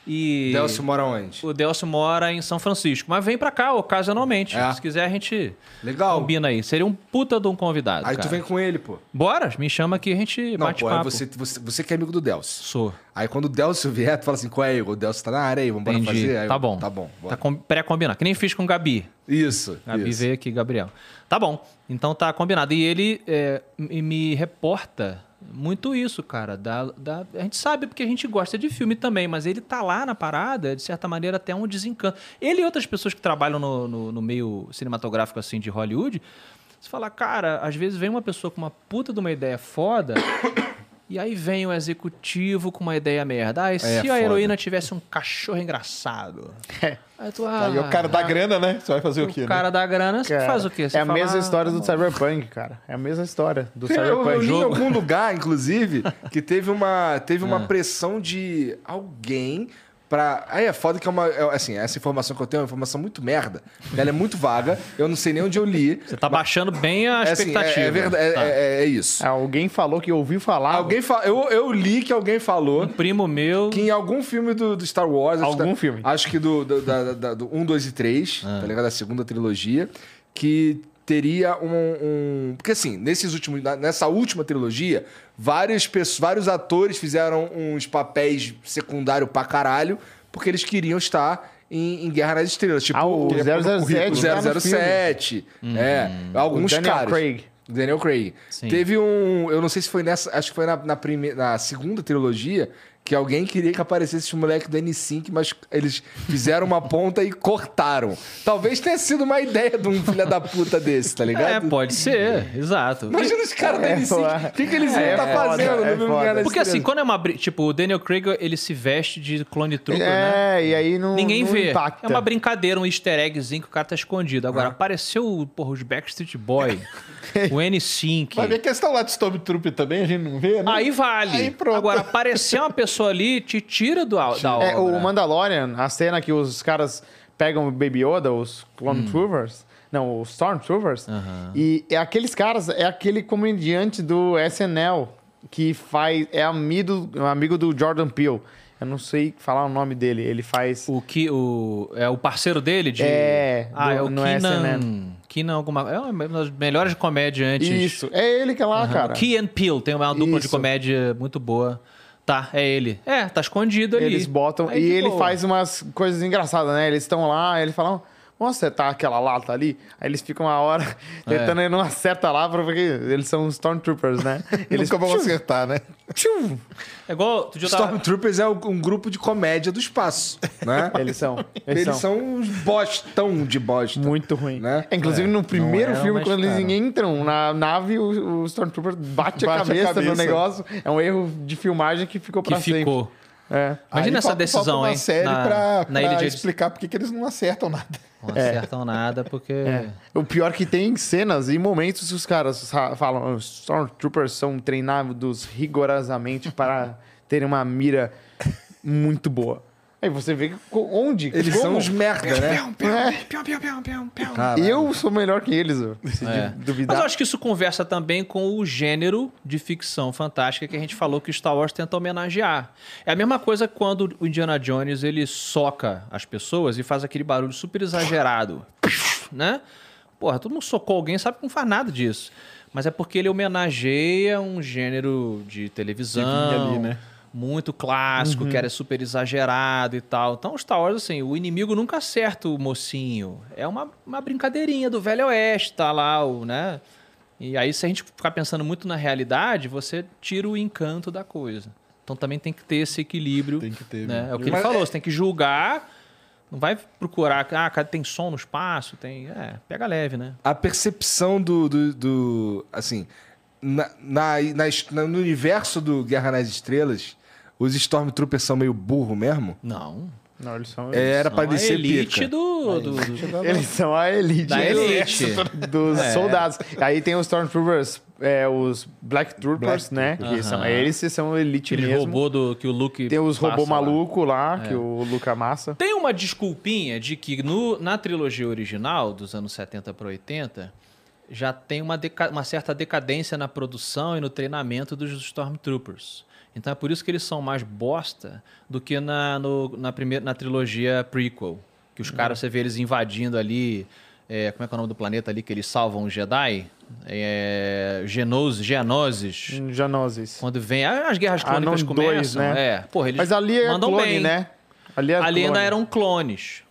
[SPEAKER 3] E
[SPEAKER 1] Delcio mora onde?
[SPEAKER 3] o Delcio mora em São Francisco, mas vem pra cá ocasionalmente.
[SPEAKER 1] É.
[SPEAKER 3] Se quiser, a gente
[SPEAKER 1] Legal.
[SPEAKER 3] combina aí. Seria um puta de um convidado.
[SPEAKER 1] Aí tu
[SPEAKER 3] cara.
[SPEAKER 1] vem com ele, pô.
[SPEAKER 3] Bora, me chama aqui, a gente
[SPEAKER 1] Não,
[SPEAKER 3] bate
[SPEAKER 1] pô, aí
[SPEAKER 3] papo.
[SPEAKER 1] você, você, você que é amigo do Delcio.
[SPEAKER 3] Sou.
[SPEAKER 1] Aí quando o Delcio vier, tu fala assim, qual é, Igor? O Delcio tá na área aí, vamos
[SPEAKER 3] Entendi.
[SPEAKER 1] fazer? Aí eu,
[SPEAKER 3] tá bom.
[SPEAKER 1] Tá bom.
[SPEAKER 3] Tá
[SPEAKER 1] bora.
[SPEAKER 3] com- pré-combinado. Que nem fiz com o Gabi.
[SPEAKER 1] Isso,
[SPEAKER 3] Gabi
[SPEAKER 1] isso.
[SPEAKER 3] veio aqui, Gabriel. Tá bom. Então tá combinado. E ele é, me me reporta muito isso, cara. Da, da- a gente sabe porque a gente gosta de filme também, mas ele tá lá na parada, de certa maneira, até um desencanto. Ele e outras pessoas que trabalham no, no- no meio cinematográfico assim de Hollywood, você fala, cara, às vezes vem uma pessoa com uma puta de uma ideia foda. E aí vem o executivo com uma ideia merda. Ah, e se a
[SPEAKER 1] É foda.
[SPEAKER 3] heroína tivesse um cachorro engraçado?
[SPEAKER 2] É,
[SPEAKER 3] Aí tu, ah,
[SPEAKER 4] Aí o cara da grana, né? Você vai fazer o quê?
[SPEAKER 3] o cara
[SPEAKER 4] né?
[SPEAKER 3] da grana, você
[SPEAKER 2] Cara,
[SPEAKER 3] faz o quê? Você
[SPEAKER 2] é a
[SPEAKER 3] fala,
[SPEAKER 2] mesma
[SPEAKER 3] "Ah,
[SPEAKER 2] história
[SPEAKER 3] tá
[SPEAKER 2] do
[SPEAKER 3] bom."
[SPEAKER 2] Cyberpunk, cara. É a mesma história do
[SPEAKER 1] Eu, eu
[SPEAKER 2] Cyberpunk.
[SPEAKER 1] li um em
[SPEAKER 2] Jogo.
[SPEAKER 1] algum lugar, inclusive, que teve uma, teve
[SPEAKER 3] Ah.
[SPEAKER 1] uma pressão de alguém pra... Aí é foda que é uma... é, assim, essa informação que eu tenho é uma informação muito merda. Ela é muito vaga, eu não sei nem onde eu li.
[SPEAKER 3] Você tá baixando bem
[SPEAKER 1] É,
[SPEAKER 3] a
[SPEAKER 1] assim, é-
[SPEAKER 3] expectativa.
[SPEAKER 1] é, verdade, é-
[SPEAKER 3] Tá.
[SPEAKER 1] é- é isso.
[SPEAKER 2] Alguém falou que ouviu falar.
[SPEAKER 1] Alguém fa... eu, eu li que alguém falou
[SPEAKER 3] Um primo meu.
[SPEAKER 1] que em algum filme do, do Star Wars... acho
[SPEAKER 2] Algum
[SPEAKER 1] que- tá-
[SPEAKER 2] filme.
[SPEAKER 1] Acho que do, do, da, da- da- do 1, 2 e 3, tá ligado? Da segunda trilogia, que teria um... um- Porque assim, nesses últimos, na- nessa última trilogia, várias pessoas, vários atores fizeram uns papéis secundários pra caralho, porque eles queriam estar... Em, em Guerra nas Estrelas, tipo
[SPEAKER 2] Ah, o
[SPEAKER 1] queria pôr no
[SPEAKER 2] 007
[SPEAKER 1] currículo.
[SPEAKER 2] tá no
[SPEAKER 1] 007, é,
[SPEAKER 2] o
[SPEAKER 1] alguns
[SPEAKER 2] Daniel
[SPEAKER 1] caras.
[SPEAKER 2] Craig.
[SPEAKER 1] Daniel Craig.
[SPEAKER 3] Sim.
[SPEAKER 1] Teve um. Eu não sei se foi nessa. Acho que foi na, na prime- na segunda trilogia que alguém queria que aparecesse esse moleque do N5, mas eles fizeram uma ponta e cortaram. Talvez tenha sido uma ideia de um filho da puta desse, tá
[SPEAKER 3] É,
[SPEAKER 1] ligado?
[SPEAKER 3] pode ser, exato.
[SPEAKER 1] Imagina os caras do
[SPEAKER 2] É,
[SPEAKER 1] N5. O que, que eles iam
[SPEAKER 2] é
[SPEAKER 1] estar
[SPEAKER 2] foda,
[SPEAKER 1] fazendo
[SPEAKER 2] é
[SPEAKER 1] no
[SPEAKER 2] foda.
[SPEAKER 1] Guerra das
[SPEAKER 3] Porque assim,
[SPEAKER 1] Estrelas?
[SPEAKER 3] quando é uma briga. Tipo, o Daniel Craig ele se veste de clone trooper, né?
[SPEAKER 2] É, e aí não,
[SPEAKER 3] Ninguém
[SPEAKER 2] não
[SPEAKER 3] vê.
[SPEAKER 2] impacta.
[SPEAKER 3] É uma brincadeira, um easter eggzinho que o cara tá escondido. Agora, apareceu porra, os Backstreet Boy, o N5.
[SPEAKER 4] Vai ver que eles estão lá de Stormtrooper também, a gente não vê, né?
[SPEAKER 3] Aí vale.
[SPEAKER 4] Aí pronto.
[SPEAKER 3] Agora, aparecer uma pessoa ali te tira do, au- da obra.
[SPEAKER 2] É, o Mandalorian, a cena que os caras pegam o Baby Yoda, os Clone
[SPEAKER 3] Hum.
[SPEAKER 2] Troopers, não, os Stormtroopers, e é aqueles caras, é aquele comediante do SNL que faz, é amigo, amigo do Jordan Peele. Eu não sei falar o nome dele, ele faz...
[SPEAKER 3] O que o é o parceiro dele de
[SPEAKER 2] É,
[SPEAKER 3] ah,
[SPEAKER 2] do-
[SPEAKER 3] é o
[SPEAKER 2] no
[SPEAKER 3] Keenan,
[SPEAKER 2] SNL.
[SPEAKER 3] Keenan alguma é uma das melhores comediantes.
[SPEAKER 2] Isso, é ele que é lá, cara.
[SPEAKER 3] Key and Peele tem uma dupla de
[SPEAKER 2] Isso.
[SPEAKER 3] comédia muito boa. Tá, é ele. É, tá escondido ali.
[SPEAKER 2] Eles botam.
[SPEAKER 3] Aí
[SPEAKER 2] e
[SPEAKER 3] de
[SPEAKER 2] ele
[SPEAKER 3] boa.
[SPEAKER 2] faz umas coisas engraçadas, né? Eles estão lá, ele fala. vamos acertar aquela lata ali. Aí eles ficam uma hora tentando e não acerta a lata, porque eles são Stormtroopers, né? Eles
[SPEAKER 4] Nunca vão acertar, né?
[SPEAKER 2] Tchum!
[SPEAKER 3] É igual. Outro dia eu tava-
[SPEAKER 1] Stormtroopers é um um grupo de comédia do espaço, né?
[SPEAKER 2] Eles são. É, Eles,
[SPEAKER 1] Eles,
[SPEAKER 2] são.
[SPEAKER 1] são uns bostão de bosta.
[SPEAKER 2] Muito ruim.
[SPEAKER 1] Né?
[SPEAKER 2] É, inclusive, no primeiro
[SPEAKER 3] eram,
[SPEAKER 2] filme,
[SPEAKER 3] mas
[SPEAKER 2] quando eles
[SPEAKER 3] ficaram.
[SPEAKER 2] entram na nave, o, o Stormtrooper bate, a,
[SPEAKER 4] Bate a
[SPEAKER 2] cabeça no
[SPEAKER 4] cabeça.
[SPEAKER 2] negócio. É um erro de filmagem que ficou
[SPEAKER 3] Que
[SPEAKER 2] pra sempre.
[SPEAKER 3] ficou.
[SPEAKER 2] É.
[SPEAKER 3] Imagina
[SPEAKER 4] Aí
[SPEAKER 3] essa
[SPEAKER 4] falta-
[SPEAKER 3] decisão,
[SPEAKER 4] falta uma
[SPEAKER 3] hein?
[SPEAKER 4] série
[SPEAKER 3] Na-
[SPEAKER 4] pra,
[SPEAKER 3] na
[SPEAKER 4] pra
[SPEAKER 3] Ilha de-
[SPEAKER 4] explicar por que que eles não acertam nada.
[SPEAKER 3] Não
[SPEAKER 2] É.
[SPEAKER 3] acertam nada, porque.
[SPEAKER 2] O pior que tem cenas e momentos que os caras sa- falam os Stormtroopers são treinados rigorosamente para terem uma mira muito boa. Aí você vê que co- onde,
[SPEAKER 1] Eles
[SPEAKER 2] como.
[SPEAKER 1] são uns merda, né?
[SPEAKER 2] É, eu sou melhor que eles, eu, se de-
[SPEAKER 3] É. Mas eu
[SPEAKER 2] duvidar.
[SPEAKER 3] acho que isso conversa também com o gênero de ficção fantástica que a gente falou que o Star Wars tenta homenagear. É a mesma coisa quando o Indiana Jones ele soca as pessoas e faz aquele barulho super exagerado, né? Porra, todo mundo socou alguém, sabe que não faz nada disso. Mas é porque ele homenageia um gênero de televisão
[SPEAKER 4] ali, né? Uhum.
[SPEAKER 3] muito clássico, que era super exagerado e tal. Então, Star Wars, assim, o inimigo nunca acerta o mocinho. É uma, uma brincadeirinha do Velho Oeste, tá lá, o, né? E aí, se a gente ficar pensando muito na realidade, você tira o encanto da coisa. Então, também tem que ter esse equilíbrio.
[SPEAKER 4] Tem que ter,
[SPEAKER 3] Né?
[SPEAKER 4] né?
[SPEAKER 3] É o que ele falou, você tem que julgar. Não vai procurar, ah, cara, tem som no espaço, tem... É, pega leve, né?
[SPEAKER 1] A percepção do. do, do- assim. Na, na- na es- na- no universo do Guerra nas Estrelas, os Stormtroopers são meio burro mesmo. É,
[SPEAKER 3] Não.
[SPEAKER 2] Não, eles são.
[SPEAKER 1] Era pra
[SPEAKER 3] Não, a
[SPEAKER 1] descer
[SPEAKER 3] elite
[SPEAKER 1] pica.
[SPEAKER 3] do... do, do...
[SPEAKER 2] Eles são a elite,
[SPEAKER 3] Da
[SPEAKER 2] do
[SPEAKER 3] elite. É.
[SPEAKER 2] exército dos soldados. Aí tem os Stormtroopers, é, os Black Troopers, né? Que são,
[SPEAKER 3] Aham.
[SPEAKER 2] eles que são elite
[SPEAKER 3] Aquele
[SPEAKER 2] mesmo.
[SPEAKER 3] robô do, que o Luke
[SPEAKER 2] Tem os robô
[SPEAKER 3] passa lá. É.
[SPEAKER 2] maluco lá, que o Luca massa.
[SPEAKER 3] Tem uma desculpinha de que no- na trilogia original, dos anos 70 para 80, já tem uma, deca- uma certa decadência na produção e no treinamento dos Stormtroopers. Então é por isso que eles são mais bosta do que na, no- na, primeira, na trilogia prequel. Que
[SPEAKER 2] Uhum.
[SPEAKER 3] os caras, você vê eles invadindo ali. é, como é que é o nome do planeta ali que eles salvam os Jedi? É, Genose, Geonoses.
[SPEAKER 2] Janoses.
[SPEAKER 3] Quando vem. As guerras
[SPEAKER 2] Uhum. Ah, não,
[SPEAKER 3] clônicas começam.
[SPEAKER 2] dois, né?
[SPEAKER 3] É, porra, eles
[SPEAKER 2] Mas ali é
[SPEAKER 3] mandam
[SPEAKER 2] clone,
[SPEAKER 3] bem.
[SPEAKER 2] né? Ali, é
[SPEAKER 3] Ali ainda um
[SPEAKER 2] clone.
[SPEAKER 3] eram clones.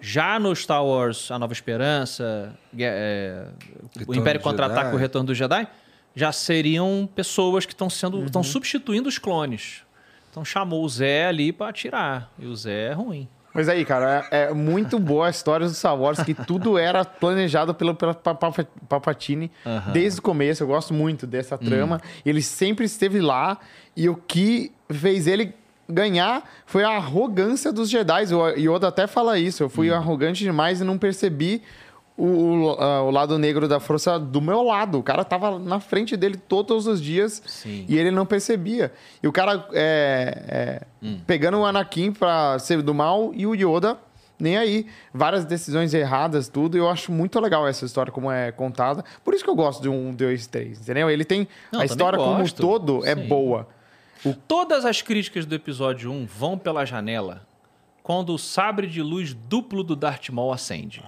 [SPEAKER 3] Já no Star Wars A Nova Esperança, Gue- é, o
[SPEAKER 1] Retorno
[SPEAKER 3] Império
[SPEAKER 1] do
[SPEAKER 3] Contra-Ataque
[SPEAKER 1] Jedi.
[SPEAKER 3] e o Retorno do Jedi, já seriam pessoas que estão sendo estão substituindo os clones. Então chamou o Zé ali pra atirar. E o Zé é ruim.
[SPEAKER 2] Mas aí, cara, é, é muito boa a história do Star Wars, que tudo era planejado pelo pela Pa- Pa- Papatini desde o começo. Eu gosto muito dessa
[SPEAKER 3] Hum.
[SPEAKER 2] trama. Ele sempre esteve lá e o que fez ele ganhar foi a arrogância dos Jedi. O Yoda até fala isso. Eu
[SPEAKER 3] Hum.
[SPEAKER 2] fui arrogante demais e não percebi o, o- ah, o lado negro da força do meu lado. O cara tava na frente dele todos os dias
[SPEAKER 3] Sim.
[SPEAKER 2] e ele não percebia. E o cara é, é,
[SPEAKER 3] Hum.
[SPEAKER 2] pegando o Anakin pra ser do mal e o Yoda nem aí. Várias decisões erradas, tudo. E eu acho muito legal essa história como é contada. Por isso que eu gosto de um, dois, três, entendeu? Ele tem...
[SPEAKER 3] Não,
[SPEAKER 2] a
[SPEAKER 3] também
[SPEAKER 2] história como um
[SPEAKER 3] gosto.
[SPEAKER 2] todo é
[SPEAKER 3] Sim.
[SPEAKER 2] boa.
[SPEAKER 3] Todas as críticas do episódio 1 vão pela janela quando o sabre de luz duplo do Darth Maul acende.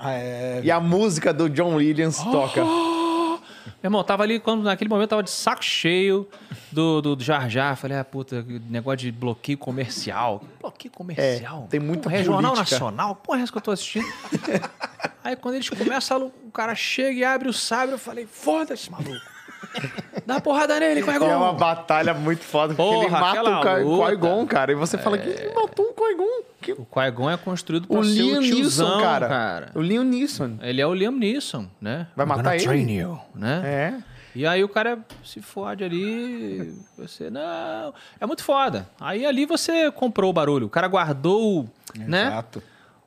[SPEAKER 2] E a música do John Williams
[SPEAKER 3] Oh!
[SPEAKER 2] toca.
[SPEAKER 3] Meu irmão, tava ali, quando, naquele momento, tava de saco cheio do, do, do Jar Jar. Falei, ah, puta, que negócio de bloqueio comercial. Bloqueio comercial?
[SPEAKER 2] É, tem muita
[SPEAKER 3] Porra, é Jornal
[SPEAKER 2] política.
[SPEAKER 3] Nacional? Porra, é essa que eu tô assistindo? Aí, quando eles começam, o cara chega e abre o sabre. Eu falei, foda-se, maluco. Dá uma porrada nele,
[SPEAKER 2] E é uma
[SPEAKER 3] Corregon.
[SPEAKER 2] batalha muito foda, porque ele
[SPEAKER 3] um- Porra,
[SPEAKER 2] mata
[SPEAKER 3] aquela
[SPEAKER 2] o Kai-
[SPEAKER 3] luta. É.
[SPEAKER 2] Qui-Gon, cara. E você fala, que ele matou um Qui-Gon? Que...
[SPEAKER 3] O Qui-Gon é construído pra
[SPEAKER 2] O
[SPEAKER 3] ser
[SPEAKER 2] Liam
[SPEAKER 3] o tiozão,
[SPEAKER 2] Neeson, cara.
[SPEAKER 3] cara.
[SPEAKER 2] O Liam Neeson.
[SPEAKER 3] Ele é o Liam Neeson, né?
[SPEAKER 2] Vai
[SPEAKER 6] I'm
[SPEAKER 2] matar
[SPEAKER 6] gonna train
[SPEAKER 2] ele?
[SPEAKER 6] you.
[SPEAKER 3] né?
[SPEAKER 2] É.
[SPEAKER 3] E aí o cara se fode ali, você não, é muito foda. Aí ali você comprou o barulho, o cara guardou, o, né?
[SPEAKER 4] Exato.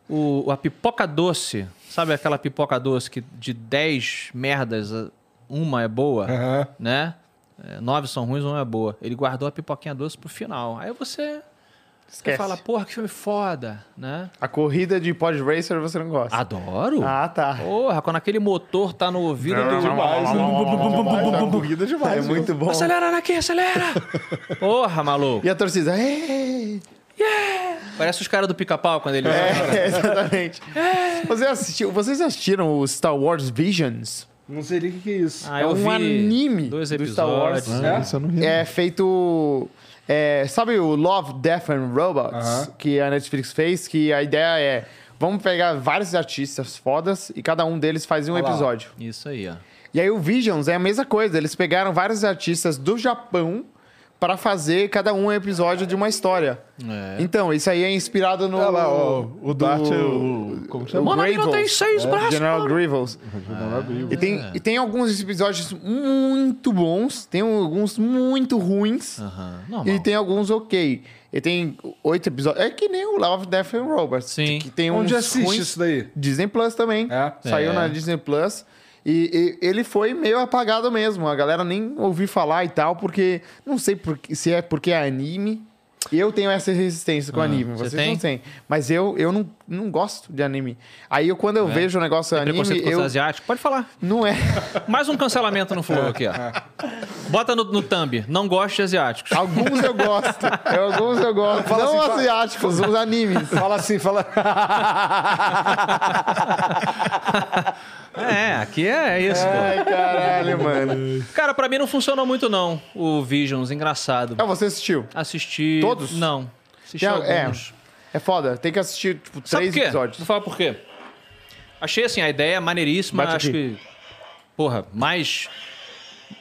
[SPEAKER 3] O, a pipoca doce, sabe aquela pipoca doce que de 10 merdas uma é boa, né? É, Nove são ruins, uma é boa. Ele guardou a pipoquinha doce pro final. Aí você, você
[SPEAKER 2] Esquece.
[SPEAKER 3] fala, porra, que filme foda, né?
[SPEAKER 2] A corrida de pod racer você não gosta.
[SPEAKER 3] Adoro.
[SPEAKER 2] Ah, tá.
[SPEAKER 3] Porra, quando aquele motor tá no ouvido do
[SPEAKER 4] Tá corrida demais.
[SPEAKER 2] É
[SPEAKER 4] viu?
[SPEAKER 2] muito bom.
[SPEAKER 3] Acelera aqui, acelera! Porra, maluco.
[SPEAKER 2] E a torcida. "Ei!"
[SPEAKER 3] Parece os caras do pica-pau quando ele.
[SPEAKER 2] É, exatamente.
[SPEAKER 3] É.
[SPEAKER 2] Você assistiu, vocês assistiram o Star Wars Visions?
[SPEAKER 1] Não sei nem o que que é isso.
[SPEAKER 3] Ah,
[SPEAKER 2] é
[SPEAKER 3] eu
[SPEAKER 2] um
[SPEAKER 3] vi
[SPEAKER 2] anime
[SPEAKER 3] dois
[SPEAKER 2] do
[SPEAKER 3] episódios.
[SPEAKER 2] Star Wars.
[SPEAKER 3] né?
[SPEAKER 4] Ah, Isso eu não vi.
[SPEAKER 2] É feito. é, sabe o Love, Death and Robots que a Netflix fez? Que a ideia é Vamos pegar vários artistas fodas e cada um deles faz um episódio.
[SPEAKER 3] Isso aí, ó.
[SPEAKER 2] E aí o Visions é a mesma coisa. Eles pegaram vários artistas do Japão para fazer cada um um episódio de uma história.
[SPEAKER 3] É.
[SPEAKER 2] Então, isso aí é inspirado no.
[SPEAKER 4] Olha lá, ó, o É. Dart, o... Como que
[SPEAKER 2] O
[SPEAKER 4] chama?
[SPEAKER 3] Mano, a mina
[SPEAKER 2] Grevels.
[SPEAKER 3] tem seis braços,
[SPEAKER 2] General
[SPEAKER 3] mano.
[SPEAKER 2] Grievous.
[SPEAKER 3] É.
[SPEAKER 2] E tem, e tem alguns episódios muito bons, tem alguns muito ruins,
[SPEAKER 3] Aham, normal.
[SPEAKER 2] e tem alguns ok. E tem oito episódios. É que nem o Love, Death and Robots.
[SPEAKER 3] Sim.
[SPEAKER 2] Que tem
[SPEAKER 1] Onde
[SPEAKER 2] uns
[SPEAKER 1] assiste
[SPEAKER 2] ruins.
[SPEAKER 1] isso daí?
[SPEAKER 2] Disney Plus também.
[SPEAKER 1] É?
[SPEAKER 2] Saiu
[SPEAKER 3] É.
[SPEAKER 2] na Disney Plus. E, e ele foi meio apagado mesmo. A galera nem ouviu falar e tal, porque não sei por que- se é porque é anime. Eu tenho essa resistência com
[SPEAKER 3] Ah,
[SPEAKER 2] anime,
[SPEAKER 3] você
[SPEAKER 2] vocês
[SPEAKER 3] tem?
[SPEAKER 2] não têm. Mas eu, eu não, não gosto de anime. Aí eu, quando eu vejo um negócio anime,
[SPEAKER 3] É. Preconceito contra
[SPEAKER 2] eu.
[SPEAKER 3] asiático. Pode falar.
[SPEAKER 2] Não é.
[SPEAKER 3] Mais um cancelamento no Flow aqui, ó. Bota no, no thumb. Não gosto de asiáticos.
[SPEAKER 2] Alguns eu gosto. Alguns eu gosto.
[SPEAKER 1] Fala
[SPEAKER 2] não
[SPEAKER 1] assim, fala-
[SPEAKER 2] asiáticos, os animes.
[SPEAKER 1] Fala assim, fala.
[SPEAKER 2] Ah.
[SPEAKER 3] É, aqui é isso, pô.
[SPEAKER 1] assim,
[SPEAKER 2] Ai, caralho, mano.
[SPEAKER 3] Cara, pra mim não funcionou muito, não, o Visions. Engraçado.
[SPEAKER 2] Ah, você assistiu?
[SPEAKER 3] Assisti...
[SPEAKER 2] Todos?
[SPEAKER 3] Não.
[SPEAKER 2] Tem
[SPEAKER 3] Assisti
[SPEAKER 2] a- é,
[SPEAKER 3] alguns.
[SPEAKER 2] é foda. Tem que assistir, tipo,
[SPEAKER 3] Sabe
[SPEAKER 2] três
[SPEAKER 3] por quê?
[SPEAKER 2] episódios.
[SPEAKER 3] Vou falar por quê. Achei, assim, a ideia maneiríssima.
[SPEAKER 2] Bate
[SPEAKER 3] acho
[SPEAKER 2] aqui.
[SPEAKER 3] que... Porra, mais...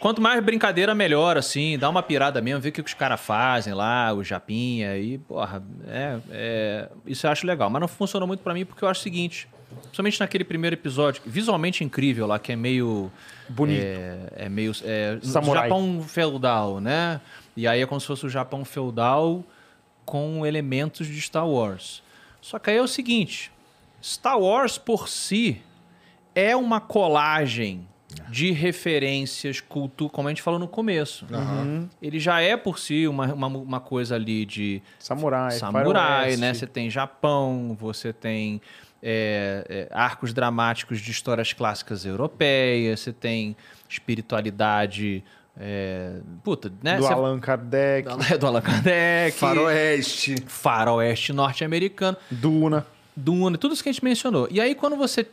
[SPEAKER 3] Quanto mais brincadeira, melhor, assim. Dá uma pirada mesmo, ver o que os caras fazem lá, o Japinha e, porra, é, é... Isso eu acho legal. Mas não funcionou muito pra mim porque eu acho o seguinte... Principalmente naquele primeiro episódio, visualmente incrível lá, que é meio... Bonito. É, é meio... É,
[SPEAKER 2] Samurai.
[SPEAKER 3] Japão feudal, né? E aí é como se fosse o Japão feudal com elementos de Star Wars. Só que aí é o seguinte: Star Wars por si é uma colagem de referências, culto, como a gente falou no começo. Ele já é por si uma, uma, uma coisa ali de
[SPEAKER 2] Samurai.
[SPEAKER 3] samurai,
[SPEAKER 2] faroeste.
[SPEAKER 3] né? Você tem Japão, você tem é, é, arcos dramáticos de histórias clássicas europeias, você tem espiritualidade. é, puta, né?
[SPEAKER 2] do
[SPEAKER 3] Você- É,
[SPEAKER 2] Allan Kardec,
[SPEAKER 3] do Allan Kardec.
[SPEAKER 1] Faroeste.
[SPEAKER 3] Faroeste norte-americano.
[SPEAKER 2] Duna.
[SPEAKER 3] Duna, tudo isso que a gente mencionou. E aí, quando você,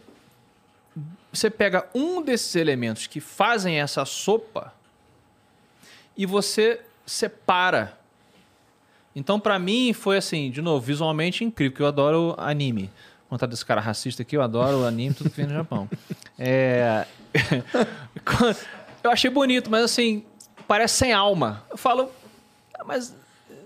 [SPEAKER 3] você pega um desses elementos que fazem essa sopa e você separa. Então, pra mim, foi assim, de novo, visualmente incrível, porque eu adoro anime. Contar desse cara racista aqui, eu adoro anime, tudo que vem do Japão. É... eu achei bonito, mas assim, parece sem alma. Eu falo, "Ah, mas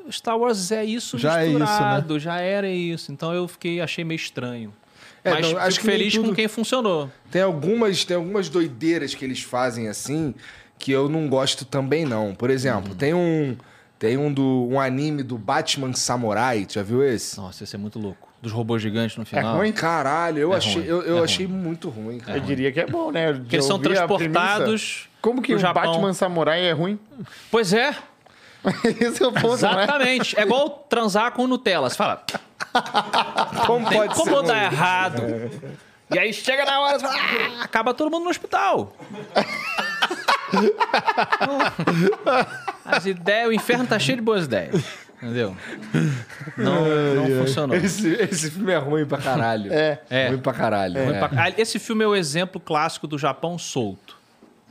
[SPEAKER 3] Star Wars é isso
[SPEAKER 4] Já é isso, né?
[SPEAKER 3] misturado, já era isso. Então eu fiquei, achei meio estranho.
[SPEAKER 1] É,
[SPEAKER 3] Mas
[SPEAKER 1] não,
[SPEAKER 3] fico
[SPEAKER 1] acho que nem
[SPEAKER 3] feliz com
[SPEAKER 1] tudo-
[SPEAKER 3] quem funcionou.
[SPEAKER 1] Tem algumas, tem algumas doideiras que eles fazem assim que eu não gosto também, não. Por exemplo, tem um. Tem um do um anime do Batman Samurai, tu já viu esse?
[SPEAKER 3] Nossa, esse é muito louco. Dos robôs gigantes no final.
[SPEAKER 2] ruim?
[SPEAKER 1] Caralho, eu
[SPEAKER 3] É
[SPEAKER 1] achei,
[SPEAKER 3] ruim,
[SPEAKER 1] eu, eu
[SPEAKER 3] é
[SPEAKER 1] achei muito ruim, cara.
[SPEAKER 2] Eu diria que é bom, né? De
[SPEAKER 3] Porque eles são
[SPEAKER 2] ouvir a premissa.
[SPEAKER 3] transportados.
[SPEAKER 2] Como que
[SPEAKER 3] pro
[SPEAKER 2] o
[SPEAKER 3] Japão.
[SPEAKER 2] Batman Samurai é ruim?
[SPEAKER 3] Pois é,
[SPEAKER 2] Esse é o ponto, né?
[SPEAKER 3] exatamente. É igual transar com Nutella. Você fala,
[SPEAKER 1] Como
[SPEAKER 3] tem
[SPEAKER 1] pode
[SPEAKER 3] como
[SPEAKER 1] ser?
[SPEAKER 3] dar errado? E aí chega na hora, você fala, "Ah", acaba todo mundo no hospital. As ideias, o inferno tá cheio de boas ideias. Entendeu? Não, não funcionou.
[SPEAKER 1] Esse, esse filme é ruim pra caralho.
[SPEAKER 2] É.
[SPEAKER 3] É.
[SPEAKER 1] Ruim pra caralho.
[SPEAKER 3] Ruim
[SPEAKER 1] é.
[SPEAKER 3] pra caralho. Esse filme é o exemplo clássico do Japão solto.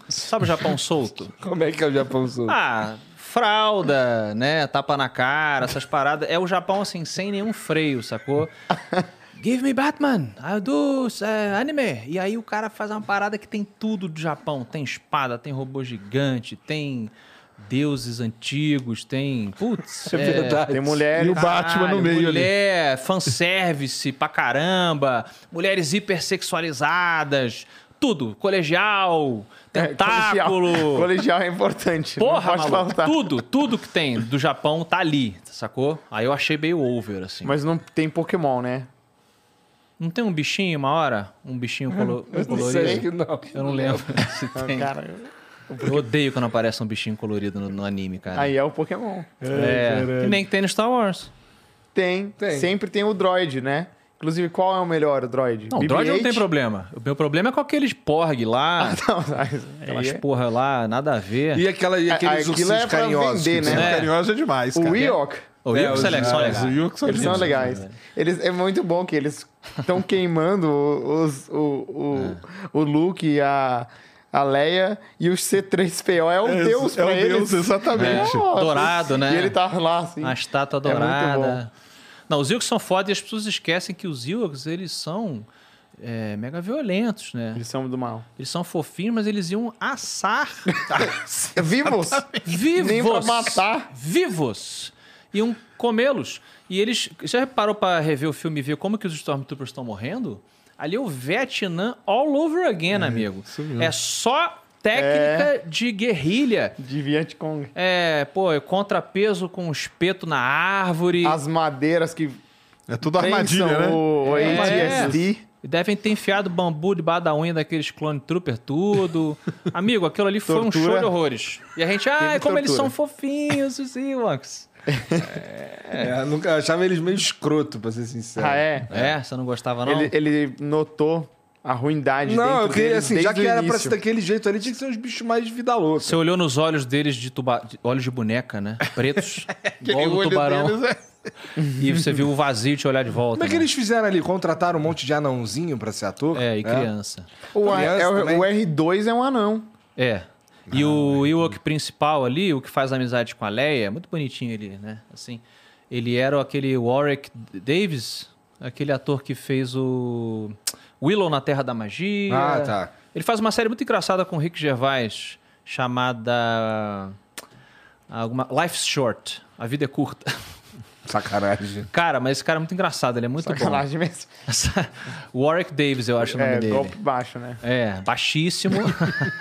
[SPEAKER 3] Sabe o Japão solto?
[SPEAKER 1] Como é que é o Japão Sul?
[SPEAKER 3] Ah, fralda, né? Tapa na cara, essas paradas. É o Japão, assim, sem nenhum freio, sacou? Give me Batman, I do eh, anime. E aí o cara faz uma parada que tem tudo do Japão. Tem espada, tem robô gigante, tem deuses antigos, tem... Putz, é
[SPEAKER 1] verdade.
[SPEAKER 2] Tem mulher.
[SPEAKER 4] E o Batman no meio ali.
[SPEAKER 3] mulher, fanservice pra caramba, mulheres hipersexualizadas, tudo, colegial, tentáculo.
[SPEAKER 2] É, Colegial. Colegial é importante.
[SPEAKER 3] Porra,
[SPEAKER 2] não pode
[SPEAKER 3] maluco,
[SPEAKER 2] faltar.
[SPEAKER 3] tudo, tudo que tem do Japão tá ali, sacou? Aí eu achei meio over, assim.
[SPEAKER 2] Mas não tem Pokémon, né?
[SPEAKER 3] Não tem um bichinho uma hora? Um bichinho colo-
[SPEAKER 1] Não
[SPEAKER 3] colorido?
[SPEAKER 1] sei é que não.
[SPEAKER 3] Eu não lembro se tem.
[SPEAKER 2] Cara,
[SPEAKER 3] Eu odeio quando aparece um bichinho colorido no, no anime, cara.
[SPEAKER 2] aí é o Pokémon.
[SPEAKER 3] é, que nem que tem no Star Wars.
[SPEAKER 2] Tem,
[SPEAKER 1] Tem.
[SPEAKER 2] Sempre tem o droid, né? Inclusive, qual é o melhor droid?
[SPEAKER 3] Não, o
[SPEAKER 2] BB-8?
[SPEAKER 3] droid não tem problema. O meu problema é com aqueles porg lá,
[SPEAKER 2] Não, mas
[SPEAKER 3] aquelas
[SPEAKER 2] Ah, aí é-
[SPEAKER 3] porra lá, nada a ver.
[SPEAKER 1] E aquela, e aqueles
[SPEAKER 2] Aquilo
[SPEAKER 1] ursinhos
[SPEAKER 2] é pra
[SPEAKER 1] carinhosos.
[SPEAKER 2] vender,
[SPEAKER 1] que-
[SPEAKER 2] né?
[SPEAKER 3] É.
[SPEAKER 4] Carinhosa é demais, cara.
[SPEAKER 2] O Eeyore,
[SPEAKER 3] O
[SPEAKER 1] É,
[SPEAKER 3] Yuki
[SPEAKER 1] os-
[SPEAKER 3] Select são
[SPEAKER 1] ah,
[SPEAKER 3] legais.
[SPEAKER 4] Os Yukos são
[SPEAKER 2] eles são
[SPEAKER 4] demais.
[SPEAKER 2] legais.
[SPEAKER 3] né?
[SPEAKER 2] Eles, é muito bom que eles estão queimando os, o, o,
[SPEAKER 3] É.
[SPEAKER 2] o Luke e a, a Leia e o C3PO é um
[SPEAKER 4] É,
[SPEAKER 2] deus
[SPEAKER 4] é
[SPEAKER 2] pra
[SPEAKER 4] um
[SPEAKER 2] eles.
[SPEAKER 4] deus, exatamente.
[SPEAKER 2] Nossa.
[SPEAKER 3] Dourado, né?
[SPEAKER 2] E ele tá lá assim.
[SPEAKER 3] A estátua
[SPEAKER 2] É muito
[SPEAKER 3] dourada. Não, os Ewoks são foda e as pessoas esquecem que os Ewoks, eles são é, mega violentos, né?
[SPEAKER 2] Eles são do mal.
[SPEAKER 3] Eles são fofinhos, mas eles iam assar
[SPEAKER 2] Vivos?
[SPEAKER 3] vivos.
[SPEAKER 2] Nem pra matar.
[SPEAKER 3] Vivos. Iam comê-los. E eles... Já reparou pra rever o filme e ver como que os Stormtroopers estão morrendo? Ali é o Vietnã all over again, amigo. É só
[SPEAKER 2] É.
[SPEAKER 3] técnica de guerrilha.
[SPEAKER 2] De Vietcong.
[SPEAKER 3] É, pô, é contrapeso com um espeto na árvore.
[SPEAKER 2] As madeiras que
[SPEAKER 4] É tudo armadilha,
[SPEAKER 2] prensam
[SPEAKER 4] né?
[SPEAKER 2] o, o
[SPEAKER 3] É.
[SPEAKER 2] ATSD.
[SPEAKER 3] E Devem ter enfiado bambu debaixo da unha daqueles clone trooper, tudo. Amigo, aquilo ali foi um
[SPEAKER 2] Tortura.
[SPEAKER 3] show de horrores. E a gente, ah, como eles
[SPEAKER 2] tortura.
[SPEAKER 3] são fofinhos, os Ewoks.
[SPEAKER 1] É, eu nunca eu achava eles meio escroto, pra ser sincero.
[SPEAKER 2] Ah, é?
[SPEAKER 3] É, você não gostava, não?
[SPEAKER 2] Ele, ele notou a ruindade
[SPEAKER 1] Não,
[SPEAKER 2] dentro
[SPEAKER 1] eu queria,
[SPEAKER 2] deles
[SPEAKER 1] assim, já
[SPEAKER 2] desde
[SPEAKER 1] que
[SPEAKER 2] o
[SPEAKER 1] era pra
[SPEAKER 2] início.
[SPEAKER 1] ser daquele jeito ali, tinha que ser uns bichos mais de vida louca.
[SPEAKER 3] Você olhou nos olhos deles de tubarão. Olhos de boneca, né? Pretos. igual do
[SPEAKER 4] olho
[SPEAKER 3] tubarão.
[SPEAKER 4] deles é-
[SPEAKER 3] E você viu o vazio te olhar de volta.
[SPEAKER 1] Como é que
[SPEAKER 3] né?
[SPEAKER 1] eles fizeram ali? Contrataram um monte de anãozinho pra ser ator?
[SPEAKER 3] É, e criança.
[SPEAKER 2] O,
[SPEAKER 1] Criança
[SPEAKER 2] é o-
[SPEAKER 1] também.
[SPEAKER 2] o R2 é um anão.
[SPEAKER 3] É. E o Ewok principal ali, o que faz amizade com a Leia, é muito bonitinho ele, né? Assim, ele era aquele Warwick Davis, aquele ator que fez o Willow na Terra da Magia.
[SPEAKER 1] Ah, tá.
[SPEAKER 3] Ele faz uma série muito engraçada com o Rick Gervais, chamada ah, alguma Life's Short, A Vida é Curta.
[SPEAKER 1] Sacanagem.
[SPEAKER 3] Cara, mas esse cara é muito engraçado, ele é muito
[SPEAKER 2] Sacanagem mesmo.
[SPEAKER 3] bom. Warwick Davis, eu acho o nome
[SPEAKER 2] É,
[SPEAKER 3] dele.
[SPEAKER 2] golpe baixo, né?
[SPEAKER 3] É, baixíssimo.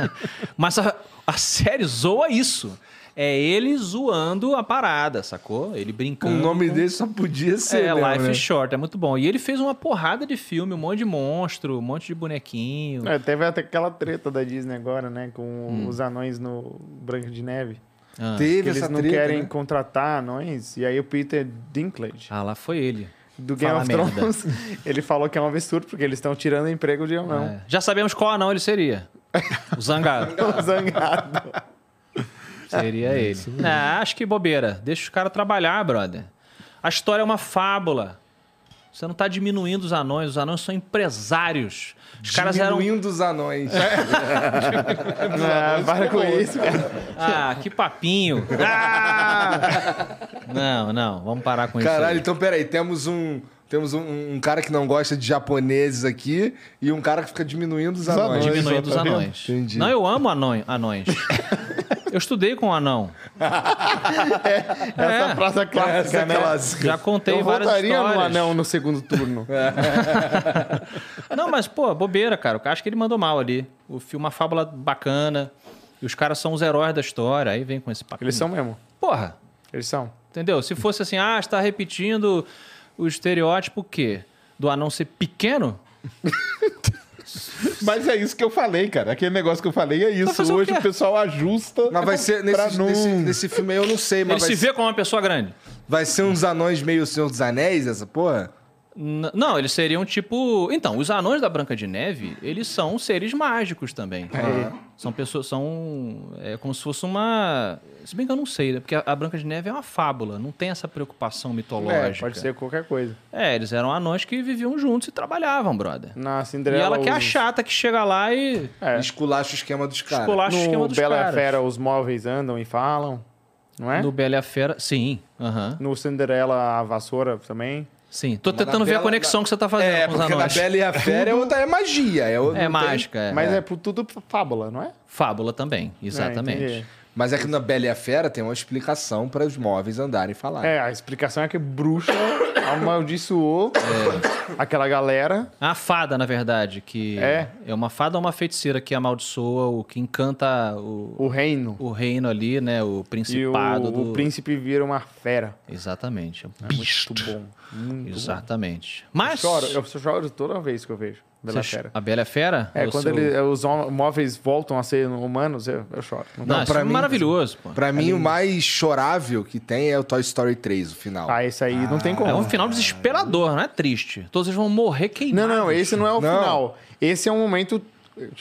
[SPEAKER 3] Mas a, a série zoa isso. É ele zoando a parada, sacou? Ele
[SPEAKER 1] O
[SPEAKER 3] brincando.
[SPEAKER 1] um nome
[SPEAKER 3] com-
[SPEAKER 1] dele só podia ser.
[SPEAKER 3] É,
[SPEAKER 1] mesmo,
[SPEAKER 3] Life
[SPEAKER 1] né?
[SPEAKER 3] is Short, é muito bom. E ele fez uma porrada de filme, um monte de monstro, um monte de bonequinho.
[SPEAKER 2] É, teve até aquela treta da Disney agora, né? Com os anões no Branca de Neve.
[SPEAKER 3] Ah.
[SPEAKER 2] Que
[SPEAKER 1] Teve
[SPEAKER 2] eles
[SPEAKER 1] essa
[SPEAKER 2] não
[SPEAKER 1] treta,
[SPEAKER 2] querem
[SPEAKER 1] né?
[SPEAKER 2] contratar anões. E aí o Peter Dinklage,
[SPEAKER 3] Ah, lá foi ele.
[SPEAKER 2] do Game
[SPEAKER 3] Fala
[SPEAKER 2] of
[SPEAKER 3] merda.
[SPEAKER 2] Thrones, ele falou que é um absurdo, porque eles estão tirando emprego de
[SPEAKER 1] Então.
[SPEAKER 2] anão.
[SPEAKER 3] É. Já sabemos qual anão ele seria. O Zangado.
[SPEAKER 2] Zangado.
[SPEAKER 3] Seria ele. Ah, acho que bobeira. Deixa os caras trabalhar, brother. A história é uma fábula. Você não tá diminuindo os anões. Os anões são empresários. Os caras eram
[SPEAKER 1] Diminuindo os anões.
[SPEAKER 2] É, Não, para com isso, cara.
[SPEAKER 3] Ah, que papinho. Ah! Não, não, vamos parar com
[SPEAKER 1] Caralho,
[SPEAKER 3] isso.
[SPEAKER 1] então peraí, temos um. Temos um, um cara que não gosta de japoneses aqui e um cara que fica diminuindo os anões.
[SPEAKER 4] anões.
[SPEAKER 3] aí. Diminuindo os
[SPEAKER 4] Tá vendo?
[SPEAKER 3] anões.
[SPEAKER 1] Entendi.
[SPEAKER 3] Não, eu amo anão- anões. Eu estudei com um anão.
[SPEAKER 2] Essa
[SPEAKER 3] É.
[SPEAKER 2] frase é clássica,
[SPEAKER 1] Essa é
[SPEAKER 2] né?
[SPEAKER 1] clássica.
[SPEAKER 3] Já contei
[SPEAKER 2] Eu
[SPEAKER 3] várias
[SPEAKER 2] votaria
[SPEAKER 3] histórias. É.
[SPEAKER 2] no anão no segundo turno.
[SPEAKER 3] Não, mas, pô, bobeira, cara. O cara acho que ele mandou mal ali. O filme é uma fábula bacana. E os caras são os heróis da história. Aí vem com esse papinho.
[SPEAKER 2] Eles são mesmo.
[SPEAKER 3] Porra,
[SPEAKER 2] Eles são.
[SPEAKER 3] entendeu? Se fosse assim, ah, está repetindo o estereótipo o quê? Do anão ser pequeno?
[SPEAKER 4] Mas é isso que eu falei, cara. Aquele negócio que eu falei é isso.
[SPEAKER 3] fazer o
[SPEAKER 4] Hoje
[SPEAKER 3] quê?
[SPEAKER 4] o pessoal ajusta.
[SPEAKER 1] Mas vai ser.
[SPEAKER 4] É pra
[SPEAKER 1] Nesse,
[SPEAKER 4] não-
[SPEAKER 1] nesse, nesse filme aí eu não sei,
[SPEAKER 3] Ele
[SPEAKER 1] mas
[SPEAKER 3] se
[SPEAKER 1] vai,
[SPEAKER 3] vê como uma pessoa grande.
[SPEAKER 1] vai ser uns anões meio Senhor dos Anéis, essa porra?
[SPEAKER 3] N- Não, eles seriam tipo. Então, os anões da Branca de Neve, eles são seres mágicos também.
[SPEAKER 2] É.
[SPEAKER 3] São pessoas. São. É como se fosse uma. Se bem que eu não sei, né? Porque a, a Branca de Neve é uma fábula, não tem essa preocupação
[SPEAKER 2] É,
[SPEAKER 3] mitológica. É,
[SPEAKER 2] pode ser qualquer coisa.
[SPEAKER 3] eles eram anões que viviam juntos e trabalhavam, brother.
[SPEAKER 2] Na
[SPEAKER 3] E
[SPEAKER 2] Cinderela.
[SPEAKER 3] ela que é a
[SPEAKER 2] os-
[SPEAKER 3] chata que chega lá e
[SPEAKER 2] É.
[SPEAKER 1] Esculacha o esquema dos caras.
[SPEAKER 3] escolacha o esquema
[SPEAKER 2] No
[SPEAKER 3] dos
[SPEAKER 2] Bela e a
[SPEAKER 3] caras.
[SPEAKER 2] Fera, os móveis andam e falam, não é?
[SPEAKER 3] No Bela e a Fera, sim. aham.
[SPEAKER 2] No Cinderela, a vassoura também.
[SPEAKER 3] Sim. Tô
[SPEAKER 1] na
[SPEAKER 3] tentando ver a
[SPEAKER 1] Bela-
[SPEAKER 3] conexão
[SPEAKER 1] na-
[SPEAKER 3] que você tá fazendo
[SPEAKER 1] É,
[SPEAKER 3] com os
[SPEAKER 1] porque na
[SPEAKER 3] anões.
[SPEAKER 1] Bela e a Fera é, outra, é magia. É, outra-
[SPEAKER 3] É
[SPEAKER 1] não tem-
[SPEAKER 3] mágica, é.
[SPEAKER 2] Mas é, por tudo fábula, não é?
[SPEAKER 3] Fábula também, exatamente.
[SPEAKER 2] É, entendi.
[SPEAKER 1] Mas é que na Bela e a Fera tem uma explicação para os móveis andarem e falarem.
[SPEAKER 2] É, a explicação é que bruxa amaldiçoou
[SPEAKER 3] É.
[SPEAKER 2] aquela galera.
[SPEAKER 3] A fada, na verdade, que
[SPEAKER 2] É.
[SPEAKER 3] uma fada ou uma feiticeira que amaldiçoa, o que encanta o,
[SPEAKER 2] O reino.
[SPEAKER 3] o reino ali, né?
[SPEAKER 2] e
[SPEAKER 3] O
[SPEAKER 2] o,
[SPEAKER 3] principado do.
[SPEAKER 2] o príncipe vira uma fera.
[SPEAKER 3] Exatamente. é um
[SPEAKER 2] Bicho. Muito bom. Muito
[SPEAKER 3] Exatamente. Mas.
[SPEAKER 2] Choro, eu choro toda vez que eu vejo Bela e a
[SPEAKER 3] Você-
[SPEAKER 2] Fera.
[SPEAKER 3] A Bela e a Fera?
[SPEAKER 2] É,
[SPEAKER 3] o
[SPEAKER 2] quando
[SPEAKER 3] seu-
[SPEAKER 2] ele- os hom- móveis voltam a ser humanos, eu, eu choro. Não
[SPEAKER 3] Não,
[SPEAKER 2] dá.
[SPEAKER 3] isso
[SPEAKER 1] pra
[SPEAKER 3] é
[SPEAKER 1] mim-
[SPEAKER 3] maravilhoso, pô.
[SPEAKER 1] Pra mim, o mais chorável que tem é o Toy Story 3, o final.
[SPEAKER 2] Ah, esse aí não tem como.
[SPEAKER 3] É um final desesperador, não é triste. Todos eles vão morrer
[SPEAKER 2] Não,
[SPEAKER 3] queimados.
[SPEAKER 2] não, esse não é o
[SPEAKER 1] Não.
[SPEAKER 2] final. Esse é um momento.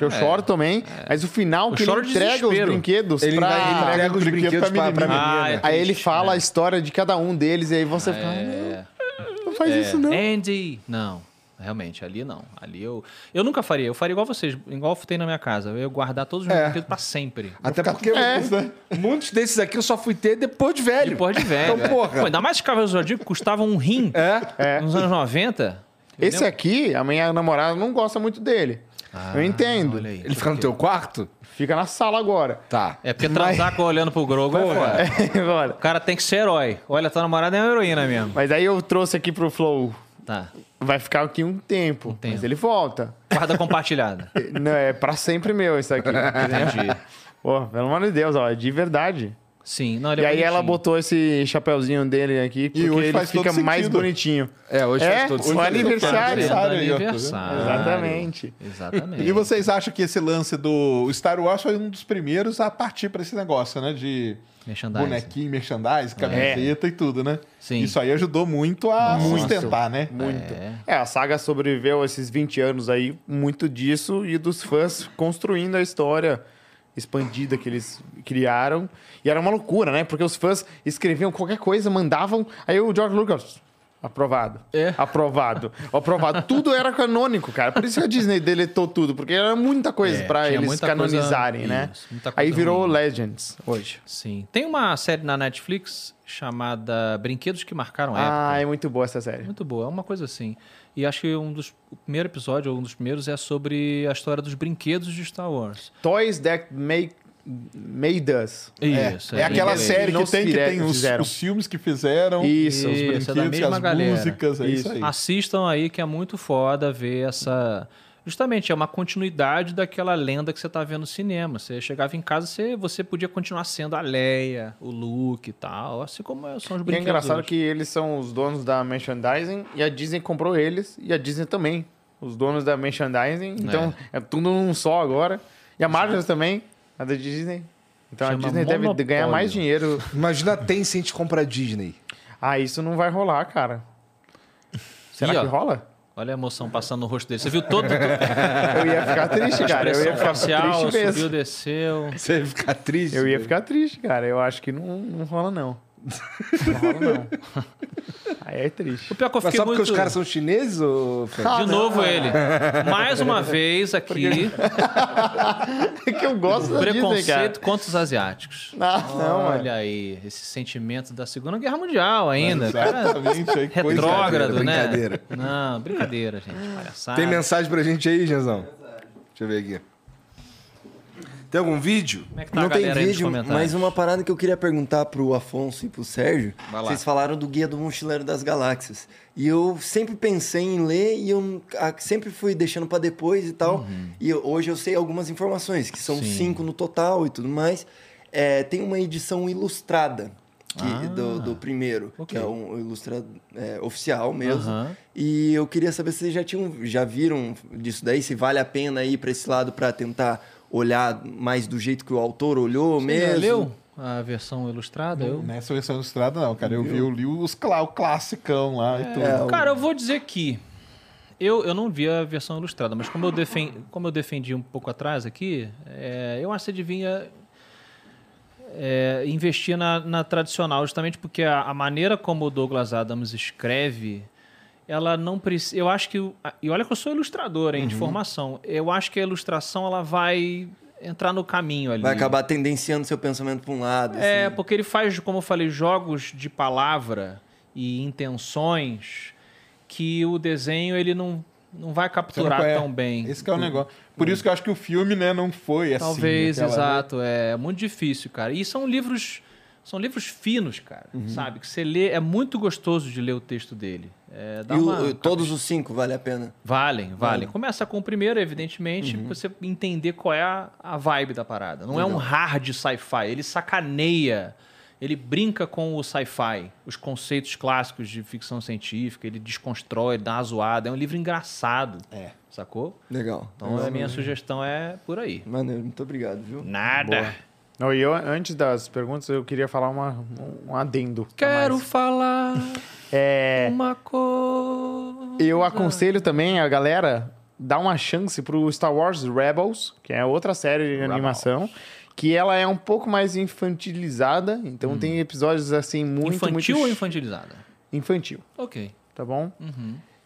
[SPEAKER 2] Eu choro também, mas o final que
[SPEAKER 3] É, choro
[SPEAKER 2] ele
[SPEAKER 3] de
[SPEAKER 2] entrega os
[SPEAKER 3] desespero.
[SPEAKER 2] brinquedos
[SPEAKER 1] Ele
[SPEAKER 2] pra.
[SPEAKER 1] ainda ele entrega os
[SPEAKER 4] brinquedo
[SPEAKER 1] brinquedos
[SPEAKER 4] pra
[SPEAKER 1] pra, pra
[SPEAKER 4] menina.
[SPEAKER 1] menina.
[SPEAKER 3] Ah, é.
[SPEAKER 2] Aí ele fala a
[SPEAKER 3] é.
[SPEAKER 2] história de cada um deles, e aí você fica. "Ah, Não, não faz isso, não.
[SPEAKER 3] Andy! Não. Realmente, ali não. Ali eu. Eu nunca faria. Eu faria igual vocês, igual eu tem na minha casa. Eu ia guardar todos os meus
[SPEAKER 4] É.
[SPEAKER 3] brinquedos pra sempre.
[SPEAKER 1] Até porque muitos, né? muitos desses aqui eu só fui ter depois de velho.
[SPEAKER 3] Depois de velho.
[SPEAKER 1] Então,
[SPEAKER 3] é.
[SPEAKER 1] porra.
[SPEAKER 3] Pô, ainda mais que Cavaleiros do Zodíaco custava um rim
[SPEAKER 2] É.
[SPEAKER 3] nos anos 90. Eu
[SPEAKER 2] Esse é
[SPEAKER 3] lembro-
[SPEAKER 2] aqui, a minha namorada não gosta muito dele. eu entendo.
[SPEAKER 3] Ah, Olha um aí.
[SPEAKER 1] Ele fica no teu quarto?
[SPEAKER 2] Fica na sala agora.
[SPEAKER 1] Tá.
[SPEAKER 3] É porque transar com olhando pro Grogo é foda.
[SPEAKER 2] agora.
[SPEAKER 3] O cara tem que ser herói. Olha, tua namorada é uma heroína mesmo.
[SPEAKER 2] Mas aí eu trouxe aqui pro Flow.
[SPEAKER 3] Tá.
[SPEAKER 2] Vai ficar aqui um tempo,
[SPEAKER 3] tempo.
[SPEAKER 2] mas ele volta.
[SPEAKER 3] Guarda compartilhada.
[SPEAKER 2] Não, é pra sempre meu isso aqui.
[SPEAKER 3] Entendi.
[SPEAKER 2] Pô, pelo amor de Deus, ó, é de verdade.
[SPEAKER 3] Sim. Não, ele
[SPEAKER 2] E
[SPEAKER 3] é
[SPEAKER 2] aí ela
[SPEAKER 3] bonitinho.
[SPEAKER 2] botou esse chapeuzinho dele aqui, porque
[SPEAKER 4] hoje
[SPEAKER 2] ele
[SPEAKER 4] faz todo
[SPEAKER 2] fica mais
[SPEAKER 4] sentido.
[SPEAKER 2] bonitinho.
[SPEAKER 1] É, hoje
[SPEAKER 2] É?
[SPEAKER 1] faz todo
[SPEAKER 2] Hoje
[SPEAKER 1] sentido.
[SPEAKER 2] faz aniversário.
[SPEAKER 4] Aniversário aí, ó, tá vendo?
[SPEAKER 3] Aniversário.
[SPEAKER 2] Exatamente.
[SPEAKER 3] Exatamente.
[SPEAKER 4] E vocês acham que esse lance do Star Wars foi um dos primeiros a partir pra esse negócio, né? De
[SPEAKER 3] Merchandising.
[SPEAKER 4] bonequinho, merchandise, camiseta e tudo, né?
[SPEAKER 3] Sim.
[SPEAKER 4] Isso aí ajudou muito a sustentar, né?
[SPEAKER 2] Muito. É,
[SPEAKER 3] É.
[SPEAKER 2] a saga sobreviveu esses 20 anos aí, muito disso, e dos fãs construindo a história expandida que eles criaram. E era uma loucura, né? Porque os fãs escreviam qualquer coisa, mandavam. Aí o George Lucas. Aprovado.
[SPEAKER 3] É.
[SPEAKER 2] Aprovado. Aprovado. tudo era canônico, cara. Por isso que a Disney deletou tudo, porque era muita coisa
[SPEAKER 3] É,
[SPEAKER 2] pra
[SPEAKER 3] tinha
[SPEAKER 2] eles
[SPEAKER 3] muita
[SPEAKER 2] canonizarem,
[SPEAKER 3] coisa-
[SPEAKER 2] né?
[SPEAKER 3] isso, muita
[SPEAKER 2] Aí
[SPEAKER 3] coisa
[SPEAKER 2] virou
[SPEAKER 3] ruim.
[SPEAKER 2] Legends hoje.
[SPEAKER 3] Sim. Tem uma série na Netflix chamada Brinquedos que Marcaram a Época.
[SPEAKER 2] Ah, é muito boa essa série.
[SPEAKER 3] Muito boa, é uma coisa assim. E acho que um dos o primeiro episódio, ou um dos primeiros, é sobre a história dos brinquedos de Star Wars.
[SPEAKER 2] Toys That Make, Made Us.
[SPEAKER 3] Isso.
[SPEAKER 4] É aquela
[SPEAKER 3] bem-
[SPEAKER 4] série que
[SPEAKER 2] Nos
[SPEAKER 4] tem, que tem
[SPEAKER 2] fizeram-
[SPEAKER 4] os,
[SPEAKER 2] fizeram.
[SPEAKER 4] os filmes que fizeram.
[SPEAKER 2] Isso,
[SPEAKER 4] os
[SPEAKER 3] Isso, é da
[SPEAKER 4] brinquedos, e
[SPEAKER 3] mesma
[SPEAKER 4] as
[SPEAKER 3] galera.
[SPEAKER 4] músicas, é isso,
[SPEAKER 2] Isso.
[SPEAKER 4] aí.
[SPEAKER 3] Assistam aí que é muito foda ver essa. Justamente, é uma continuidade daquela lenda que você tá vendo no cinema. Você chegava em casa, você, você podia continuar sendo a Leia, o Luke e tal. Assim como são os
[SPEAKER 2] E é
[SPEAKER 3] brinquedos.
[SPEAKER 2] engraçado
[SPEAKER 3] hoje.
[SPEAKER 2] que eles são os donos da merchandising e a Disney comprou eles e a Disney também. Os donos da merchandising. Então é, tudo num só agora. E a Marvel também, a da Disney. Então
[SPEAKER 3] Chama
[SPEAKER 2] a Disney deve
[SPEAKER 3] monopólio.
[SPEAKER 2] ganhar mais dinheiro.
[SPEAKER 1] Imagina a Tencent comprar a Disney.
[SPEAKER 2] Ah, isso não vai rolar, cara. Será
[SPEAKER 3] Ih,
[SPEAKER 2] que
[SPEAKER 3] ó.
[SPEAKER 2] rola?
[SPEAKER 3] Olha a emoção passando no rosto dele. Você viu todo.
[SPEAKER 2] Eu ia ficar triste, cara. Eu ia ficar
[SPEAKER 3] facial,
[SPEAKER 2] triste
[SPEAKER 3] É. subiu,
[SPEAKER 2] mesmo.
[SPEAKER 3] desceu.
[SPEAKER 1] Você ia ficar triste.
[SPEAKER 2] Eu ia
[SPEAKER 1] velho.
[SPEAKER 2] ficar triste, cara. Eu acho que não, não rola, não. Não rola, não. Aí é triste.
[SPEAKER 3] O pior que eu
[SPEAKER 1] Mas
[SPEAKER 3] fiquei
[SPEAKER 1] só porque
[SPEAKER 3] muito...
[SPEAKER 1] os caras são chineses, ô, Fred?
[SPEAKER 2] Ah,
[SPEAKER 3] De novo ele. Mais uma vez aqui,
[SPEAKER 2] É que eu gosto da Disney, cara.
[SPEAKER 3] preconceito contra os asiáticos.
[SPEAKER 2] Não, Ah, não, mano.
[SPEAKER 3] Olha aí, esse sentimento da Segunda Guerra Mundial ainda.
[SPEAKER 5] é
[SPEAKER 3] Cara,
[SPEAKER 4] Exatamente. aí, coisa-
[SPEAKER 3] retrógrado, né?
[SPEAKER 1] brincadeira.
[SPEAKER 3] Não, brincadeira, gente. Palhaçada.
[SPEAKER 1] Tem mensagem pra gente aí, Janzão? Deixa eu ver aqui. Tem algum vídeo?
[SPEAKER 3] Como é que tá a
[SPEAKER 5] Não tem
[SPEAKER 3] galera aí nos
[SPEAKER 5] vídeo,
[SPEAKER 3] comentários?
[SPEAKER 5] mas uma parada que eu queria perguntar pro Afonso e pro Sérgio.
[SPEAKER 3] Vai lá.
[SPEAKER 5] Vocês falaram do Guia do Mochileiro das Galáxias. E eu sempre pensei em ler e eu ah, sempre fui deixando pra depois e tal.
[SPEAKER 3] Uhum.
[SPEAKER 5] E eu- hoje eu sei algumas informações, que são cinco no total e tudo mais. É, tem uma edição ilustrada que-
[SPEAKER 3] Ah.
[SPEAKER 5] do, do primeiro, que é um ilustrado é, oficial mesmo.
[SPEAKER 3] Aham.
[SPEAKER 5] E eu queria saber se vocês já tinham, já viram disso daí, se vale a pena ir pra esse lado pra tentar olhar mais do jeito que o autor olhou
[SPEAKER 3] Você já
[SPEAKER 5] mesmo.
[SPEAKER 3] leu a versão ilustrada? Eu...
[SPEAKER 4] Nessa versão ilustrada, não, cara. Eu vi, eu li os clá, o classicão lá
[SPEAKER 3] É.
[SPEAKER 4] e tudo.
[SPEAKER 5] É,
[SPEAKER 3] Cara, eu vou dizer que eu, eu não vi a versão ilustrada, mas como eu, defen, como eu defendi um pouco atrás aqui, é, eu acho que você devia é, investir na, na tradicional, justamente porque a, a maneira como o Douglas Adams escreve, ela não precisa. Eu acho que. o- a- E olha que eu sou ilustrador, hein, de
[SPEAKER 5] Uhum.
[SPEAKER 3] formação. Eu acho que a ilustração ela vai entrar no caminho ali.
[SPEAKER 5] Vai acabar tendenciando seu pensamento pra um lado.
[SPEAKER 3] É,
[SPEAKER 5] assim.
[SPEAKER 3] porque ele faz, como eu falei, jogos de palavra e intenções que o desenho ele não, não vai
[SPEAKER 4] Você não
[SPEAKER 3] capturar
[SPEAKER 4] conhece.
[SPEAKER 3] tão bem.
[SPEAKER 4] Esse que é o negócio. Por isso que eu acho que o filme, né, não foi assim.
[SPEAKER 3] Talvez,
[SPEAKER 4] aquela-
[SPEAKER 3] exato. É muito difícil, cara. E são livros. São livros finos, cara. Sabe? Que você lê. É muito gostoso de ler o texto dele. É, dá
[SPEAKER 5] E o-
[SPEAKER 3] uma
[SPEAKER 5] e todos os cinco vale a pena.
[SPEAKER 3] Valem, valem. Começa com o primeiro, evidentemente,
[SPEAKER 2] Uhum.
[SPEAKER 3] pra você entender qual é a, a vibe da parada. Não é um hard sci-fi, ele sacaneia, ele brinca com o sci-fi, os conceitos clássicos de ficção científica, ele desconstrói, ele dá uma zoada. É um livro engraçado. É. Sacou?
[SPEAKER 5] Legal.
[SPEAKER 3] Então
[SPEAKER 2] Uhum.
[SPEAKER 3] a minha sugestão é por aí.
[SPEAKER 5] Maneiro, muito obrigado, viu?
[SPEAKER 3] Nada.
[SPEAKER 2] Não, e eu, antes das perguntas, eu queria falar uma, um adendo. a
[SPEAKER 3] Quero
[SPEAKER 2] mais.
[SPEAKER 3] falar
[SPEAKER 2] É,
[SPEAKER 3] uma coisa.
[SPEAKER 2] eu aconselho também a galera dar uma chance pro Star Wars Rebels, que é outra série de animação, que ela é um pouco mais infantilizada, então tem episódios assim muito
[SPEAKER 3] Infantil
[SPEAKER 2] muito
[SPEAKER 3] ou infantilizada?
[SPEAKER 2] infantil,
[SPEAKER 3] Ok. Uhum.
[SPEAKER 2] tá bom?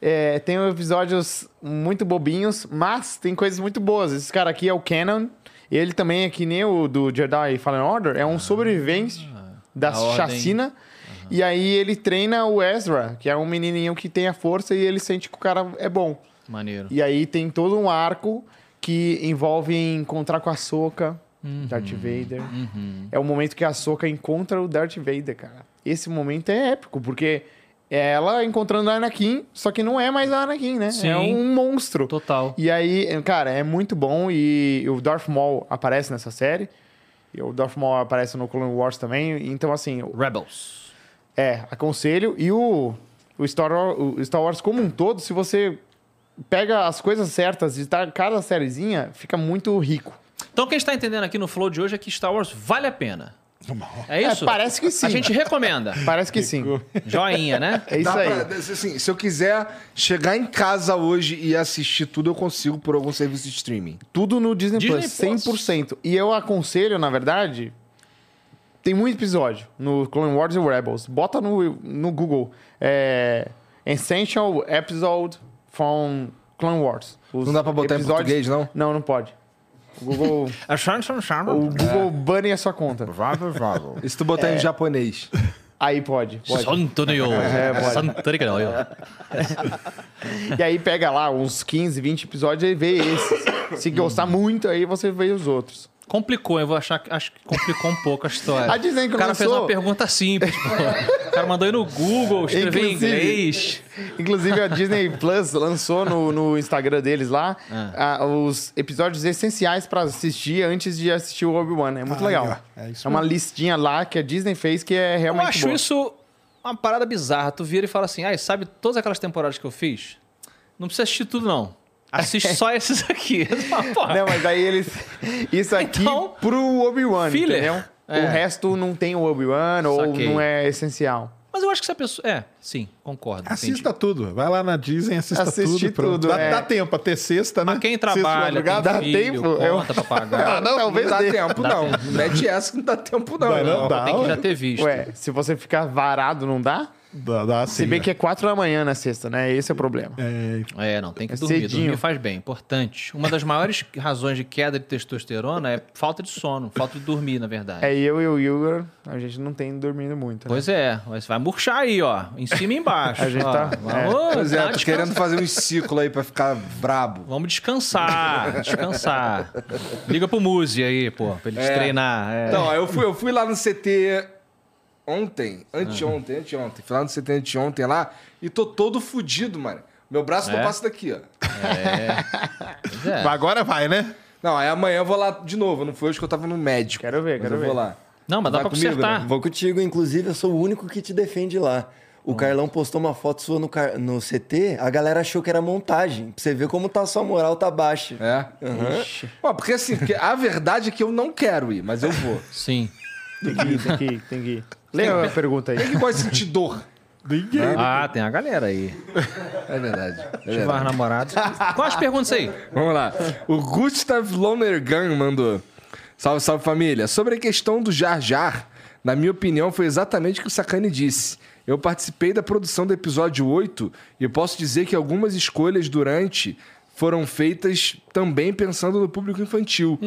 [SPEAKER 2] É, tem episódios muito bobinhos, mas tem coisas muito boas. Esse cara aqui é o Canon. Ele também é que nem o do Jedi Fallen Order. É um sobrevivente da
[SPEAKER 3] da Ordem.
[SPEAKER 2] chacina. E aí ele treina o Ezra, que é um menininho que tem a força e ele sente que o cara é bom.
[SPEAKER 3] Maneiro.
[SPEAKER 2] E aí tem todo um arco que envolve encontrar com a Soca, Darth Vader. É o momento que a Soca encontra o Darth Vader, cara. Esse momento é épico, porque é ela encontrando a Anakin, só que não é mais a Anakin, né?
[SPEAKER 3] Sim.
[SPEAKER 2] É um monstro.
[SPEAKER 3] Total.
[SPEAKER 2] E aí, cara, é muito bom e o Darth Maul aparece nessa série. E o Darth Maul aparece no Clone Wars também. Então, assim,
[SPEAKER 3] Rebels.
[SPEAKER 2] é, aconselho. E o, o, Star Wars, o Star Wars como um todo, se você pega as coisas certas de tá- cada sériezinha, fica muito rico.
[SPEAKER 3] Então, quem está entendendo aqui no Flow de hoje é que Star Wars vale a pena. É isso?
[SPEAKER 2] É, parece que sim.
[SPEAKER 3] A gente recomenda.
[SPEAKER 2] Parece que sim.
[SPEAKER 3] Joinha, né?
[SPEAKER 2] É isso
[SPEAKER 1] Dá
[SPEAKER 2] aí.
[SPEAKER 1] pra- assim, se eu quiser chegar em casa hoje e assistir tudo, eu consigo por algum serviço de streaming.
[SPEAKER 2] Tudo no Disney,
[SPEAKER 3] Disney
[SPEAKER 2] Plus,
[SPEAKER 3] Plus.
[SPEAKER 2] 100%. E eu aconselho, na verdade, tem muito episódio no Clone Wars e Rebels. Bota no, no Google. É, Essential Episode from Clone Wars. Os
[SPEAKER 1] Não dá pra botar em
[SPEAKER 2] episódios-
[SPEAKER 1] português, não?
[SPEAKER 2] Não, não pode. O Google,
[SPEAKER 3] É
[SPEAKER 6] A Shannon Shannon.
[SPEAKER 2] o Google bane a sua conta.
[SPEAKER 1] E se tu botar em japonês?
[SPEAKER 2] Aí pode, pode.
[SPEAKER 3] Santonio.
[SPEAKER 2] É, pode.
[SPEAKER 3] Santonio.
[SPEAKER 2] E aí pega lá uns 15, 20 episódios e vê esses. Se gostar muito, aí você vê os outros.
[SPEAKER 3] Complicou, eu vou achar que acho que complicou um pouco a história.
[SPEAKER 2] A Disney Ah, que
[SPEAKER 3] o cara
[SPEAKER 2] lançou-
[SPEAKER 3] fez uma pergunta simples. pô. O cara mandou aí no Google, escreveu em
[SPEAKER 2] Inclusive- é
[SPEAKER 3] inglês.
[SPEAKER 2] Inclusive, a Disney Plus lançou no, no Instagram deles lá ah, os episódios essenciais pra assistir antes de assistir o Obi-Wan. É muito
[SPEAKER 4] Aí,
[SPEAKER 2] legal.
[SPEAKER 4] ó. É
[SPEAKER 2] É,
[SPEAKER 4] isso
[SPEAKER 2] uma listinha lá que a Disney fez que é
[SPEAKER 3] Eu
[SPEAKER 2] realmente
[SPEAKER 3] acho
[SPEAKER 2] boa.
[SPEAKER 3] isso uma parada bizarra. Tu vira e fala assim, ai, sabe todas aquelas temporadas que eu fiz? Não precisa assistir tudo, não. Assiste só esses aqui. Porra,
[SPEAKER 2] Não, mas aí eles... Isso aqui
[SPEAKER 3] Então,
[SPEAKER 2] pro Obi-Wan,
[SPEAKER 3] filler.
[SPEAKER 2] entendeu?
[SPEAKER 3] É.
[SPEAKER 2] O resto não tem o Obi-Wan ou
[SPEAKER 3] Saquei.
[SPEAKER 2] não é essencial.
[SPEAKER 3] Mas eu acho que se a pessoa... É, sim, concordo. entendi.
[SPEAKER 4] Assista tudo. Vai lá na Disney, assista
[SPEAKER 2] Assiste
[SPEAKER 4] tudo. pronto.
[SPEAKER 2] tudo,
[SPEAKER 4] dá,
[SPEAKER 2] é.
[SPEAKER 4] dá tempo até sexta, né?
[SPEAKER 3] Mas quem
[SPEAKER 4] Sexta de
[SPEAKER 3] trabalha,
[SPEAKER 4] madrugada.
[SPEAKER 2] dá
[SPEAKER 3] tem filho,
[SPEAKER 2] tempo? Eu-
[SPEAKER 3] conta pra pagar.
[SPEAKER 2] Ah, não, talvez
[SPEAKER 1] dá
[SPEAKER 2] dê.
[SPEAKER 1] tempo, não. Mete essa que não dá tempo, não.
[SPEAKER 4] Dá, não? né? Dá,
[SPEAKER 3] Tem que
[SPEAKER 4] ué.
[SPEAKER 3] já ter visto.
[SPEAKER 2] Ué, se você ficar varado, não dá?
[SPEAKER 4] Dá, dá
[SPEAKER 2] Se
[SPEAKER 4] sim,
[SPEAKER 2] bem
[SPEAKER 4] é.
[SPEAKER 2] que é 4 da manhã na sexta, né? Esse é o problema.
[SPEAKER 4] É,
[SPEAKER 3] É, não, tem que
[SPEAKER 2] É
[SPEAKER 3] dormir.
[SPEAKER 2] cedinho.
[SPEAKER 3] Dormir faz bem, importante. Uma das maiores razões de queda de testosterona é falta de sono, falta de dormir, na verdade.
[SPEAKER 2] É eu e o Igor, a gente não tem dormido muito. Né?
[SPEAKER 3] Pois é, mas vai murchar aí, ó, em cima e embaixo.
[SPEAKER 2] A gente
[SPEAKER 3] ó.
[SPEAKER 2] tá-
[SPEAKER 1] Pois é,
[SPEAKER 3] Vamos, dá
[SPEAKER 1] tô
[SPEAKER 3] descanso.
[SPEAKER 1] querendo fazer um ciclo aí pra ficar brabo.
[SPEAKER 3] Vamos descansar, descansar. Liga pro Muzi aí, pô, pra ele te treinar. é.
[SPEAKER 1] Então, ó, eu fui, eu fui lá no CT ontem, anteontem, anteontem. Fui lá no CT anteontem lá e tô todo fudido, mano. Meu braço não
[SPEAKER 3] É?
[SPEAKER 1] passa daqui, ó.
[SPEAKER 3] Pois é.
[SPEAKER 4] Agora vai, né?
[SPEAKER 1] Não, aí amanhã eu vou lá de novo. Não foi hoje que eu tava no médico.
[SPEAKER 2] Quero ver,
[SPEAKER 1] Mas
[SPEAKER 2] quero
[SPEAKER 1] eu
[SPEAKER 2] ver.
[SPEAKER 1] vou lá.
[SPEAKER 3] Não, mas dá
[SPEAKER 1] Vai
[SPEAKER 3] pra
[SPEAKER 1] comigo,
[SPEAKER 3] consertar.
[SPEAKER 1] né?
[SPEAKER 5] Ah. Vou contigo, inclusive, eu sou o único que te defende lá.
[SPEAKER 3] Então.
[SPEAKER 5] O Carlão postou uma foto sua no, car- no CT, a galera achou que era montagem. Pra você ver como tá a sua moral, tá baixa.
[SPEAKER 1] É? Ó, porque assim, porque a verdade é que eu não quero ir, mas eu vou.
[SPEAKER 3] Sim. é.
[SPEAKER 2] Tem que ir, tem que ir, tem que ir. Lê a pergunta aí.
[SPEAKER 1] Quem que gosta de sentir dor?
[SPEAKER 4] Ninguém.
[SPEAKER 3] Ah, tem a galera aí.
[SPEAKER 1] É verdade. É verdade.
[SPEAKER 3] Chuvar namorados. Quais perguntas aí?
[SPEAKER 1] Vamos lá. O Gustav Lonergan mandou. Salve, salve família. Sobre a questão do Jar Jar, na minha opinião, foi exatamente o que o Sakane disse. Eu participei da produção do episódio 8 e posso dizer que algumas escolhas durante foram feitas também pensando no público infantil.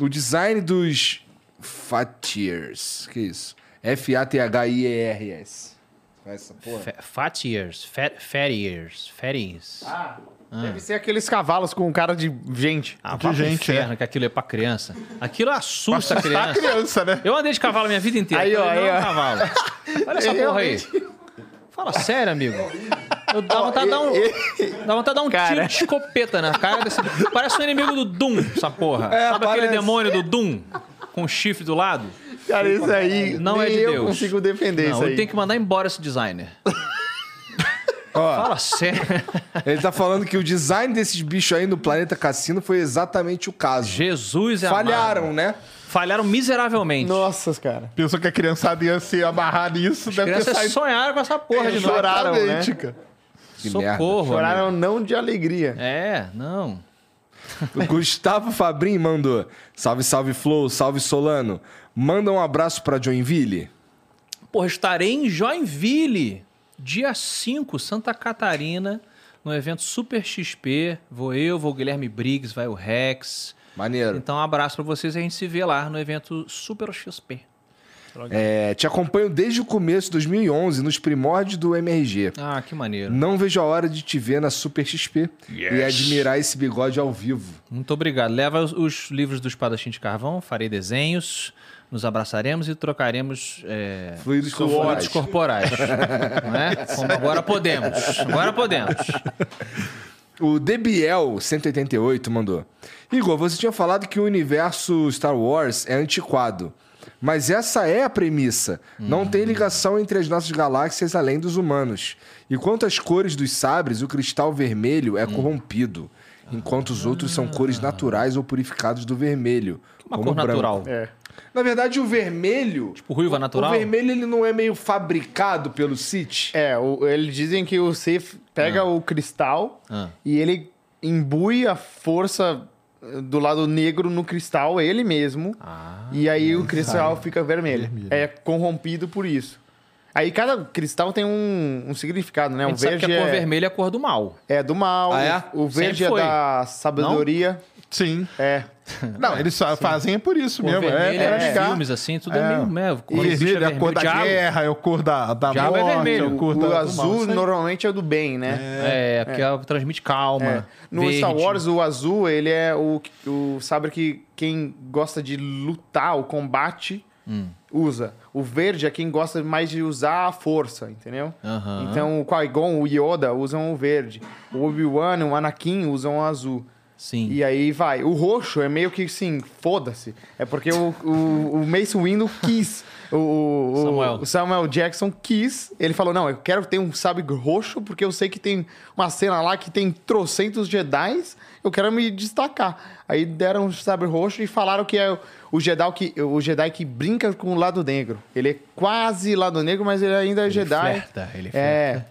[SPEAKER 1] O design dos Fatiers. Que isso? F-A-T-H-I-E-R-S. Essa porra.
[SPEAKER 3] Fa- Fat years, fat, fat years, fat years.
[SPEAKER 2] Deve ser aqueles cavalos com cara de gente.
[SPEAKER 3] Ah,
[SPEAKER 4] De
[SPEAKER 3] vá pro
[SPEAKER 4] gente,
[SPEAKER 3] inferno, que aquilo é pra criança. Aquilo assusta a
[SPEAKER 4] Tá
[SPEAKER 3] criança.
[SPEAKER 4] criança, né?
[SPEAKER 3] Eu andei de cavalo a minha vida inteira.
[SPEAKER 2] Aí, ó,
[SPEAKER 3] Falei,
[SPEAKER 2] aí,
[SPEAKER 3] não, é um
[SPEAKER 2] ó.
[SPEAKER 3] cavalo. Olha essa porra aí. Fala sério,
[SPEAKER 2] É
[SPEAKER 3] amigo. Eu dá vontade de dar um, dá vontade de dar um tiro
[SPEAKER 2] Cara.
[SPEAKER 3] de escopeta na cara desse... Parece um inimigo do Doom, essa porra.
[SPEAKER 2] É,
[SPEAKER 3] Sabe aquele
[SPEAKER 1] parece.
[SPEAKER 3] demônio do Doom? Com o chifre do lado?
[SPEAKER 2] Cara, isso aí.
[SPEAKER 3] Não
[SPEAKER 2] nem
[SPEAKER 3] é de
[SPEAKER 2] eu
[SPEAKER 3] Deus.
[SPEAKER 2] consigo defender
[SPEAKER 3] Não,
[SPEAKER 2] isso
[SPEAKER 3] eu
[SPEAKER 2] aí.
[SPEAKER 3] tenho que mandar embora esse designer. Fala sério.
[SPEAKER 1] Ele tá falando que o design desses bichos aí no planeta Cassino foi exatamente o caso.
[SPEAKER 3] Jesus é amado.
[SPEAKER 1] Falharam, né?
[SPEAKER 3] Falharam miseravelmente.
[SPEAKER 2] Nossa, cara.
[SPEAKER 4] Pensou que a criançada ia se amarrar nisso, deve ter
[SPEAKER 3] Crianças
[SPEAKER 4] saído.
[SPEAKER 3] sonharam com essa porra de novo.
[SPEAKER 2] choraram, né?
[SPEAKER 4] Exatamente, cara.
[SPEAKER 1] Que
[SPEAKER 3] Socorro.
[SPEAKER 2] Choraram não de alegria.
[SPEAKER 3] É, não.
[SPEAKER 1] O Gustavo Fabrim mandou. Salve, salve Flow, salve Solano. Manda um abraço pra Joinville.
[SPEAKER 3] Porra, estarei em Joinville, dia 5, Santa Catarina, no evento Super XP. Vou eu, vou o Guilherme Briggs, vai o Rex.
[SPEAKER 1] Maneiro.
[SPEAKER 3] Então, um abraço pra vocês e a gente se vê lá no evento Super XP.
[SPEAKER 1] É, te acompanho desde o começo de 2011, nos primórdios do MRG.
[SPEAKER 3] Ah, que maneiro.
[SPEAKER 1] Não vejo a hora de te ver na Super XP e admirar esse bigode ao vivo.
[SPEAKER 3] Muito obrigado. Leva os, os livros do Espadachim de Carvão, farei desenhos, nos abraçaremos e trocaremos é,
[SPEAKER 1] Fluidos
[SPEAKER 3] suores
[SPEAKER 1] corporais.
[SPEAKER 3] corporais. não é? Como agora podemos. Agora podemos.
[SPEAKER 1] O Debiel188 mandou. Igor, você tinha falado que o universo Star Wars é antiquado. Mas essa é a premissa. Não
[SPEAKER 3] Uhum.
[SPEAKER 1] tem ligação entre as nossas galáxias além dos humanos. E quanto às cores dos sabres, o cristal vermelho
[SPEAKER 3] Hum.
[SPEAKER 1] é corrompido. Enquanto os outros são cores naturais ou purificados do vermelho.
[SPEAKER 3] Ah. Uma
[SPEAKER 1] como
[SPEAKER 3] cor
[SPEAKER 1] o branco.
[SPEAKER 3] natural.
[SPEAKER 2] É.
[SPEAKER 1] Na verdade, o vermelho.
[SPEAKER 3] Tipo, ruiva natural?
[SPEAKER 1] O vermelho ele não é meio fabricado pelo City?
[SPEAKER 2] É, o- eles dizem que o Sif pega o cristal
[SPEAKER 3] Ah.
[SPEAKER 2] e ele imbui a força eh, do lado negro no cristal, ele mesmo.
[SPEAKER 3] Ah,
[SPEAKER 2] e
[SPEAKER 4] é,
[SPEAKER 2] aí o cristal fica vermelho. É corrompido por isso. Aí cada cristal tem um, um significado, né?
[SPEAKER 3] a
[SPEAKER 2] O
[SPEAKER 3] gente sabe
[SPEAKER 2] verde
[SPEAKER 3] que a cor
[SPEAKER 2] é,
[SPEAKER 3] vermelha é a cor do mal.
[SPEAKER 2] é do mal,
[SPEAKER 1] Ah, é?
[SPEAKER 2] o verde
[SPEAKER 3] Sempre
[SPEAKER 2] é
[SPEAKER 3] foi.
[SPEAKER 2] da sabedoria.
[SPEAKER 4] Sim.
[SPEAKER 2] É.
[SPEAKER 4] Não, eles só fazem é por isso
[SPEAKER 3] Cor
[SPEAKER 4] mesmo. É,
[SPEAKER 3] vermelha
[SPEAKER 4] é,
[SPEAKER 3] é,
[SPEAKER 4] pra
[SPEAKER 3] de
[SPEAKER 4] ligar.
[SPEAKER 3] filmes, assim, tudo é,
[SPEAKER 4] É.
[SPEAKER 3] meio... né?
[SPEAKER 4] E
[SPEAKER 3] Quando o bicho é
[SPEAKER 4] vermelho é a cor
[SPEAKER 3] vermelho,
[SPEAKER 4] da
[SPEAKER 3] diabo.
[SPEAKER 4] guerra, é o cor da, da
[SPEAKER 3] Diabo
[SPEAKER 4] morte,
[SPEAKER 3] é
[SPEAKER 4] é,
[SPEAKER 3] vermelho.
[SPEAKER 4] o cor da,
[SPEAKER 2] O
[SPEAKER 4] do mal,
[SPEAKER 2] azul
[SPEAKER 4] isso aí.
[SPEAKER 2] normalmente é do bem, né?
[SPEAKER 3] É, porque ela transmite calma.
[SPEAKER 2] É. No
[SPEAKER 3] verde.
[SPEAKER 2] Star Wars, o azul, ele é o, o sabre que quem gosta de lutar, o combate,
[SPEAKER 3] Hum.
[SPEAKER 2] usa. O verde é quem gosta mais de usar a força, entendeu?
[SPEAKER 3] Aham.
[SPEAKER 2] Então, o Qui-Gon, o Yoda usam o verde. O Obi-Wan, o Anakin usam o azul.
[SPEAKER 3] Sim.
[SPEAKER 2] E aí vai. O roxo é meio que assim, foda-se. É porque o, o, o Mace Windu quis. O, o-
[SPEAKER 3] Samuel.
[SPEAKER 2] o Samuel Jackson quis. Ele falou: não, eu quero ter um sabre roxo, porque eu sei que tem uma cena lá que tem trocentos Jedi. Eu quero me destacar. Aí deram um sabre roxo e falaram que é o- o Jedi que, o Jedi que brinca com o lado negro. Ele é quase lado negro, mas ele ainda é Jedi.
[SPEAKER 3] flerta, ele
[SPEAKER 2] é.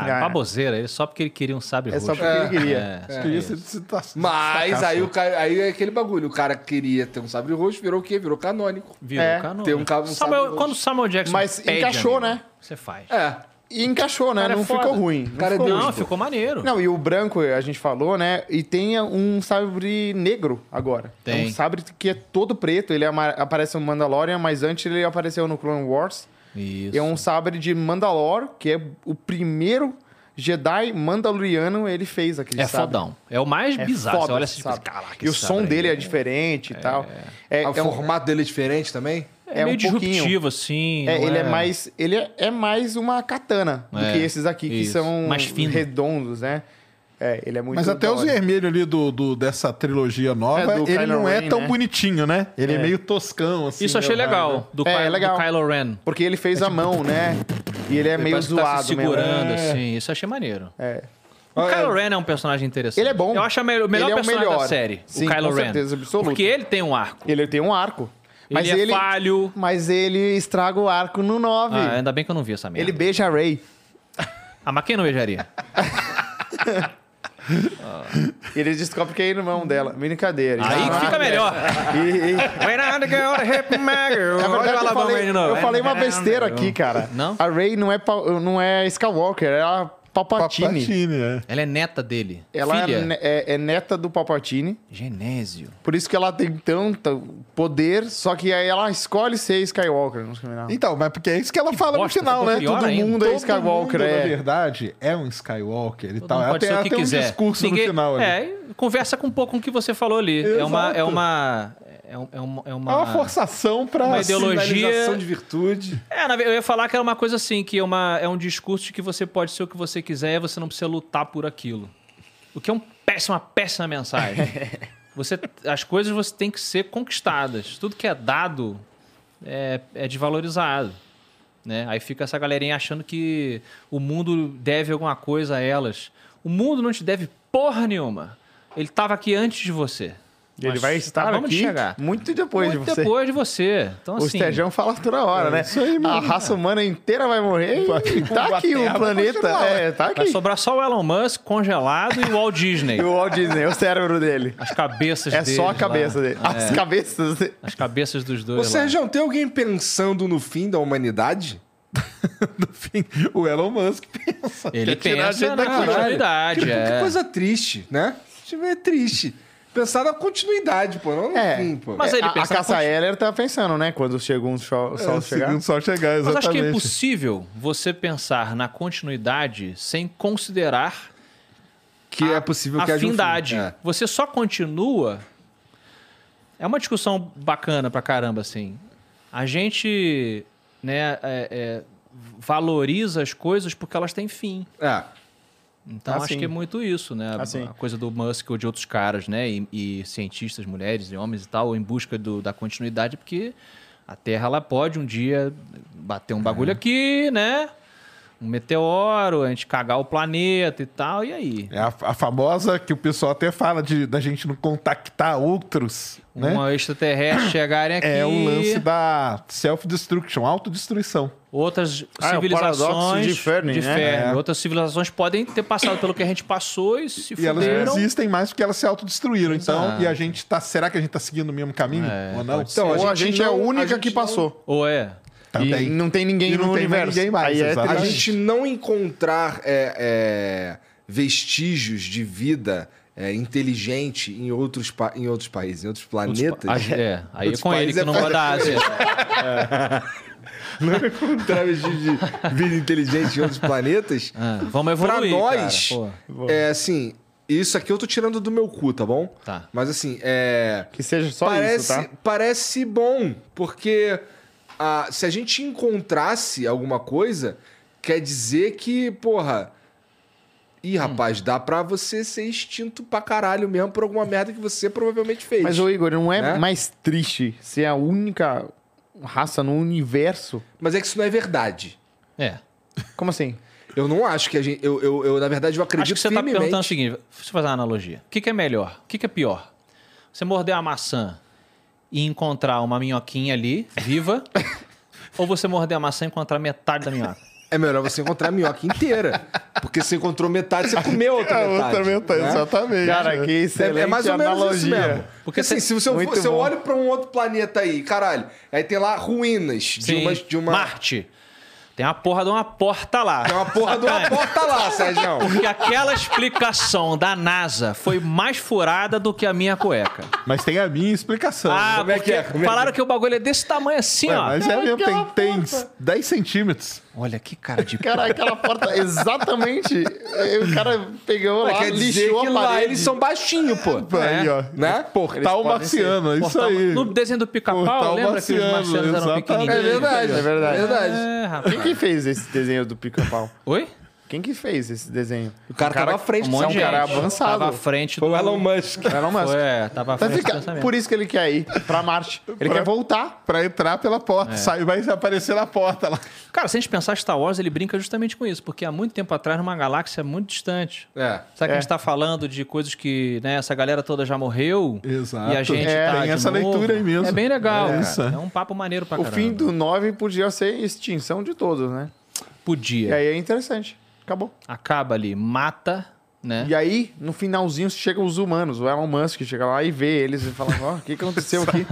[SPEAKER 3] Ah,
[SPEAKER 2] É.
[SPEAKER 3] baboseira, ele- só porque ele queria um sabre
[SPEAKER 2] É
[SPEAKER 3] roxo.
[SPEAKER 2] só porque ele queria.
[SPEAKER 3] É, só
[SPEAKER 4] Que
[SPEAKER 3] isso.
[SPEAKER 4] isso, isso tá-
[SPEAKER 1] Mas
[SPEAKER 4] tá
[SPEAKER 1] aí, o cara, aí é aquele bagulho. O cara queria ter um sabre roxo, virou o quê? Virou canônico.
[SPEAKER 3] Virou
[SPEAKER 2] É.
[SPEAKER 3] canon.
[SPEAKER 1] Tem um cabo- um
[SPEAKER 3] Samuel-
[SPEAKER 1] sabre roxo.
[SPEAKER 3] Quando o Samuel Jackson
[SPEAKER 2] Mas
[SPEAKER 3] pede,
[SPEAKER 2] encaixou,
[SPEAKER 3] amigo,
[SPEAKER 2] né?
[SPEAKER 3] Você faz.
[SPEAKER 1] É.
[SPEAKER 2] E encaixou, né?
[SPEAKER 3] Cara, é
[SPEAKER 2] Não
[SPEAKER 3] foda.
[SPEAKER 2] ficou ruim. Não
[SPEAKER 1] Cara, é
[SPEAKER 2] ficou
[SPEAKER 1] Deus,
[SPEAKER 3] Não,
[SPEAKER 1] pô.
[SPEAKER 3] ficou maneiro.
[SPEAKER 2] Não, e o branco, a gente falou, né? E tem um sabre negro agora.
[SPEAKER 3] Tem.
[SPEAKER 2] É um sabre que é todo preto. Ele ama- aparece no Mandalorian, mas antes ele apareceu no Clone Wars.
[SPEAKER 3] Isso.
[SPEAKER 2] É um sabre de Mandalor, que é o primeiro Jedi Mandaloriano ele fez aquele
[SPEAKER 3] É
[SPEAKER 2] sabre.
[SPEAKER 3] fodão. É o mais
[SPEAKER 2] É
[SPEAKER 3] bizarro. Você
[SPEAKER 2] foda
[SPEAKER 3] olha
[SPEAKER 2] esse
[SPEAKER 3] assim, tipo,
[SPEAKER 2] sabre.
[SPEAKER 3] caraca,
[SPEAKER 2] E o
[SPEAKER 3] esse
[SPEAKER 2] som
[SPEAKER 3] sabre aí
[SPEAKER 2] dele é
[SPEAKER 3] é-
[SPEAKER 2] diferente e tal. É,
[SPEAKER 1] Ah, o
[SPEAKER 2] é um-
[SPEAKER 1] formato dele é diferente também?
[SPEAKER 3] É,
[SPEAKER 2] é
[SPEAKER 3] meio
[SPEAKER 2] um pouquinho.
[SPEAKER 3] disruptivo, assim.
[SPEAKER 2] é,
[SPEAKER 3] não
[SPEAKER 2] ele é mais, ele é, é mais uma katana
[SPEAKER 3] É,
[SPEAKER 2] do que esses aqui que
[SPEAKER 3] isso.
[SPEAKER 2] são
[SPEAKER 3] Mais fino.
[SPEAKER 2] redondos, né? É, ele é muito
[SPEAKER 4] Mas até
[SPEAKER 2] da
[SPEAKER 4] os
[SPEAKER 2] hora.
[SPEAKER 4] vermelhos ali do, do- dessa trilogia nova,
[SPEAKER 2] É, do
[SPEAKER 4] ele
[SPEAKER 2] Kylo
[SPEAKER 4] não é
[SPEAKER 2] Ren,
[SPEAKER 4] tão
[SPEAKER 2] né?
[SPEAKER 4] bonitinho, né? Ele é,
[SPEAKER 2] É.
[SPEAKER 4] meio toscão, assim.
[SPEAKER 3] Isso eu achei
[SPEAKER 4] meio raro, né?
[SPEAKER 3] legal. Do,
[SPEAKER 2] É,
[SPEAKER 3] Ky- do
[SPEAKER 2] legal.
[SPEAKER 3] Kylo Ren.
[SPEAKER 2] Porque ele fez a mão, né? E ele é
[SPEAKER 3] É tipo Ele
[SPEAKER 2] meio é.
[SPEAKER 3] parece que
[SPEAKER 2] zoado
[SPEAKER 3] tá se segurando,
[SPEAKER 2] mesmo. né?
[SPEAKER 3] assim. Isso eu achei maneiro.
[SPEAKER 2] É.
[SPEAKER 3] O Kylo Ren é um personagem interessante.
[SPEAKER 2] Ele é bom.
[SPEAKER 3] Eu acho a me- o melhor
[SPEAKER 2] Ele é o
[SPEAKER 3] personagem da
[SPEAKER 2] melhor.
[SPEAKER 3] série,
[SPEAKER 2] Sim,
[SPEAKER 3] o Kylo
[SPEAKER 2] com
[SPEAKER 3] Ren.
[SPEAKER 2] certeza, absoluta.
[SPEAKER 3] Porque ele tem um arco.
[SPEAKER 2] Ele tem um arco. Mas
[SPEAKER 3] ele,
[SPEAKER 2] ele,
[SPEAKER 3] é falho.
[SPEAKER 2] mas ele estraga o arco no 9.
[SPEAKER 3] Ah, ainda bem que eu não vi essa merda.
[SPEAKER 2] ele beija a Ray.
[SPEAKER 3] Ah, mas quem não beijaria?
[SPEAKER 2] Ele descobre que é irmão dela. Brincadeira.
[SPEAKER 3] Aí que fica melhor. Tá
[SPEAKER 2] Na É verdade, eu falei, eu falei uma besteira aqui, cara.
[SPEAKER 3] É, Não?
[SPEAKER 2] A Ray não é, pa- não é Skywalker, é a Palpatine.
[SPEAKER 4] Papatine, é.
[SPEAKER 3] Ela é neta dele.
[SPEAKER 2] Ela é,
[SPEAKER 3] Filha.
[SPEAKER 2] ne- é- é neta do Palpatine.
[SPEAKER 3] Genésio.
[SPEAKER 2] Por isso que ela tem tanto poder, só que aí ela escolhe ser Skywalker no final.
[SPEAKER 4] Então, mas porque é isso que ela fala
[SPEAKER 3] bosta,
[SPEAKER 4] no final,
[SPEAKER 3] ficou
[SPEAKER 4] né?
[SPEAKER 3] pior ainda.
[SPEAKER 2] mundo é Skywalker,
[SPEAKER 4] mundo,
[SPEAKER 2] é.
[SPEAKER 4] Na verdade, é um Skywalker e
[SPEAKER 3] Todo
[SPEAKER 4] tal.
[SPEAKER 3] mundo
[SPEAKER 4] Ela
[SPEAKER 3] pode
[SPEAKER 4] tem,
[SPEAKER 3] ser o
[SPEAKER 4] ela
[SPEAKER 3] que
[SPEAKER 4] tem um
[SPEAKER 3] quiser.
[SPEAKER 4] discurso
[SPEAKER 3] Ninguém-
[SPEAKER 4] no final ali.
[SPEAKER 3] É, e conversa com um pouco com o que você falou ali. É uma... É
[SPEAKER 4] Exato.
[SPEAKER 3] uma... É, um- é uma... É uma,
[SPEAKER 4] É uma forçação pra...
[SPEAKER 3] uma ideologia...
[SPEAKER 1] Sinalização de virtude.
[SPEAKER 3] É, na ve- eu ia falar que era uma coisa assim, que é, uma, é um discurso de que você pode ser o que você quiser e você não precisa lutar por aquilo. O que é um péssimo, uma péssima mensagem. Você, as coisas você tem que ser conquistadas. Tudo que é dado é, é desvalorizado. Né? Aí fica essa galerinha achando que o mundo deve alguma coisa a elas. O mundo não te deve porra nenhuma. Ele estava aqui antes de você.
[SPEAKER 2] Ele
[SPEAKER 3] Mas
[SPEAKER 2] vai estar
[SPEAKER 3] acabamos de
[SPEAKER 2] aqui
[SPEAKER 3] chegar.
[SPEAKER 2] muito depois
[SPEAKER 3] Muito
[SPEAKER 2] de você.
[SPEAKER 3] depois de você. Então,
[SPEAKER 2] O é um
[SPEAKER 3] assim,
[SPEAKER 2] Estejão fala toda hora, né? a raça humana inteira vai morrer e tá aqui o planeta. É, tá
[SPEAKER 3] vai
[SPEAKER 2] aqui.
[SPEAKER 3] sobrar só o Elon Musk congelado e o Walt Disney.
[SPEAKER 2] E o Walt Disney, o cérebro dele.
[SPEAKER 3] As cabeças
[SPEAKER 2] É
[SPEAKER 3] deles
[SPEAKER 2] só a
[SPEAKER 3] lá. É.
[SPEAKER 2] cabeça dele. As cabeças dele.
[SPEAKER 3] As cabeças dos dois
[SPEAKER 1] Ô,
[SPEAKER 3] lá.
[SPEAKER 1] Sérgio, tem alguém pensando no fim da humanidade?
[SPEAKER 4] do fim. O Elon Musk pensa.
[SPEAKER 3] Ele
[SPEAKER 4] quer tirar a gente
[SPEAKER 3] pensa na
[SPEAKER 4] daqui.
[SPEAKER 3] continuidade,
[SPEAKER 1] Que, que
[SPEAKER 3] é.
[SPEAKER 1] coisa triste, né? Se tiver triste. Pensar na continuidade, pô, não no
[SPEAKER 2] É.
[SPEAKER 1] fim, pô.
[SPEAKER 3] Mas ele
[SPEAKER 2] a, a
[SPEAKER 3] pensa na
[SPEAKER 2] Caça Heller tá pensando, né? Quando chega um sol,
[SPEAKER 4] É,
[SPEAKER 2] sol
[SPEAKER 4] o
[SPEAKER 2] chegar.
[SPEAKER 4] segundo sol
[SPEAKER 3] Mas
[SPEAKER 4] chegar,
[SPEAKER 3] acho que é
[SPEAKER 4] exatamente.
[SPEAKER 3] impossível você pensar na continuidade sem considerar
[SPEAKER 1] que é possível que haja um fim.
[SPEAKER 3] afindade.
[SPEAKER 1] É.
[SPEAKER 3] Você só continua. É uma discussão bacana pra caramba, assim. A gente né, é- é, valoriza as coisas porque elas têm fim.
[SPEAKER 1] É.
[SPEAKER 3] Então
[SPEAKER 2] Ah,
[SPEAKER 3] acho
[SPEAKER 2] sim.
[SPEAKER 3] que é muito isso, né?
[SPEAKER 2] Ah, sim.
[SPEAKER 3] A coisa do Musk ou de outros caras, né? E, e cientistas, mulheres e homens e tal, em busca do- da continuidade, porque a Terra ela pode um dia bater
[SPEAKER 2] É.
[SPEAKER 3] um bagulho aqui, né? Um meteoro, a gente cagar o planeta e tal, e aí?
[SPEAKER 4] É a, a famosa que o pessoal até fala de da gente não contactar outros, né?
[SPEAKER 3] Uma extraterrestre chegarem aqui.
[SPEAKER 4] É
[SPEAKER 2] um
[SPEAKER 4] o lance da self-destruction, autodestruição.
[SPEAKER 3] Outras
[SPEAKER 2] Ah, é o paradoxo
[SPEAKER 3] civilizações.
[SPEAKER 2] de Fermi, né?
[SPEAKER 3] Fermi. Outras civilizações podem ter passado pelo que a gente passou e se
[SPEAKER 4] E elas
[SPEAKER 3] fuderam.
[SPEAKER 4] não existem mais porque elas se autodestruíram. Então,
[SPEAKER 3] Exato.
[SPEAKER 4] e a gente tá. Será que a gente tá seguindo o mesmo caminho?
[SPEAKER 3] É,
[SPEAKER 4] ou não? tá
[SPEAKER 3] pode
[SPEAKER 4] Então,
[SPEAKER 2] Ou
[SPEAKER 1] ser.
[SPEAKER 2] a
[SPEAKER 1] a gente
[SPEAKER 2] gente é a
[SPEAKER 1] não- a
[SPEAKER 2] única
[SPEAKER 1] gente
[SPEAKER 2] que
[SPEAKER 1] não-
[SPEAKER 2] passou.
[SPEAKER 3] Ou é?
[SPEAKER 2] E não tem ninguém
[SPEAKER 4] E não
[SPEAKER 2] no
[SPEAKER 4] tem mais
[SPEAKER 2] universo.
[SPEAKER 4] ninguém mais,
[SPEAKER 2] Aí é
[SPEAKER 4] exato.
[SPEAKER 1] A
[SPEAKER 4] Verdade.
[SPEAKER 1] gente não encontrar é, é, vestígios de vida é, inteligente em outros, pa- em outros países, em outros
[SPEAKER 3] Outros
[SPEAKER 1] planetas.
[SPEAKER 3] pa- a- é, aí é
[SPEAKER 1] Outros
[SPEAKER 3] com
[SPEAKER 1] países
[SPEAKER 3] ele que
[SPEAKER 1] é
[SPEAKER 3] não mora
[SPEAKER 1] foda.
[SPEAKER 3] da Ásia.
[SPEAKER 1] Não encontrar vestígios de vida inteligente em outros planetas.
[SPEAKER 3] Ah, vamos
[SPEAKER 1] Pra
[SPEAKER 3] evoluir,
[SPEAKER 1] nós,
[SPEAKER 3] cara, pô.
[SPEAKER 1] é assim, isso aqui eu tô tirando do meu cu, tá bom?
[SPEAKER 3] Tá.
[SPEAKER 1] Mas assim, é.
[SPEAKER 2] Que seja só
[SPEAKER 1] parece,
[SPEAKER 2] isso, tá?
[SPEAKER 1] parece bom, porque ah, se a gente encontrasse alguma coisa, quer dizer que, porra. Ih,
[SPEAKER 3] Hum.
[SPEAKER 1] rapaz, dá pra você ser extinto pra caralho mesmo por alguma merda que você provavelmente fez.
[SPEAKER 2] Mas, ô Igor, não é
[SPEAKER 1] Né?
[SPEAKER 2] mais triste ser a única raça no universo?
[SPEAKER 1] Mas é que isso não é verdade.
[SPEAKER 3] É.
[SPEAKER 2] Como assim?
[SPEAKER 1] Eu não acho que a gente. Eu, eu, eu, na verdade, eu acredito
[SPEAKER 3] Acho que você tá está
[SPEAKER 1] firmemente.
[SPEAKER 3] perguntando o seguinte: deixa eu fazer uma analogia. O que, que é melhor? O que, que é pior? Você morder uma maçã e encontrar uma minhoquinha ali, viva, ou você morder a maçã e encontrar metade da minhoca?
[SPEAKER 1] É melhor você encontrar a minhoca inteira. Porque você encontrou metade, você comeu a outra
[SPEAKER 4] a
[SPEAKER 1] metade.
[SPEAKER 4] outra metade,
[SPEAKER 1] né?
[SPEAKER 4] exatamente.
[SPEAKER 2] Cara, que excelente
[SPEAKER 1] É, é mais ou menos
[SPEAKER 2] analogia.
[SPEAKER 1] isso mesmo. Porque
[SPEAKER 3] Porque
[SPEAKER 1] assim,
[SPEAKER 3] tem-
[SPEAKER 1] se, você,
[SPEAKER 2] Muito
[SPEAKER 1] se eu
[SPEAKER 2] bom.
[SPEAKER 1] olho pra um outro planeta aí, caralho, aí tem lá ruínas de
[SPEAKER 3] Sim.
[SPEAKER 1] uma, de uma.
[SPEAKER 3] Marte. Tem a porra de uma porta lá.
[SPEAKER 1] Tem uma porra de uma porta lá, Sérgio.
[SPEAKER 3] Porque aquela explicação da NASA foi mais furada do que a minha cueca.
[SPEAKER 4] Mas tem a minha explicação.
[SPEAKER 3] Ah,
[SPEAKER 1] Como é que
[SPEAKER 3] porque
[SPEAKER 1] é? Como é que é?
[SPEAKER 3] falaram que o bagulho é desse tamanho assim,
[SPEAKER 4] Ué,
[SPEAKER 3] ó.
[SPEAKER 4] mas é mesmo, tem, tem 10 centímetros.
[SPEAKER 3] Olha que cara de
[SPEAKER 2] Cara, aquela porta, exatamente. Aí O cara pegou
[SPEAKER 1] Ué,
[SPEAKER 2] lá,
[SPEAKER 1] Quer dizer
[SPEAKER 2] lixou
[SPEAKER 1] que
[SPEAKER 2] a
[SPEAKER 1] lá
[SPEAKER 2] parede.
[SPEAKER 1] eles são baixinhos, pô.
[SPEAKER 3] É.
[SPEAKER 4] Aí, ó.
[SPEAKER 1] Né?
[SPEAKER 4] Portal marciano, é isso
[SPEAKER 3] Portal-
[SPEAKER 4] aí.
[SPEAKER 3] No desenho do pica-pau,
[SPEAKER 4] Portal
[SPEAKER 3] lembra que os
[SPEAKER 4] marciano,
[SPEAKER 3] marcianos eram
[SPEAKER 4] exatamente.
[SPEAKER 3] pequenininhos?
[SPEAKER 1] É verdade,
[SPEAKER 2] É verdade.
[SPEAKER 1] É verdade.
[SPEAKER 3] É, rapaz.
[SPEAKER 2] Quem que fez esse desenho do pica-pau?
[SPEAKER 3] Oi?
[SPEAKER 2] Quem que fez esse desenho?
[SPEAKER 1] O cara tava à frente,
[SPEAKER 3] Um
[SPEAKER 1] um
[SPEAKER 3] monte
[SPEAKER 2] um
[SPEAKER 3] de
[SPEAKER 2] cara
[SPEAKER 3] gente.
[SPEAKER 2] avançado.
[SPEAKER 3] Tava à frente
[SPEAKER 1] Foi
[SPEAKER 3] do...
[SPEAKER 1] o Elon Musk.
[SPEAKER 2] Elon Musk.
[SPEAKER 3] É, tava à
[SPEAKER 2] Tá
[SPEAKER 3] frente do
[SPEAKER 2] fica-
[SPEAKER 3] pensamento.
[SPEAKER 2] Por isso que ele quer ir pra Marte. Ele
[SPEAKER 4] Pra-
[SPEAKER 2] quer voltar.
[SPEAKER 4] Pra entrar pela
[SPEAKER 3] É.
[SPEAKER 4] porta, sai, vai aparecer na porta lá.
[SPEAKER 3] Cara, se a gente pensar Star Wars, ele brinca justamente com isso, porque há muito tempo atrás, numa galáxia muito distante.
[SPEAKER 1] É.
[SPEAKER 3] Será que
[SPEAKER 2] É.
[SPEAKER 3] a gente tá falando de coisas que, né, essa galera toda já morreu?
[SPEAKER 4] Exato.
[SPEAKER 3] E a gente
[SPEAKER 4] É,
[SPEAKER 3] tá
[SPEAKER 4] tem
[SPEAKER 3] de
[SPEAKER 4] essa
[SPEAKER 3] novo?
[SPEAKER 4] leitura aí mesmo.
[SPEAKER 3] É bem legal,
[SPEAKER 4] É
[SPEAKER 3] é,
[SPEAKER 4] isso.
[SPEAKER 3] cara. É um papo maneiro pra
[SPEAKER 2] O
[SPEAKER 3] caramba.
[SPEAKER 2] fim do 9 podia ser extinção de todos, né? E
[SPEAKER 3] Podia.
[SPEAKER 2] aí é interessante. Acabou.
[SPEAKER 3] Acaba ali, mata, né?
[SPEAKER 2] E aí, no finalzinho, chegam os humanos. O Elon Musk chega lá e vê eles e fala: Ó, o que que aconteceu aqui?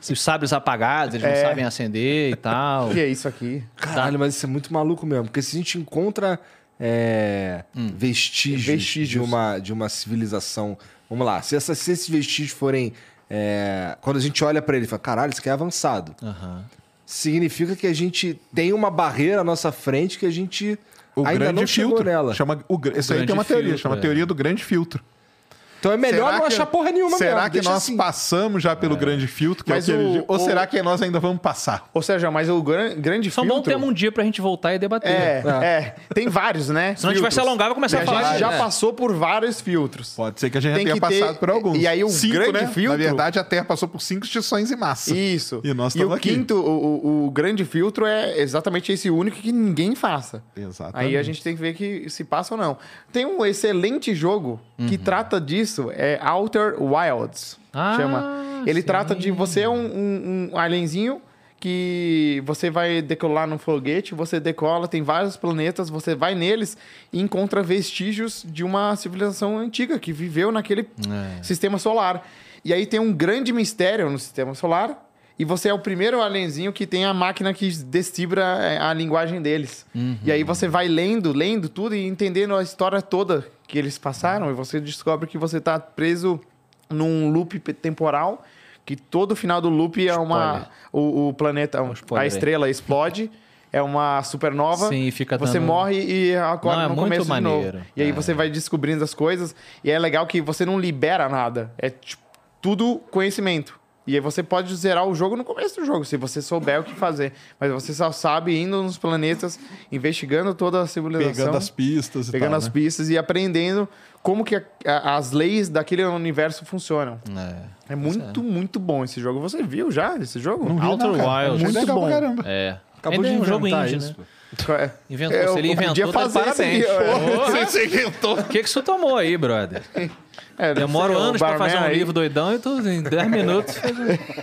[SPEAKER 3] Se os sábios apagados, eles
[SPEAKER 2] É.
[SPEAKER 3] não sabem acender e tal.
[SPEAKER 2] O que é isso aqui?
[SPEAKER 1] Caralho, mas isso é muito maluco mesmo. Porque se a gente encontra é,
[SPEAKER 4] Hum.
[SPEAKER 1] vestígios,
[SPEAKER 2] Vestígios.
[SPEAKER 1] De, uma, de uma civilização. Vamos lá, se, essa- se esses vestígios forem. é, quando a gente olha pra ele e fala, caralho, isso aqui é avançado.
[SPEAKER 3] Aham.
[SPEAKER 1] Significa que a gente tem uma barreira à nossa frente que a gente
[SPEAKER 4] O
[SPEAKER 1] ainda
[SPEAKER 4] grande
[SPEAKER 1] não chegou
[SPEAKER 4] filtro.
[SPEAKER 1] nela.
[SPEAKER 4] Chama, o, gr- isso aí
[SPEAKER 3] grande
[SPEAKER 4] tem uma teoria,
[SPEAKER 3] filtro,
[SPEAKER 4] chama
[SPEAKER 3] é.
[SPEAKER 4] teoria do grande filtro.
[SPEAKER 1] Então é melhor
[SPEAKER 4] Será
[SPEAKER 1] não
[SPEAKER 4] que-
[SPEAKER 1] achar porra nenhuma
[SPEAKER 4] Será
[SPEAKER 1] mesmo,
[SPEAKER 4] que
[SPEAKER 1] deixa
[SPEAKER 4] nós
[SPEAKER 1] assim.
[SPEAKER 4] passamos já pelo grande filtro, que
[SPEAKER 2] é Mas
[SPEAKER 4] é o que
[SPEAKER 2] o-
[SPEAKER 4] ele, Ou
[SPEAKER 2] o-
[SPEAKER 4] será que nós ainda vamos passar?
[SPEAKER 2] Ou seja, mas o gran- grande
[SPEAKER 3] Só bom
[SPEAKER 2] filtro...
[SPEAKER 3] termos um dia pra gente voltar e debater.
[SPEAKER 2] É, é. Tem vários, né?
[SPEAKER 3] Senão a gente vai se
[SPEAKER 2] filtros.
[SPEAKER 3] alongar e vai começar
[SPEAKER 2] E
[SPEAKER 3] a
[SPEAKER 2] a
[SPEAKER 3] falar.
[SPEAKER 2] gente já
[SPEAKER 3] né?
[SPEAKER 2] passou por vários filtros.
[SPEAKER 4] Pode ser que a gente
[SPEAKER 2] Tem
[SPEAKER 4] tenha
[SPEAKER 2] que ter-
[SPEAKER 4] passado por alguns. né?
[SPEAKER 2] e aí o grande
[SPEAKER 4] Na
[SPEAKER 2] filtro-
[SPEAKER 4] verdade, a Terra passou por cinco extinções em massa.
[SPEAKER 2] Isso.
[SPEAKER 4] E nós
[SPEAKER 2] e o
[SPEAKER 4] estamos aqui.
[SPEAKER 2] quinto, o, o- o grande filtro é exatamente esse único que ninguém faça.
[SPEAKER 4] Exatamente.
[SPEAKER 2] Aí a gente tem que ver que se passa ou não. Tem um excelente jogo que
[SPEAKER 4] Uhum.
[SPEAKER 2] trata disso, é Outer Wilds.
[SPEAKER 3] Ah,
[SPEAKER 2] chama. Ele
[SPEAKER 3] sim.
[SPEAKER 2] trata de você é um, um, um alienzinho que você vai decolar num foguete, você decola, tem vários planetas, você vai neles e encontra vestígios de uma civilização antiga que viveu naquele sistema solar. E aí tem um grande mistério no sistema solar. E você é o primeiro alienzinho que tem a máquina que decifra é, a linguagem deles. E aí você vai lendo, lendo tudo e entendendo a história toda que eles passaram. E você descobre que você tá preso num loop pe- temporal. Que todo final do loop é uma. O, o planeta, um,
[SPEAKER 3] É um spoiler
[SPEAKER 2] a
[SPEAKER 3] aí.
[SPEAKER 2] estrela explode. É uma supernova.
[SPEAKER 3] Sim, e fica
[SPEAKER 2] Você
[SPEAKER 3] dando-
[SPEAKER 2] morre e acorda
[SPEAKER 3] Não, é
[SPEAKER 2] no
[SPEAKER 3] muito
[SPEAKER 2] começo de novo.
[SPEAKER 3] maneiro.
[SPEAKER 2] E aí
[SPEAKER 3] É.
[SPEAKER 2] você vai descobrindo as coisas. E é legal que você não libera nada. É tipo, tudo conhecimento. E aí você pode zerar o jogo no começo do jogo, se você souber o que fazer. Mas você só sabe indo nos planetas, investigando toda a civilização.
[SPEAKER 4] Pegando as pistas e
[SPEAKER 2] pegando
[SPEAKER 4] tal,
[SPEAKER 2] as
[SPEAKER 4] né?
[SPEAKER 2] pistas e aprendendo como que a- a- as leis daquele universo funcionam.
[SPEAKER 3] É.
[SPEAKER 2] É muito, muito bom esse jogo. Você viu já esse jogo?
[SPEAKER 4] Não vi,
[SPEAKER 3] Outer
[SPEAKER 4] não, cara.
[SPEAKER 3] Wilds.
[SPEAKER 4] Achei
[SPEAKER 2] Muito
[SPEAKER 4] legal pra
[SPEAKER 2] bom.
[SPEAKER 4] caramba.
[SPEAKER 3] É.
[SPEAKER 6] Acabou
[SPEAKER 3] Ainda
[SPEAKER 6] de
[SPEAKER 3] é um jogo
[SPEAKER 6] inventar
[SPEAKER 3] indie,
[SPEAKER 6] isso.
[SPEAKER 3] né?
[SPEAKER 2] É.
[SPEAKER 3] Inventou,
[SPEAKER 2] Eu
[SPEAKER 3] se ele
[SPEAKER 2] podia
[SPEAKER 3] inventou, tá de
[SPEAKER 2] fazer esse
[SPEAKER 3] parabéns.
[SPEAKER 2] aqui, ó.
[SPEAKER 3] Porra! O que que você tomou aí, brother?
[SPEAKER 2] É,
[SPEAKER 3] Demora
[SPEAKER 2] sei, o
[SPEAKER 3] anos pra
[SPEAKER 2] barman
[SPEAKER 3] fazer um
[SPEAKER 2] aí.
[SPEAKER 3] livro doidão e tu, em 10 minutos. um-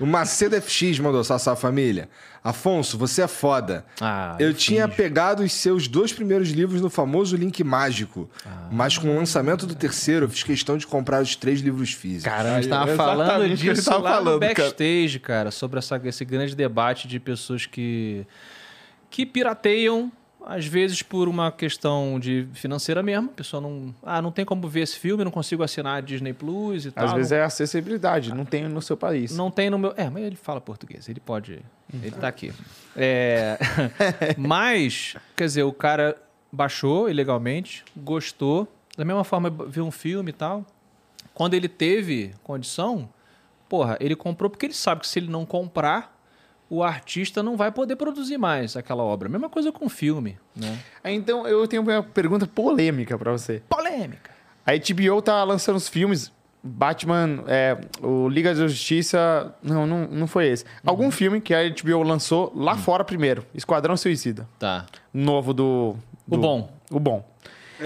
[SPEAKER 1] O Macedo FX mandou Sassá Família. Afonso, você é foda.
[SPEAKER 3] Ah,
[SPEAKER 1] eu tinha pegado os seus dois primeiros livros no famoso link mágico,
[SPEAKER 2] Ah.
[SPEAKER 1] mas com o lançamento do terceiro, eu fiz questão de comprar os três livros físicos.
[SPEAKER 3] Caramba, a gente tava
[SPEAKER 4] Aí,
[SPEAKER 3] falando
[SPEAKER 4] exatamente o que ele
[SPEAKER 3] disso
[SPEAKER 4] tava
[SPEAKER 3] lá no
[SPEAKER 4] falando, cara.
[SPEAKER 3] backstage, cara, sobre essa- esse grande debate de pessoas que, que pirateiam, às vezes por uma questão de financeira mesmo. A pessoa não. Ah, não tem como ver esse filme, não consigo assinar a Disney Plus e tal.
[SPEAKER 2] Às
[SPEAKER 3] não-
[SPEAKER 2] vezes é acessibilidade, não tem no seu país.
[SPEAKER 3] Não tem no meu. É, mas ele fala português, ele pode. Ele tá aqui. É, mas, quer dizer, o cara baixou ilegalmente, gostou, da mesma forma viu um filme e tal. Quando ele teve condição, porra, ele comprou porque ele sabe que se ele não comprar, o artista não vai poder produzir mais aquela obra. Mesma coisa com filme, né?
[SPEAKER 2] Então, eu tenho uma pergunta polêmica pra você.
[SPEAKER 3] Polêmica.
[SPEAKER 2] A HBO tá lançando os filmes. Batman, é, o Liga da Justiça. Não, não, não foi
[SPEAKER 3] Uhum.
[SPEAKER 2] esse. Algum filme que a HBO lançou lá fora primeiro. Esquadrão Suicida.
[SPEAKER 3] Tá.
[SPEAKER 2] Novo do.
[SPEAKER 3] O
[SPEAKER 2] do-
[SPEAKER 3] bom.
[SPEAKER 2] O bom.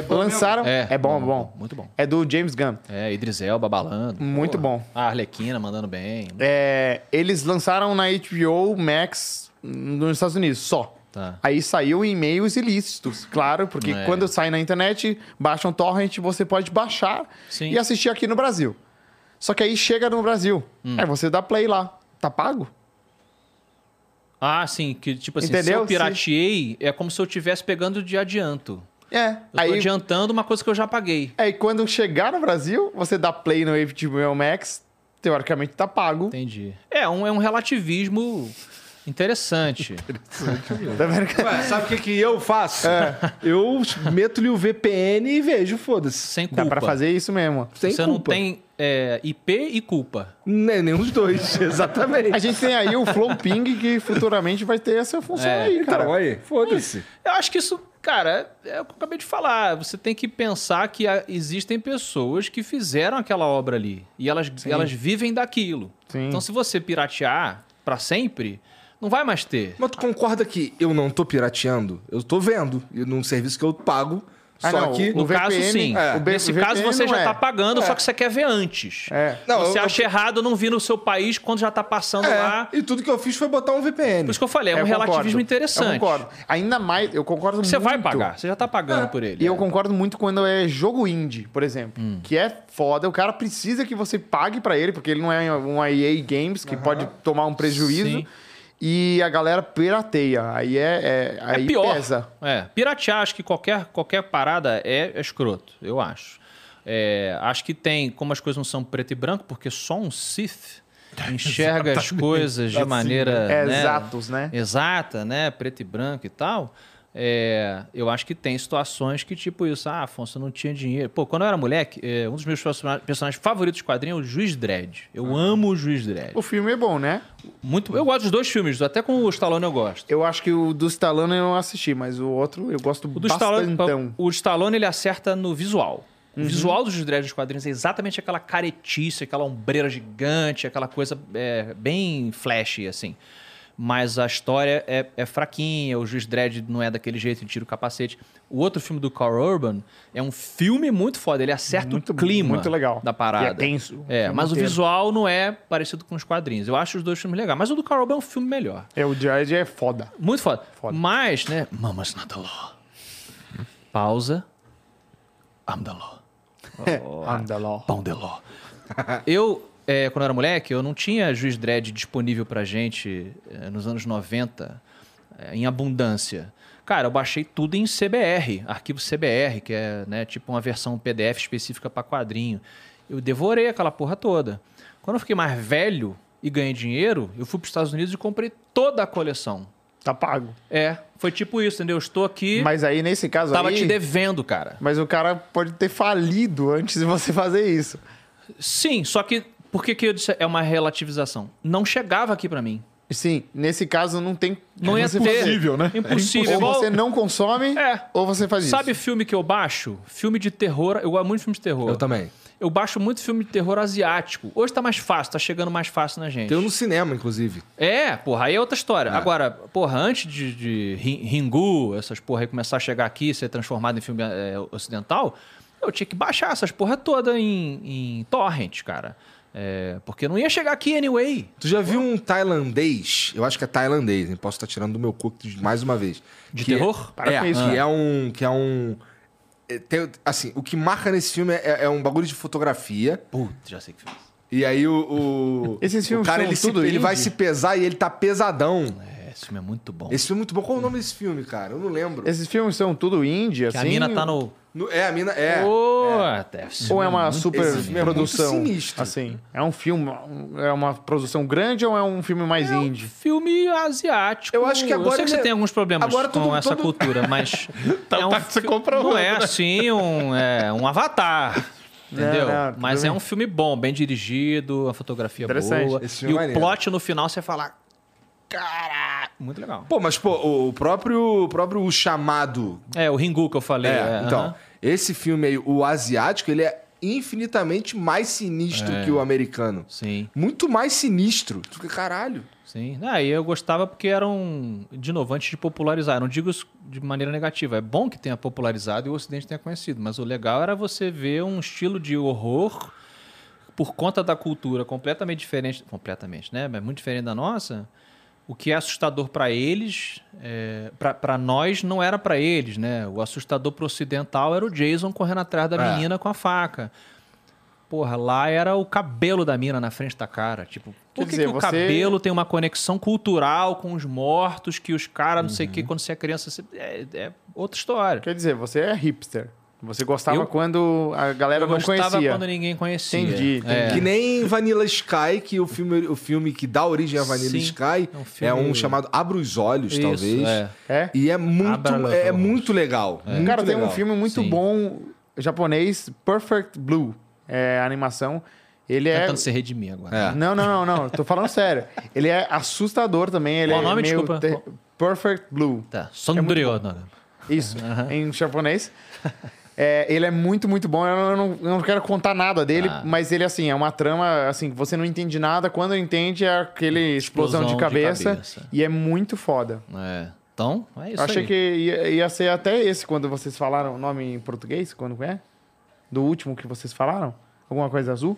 [SPEAKER 2] Lançaram. É, bom, é bom. Hum.
[SPEAKER 3] Muito bom.
[SPEAKER 2] É do James Gunn.
[SPEAKER 3] É, Idris Elba balando.
[SPEAKER 2] Muito bom.
[SPEAKER 3] A Arlequina mandando bem.
[SPEAKER 2] É, eles lançaram na HBO Max nos Estados Unidos só.
[SPEAKER 3] Tá.
[SPEAKER 2] Aí saiu em e-mails ilícitos, claro, porque
[SPEAKER 3] É.
[SPEAKER 2] quando sai na internet, baixa um torrent, você pode baixar
[SPEAKER 3] Sim.
[SPEAKER 2] e assistir aqui no Brasil. Só que aí chega no Brasil,
[SPEAKER 3] Hum.
[SPEAKER 2] aí você dá play lá, tá pago?
[SPEAKER 3] Ah, sim, que tipo assim, se
[SPEAKER 2] Entendeu?
[SPEAKER 3] eu pirateei, é como se eu estivesse pegando de adianto.
[SPEAKER 2] É.
[SPEAKER 3] Eu tô
[SPEAKER 2] Aí,
[SPEAKER 3] adiantando uma coisa que eu já paguei.
[SPEAKER 2] aí quando chegar no Brasil, você dá play no HBO Max, teoricamente tá pago.
[SPEAKER 3] Entendi. É um, é um relativismo interessante.
[SPEAKER 2] Tá vendo É. que-
[SPEAKER 1] Ué, sabe o que, que eu faço? Eu meto-lhe o VPN e vejo, foda-se.
[SPEAKER 3] sem culpa.
[SPEAKER 2] Dá pra fazer isso mesmo.
[SPEAKER 1] Sem
[SPEAKER 3] Você não
[SPEAKER 1] culpa.
[SPEAKER 3] tem é, IP e culpa.
[SPEAKER 1] Nem, nem os Né, dois, exatamente.
[SPEAKER 2] A gente tem aí o Flow Ping, que futuramente vai ter essa função
[SPEAKER 3] É,
[SPEAKER 2] aí, cara.
[SPEAKER 1] Então, aí, foda-se.
[SPEAKER 3] Eu acho que isso, cara, é o que eu acabei de falar. Você tem que pensar que ah, existem pessoas que fizeram aquela obra ali. E elas, elas vivem daquilo.
[SPEAKER 2] Sim.
[SPEAKER 3] Então, se você piratear pra sempre, não vai mais ter.
[SPEAKER 1] Mas tu concorda que eu não tô pirateando? Eu tô vendo. E num serviço que eu pago.
[SPEAKER 2] Ah,
[SPEAKER 1] só
[SPEAKER 2] não,
[SPEAKER 1] que.
[SPEAKER 3] No
[SPEAKER 2] O
[SPEAKER 3] caso,
[SPEAKER 2] VPN
[SPEAKER 3] sim.
[SPEAKER 2] é. O B-
[SPEAKER 3] Nesse
[SPEAKER 2] o
[SPEAKER 3] caso,
[SPEAKER 2] VPN
[SPEAKER 3] você
[SPEAKER 2] não
[SPEAKER 3] já
[SPEAKER 2] é.
[SPEAKER 3] está pagando, só que você quer ver antes.
[SPEAKER 2] É.
[SPEAKER 1] Não,
[SPEAKER 3] você
[SPEAKER 1] eu-
[SPEAKER 3] acha errado não vir no seu país quando já está passando
[SPEAKER 1] É,
[SPEAKER 3] lá.
[SPEAKER 1] E tudo que eu fiz foi botar um VPN.
[SPEAKER 3] Por isso que eu falei, é um
[SPEAKER 2] Eu concordo.
[SPEAKER 3] relativismo interessante.
[SPEAKER 2] Eu concordo. Ainda mais, eu concordo
[SPEAKER 3] Você
[SPEAKER 2] muito. É.
[SPEAKER 3] vai pagar, você já está pagando por ele.
[SPEAKER 2] E eu concordo muito quando é jogo indie, por exemplo,
[SPEAKER 3] Hum.
[SPEAKER 2] que é foda. O cara precisa que você pague pra ele, porque ele não é uma EA Games que pode tomar um prejuízo.
[SPEAKER 3] Sim.
[SPEAKER 2] E a galera pirateia. Aí é, é- aí
[SPEAKER 3] é pior.
[SPEAKER 2] pesa.
[SPEAKER 3] É. Piratear, acho que qualquer, qualquer parada é, é escroto, eu acho. É, acho que tem, como as coisas não são preto e branco, porque só um Sith enxerga as coisas de maneira.
[SPEAKER 2] É,
[SPEAKER 3] né,
[SPEAKER 2] exatos, né?
[SPEAKER 3] Exata, né? Preto e branco e tal. É, eu acho que tem situações que, tipo isso, ah, Afonso, eu não tinha dinheiro. Pô, quando eu era moleque, é, um dos meus persona- personagens favoritos de quadrinho é o Juiz Dredd. Eu
[SPEAKER 2] Ah.
[SPEAKER 3] amo o Juiz Dredd.
[SPEAKER 2] O filme é bom, né?
[SPEAKER 3] Muito, eu gosto dos dois filmes, até com o Stallone eu gosto.
[SPEAKER 2] Eu acho que o do Stallone eu não assisti, mas o outro eu gosto
[SPEAKER 3] O do
[SPEAKER 2] bastante.
[SPEAKER 3] Stallone, o Stallone ele acerta no visual.
[SPEAKER 2] Uhum.
[SPEAKER 3] O visual dos dreads dos quadrinhos é exatamente aquela caretice, aquela ombreira gigante, aquela coisa é, bem flash, assim. Mas a história é, é fraquinha, o Juiz Dredd não é daquele jeito, ele tira o capacete. O outro filme do Carl Urban é um filme muito foda, ele acerta
[SPEAKER 2] Muito-
[SPEAKER 3] o clima
[SPEAKER 2] muito legal.
[SPEAKER 3] da parada.
[SPEAKER 2] E é tenso, o
[SPEAKER 3] É,
[SPEAKER 2] filme
[SPEAKER 3] mas o
[SPEAKER 2] inteiro.
[SPEAKER 3] visual não é parecido com os quadrinhos. Eu acho os dois filmes legais, mas o do Carl Urban é um filme melhor.
[SPEAKER 2] É, o Jared é foda.
[SPEAKER 3] Muito foda.
[SPEAKER 2] Foda.
[SPEAKER 3] Mas, né? Mama's not the law. Pausa. I'm the law.
[SPEAKER 2] Andaló.
[SPEAKER 3] Pão the law. Eu é, quando eu era moleque, eu não tinha juiz dread disponível pra gente é, nos anos 90, é, em abundância. Cara, eu baixei tudo em CBR, arquivo CBR, que é né, tipo uma versão PDF específica pra quadrinho. Eu devorei aquela porra toda. Quando eu fiquei mais velho e ganhei dinheiro, eu fui pros Estados Unidos e comprei toda a coleção.
[SPEAKER 2] Tá pago.
[SPEAKER 3] É, foi tipo isso, entendeu? Eu estou aqui,
[SPEAKER 2] Mas aí, nesse caso
[SPEAKER 3] tava
[SPEAKER 2] aí...
[SPEAKER 3] te devendo, cara.
[SPEAKER 2] Mas o cara pode ter falido antes de você fazer isso.
[SPEAKER 3] Sim, só que por que, que eu disse é uma relativização? Não chegava aqui pra mim.
[SPEAKER 2] Sim, nesse caso não tem...
[SPEAKER 3] Não ia
[SPEAKER 2] você-
[SPEAKER 4] Impossível, né?
[SPEAKER 3] Impossível.
[SPEAKER 2] Ou
[SPEAKER 3] Igual-
[SPEAKER 2] É você não consome,
[SPEAKER 3] É.
[SPEAKER 2] ou você faz
[SPEAKER 3] Sabe
[SPEAKER 2] isso.
[SPEAKER 3] filme que eu baixo? Filme de terror. Eu gosto muito de filme de terror.
[SPEAKER 1] Eu também.
[SPEAKER 3] Eu baixo muito filme de terror asiático. Hoje tá mais fácil, tá chegando mais fácil na gente.
[SPEAKER 1] Tem um no cinema, inclusive.
[SPEAKER 3] É, porra, aí é outra história. Agora, porra, antes de, de Rin- Ringu, essas porra aí começar a chegar aqui e ser transformado em filme é, ocidental, eu tinha que baixar essas porra toda em, em torrent, cara. É, porque não ia chegar aqui anyway.
[SPEAKER 1] Tu já viu um tailandês? Eu acho que é tailandês, hein? Posso estar tirando do meu cu mais uma vez.
[SPEAKER 3] De
[SPEAKER 1] Que-
[SPEAKER 3] terror?
[SPEAKER 2] Para
[SPEAKER 1] é,
[SPEAKER 2] com isso,
[SPEAKER 1] que
[SPEAKER 2] cara.
[SPEAKER 1] é um. Que é um. é, tem- assim, o que marca nesse filme é, é um bagulho de fotografia.
[SPEAKER 3] Putz, já sei que filme. é
[SPEAKER 1] E aí o. o
[SPEAKER 2] Esses
[SPEAKER 1] o
[SPEAKER 2] filmes
[SPEAKER 1] cara
[SPEAKER 2] são
[SPEAKER 1] ele, se-
[SPEAKER 2] tudo
[SPEAKER 1] ele vai
[SPEAKER 2] indie?
[SPEAKER 1] se pesar e ele tá pesadão.
[SPEAKER 3] É, esse filme é muito bom.
[SPEAKER 1] Esse filme é muito bom. Qual é o nome desse filme, cara? Eu não lembro.
[SPEAKER 2] Esses filmes são tudo indie,
[SPEAKER 3] que
[SPEAKER 2] assim?
[SPEAKER 3] a mina tá no.
[SPEAKER 1] No- é, a mina. É.
[SPEAKER 3] Pô, até esse filme
[SPEAKER 2] Ou é uma
[SPEAKER 3] muito
[SPEAKER 2] super
[SPEAKER 1] esse filme é muito
[SPEAKER 2] produção?
[SPEAKER 1] sinistro.
[SPEAKER 2] Assim, é um filme, é uma produção grande ou é um filme mais indie?
[SPEAKER 3] filme asiático.
[SPEAKER 1] Eu acho que agora
[SPEAKER 3] Eu sei que você
[SPEAKER 1] ele- é-
[SPEAKER 3] tem alguns problemas
[SPEAKER 1] agora
[SPEAKER 3] com
[SPEAKER 1] todo-
[SPEAKER 3] essa
[SPEAKER 1] todo-
[SPEAKER 3] cultura, mas. um
[SPEAKER 4] Tá- tá se
[SPEAKER 3] fi-
[SPEAKER 4] comprovando,
[SPEAKER 3] Não é
[SPEAKER 4] né?
[SPEAKER 3] assim um, é, um avatar. Entendeu?
[SPEAKER 2] não, tudo
[SPEAKER 3] mas é
[SPEAKER 2] bem.
[SPEAKER 3] um filme bom, bem dirigido, a fotografia
[SPEAKER 2] Interessante.
[SPEAKER 3] boa.
[SPEAKER 1] Esse filme
[SPEAKER 3] E
[SPEAKER 1] é
[SPEAKER 3] o
[SPEAKER 1] maneiro.
[SPEAKER 3] plot no final você fala. Cara! Muito legal.
[SPEAKER 1] Pô, mas pô, o o próprio, o próprio chamado.
[SPEAKER 3] É, o Ringu que eu falei.
[SPEAKER 1] É,
[SPEAKER 3] é,
[SPEAKER 1] então.
[SPEAKER 3] aham.
[SPEAKER 1] Esse filme aí, o asiático, ele é infinitamente mais sinistro que o americano.
[SPEAKER 3] Sim,
[SPEAKER 1] Muito mais sinistro. Tu fica, Caralho.
[SPEAKER 3] sim. Ah, e eu gostava porque eram, de novo, antes de popularizar. Eu Não digo isso de maneira negativa. É bom que tenha popularizado e o Ocidente tenha conhecido. Mas o legal era você ver um estilo de horror por conta da cultura completamente diferente, completamente, né? Mas muito diferente da nossa. O que é assustador para eles, é, para nós não era para eles, né? O assustador pro ocidental era o Jason correndo atrás da
[SPEAKER 1] É.
[SPEAKER 3] menina com a faca. Porra, lá era o cabelo da mina na frente da cara. Tipo, por que,
[SPEAKER 2] dizer,
[SPEAKER 3] que o
[SPEAKER 2] você-
[SPEAKER 3] cabelo tem uma conexão cultural com os mortos que os caras, não sei o que,
[SPEAKER 2] Uhum.
[SPEAKER 3] quando você é criança, você- é, é outra história.
[SPEAKER 2] Quer dizer, você é hipster. Você gostava
[SPEAKER 3] Eu-
[SPEAKER 2] quando a galera
[SPEAKER 3] Eu
[SPEAKER 2] não
[SPEAKER 3] gostava
[SPEAKER 2] conhecia.
[SPEAKER 3] quando ninguém conhecia.
[SPEAKER 2] Entendi, entendi.
[SPEAKER 3] É.
[SPEAKER 1] Que nem Vanilla Sky, que o filme, o filme que dá origem a Vanilla
[SPEAKER 3] Sim,
[SPEAKER 1] Sky
[SPEAKER 3] é um
[SPEAKER 1] é
[SPEAKER 3] filme-
[SPEAKER 1] um, chamado Abra os Olhos,
[SPEAKER 3] Isso,
[SPEAKER 1] talvez.
[SPEAKER 3] é.
[SPEAKER 2] É?
[SPEAKER 1] E é muito,
[SPEAKER 3] Abra os
[SPEAKER 1] é,
[SPEAKER 3] Olhos.
[SPEAKER 1] muito legal. muito
[SPEAKER 2] Cara, tem
[SPEAKER 1] legal.
[SPEAKER 2] um filme muito
[SPEAKER 3] Sim.
[SPEAKER 2] bom japonês, Perfect Blue. É animação. Ele é.
[SPEAKER 3] Tentando se redimir agora.
[SPEAKER 1] É.
[SPEAKER 2] Não, não, não, não. Tô falando sério. Ele é assustador também. Ele
[SPEAKER 3] Qual
[SPEAKER 2] é
[SPEAKER 3] o nome?
[SPEAKER 2] meio
[SPEAKER 3] Desculpa.
[SPEAKER 2] te- Perfect Blue.
[SPEAKER 3] Tá.
[SPEAKER 2] É
[SPEAKER 3] Sondrio,
[SPEAKER 2] Isso, em japonês. É, ele é muito, muito bom. Eu não, eu não- eu não quero contar nada dele,
[SPEAKER 3] Ah.
[SPEAKER 2] mas ele, assim, é uma trama, assim, que você não entende nada. Quando entende, é aquele explosão,
[SPEAKER 3] Explosão
[SPEAKER 2] de,
[SPEAKER 3] de
[SPEAKER 2] cabeça,
[SPEAKER 3] cabeça.
[SPEAKER 2] E é muito foda.
[SPEAKER 3] É. Então, é isso
[SPEAKER 2] Eu achei
[SPEAKER 3] aí.
[SPEAKER 2] que ia, ia ser até esse quando vocês falaram o nome em português, quando é? Do último que vocês falaram? Alguma coisa azul?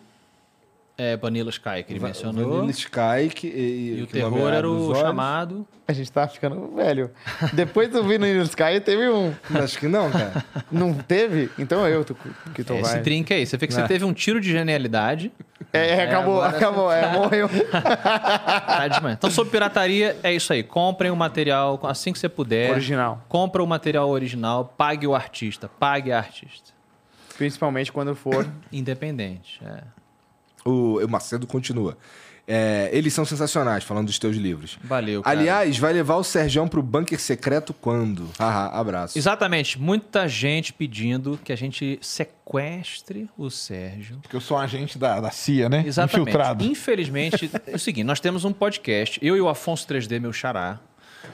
[SPEAKER 3] É Vanilla Sky que ele
[SPEAKER 1] Va-
[SPEAKER 3] mencionou.
[SPEAKER 1] Vanilla Sky que, e,
[SPEAKER 3] E o
[SPEAKER 1] que nome
[SPEAKER 3] terror
[SPEAKER 1] é
[SPEAKER 3] era
[SPEAKER 1] Abra os
[SPEAKER 3] o
[SPEAKER 1] Olhos.
[SPEAKER 3] chamado.
[SPEAKER 2] A gente tá ficando velho. Depois do Vinny Sky teve um.
[SPEAKER 1] Acho que não, cara.
[SPEAKER 2] Não teve? Então eu tô, que tô
[SPEAKER 3] É esse
[SPEAKER 2] velho.
[SPEAKER 3] drink aí. Você vê que você teve um tiro de genialidade.
[SPEAKER 2] É, acabou, acabou, é, morreu.
[SPEAKER 3] Tá demais. Então, sobre pirataria, é isso aí. Comprem o material assim que você puder.
[SPEAKER 2] Original.
[SPEAKER 3] Compra o material original, pague o artista, pague a artista.
[SPEAKER 2] Principalmente quando for.
[SPEAKER 3] Independente. É.
[SPEAKER 1] O, o Macedo continua. É, eles são sensacionais, falando dos teus livros.
[SPEAKER 3] Valeu, cara.
[SPEAKER 1] Aliás, vai levar o Sergião pro bunker secreto quando? Haha, abraço.
[SPEAKER 3] Exatamente. Muita gente pedindo que a gente sequestre o Sérgio
[SPEAKER 4] Porque eu sou um agente da, da CIA, né?
[SPEAKER 3] Exatamente.
[SPEAKER 4] Infiltrado.
[SPEAKER 3] Infelizmente, é o seguinte, nós temos um podcast, eu e o Afonso 3D, meu xará,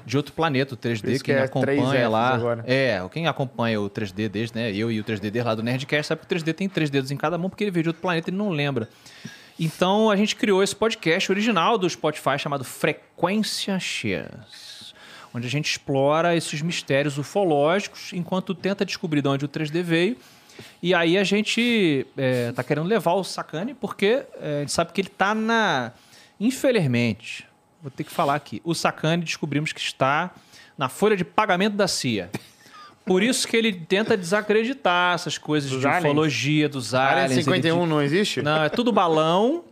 [SPEAKER 3] de outro planeta, o 3D,
[SPEAKER 2] Por isso
[SPEAKER 3] quem
[SPEAKER 2] que é três Fs
[SPEAKER 3] acompanha lá.
[SPEAKER 2] agora.
[SPEAKER 3] É, quem acompanha o 3D desde, né? Eu e o 3D lá do Nerdcast, sabe que o 3D tem três dedos em cada mão, porque ele veio de outro planeta e ele não lembra. Então a gente criou esse podcast original do Spotify chamado Frequência X. Onde a gente explora esses mistérios ufológicos enquanto tenta descobrir de onde o 3D veio. E aí a gente é, tá querendo levar o Sakane, porque é, a gente sabe que ele tá na. Infelizmente, vou ter que falar aqui. O Sakane descobrimos que está na folha de pagamento da CIA. Por isso que ele tenta desacreditar essas coisas
[SPEAKER 2] Dos
[SPEAKER 3] de
[SPEAKER 2] aliens?
[SPEAKER 3] ufologia, dos aliens.
[SPEAKER 2] Área
[SPEAKER 3] ele
[SPEAKER 2] 51
[SPEAKER 3] diz-
[SPEAKER 2] não existe?
[SPEAKER 3] Não, é tudo balão.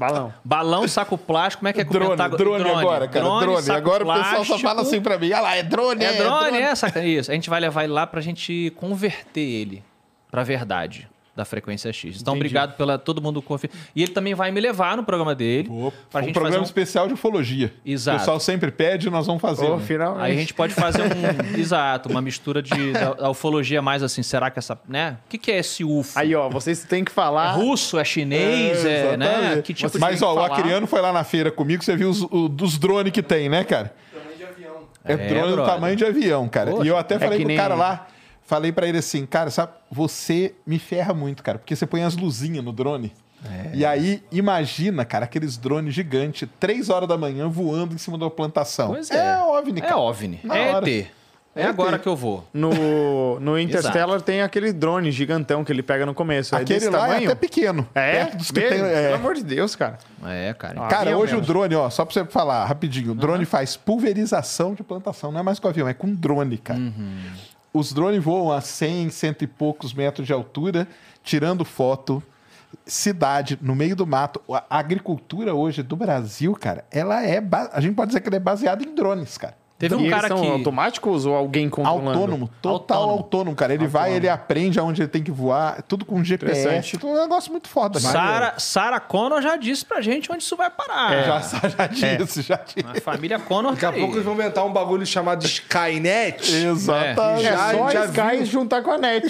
[SPEAKER 2] Balão.
[SPEAKER 3] Balão, saco plástico, como é que é que o
[SPEAKER 4] Drone,
[SPEAKER 3] Pentágono-
[SPEAKER 4] drone, agora, cara. Drone.
[SPEAKER 3] saco
[SPEAKER 4] Agora o pessoal só fala
[SPEAKER 3] plástico.
[SPEAKER 4] assim pra mim. Ah lá, é drone,
[SPEAKER 3] É drone, é, saca? Isso. A gente vai levar ele lá pra gente converter ele pra verdade da frequência X. Então, obrigado pela todo mundo confiar. E ele também vai me levar no programa dele. pra
[SPEAKER 4] um
[SPEAKER 3] gente
[SPEAKER 4] programa
[SPEAKER 3] fazer
[SPEAKER 4] especial de ufologia.
[SPEAKER 3] Exato.
[SPEAKER 4] O pessoal sempre pede, nós vamos fazer.
[SPEAKER 2] Ô,
[SPEAKER 4] né?
[SPEAKER 3] um... Aí a gente pode fazer um. Exato, uma mistura de da, da ufologia mais assim. Será que essa. né? O que, que é esse UFO?
[SPEAKER 2] Aí, ó, vocês têm que
[SPEAKER 3] É
[SPEAKER 2] falar.
[SPEAKER 3] russo? É chinês? É, né?
[SPEAKER 4] exatamente.
[SPEAKER 3] Que tipo
[SPEAKER 4] Mas,
[SPEAKER 2] de
[SPEAKER 4] ó, o
[SPEAKER 2] falar?
[SPEAKER 4] Acriano foi lá na feira comigo, você viu os, o- dos drones que tem, né, cara? É,
[SPEAKER 3] É,
[SPEAKER 4] drone do
[SPEAKER 3] brother.
[SPEAKER 4] tamanho de avião, cara.
[SPEAKER 3] Poxa.
[SPEAKER 4] e eu até falei
[SPEAKER 2] que
[SPEAKER 4] pro
[SPEAKER 2] nem-
[SPEAKER 4] cara lá, falei pra ele assim, cara, sabe, você me ferra muito, cara, porque você põe as luzinhas no drone. E aí, imagina, cara, aqueles drones gigantes, três horas da manhã, voando em cima de uma plantação.
[SPEAKER 3] Pois é.
[SPEAKER 4] OVNI,
[SPEAKER 3] É
[SPEAKER 4] cara.
[SPEAKER 3] OVNI.
[SPEAKER 4] Na
[SPEAKER 3] é
[SPEAKER 4] hora.
[SPEAKER 3] ET. É,
[SPEAKER 4] É
[SPEAKER 3] agora
[SPEAKER 4] ET.
[SPEAKER 3] que eu vou.
[SPEAKER 2] No, no Interstellar tem aquele drone gigantão que ele pega no começo. é
[SPEAKER 4] Aquele
[SPEAKER 2] desse
[SPEAKER 4] lá
[SPEAKER 2] tamanho?
[SPEAKER 4] é até pequeno.
[SPEAKER 2] É?
[SPEAKER 4] Perto dos que
[SPEAKER 2] Mesmo?
[SPEAKER 4] tem- é.
[SPEAKER 2] Pelo amor de Deus, cara.
[SPEAKER 3] É, cara.
[SPEAKER 2] Ah,
[SPEAKER 4] Cara,
[SPEAKER 2] avião
[SPEAKER 4] hoje
[SPEAKER 2] mesmo.
[SPEAKER 4] o drone, ó, só pra você falar rapidinho, o drone faz pulverização de plantação, não é mais com avião, é com drone, cara.
[SPEAKER 2] Uhum.
[SPEAKER 4] Os drones voam a 100, cento e poucos metros de altura, tirando foto, cidade, no meio do mato. A agricultura hoje do Brasil, cara, ela é. ba- A gente pode dizer que ela é baseada em drones, cara.
[SPEAKER 3] Teve
[SPEAKER 4] então,
[SPEAKER 3] um
[SPEAKER 2] E
[SPEAKER 3] cara
[SPEAKER 2] eles
[SPEAKER 3] que.
[SPEAKER 2] são automáticos ou alguém controlando?
[SPEAKER 4] Autônomo, total
[SPEAKER 3] Autônomo.
[SPEAKER 4] autônomo, cara. Ele vai, ele aprende aonde ele tem que voar, tudo com GPS.
[SPEAKER 2] Interessante.
[SPEAKER 4] tudo É um negócio muito foda, cara.
[SPEAKER 3] Sarah, Sarah Connor já disse pra gente onde isso vai parar.
[SPEAKER 4] Já, já
[SPEAKER 2] É.
[SPEAKER 4] disse, já disse.
[SPEAKER 3] A família Connor.
[SPEAKER 1] Daqui a
[SPEAKER 3] tá aí.
[SPEAKER 1] pouco eles vão inventar um bagulho chamado Skynet.
[SPEAKER 4] Exatamente.
[SPEAKER 2] É
[SPEAKER 1] Já-
[SPEAKER 2] só
[SPEAKER 1] já
[SPEAKER 2] a Sky juntar com a NET.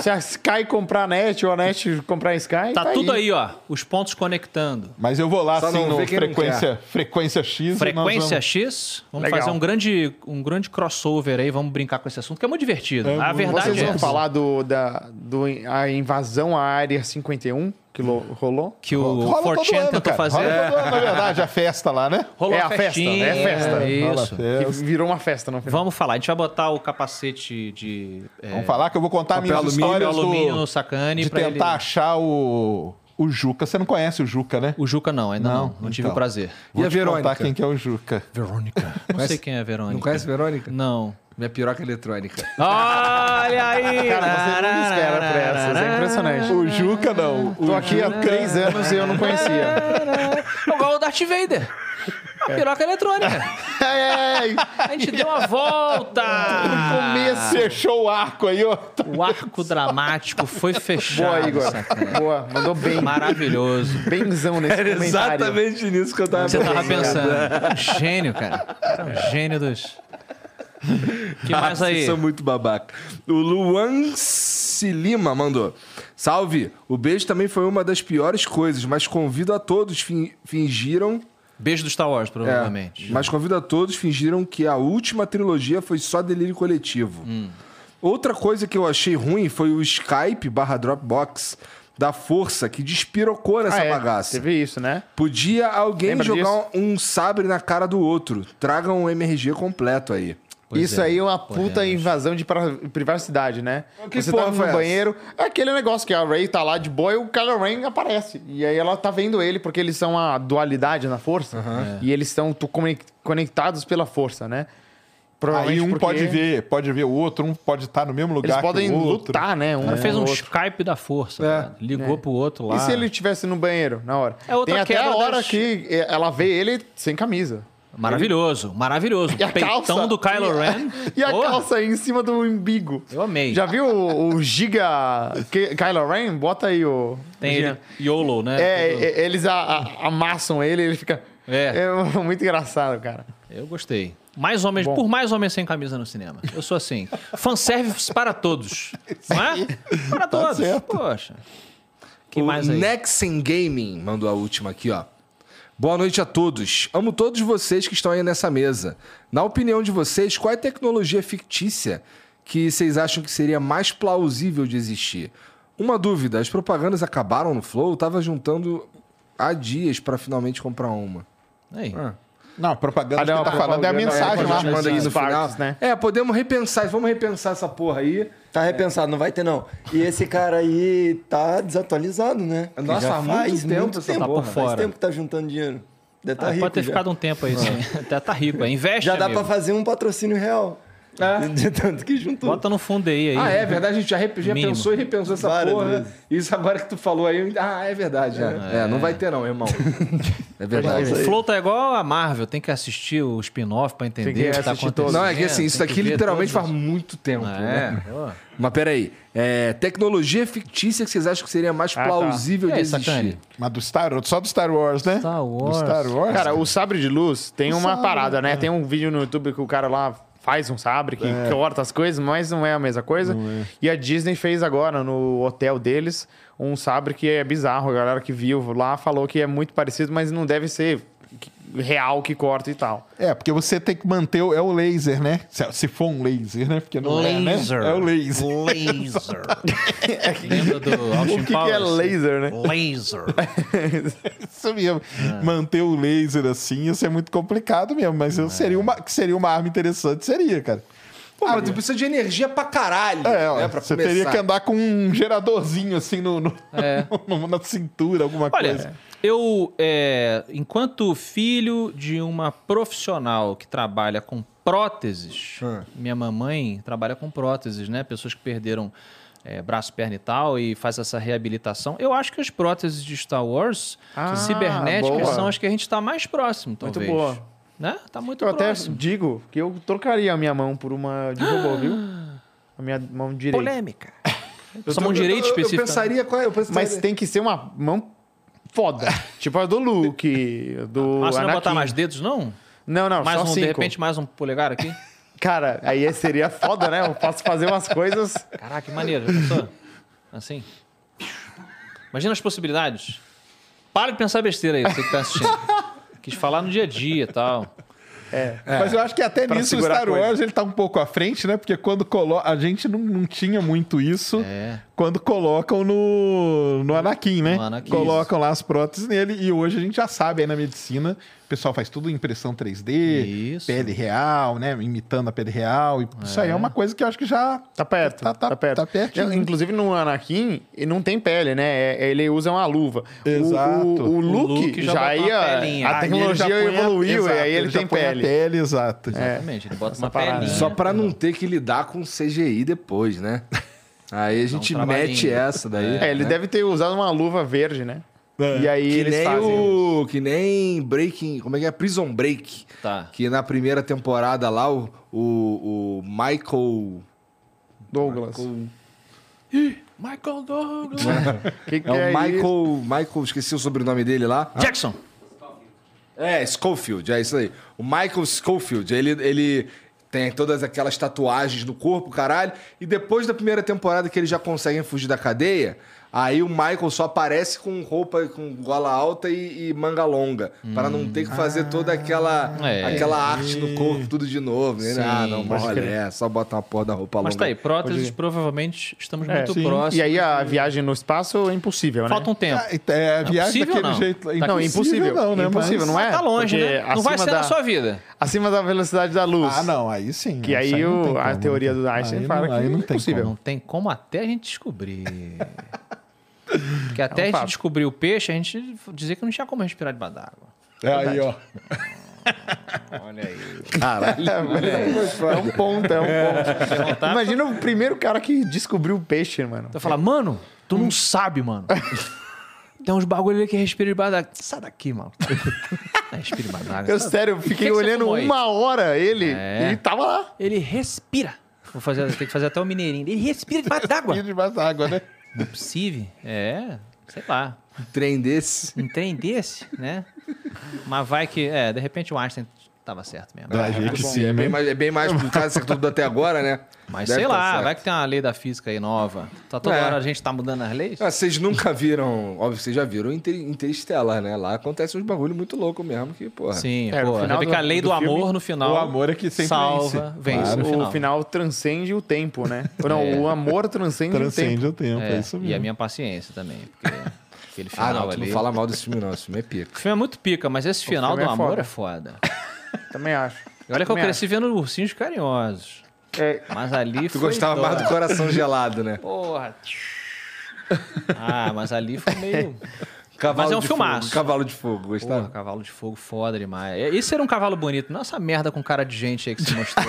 [SPEAKER 2] Se a Sky comprar a NET ou a NET comprar a Sky,
[SPEAKER 3] Tá tudo aí, ó. Os pontos conectando.
[SPEAKER 4] Mas eu vou lá,
[SPEAKER 1] Só
[SPEAKER 4] assim,
[SPEAKER 1] não
[SPEAKER 4] no
[SPEAKER 1] vê quem não
[SPEAKER 4] frequência, frequência X. e nós
[SPEAKER 3] Frequência
[SPEAKER 4] vamos-
[SPEAKER 3] X. Vamos
[SPEAKER 2] Legal.
[SPEAKER 3] fazer um grande, um grande crossover aí. Vamos brincar com esse assunto, que é muito divertido. a verdade
[SPEAKER 2] Vocês
[SPEAKER 3] é
[SPEAKER 2] vão
[SPEAKER 3] essa,
[SPEAKER 2] falar do, da do, a invasão à Área 51 que lo- rolou?
[SPEAKER 3] que o
[SPEAKER 4] Rola todo
[SPEAKER 3] Fortune
[SPEAKER 4] ano,
[SPEAKER 3] tentou
[SPEAKER 4] cara.
[SPEAKER 3] fazer.
[SPEAKER 4] Rola todo ano, na verdade, a festa lá, né?
[SPEAKER 3] Rolou
[SPEAKER 2] É
[SPEAKER 3] a
[SPEAKER 2] a festa,
[SPEAKER 3] festinha,
[SPEAKER 2] é festa.
[SPEAKER 3] Isso.
[SPEAKER 4] Rola é, a
[SPEAKER 2] Que
[SPEAKER 4] festa.
[SPEAKER 2] virou uma festa, não final.
[SPEAKER 3] Vamos falar. A gente vai botar o capacete de... é,
[SPEAKER 4] Vamos falar que eu vou contar minhas
[SPEAKER 1] Papel alumínio,
[SPEAKER 4] histórias do-
[SPEAKER 3] alumínio no sacane
[SPEAKER 4] de
[SPEAKER 3] pra
[SPEAKER 4] tentar
[SPEAKER 3] ele-
[SPEAKER 4] achar o, o Juca. Você não conhece o Juca, né?
[SPEAKER 3] O Juca não, ainda não. Não,
[SPEAKER 4] Não,
[SPEAKER 3] tive
[SPEAKER 4] então.
[SPEAKER 3] o prazer.
[SPEAKER 1] E a
[SPEAKER 4] te
[SPEAKER 1] Verônica?
[SPEAKER 4] contar quem que é o Juca.
[SPEAKER 6] Veronica.
[SPEAKER 3] Não sei quem é a Verônica.
[SPEAKER 1] Não conhece a Verônica?
[SPEAKER 3] Não.
[SPEAKER 1] Minha piroca eletrônica.
[SPEAKER 3] Olha aí!
[SPEAKER 2] Cara, você não espera pra essas, é impressionante.
[SPEAKER 4] O Juca não. O
[SPEAKER 2] Tô aqui há três anos e eu não conhecia.
[SPEAKER 3] É igual o Darth Vader. A piroca eletrônica.
[SPEAKER 2] É,
[SPEAKER 3] A gente deu uma volta. Ah.
[SPEAKER 4] começo. Fechou o arco aí, ó.
[SPEAKER 3] O arco dramático foi fechado.
[SPEAKER 2] boa, Igor.
[SPEAKER 3] sacana.
[SPEAKER 2] Boa, mandou bem.
[SPEAKER 3] Maravilhoso.
[SPEAKER 2] Benzão nesse
[SPEAKER 1] Era
[SPEAKER 2] comentário.
[SPEAKER 1] exatamente nisso que eu tava
[SPEAKER 3] Você tava
[SPEAKER 1] pensando.
[SPEAKER 3] pensando. Um gênio, cara. Era Um gênio dos. que mais
[SPEAKER 1] Ah, Vocês
[SPEAKER 3] aí?
[SPEAKER 1] são muito babaca. O Luan Silima mandou. Salve! O beijo também foi uma das piores coisas, mas convido a todos fin- fingiram.
[SPEAKER 3] Beijo do Star Wars,
[SPEAKER 1] é,
[SPEAKER 3] provavelmente.
[SPEAKER 1] mas convido a todos fingiram que a última trilogia foi só delírio coletivo.
[SPEAKER 2] Hum.
[SPEAKER 1] Outra coisa que eu achei ruim foi o Skype barra Dropbox da força que despirocou nessa
[SPEAKER 2] Ah, é.
[SPEAKER 1] bagaça.
[SPEAKER 2] Teve isso, né?
[SPEAKER 1] Podia alguém
[SPEAKER 2] Lembra
[SPEAKER 1] jogar um sabre na cara do outro. Traga um MRG completo aí.
[SPEAKER 3] Pois
[SPEAKER 2] Isso
[SPEAKER 3] é,
[SPEAKER 2] aí é uma puta invasão de pra- privacidade, né?
[SPEAKER 1] Que
[SPEAKER 2] Você
[SPEAKER 1] porra
[SPEAKER 2] tá
[SPEAKER 1] foi
[SPEAKER 2] no
[SPEAKER 1] essa?
[SPEAKER 2] banheiro, é aquele negócio que a Ray tá lá de boa e o Kylo Ren aparece. E aí ela tá vendo ele, porque eles são a dualidade na força. né? E eles estão tu- conec- conectados pela força, né?
[SPEAKER 4] Aí um
[SPEAKER 2] porque
[SPEAKER 4] pode ver, pode ver o outro, um pode estar no mesmo lugar
[SPEAKER 2] Eles
[SPEAKER 4] que
[SPEAKER 2] podem
[SPEAKER 4] o outro.
[SPEAKER 2] lutar, né?
[SPEAKER 3] O cara fez
[SPEAKER 2] com
[SPEAKER 3] um
[SPEAKER 2] o outro.
[SPEAKER 3] Skype da força, cara. Ligou pro outro lá.
[SPEAKER 2] E se ele estivesse no banheiro na hora?
[SPEAKER 3] É outra
[SPEAKER 2] Tem até a
[SPEAKER 3] quebra
[SPEAKER 2] hora
[SPEAKER 3] das-
[SPEAKER 2] que ela vê ele sem camisa.
[SPEAKER 3] Maravilhoso, maravilhoso.
[SPEAKER 2] E a
[SPEAKER 3] Peitão
[SPEAKER 2] calça?
[SPEAKER 3] do Kylo Ren.
[SPEAKER 2] E a
[SPEAKER 3] Porra,
[SPEAKER 2] calça aí em cima do umbigo.
[SPEAKER 3] Eu amei.
[SPEAKER 2] Já viu o, o Giga Ke- Kylo Ren? Bota aí o.
[SPEAKER 3] Tem
[SPEAKER 2] o Giga.
[SPEAKER 3] ele, YOLO, né?
[SPEAKER 2] É,
[SPEAKER 3] Todo-
[SPEAKER 2] e- eles a- a- amassam ele ele fica.
[SPEAKER 3] É.
[SPEAKER 2] muito engraçado, cara.
[SPEAKER 3] Eu gostei. Mais homens,
[SPEAKER 2] Bom.
[SPEAKER 3] por mais homens sem camisa no cinema. Eu sou assim. Fanservice para todos. Não é? Para todos. Poxa. Que
[SPEAKER 1] o
[SPEAKER 3] mais aí?
[SPEAKER 1] Nexen Gaming mandou a última aqui, ó. Boa noite a todos. Amo todos vocês que estão aí nessa mesa. Na opinião de vocês, qual é a tecnologia fictícia que vocês acham que seria mais plausível de existir? Uma dúvida, as propagandas acabaram no Flow? Eu tava juntando há dias pra finalmente comprar uma.
[SPEAKER 3] Aí.
[SPEAKER 4] Não, a propaganda
[SPEAKER 2] Ah, não,
[SPEAKER 4] que tá
[SPEAKER 2] a
[SPEAKER 4] falando é
[SPEAKER 2] propaganda-
[SPEAKER 4] a
[SPEAKER 2] é,
[SPEAKER 4] mensagem lá.
[SPEAKER 2] propaganda-
[SPEAKER 1] Manda aí no
[SPEAKER 2] Sparks,
[SPEAKER 1] final.
[SPEAKER 2] né?
[SPEAKER 1] É, podemos repensar, vamos repensar essa porra aí.
[SPEAKER 5] Tá repensado, não vai ter não. E esse cara aí tá desatualizado, né? Porque
[SPEAKER 1] Nossa,
[SPEAKER 5] já
[SPEAKER 1] há muito
[SPEAKER 5] faz
[SPEAKER 1] tempo
[SPEAKER 5] muito
[SPEAKER 1] essa
[SPEAKER 5] tempo.
[SPEAKER 3] porra.
[SPEAKER 5] Faz
[SPEAKER 3] Fora.
[SPEAKER 5] tempo que tá juntando dinheiro. Deve tá
[SPEAKER 3] Ah,
[SPEAKER 5] rico
[SPEAKER 3] pode ter
[SPEAKER 5] já.
[SPEAKER 2] Ah.
[SPEAKER 3] ficado um tempo aí. sim. Até tá rico. é. Investe,
[SPEAKER 5] Já dá
[SPEAKER 3] amigo.
[SPEAKER 5] pra fazer um patrocínio real. De tanto que juntou.
[SPEAKER 3] Bota no fundo aí.
[SPEAKER 1] Ah, é verdade, a gente já, rep- já
[SPEAKER 3] Mínimo.
[SPEAKER 1] pensou e repensou essa
[SPEAKER 5] Várias
[SPEAKER 1] porra. né?
[SPEAKER 5] vezes.
[SPEAKER 1] Isso agora que tu falou aí, eu- ah, é verdade. É, É, não vai ter não, irmão. É verdade.
[SPEAKER 3] O Flow tá igual a Marvel, tem que assistir o spin-off pra entender
[SPEAKER 2] Tem que
[SPEAKER 3] o que tá
[SPEAKER 2] assistir
[SPEAKER 3] acontecendo.
[SPEAKER 2] todos.
[SPEAKER 1] Não, é que assim, isso
[SPEAKER 3] tem que
[SPEAKER 1] daqui
[SPEAKER 3] ver
[SPEAKER 1] literalmente faz
[SPEAKER 3] todos.
[SPEAKER 1] muito tempo,
[SPEAKER 3] É.
[SPEAKER 1] né? Mas peraí, é, tecnologia fictícia que vocês acham que seria mais
[SPEAKER 2] Ah, tá.
[SPEAKER 1] plausível de
[SPEAKER 3] É,
[SPEAKER 1] existir?
[SPEAKER 3] Sacani.
[SPEAKER 4] Mas do Star Wars, só do Star Wars, né?
[SPEAKER 3] Star
[SPEAKER 4] Do
[SPEAKER 3] Wars.
[SPEAKER 4] Star Wars.
[SPEAKER 2] Cara, o sabre de luz tem
[SPEAKER 4] O
[SPEAKER 2] uma
[SPEAKER 4] sabre,
[SPEAKER 2] parada, né? Tem um vídeo no YouTube que o cara lá faz um sabre que corta as coisas, mas não é a mesma coisa. E a Disney fez agora no hotel deles um sabre que é bizarro. A galera que viu lá falou que é muito parecido, mas não deve ser real que corta e tal.
[SPEAKER 4] É, porque você tem que manter. o- É o laser, né? Se, se for um laser, né? Porque não
[SPEAKER 6] Laser.
[SPEAKER 4] é, né? É o laser.
[SPEAKER 6] Laser.
[SPEAKER 3] Lembra do Austin
[SPEAKER 2] O que, que é
[SPEAKER 3] Powers?
[SPEAKER 2] laser, né?
[SPEAKER 6] Laser.
[SPEAKER 4] Isso mesmo. Manter o laser assim, isso é muito complicado mesmo. Mas
[SPEAKER 3] É.
[SPEAKER 4] eu- seria, uma, que seria uma arma interessante, seria, cara.
[SPEAKER 1] Pô, Ah, mas tu precisa de energia pra caralho,
[SPEAKER 4] É, ó,
[SPEAKER 1] né? Pra
[SPEAKER 4] você
[SPEAKER 1] começar.
[SPEAKER 4] teria que andar com um geradorzinho assim no, no-
[SPEAKER 3] É.
[SPEAKER 4] na cintura, alguma
[SPEAKER 3] Olha,
[SPEAKER 4] coisa.
[SPEAKER 3] eu, é, enquanto filho de uma profissional que trabalha com próteses, minha mamãe trabalha com próteses, né? Pessoas que perderam é, braço, perna e tal, e faz essa reabilitação. Eu acho que as próteses de Star Wars
[SPEAKER 2] Ah,
[SPEAKER 3] cibernéticas
[SPEAKER 2] boa.
[SPEAKER 3] são as que a gente está mais próximo, talvez.
[SPEAKER 2] boa.
[SPEAKER 3] Né? Tá muito
[SPEAKER 2] Então, Eu até
[SPEAKER 3] próximo.
[SPEAKER 2] digo que eu trocaria a minha mão por uma de robô, viu? A minha mão direita.
[SPEAKER 3] Polêmica.
[SPEAKER 1] Eu
[SPEAKER 3] Só
[SPEAKER 1] tô-
[SPEAKER 3] mão direita
[SPEAKER 1] eu-
[SPEAKER 3] específica. né? Ah,
[SPEAKER 1] Eu pensaria qual é. Eu pensaria...
[SPEAKER 2] Mas tem que ser uma mão foda. tipo a do Luke, a do
[SPEAKER 3] Ah, você não
[SPEAKER 2] Anakin.
[SPEAKER 3] vai botar mais dedos, não?
[SPEAKER 2] Não, não,
[SPEAKER 3] Mais
[SPEAKER 2] só
[SPEAKER 3] um,
[SPEAKER 2] cinco.
[SPEAKER 3] de repente, mais um polegar aqui?
[SPEAKER 2] Cara, aí seria foda, né? Eu posso fazer umas coisas...
[SPEAKER 3] Caraca, que maneiro. já pensou? Assim. Imagina as possibilidades. Para de pensar besteira aí, você que tá assistindo. Quis falar no dia a dia e tal.
[SPEAKER 4] Mas eu acho que até
[SPEAKER 2] É. pra
[SPEAKER 4] nisso o
[SPEAKER 2] segurar
[SPEAKER 4] Star
[SPEAKER 2] a coisa.
[SPEAKER 4] Wars ele tá um pouco à frente, né? Porque quando coloca. A gente não, não tinha muito isso
[SPEAKER 3] É.
[SPEAKER 4] quando colocam no, no Anakin, né?
[SPEAKER 3] No Anakin.
[SPEAKER 4] Colocam lá as próteses nele. E hoje a gente já sabe aí na medicina, o pessoal faz tudo em impressão 3D,
[SPEAKER 3] Isso.
[SPEAKER 4] pele real, né? Imitando a pele real. E Isso aí é uma coisa que eu acho que já.
[SPEAKER 2] Tá perto,
[SPEAKER 4] Tá-
[SPEAKER 2] tá,
[SPEAKER 4] tá-
[SPEAKER 2] perto.
[SPEAKER 4] tá pertinho.
[SPEAKER 2] Eu, inclusive no Anakin, ele não tem pele, né? É- Ele usa uma luva. O-
[SPEAKER 4] Exato.
[SPEAKER 2] O, o, Luke,
[SPEAKER 3] Luke já
[SPEAKER 2] já,
[SPEAKER 3] bota uma pelinha. Ah,
[SPEAKER 2] ia... A
[SPEAKER 4] Aí ele já
[SPEAKER 2] tecnologia
[SPEAKER 4] põe a-
[SPEAKER 2] evoluiu
[SPEAKER 4] exato,
[SPEAKER 2] e aí ele,
[SPEAKER 4] já
[SPEAKER 2] tem
[SPEAKER 4] põe a
[SPEAKER 2] pele.
[SPEAKER 4] pele, exato.
[SPEAKER 3] Exatamente, ele bota uma
[SPEAKER 2] parada.
[SPEAKER 3] perninha.
[SPEAKER 1] Só pra não ter que lidar com CGI depois, né? Aí a gente
[SPEAKER 3] trabalhinho.
[SPEAKER 1] mete essa daí.
[SPEAKER 2] É, ele
[SPEAKER 1] né?
[SPEAKER 2] deve ter usado uma luva verde, né?
[SPEAKER 4] É.
[SPEAKER 2] E aí
[SPEAKER 1] Que
[SPEAKER 2] eles
[SPEAKER 1] nem
[SPEAKER 2] fazem...
[SPEAKER 1] o. Que nem Breaking. Como é que é? Prison Break.
[SPEAKER 3] Tá.
[SPEAKER 1] Que na primeira temporada lá, o, o, o Michael.
[SPEAKER 2] Douglas.
[SPEAKER 3] Michael Douglas.
[SPEAKER 2] Que que
[SPEAKER 1] É o
[SPEAKER 2] isso?
[SPEAKER 1] Michael. Michael, esqueci o sobrenome dele lá.
[SPEAKER 3] Jackson.
[SPEAKER 1] É, Schofield, é isso aí. O Michael Schofield, ele, ele tem todas aquelas tatuagens no corpo, caralho. E depois da primeira temporada que eles já conseguem fugir da cadeia, aí o Michael só aparece com roupa com gola alta e, e manga longa. Pra não ter que fazer toda aquela,
[SPEAKER 3] Hum. É.
[SPEAKER 1] aquela arte no corpo, tudo de novo. né?
[SPEAKER 3] Sim,
[SPEAKER 1] ah, não,
[SPEAKER 3] pode
[SPEAKER 1] olha, é, só bota uma porra da roupa
[SPEAKER 3] Mas
[SPEAKER 1] longa.
[SPEAKER 3] tá aí, próteses, provavelmente estamos
[SPEAKER 2] É,
[SPEAKER 3] muito
[SPEAKER 2] sim.
[SPEAKER 3] próximos.
[SPEAKER 2] E aí a viagem no espaço é impossível, né?
[SPEAKER 3] Falta um tempo.
[SPEAKER 4] É, é a viagem
[SPEAKER 3] possível ou
[SPEAKER 4] daquele
[SPEAKER 3] não?
[SPEAKER 4] jeito.
[SPEAKER 3] Tá-
[SPEAKER 2] Não, impossível.
[SPEAKER 4] não, né?
[SPEAKER 2] Impossível,
[SPEAKER 4] Mas-
[SPEAKER 2] não é?
[SPEAKER 3] Tá longe,
[SPEAKER 2] Porque
[SPEAKER 3] né? Não vai
[SPEAKER 2] acima
[SPEAKER 3] ser
[SPEAKER 2] da-
[SPEAKER 3] na sua vida.
[SPEAKER 2] Acima da velocidade da luz.
[SPEAKER 4] Ah, não, aí sim.
[SPEAKER 2] Que aí
[SPEAKER 4] não
[SPEAKER 2] o-
[SPEAKER 4] tem
[SPEAKER 2] a teoria do Einstein
[SPEAKER 4] aí
[SPEAKER 2] fala
[SPEAKER 4] não, aí
[SPEAKER 2] que
[SPEAKER 4] não
[SPEAKER 2] é
[SPEAKER 4] tem
[SPEAKER 2] impossível.
[SPEAKER 4] como.
[SPEAKER 3] Não tem como até a gente descobrir. Porque até
[SPEAKER 2] É um
[SPEAKER 3] a gente
[SPEAKER 2] fato.
[SPEAKER 3] descobrir o peixe, a gente dizia que não tinha como respirar debaixo d'água.
[SPEAKER 4] É aí, ó.
[SPEAKER 1] Caralho.
[SPEAKER 2] É um ponto, é um ponto.
[SPEAKER 3] Tá,
[SPEAKER 2] Imagina o primeiro cara que descobriu o peixe, mano.
[SPEAKER 3] Tu vai falar, mano, tu não sabe, mano. Tem uns bagulho ali que respira debaixo d'água. Sai daqui, mano. respira debaixo d'água.
[SPEAKER 2] Eu,
[SPEAKER 3] Sai-
[SPEAKER 2] sério, eu
[SPEAKER 3] que
[SPEAKER 2] fiquei
[SPEAKER 3] que você
[SPEAKER 2] olhando
[SPEAKER 3] fumou aí?
[SPEAKER 2] uma hora ele
[SPEAKER 3] É.
[SPEAKER 2] e tava lá.
[SPEAKER 3] Ele respira. Vou fazer, tem que fazer até o mineirinho. Ele respira debaixo d'água.
[SPEAKER 4] Filho debaixo d'água, né?
[SPEAKER 3] Não é possível. É, sei lá.
[SPEAKER 1] Um trem desse.
[SPEAKER 3] Um trem desse, né? Mas vai que, é, de repente o Einstein tava certo mesmo.
[SPEAKER 4] Da gente sim,
[SPEAKER 1] É bem
[SPEAKER 4] né?
[SPEAKER 1] mais, é bem mais pro caso acertou tudo até agora, né?
[SPEAKER 3] Hum? Mas
[SPEAKER 1] Deve
[SPEAKER 3] sei
[SPEAKER 1] tá
[SPEAKER 3] lá,
[SPEAKER 1] certo.
[SPEAKER 3] vai que tem uma lei da física aí nova. Tá toda
[SPEAKER 1] É.
[SPEAKER 3] hora a gente tá mudando as leis.
[SPEAKER 1] Ah, vocês nunca viram. Óbvio, vocês já viram Inter, Interestelar, né? Lá acontece uns bagulho muito louco mesmo, que, porra.
[SPEAKER 3] Sim,
[SPEAKER 2] É, no
[SPEAKER 3] pô. Já
[SPEAKER 2] final
[SPEAKER 3] vê que a
[SPEAKER 2] do-
[SPEAKER 3] lei do,
[SPEAKER 2] do filme,
[SPEAKER 3] amor no final.
[SPEAKER 4] o amor é que sempre
[SPEAKER 3] salva,
[SPEAKER 4] vence.
[SPEAKER 3] vence.
[SPEAKER 4] Claro.
[SPEAKER 3] no
[SPEAKER 2] o final transcende o tempo, né? Ou Não,
[SPEAKER 3] É.
[SPEAKER 2] o amor transcende, o tempo.
[SPEAKER 4] Transcende o tempo, é,
[SPEAKER 3] É,
[SPEAKER 4] isso
[SPEAKER 3] E a
[SPEAKER 4] mesmo.
[SPEAKER 3] minha paciência também. Porque aquele final
[SPEAKER 1] Ah, não, tu
[SPEAKER 3] ali.
[SPEAKER 1] não fala mal desse filme, não. Esse filme é pica.
[SPEAKER 3] O filme é muito pica, mas esse final do
[SPEAKER 2] filme é
[SPEAKER 3] amor
[SPEAKER 2] foda.
[SPEAKER 3] é foda.
[SPEAKER 2] Também acho.
[SPEAKER 3] E olha que eu
[SPEAKER 2] Também
[SPEAKER 3] cresci vendo ursinhos carinhosos.
[SPEAKER 2] É.
[SPEAKER 3] Mas ali
[SPEAKER 1] Tu
[SPEAKER 3] foi.
[SPEAKER 1] gostava
[SPEAKER 3] dó.
[SPEAKER 1] mais do coração gelado, né?
[SPEAKER 3] Porra. Ah, mas ali foi meio.
[SPEAKER 1] Cavalo
[SPEAKER 3] Mas é um
[SPEAKER 1] de
[SPEAKER 3] filmaço.
[SPEAKER 1] Fogo, cavalo de fogo, gostava?
[SPEAKER 3] Porra, cavalo de É, fogo foda demais. Esse era um cavalo bonito, não essa merda com cara de gente aí que se mostrou.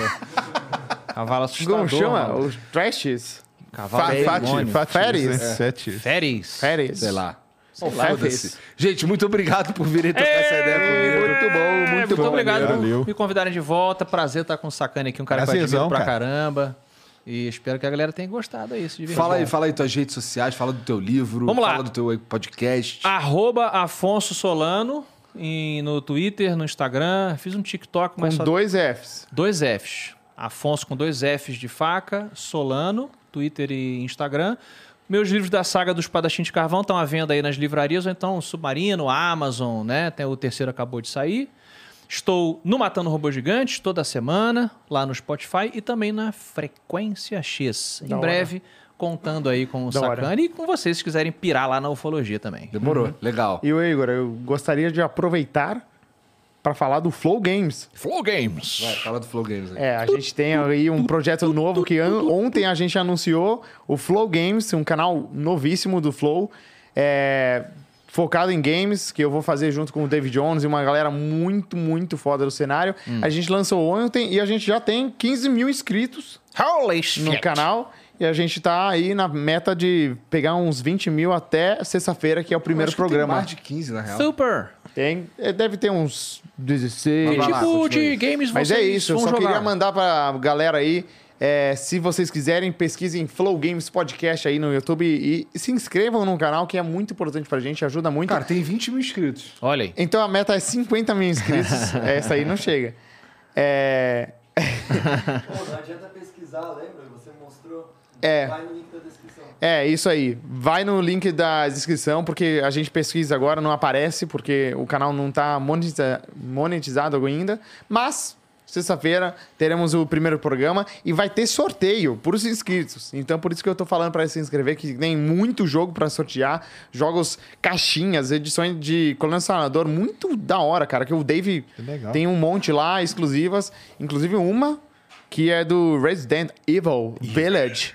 [SPEAKER 3] Cavalo assustador.
[SPEAKER 2] Como chama?
[SPEAKER 3] mano.
[SPEAKER 2] Os trashes?
[SPEAKER 3] Cavalo
[SPEAKER 4] Fa- Fati-
[SPEAKER 3] demônio.
[SPEAKER 4] Fati-
[SPEAKER 2] Férias.
[SPEAKER 4] né? Fati.
[SPEAKER 3] Férias.
[SPEAKER 2] Férias.
[SPEAKER 3] Sei lá. é
[SPEAKER 2] Ou
[SPEAKER 1] Foda-se. Gente, muito obrigado por virem trocar essa ideia comigo.
[SPEAKER 2] Muito bom,
[SPEAKER 3] É,
[SPEAKER 2] muito,
[SPEAKER 3] muito
[SPEAKER 2] bom.
[SPEAKER 3] obrigado por
[SPEAKER 4] Valeu.
[SPEAKER 3] me convidarem de volta. Prazer estar com o Sacane aqui, um cara que eu admiro
[SPEAKER 4] Prazerzão,
[SPEAKER 3] pra
[SPEAKER 4] cara.
[SPEAKER 3] caramba. E espero que a galera tenha gostado aí, se divertido.
[SPEAKER 1] Fala aí, fala aí tuas redes sociais, fala do teu livro,
[SPEAKER 3] Vamos lá. Ah.
[SPEAKER 1] fala do teu podcast.
[SPEAKER 3] Arroba Afonso Solano em- no Twitter, no Instagram. Fiz um TikTok,
[SPEAKER 2] Com
[SPEAKER 3] mas só
[SPEAKER 2] dois Fs.
[SPEAKER 3] dois Fs. Afonso com dois Fs de faca, Solano, Twitter e Instagram. Meus livros da saga do Espadachim de Carvão estão à venda aí nas livrarias, ou então Submarino, Amazon, né? Até o terceiro acabou de sair. Estou no Matando Robô Gigantes toda semana, lá no Spotify e também na Frequência X. em
[SPEAKER 2] hora.
[SPEAKER 3] breve, contando aí com o
[SPEAKER 2] Da hora.
[SPEAKER 3] Sacani e com vocês, se quiserem pirar lá na ufologia também.
[SPEAKER 1] Demorou. Legal.
[SPEAKER 2] E o Igor, eu gostaria de aproveitar para falar do Flow Games.
[SPEAKER 6] Flow Games.
[SPEAKER 1] Vai, fala do Flow Games aí.
[SPEAKER 2] É, a gente tem aí um projeto novo que an- ontem a gente anunciou, o Flow Games, um canal novíssimo do Flow, é, focado em games, que eu vou fazer junto com o David Jones e uma galera muito, muito foda do cenário.
[SPEAKER 3] Hum.
[SPEAKER 2] A gente lançou ontem e a gente já tem 15 mil inscritos
[SPEAKER 3] Holy shit!
[SPEAKER 2] no canal. E a gente tá aí na meta de pegar uns 20 mil até sexta-feira, que é o primeiro
[SPEAKER 1] Acho que tem
[SPEAKER 2] programa.
[SPEAKER 1] mais de 15, na real.
[SPEAKER 3] Super!
[SPEAKER 2] Tem, é, deve ter uns 16.
[SPEAKER 1] Mas vai
[SPEAKER 3] Que
[SPEAKER 1] lá, continua
[SPEAKER 3] tipo de
[SPEAKER 1] aí.
[SPEAKER 3] games
[SPEAKER 2] Mas
[SPEAKER 3] vocês
[SPEAKER 2] é isso, eu
[SPEAKER 3] vão
[SPEAKER 2] só
[SPEAKER 3] jogar?
[SPEAKER 2] queria mandar pra galera aí. é, se vocês quiserem, pesquisem Flow Games Podcast aí no YouTube e, e se inscrevam no canal, que é muito importante pra gente, ajuda muito.
[SPEAKER 1] Cara, tem 20 mil inscritos.
[SPEAKER 3] Olha aí.
[SPEAKER 2] Então a meta é 50 mil inscritos. Essa aí não chega. É,
[SPEAKER 5] Pô, não adianta pesquisar, lembra? Você mostrou.
[SPEAKER 2] É.
[SPEAKER 5] Vai no link da descrição.
[SPEAKER 2] É, isso aí. Vai no link da descrição, porque a gente pesquisa agora, não aparece, porque o canal não está monetizado ainda. Mas, sexta-feira, teremos o primeiro programa e vai ter sorteio para os inscritos. Então, por isso que eu tô falando para se inscrever, que tem muito jogo para sortear. Jogos caixinhas, edições de colecionador, muito da hora, cara. Que o Dave
[SPEAKER 4] legal.
[SPEAKER 2] tem um monte lá, exclusivas. Inclusive uma que é do Resident Evil Village.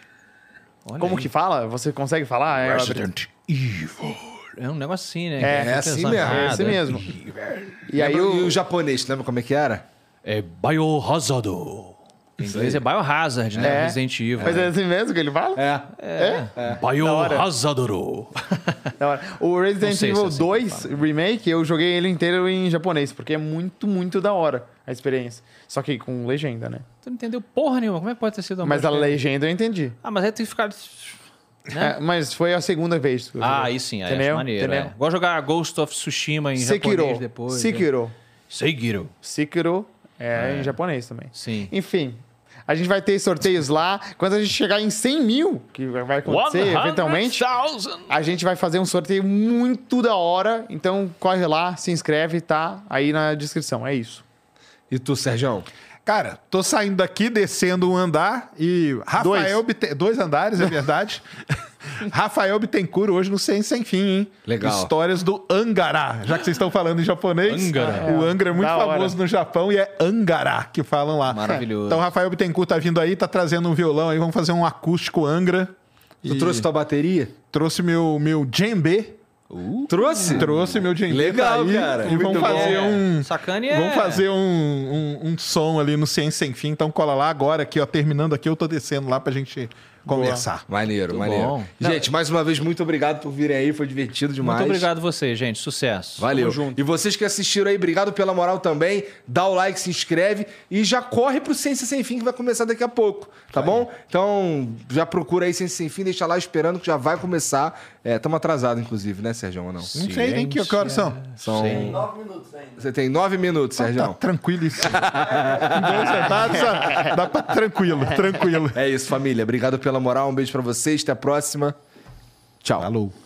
[SPEAKER 2] Como que fala? Você consegue falar? É,
[SPEAKER 6] Resident Evil.
[SPEAKER 3] É um negócio assim, né?
[SPEAKER 2] É,
[SPEAKER 1] é assim
[SPEAKER 3] Pensando
[SPEAKER 1] mesmo,
[SPEAKER 2] é
[SPEAKER 3] errado,
[SPEAKER 2] esse
[SPEAKER 3] é.
[SPEAKER 2] mesmo. E aí
[SPEAKER 1] Lembra- e
[SPEAKER 2] o...
[SPEAKER 1] o japonês, lembra como é que era?
[SPEAKER 6] É
[SPEAKER 3] Eh,
[SPEAKER 6] Biohazard.
[SPEAKER 3] Em inglês é Biohazard, né?
[SPEAKER 2] É.
[SPEAKER 3] Resident Evil.
[SPEAKER 2] Mas é assim mesmo que ele fala?
[SPEAKER 1] É.
[SPEAKER 6] Biohazard.
[SPEAKER 2] Da hora. O Resident
[SPEAKER 3] Não sei se é
[SPEAKER 2] Evil
[SPEAKER 3] assim que
[SPEAKER 2] 2 Remake, eu joguei ele inteiro em japonês, porque é muito, muito da hora a experiência. Só que com legenda, né?
[SPEAKER 3] Tu não entendeu porra nenhuma. Como é que pode ter sido uma
[SPEAKER 2] Mas a
[SPEAKER 3] música?
[SPEAKER 2] legenda eu entendi.
[SPEAKER 3] Ah, mas aí tem que ficar.
[SPEAKER 2] É, mas foi a segunda vez. que eu
[SPEAKER 3] Ah,
[SPEAKER 2] joguei.
[SPEAKER 3] aí sim, aí
[SPEAKER 2] Entendeu?
[SPEAKER 3] acho maneiro.
[SPEAKER 2] Entendeu?
[SPEAKER 3] É. Gosto de jogar Ghost of Tsushima em
[SPEAKER 2] Sekiro.
[SPEAKER 3] japonês depois. né?
[SPEAKER 2] Sekiro.
[SPEAKER 6] Seigiro.
[SPEAKER 2] Sekiro é, em japonês também.
[SPEAKER 3] Sim.
[SPEAKER 2] Enfim, a gente vai ter sorteios lá. Quando a gente chegar em 100 mil, que vai acontecer eventualmente,
[SPEAKER 6] 100,000.
[SPEAKER 2] a gente vai fazer um sorteio muito da hora. Então corre lá, se inscreve, tá aí na descrição. É isso.
[SPEAKER 1] E tu, Sérgio?
[SPEAKER 4] Cara, tô saindo aqui, descendo um andar e Rafael dois, dois andares, é verdade. Rafael Bittencourt hoje no Sem Sem Fim, hein?
[SPEAKER 1] Legal.
[SPEAKER 4] Histórias do Angará, já que vocês estão falando em japonês.
[SPEAKER 6] Angará.
[SPEAKER 4] O Angra é muito
[SPEAKER 2] Da hora.
[SPEAKER 4] famoso no Japão e é Angará que falam lá.
[SPEAKER 3] Maravilhoso.
[SPEAKER 4] Então Rafael Bittencourt tá vindo aí, tá trazendo um violão aí, vamos fazer um acústico Angra.
[SPEAKER 1] Tu
[SPEAKER 4] E
[SPEAKER 1] trouxe tua bateria?
[SPEAKER 4] trouxe meu meu djembe,
[SPEAKER 1] Trouxe?
[SPEAKER 4] trouxe meu djembe.
[SPEAKER 1] Legal,
[SPEAKER 4] tá aí,
[SPEAKER 1] cara.
[SPEAKER 4] E
[SPEAKER 1] Muito
[SPEAKER 4] vamos fazer
[SPEAKER 3] É,
[SPEAKER 4] um
[SPEAKER 3] Sacane é.
[SPEAKER 4] Vamos fazer um, um, um som ali no Ciência Sem Fim. Então cola lá agora, aqui, ó. Terminando aqui, eu tô descendo lá pra gente conversar.
[SPEAKER 1] Maneiro, maneiro.
[SPEAKER 3] bom.
[SPEAKER 1] Gente, mais uma vez, muito obrigado por virem aí, foi divertido demais.
[SPEAKER 3] Muito obrigado a vocês, gente. Sucesso.
[SPEAKER 1] Valeu. E vocês que assistiram aí, obrigado pela moral também. Dá o like, se inscreve e já corre pro Ciência Sem Fim que vai começar daqui a pouco, tá bom? Então, já procura aí Ciência Sem Fim, deixa lá esperando que já vai começar. É, tamo atrasado, inclusive, né, Sérgio? Ou não?
[SPEAKER 4] Não sei nem que, que horas são.
[SPEAKER 1] São...
[SPEAKER 5] Nove minutos ainda.
[SPEAKER 1] Você tem nove minutos, Sérgio.
[SPEAKER 4] Tá tranquilo isso. Em dois sentados, ó, dá pra... Tranquilo, tranquilo.
[SPEAKER 1] É isso, família. Obrigado pela moral. Um beijo pra vocês. Até a próxima. Tchau.
[SPEAKER 4] Falou.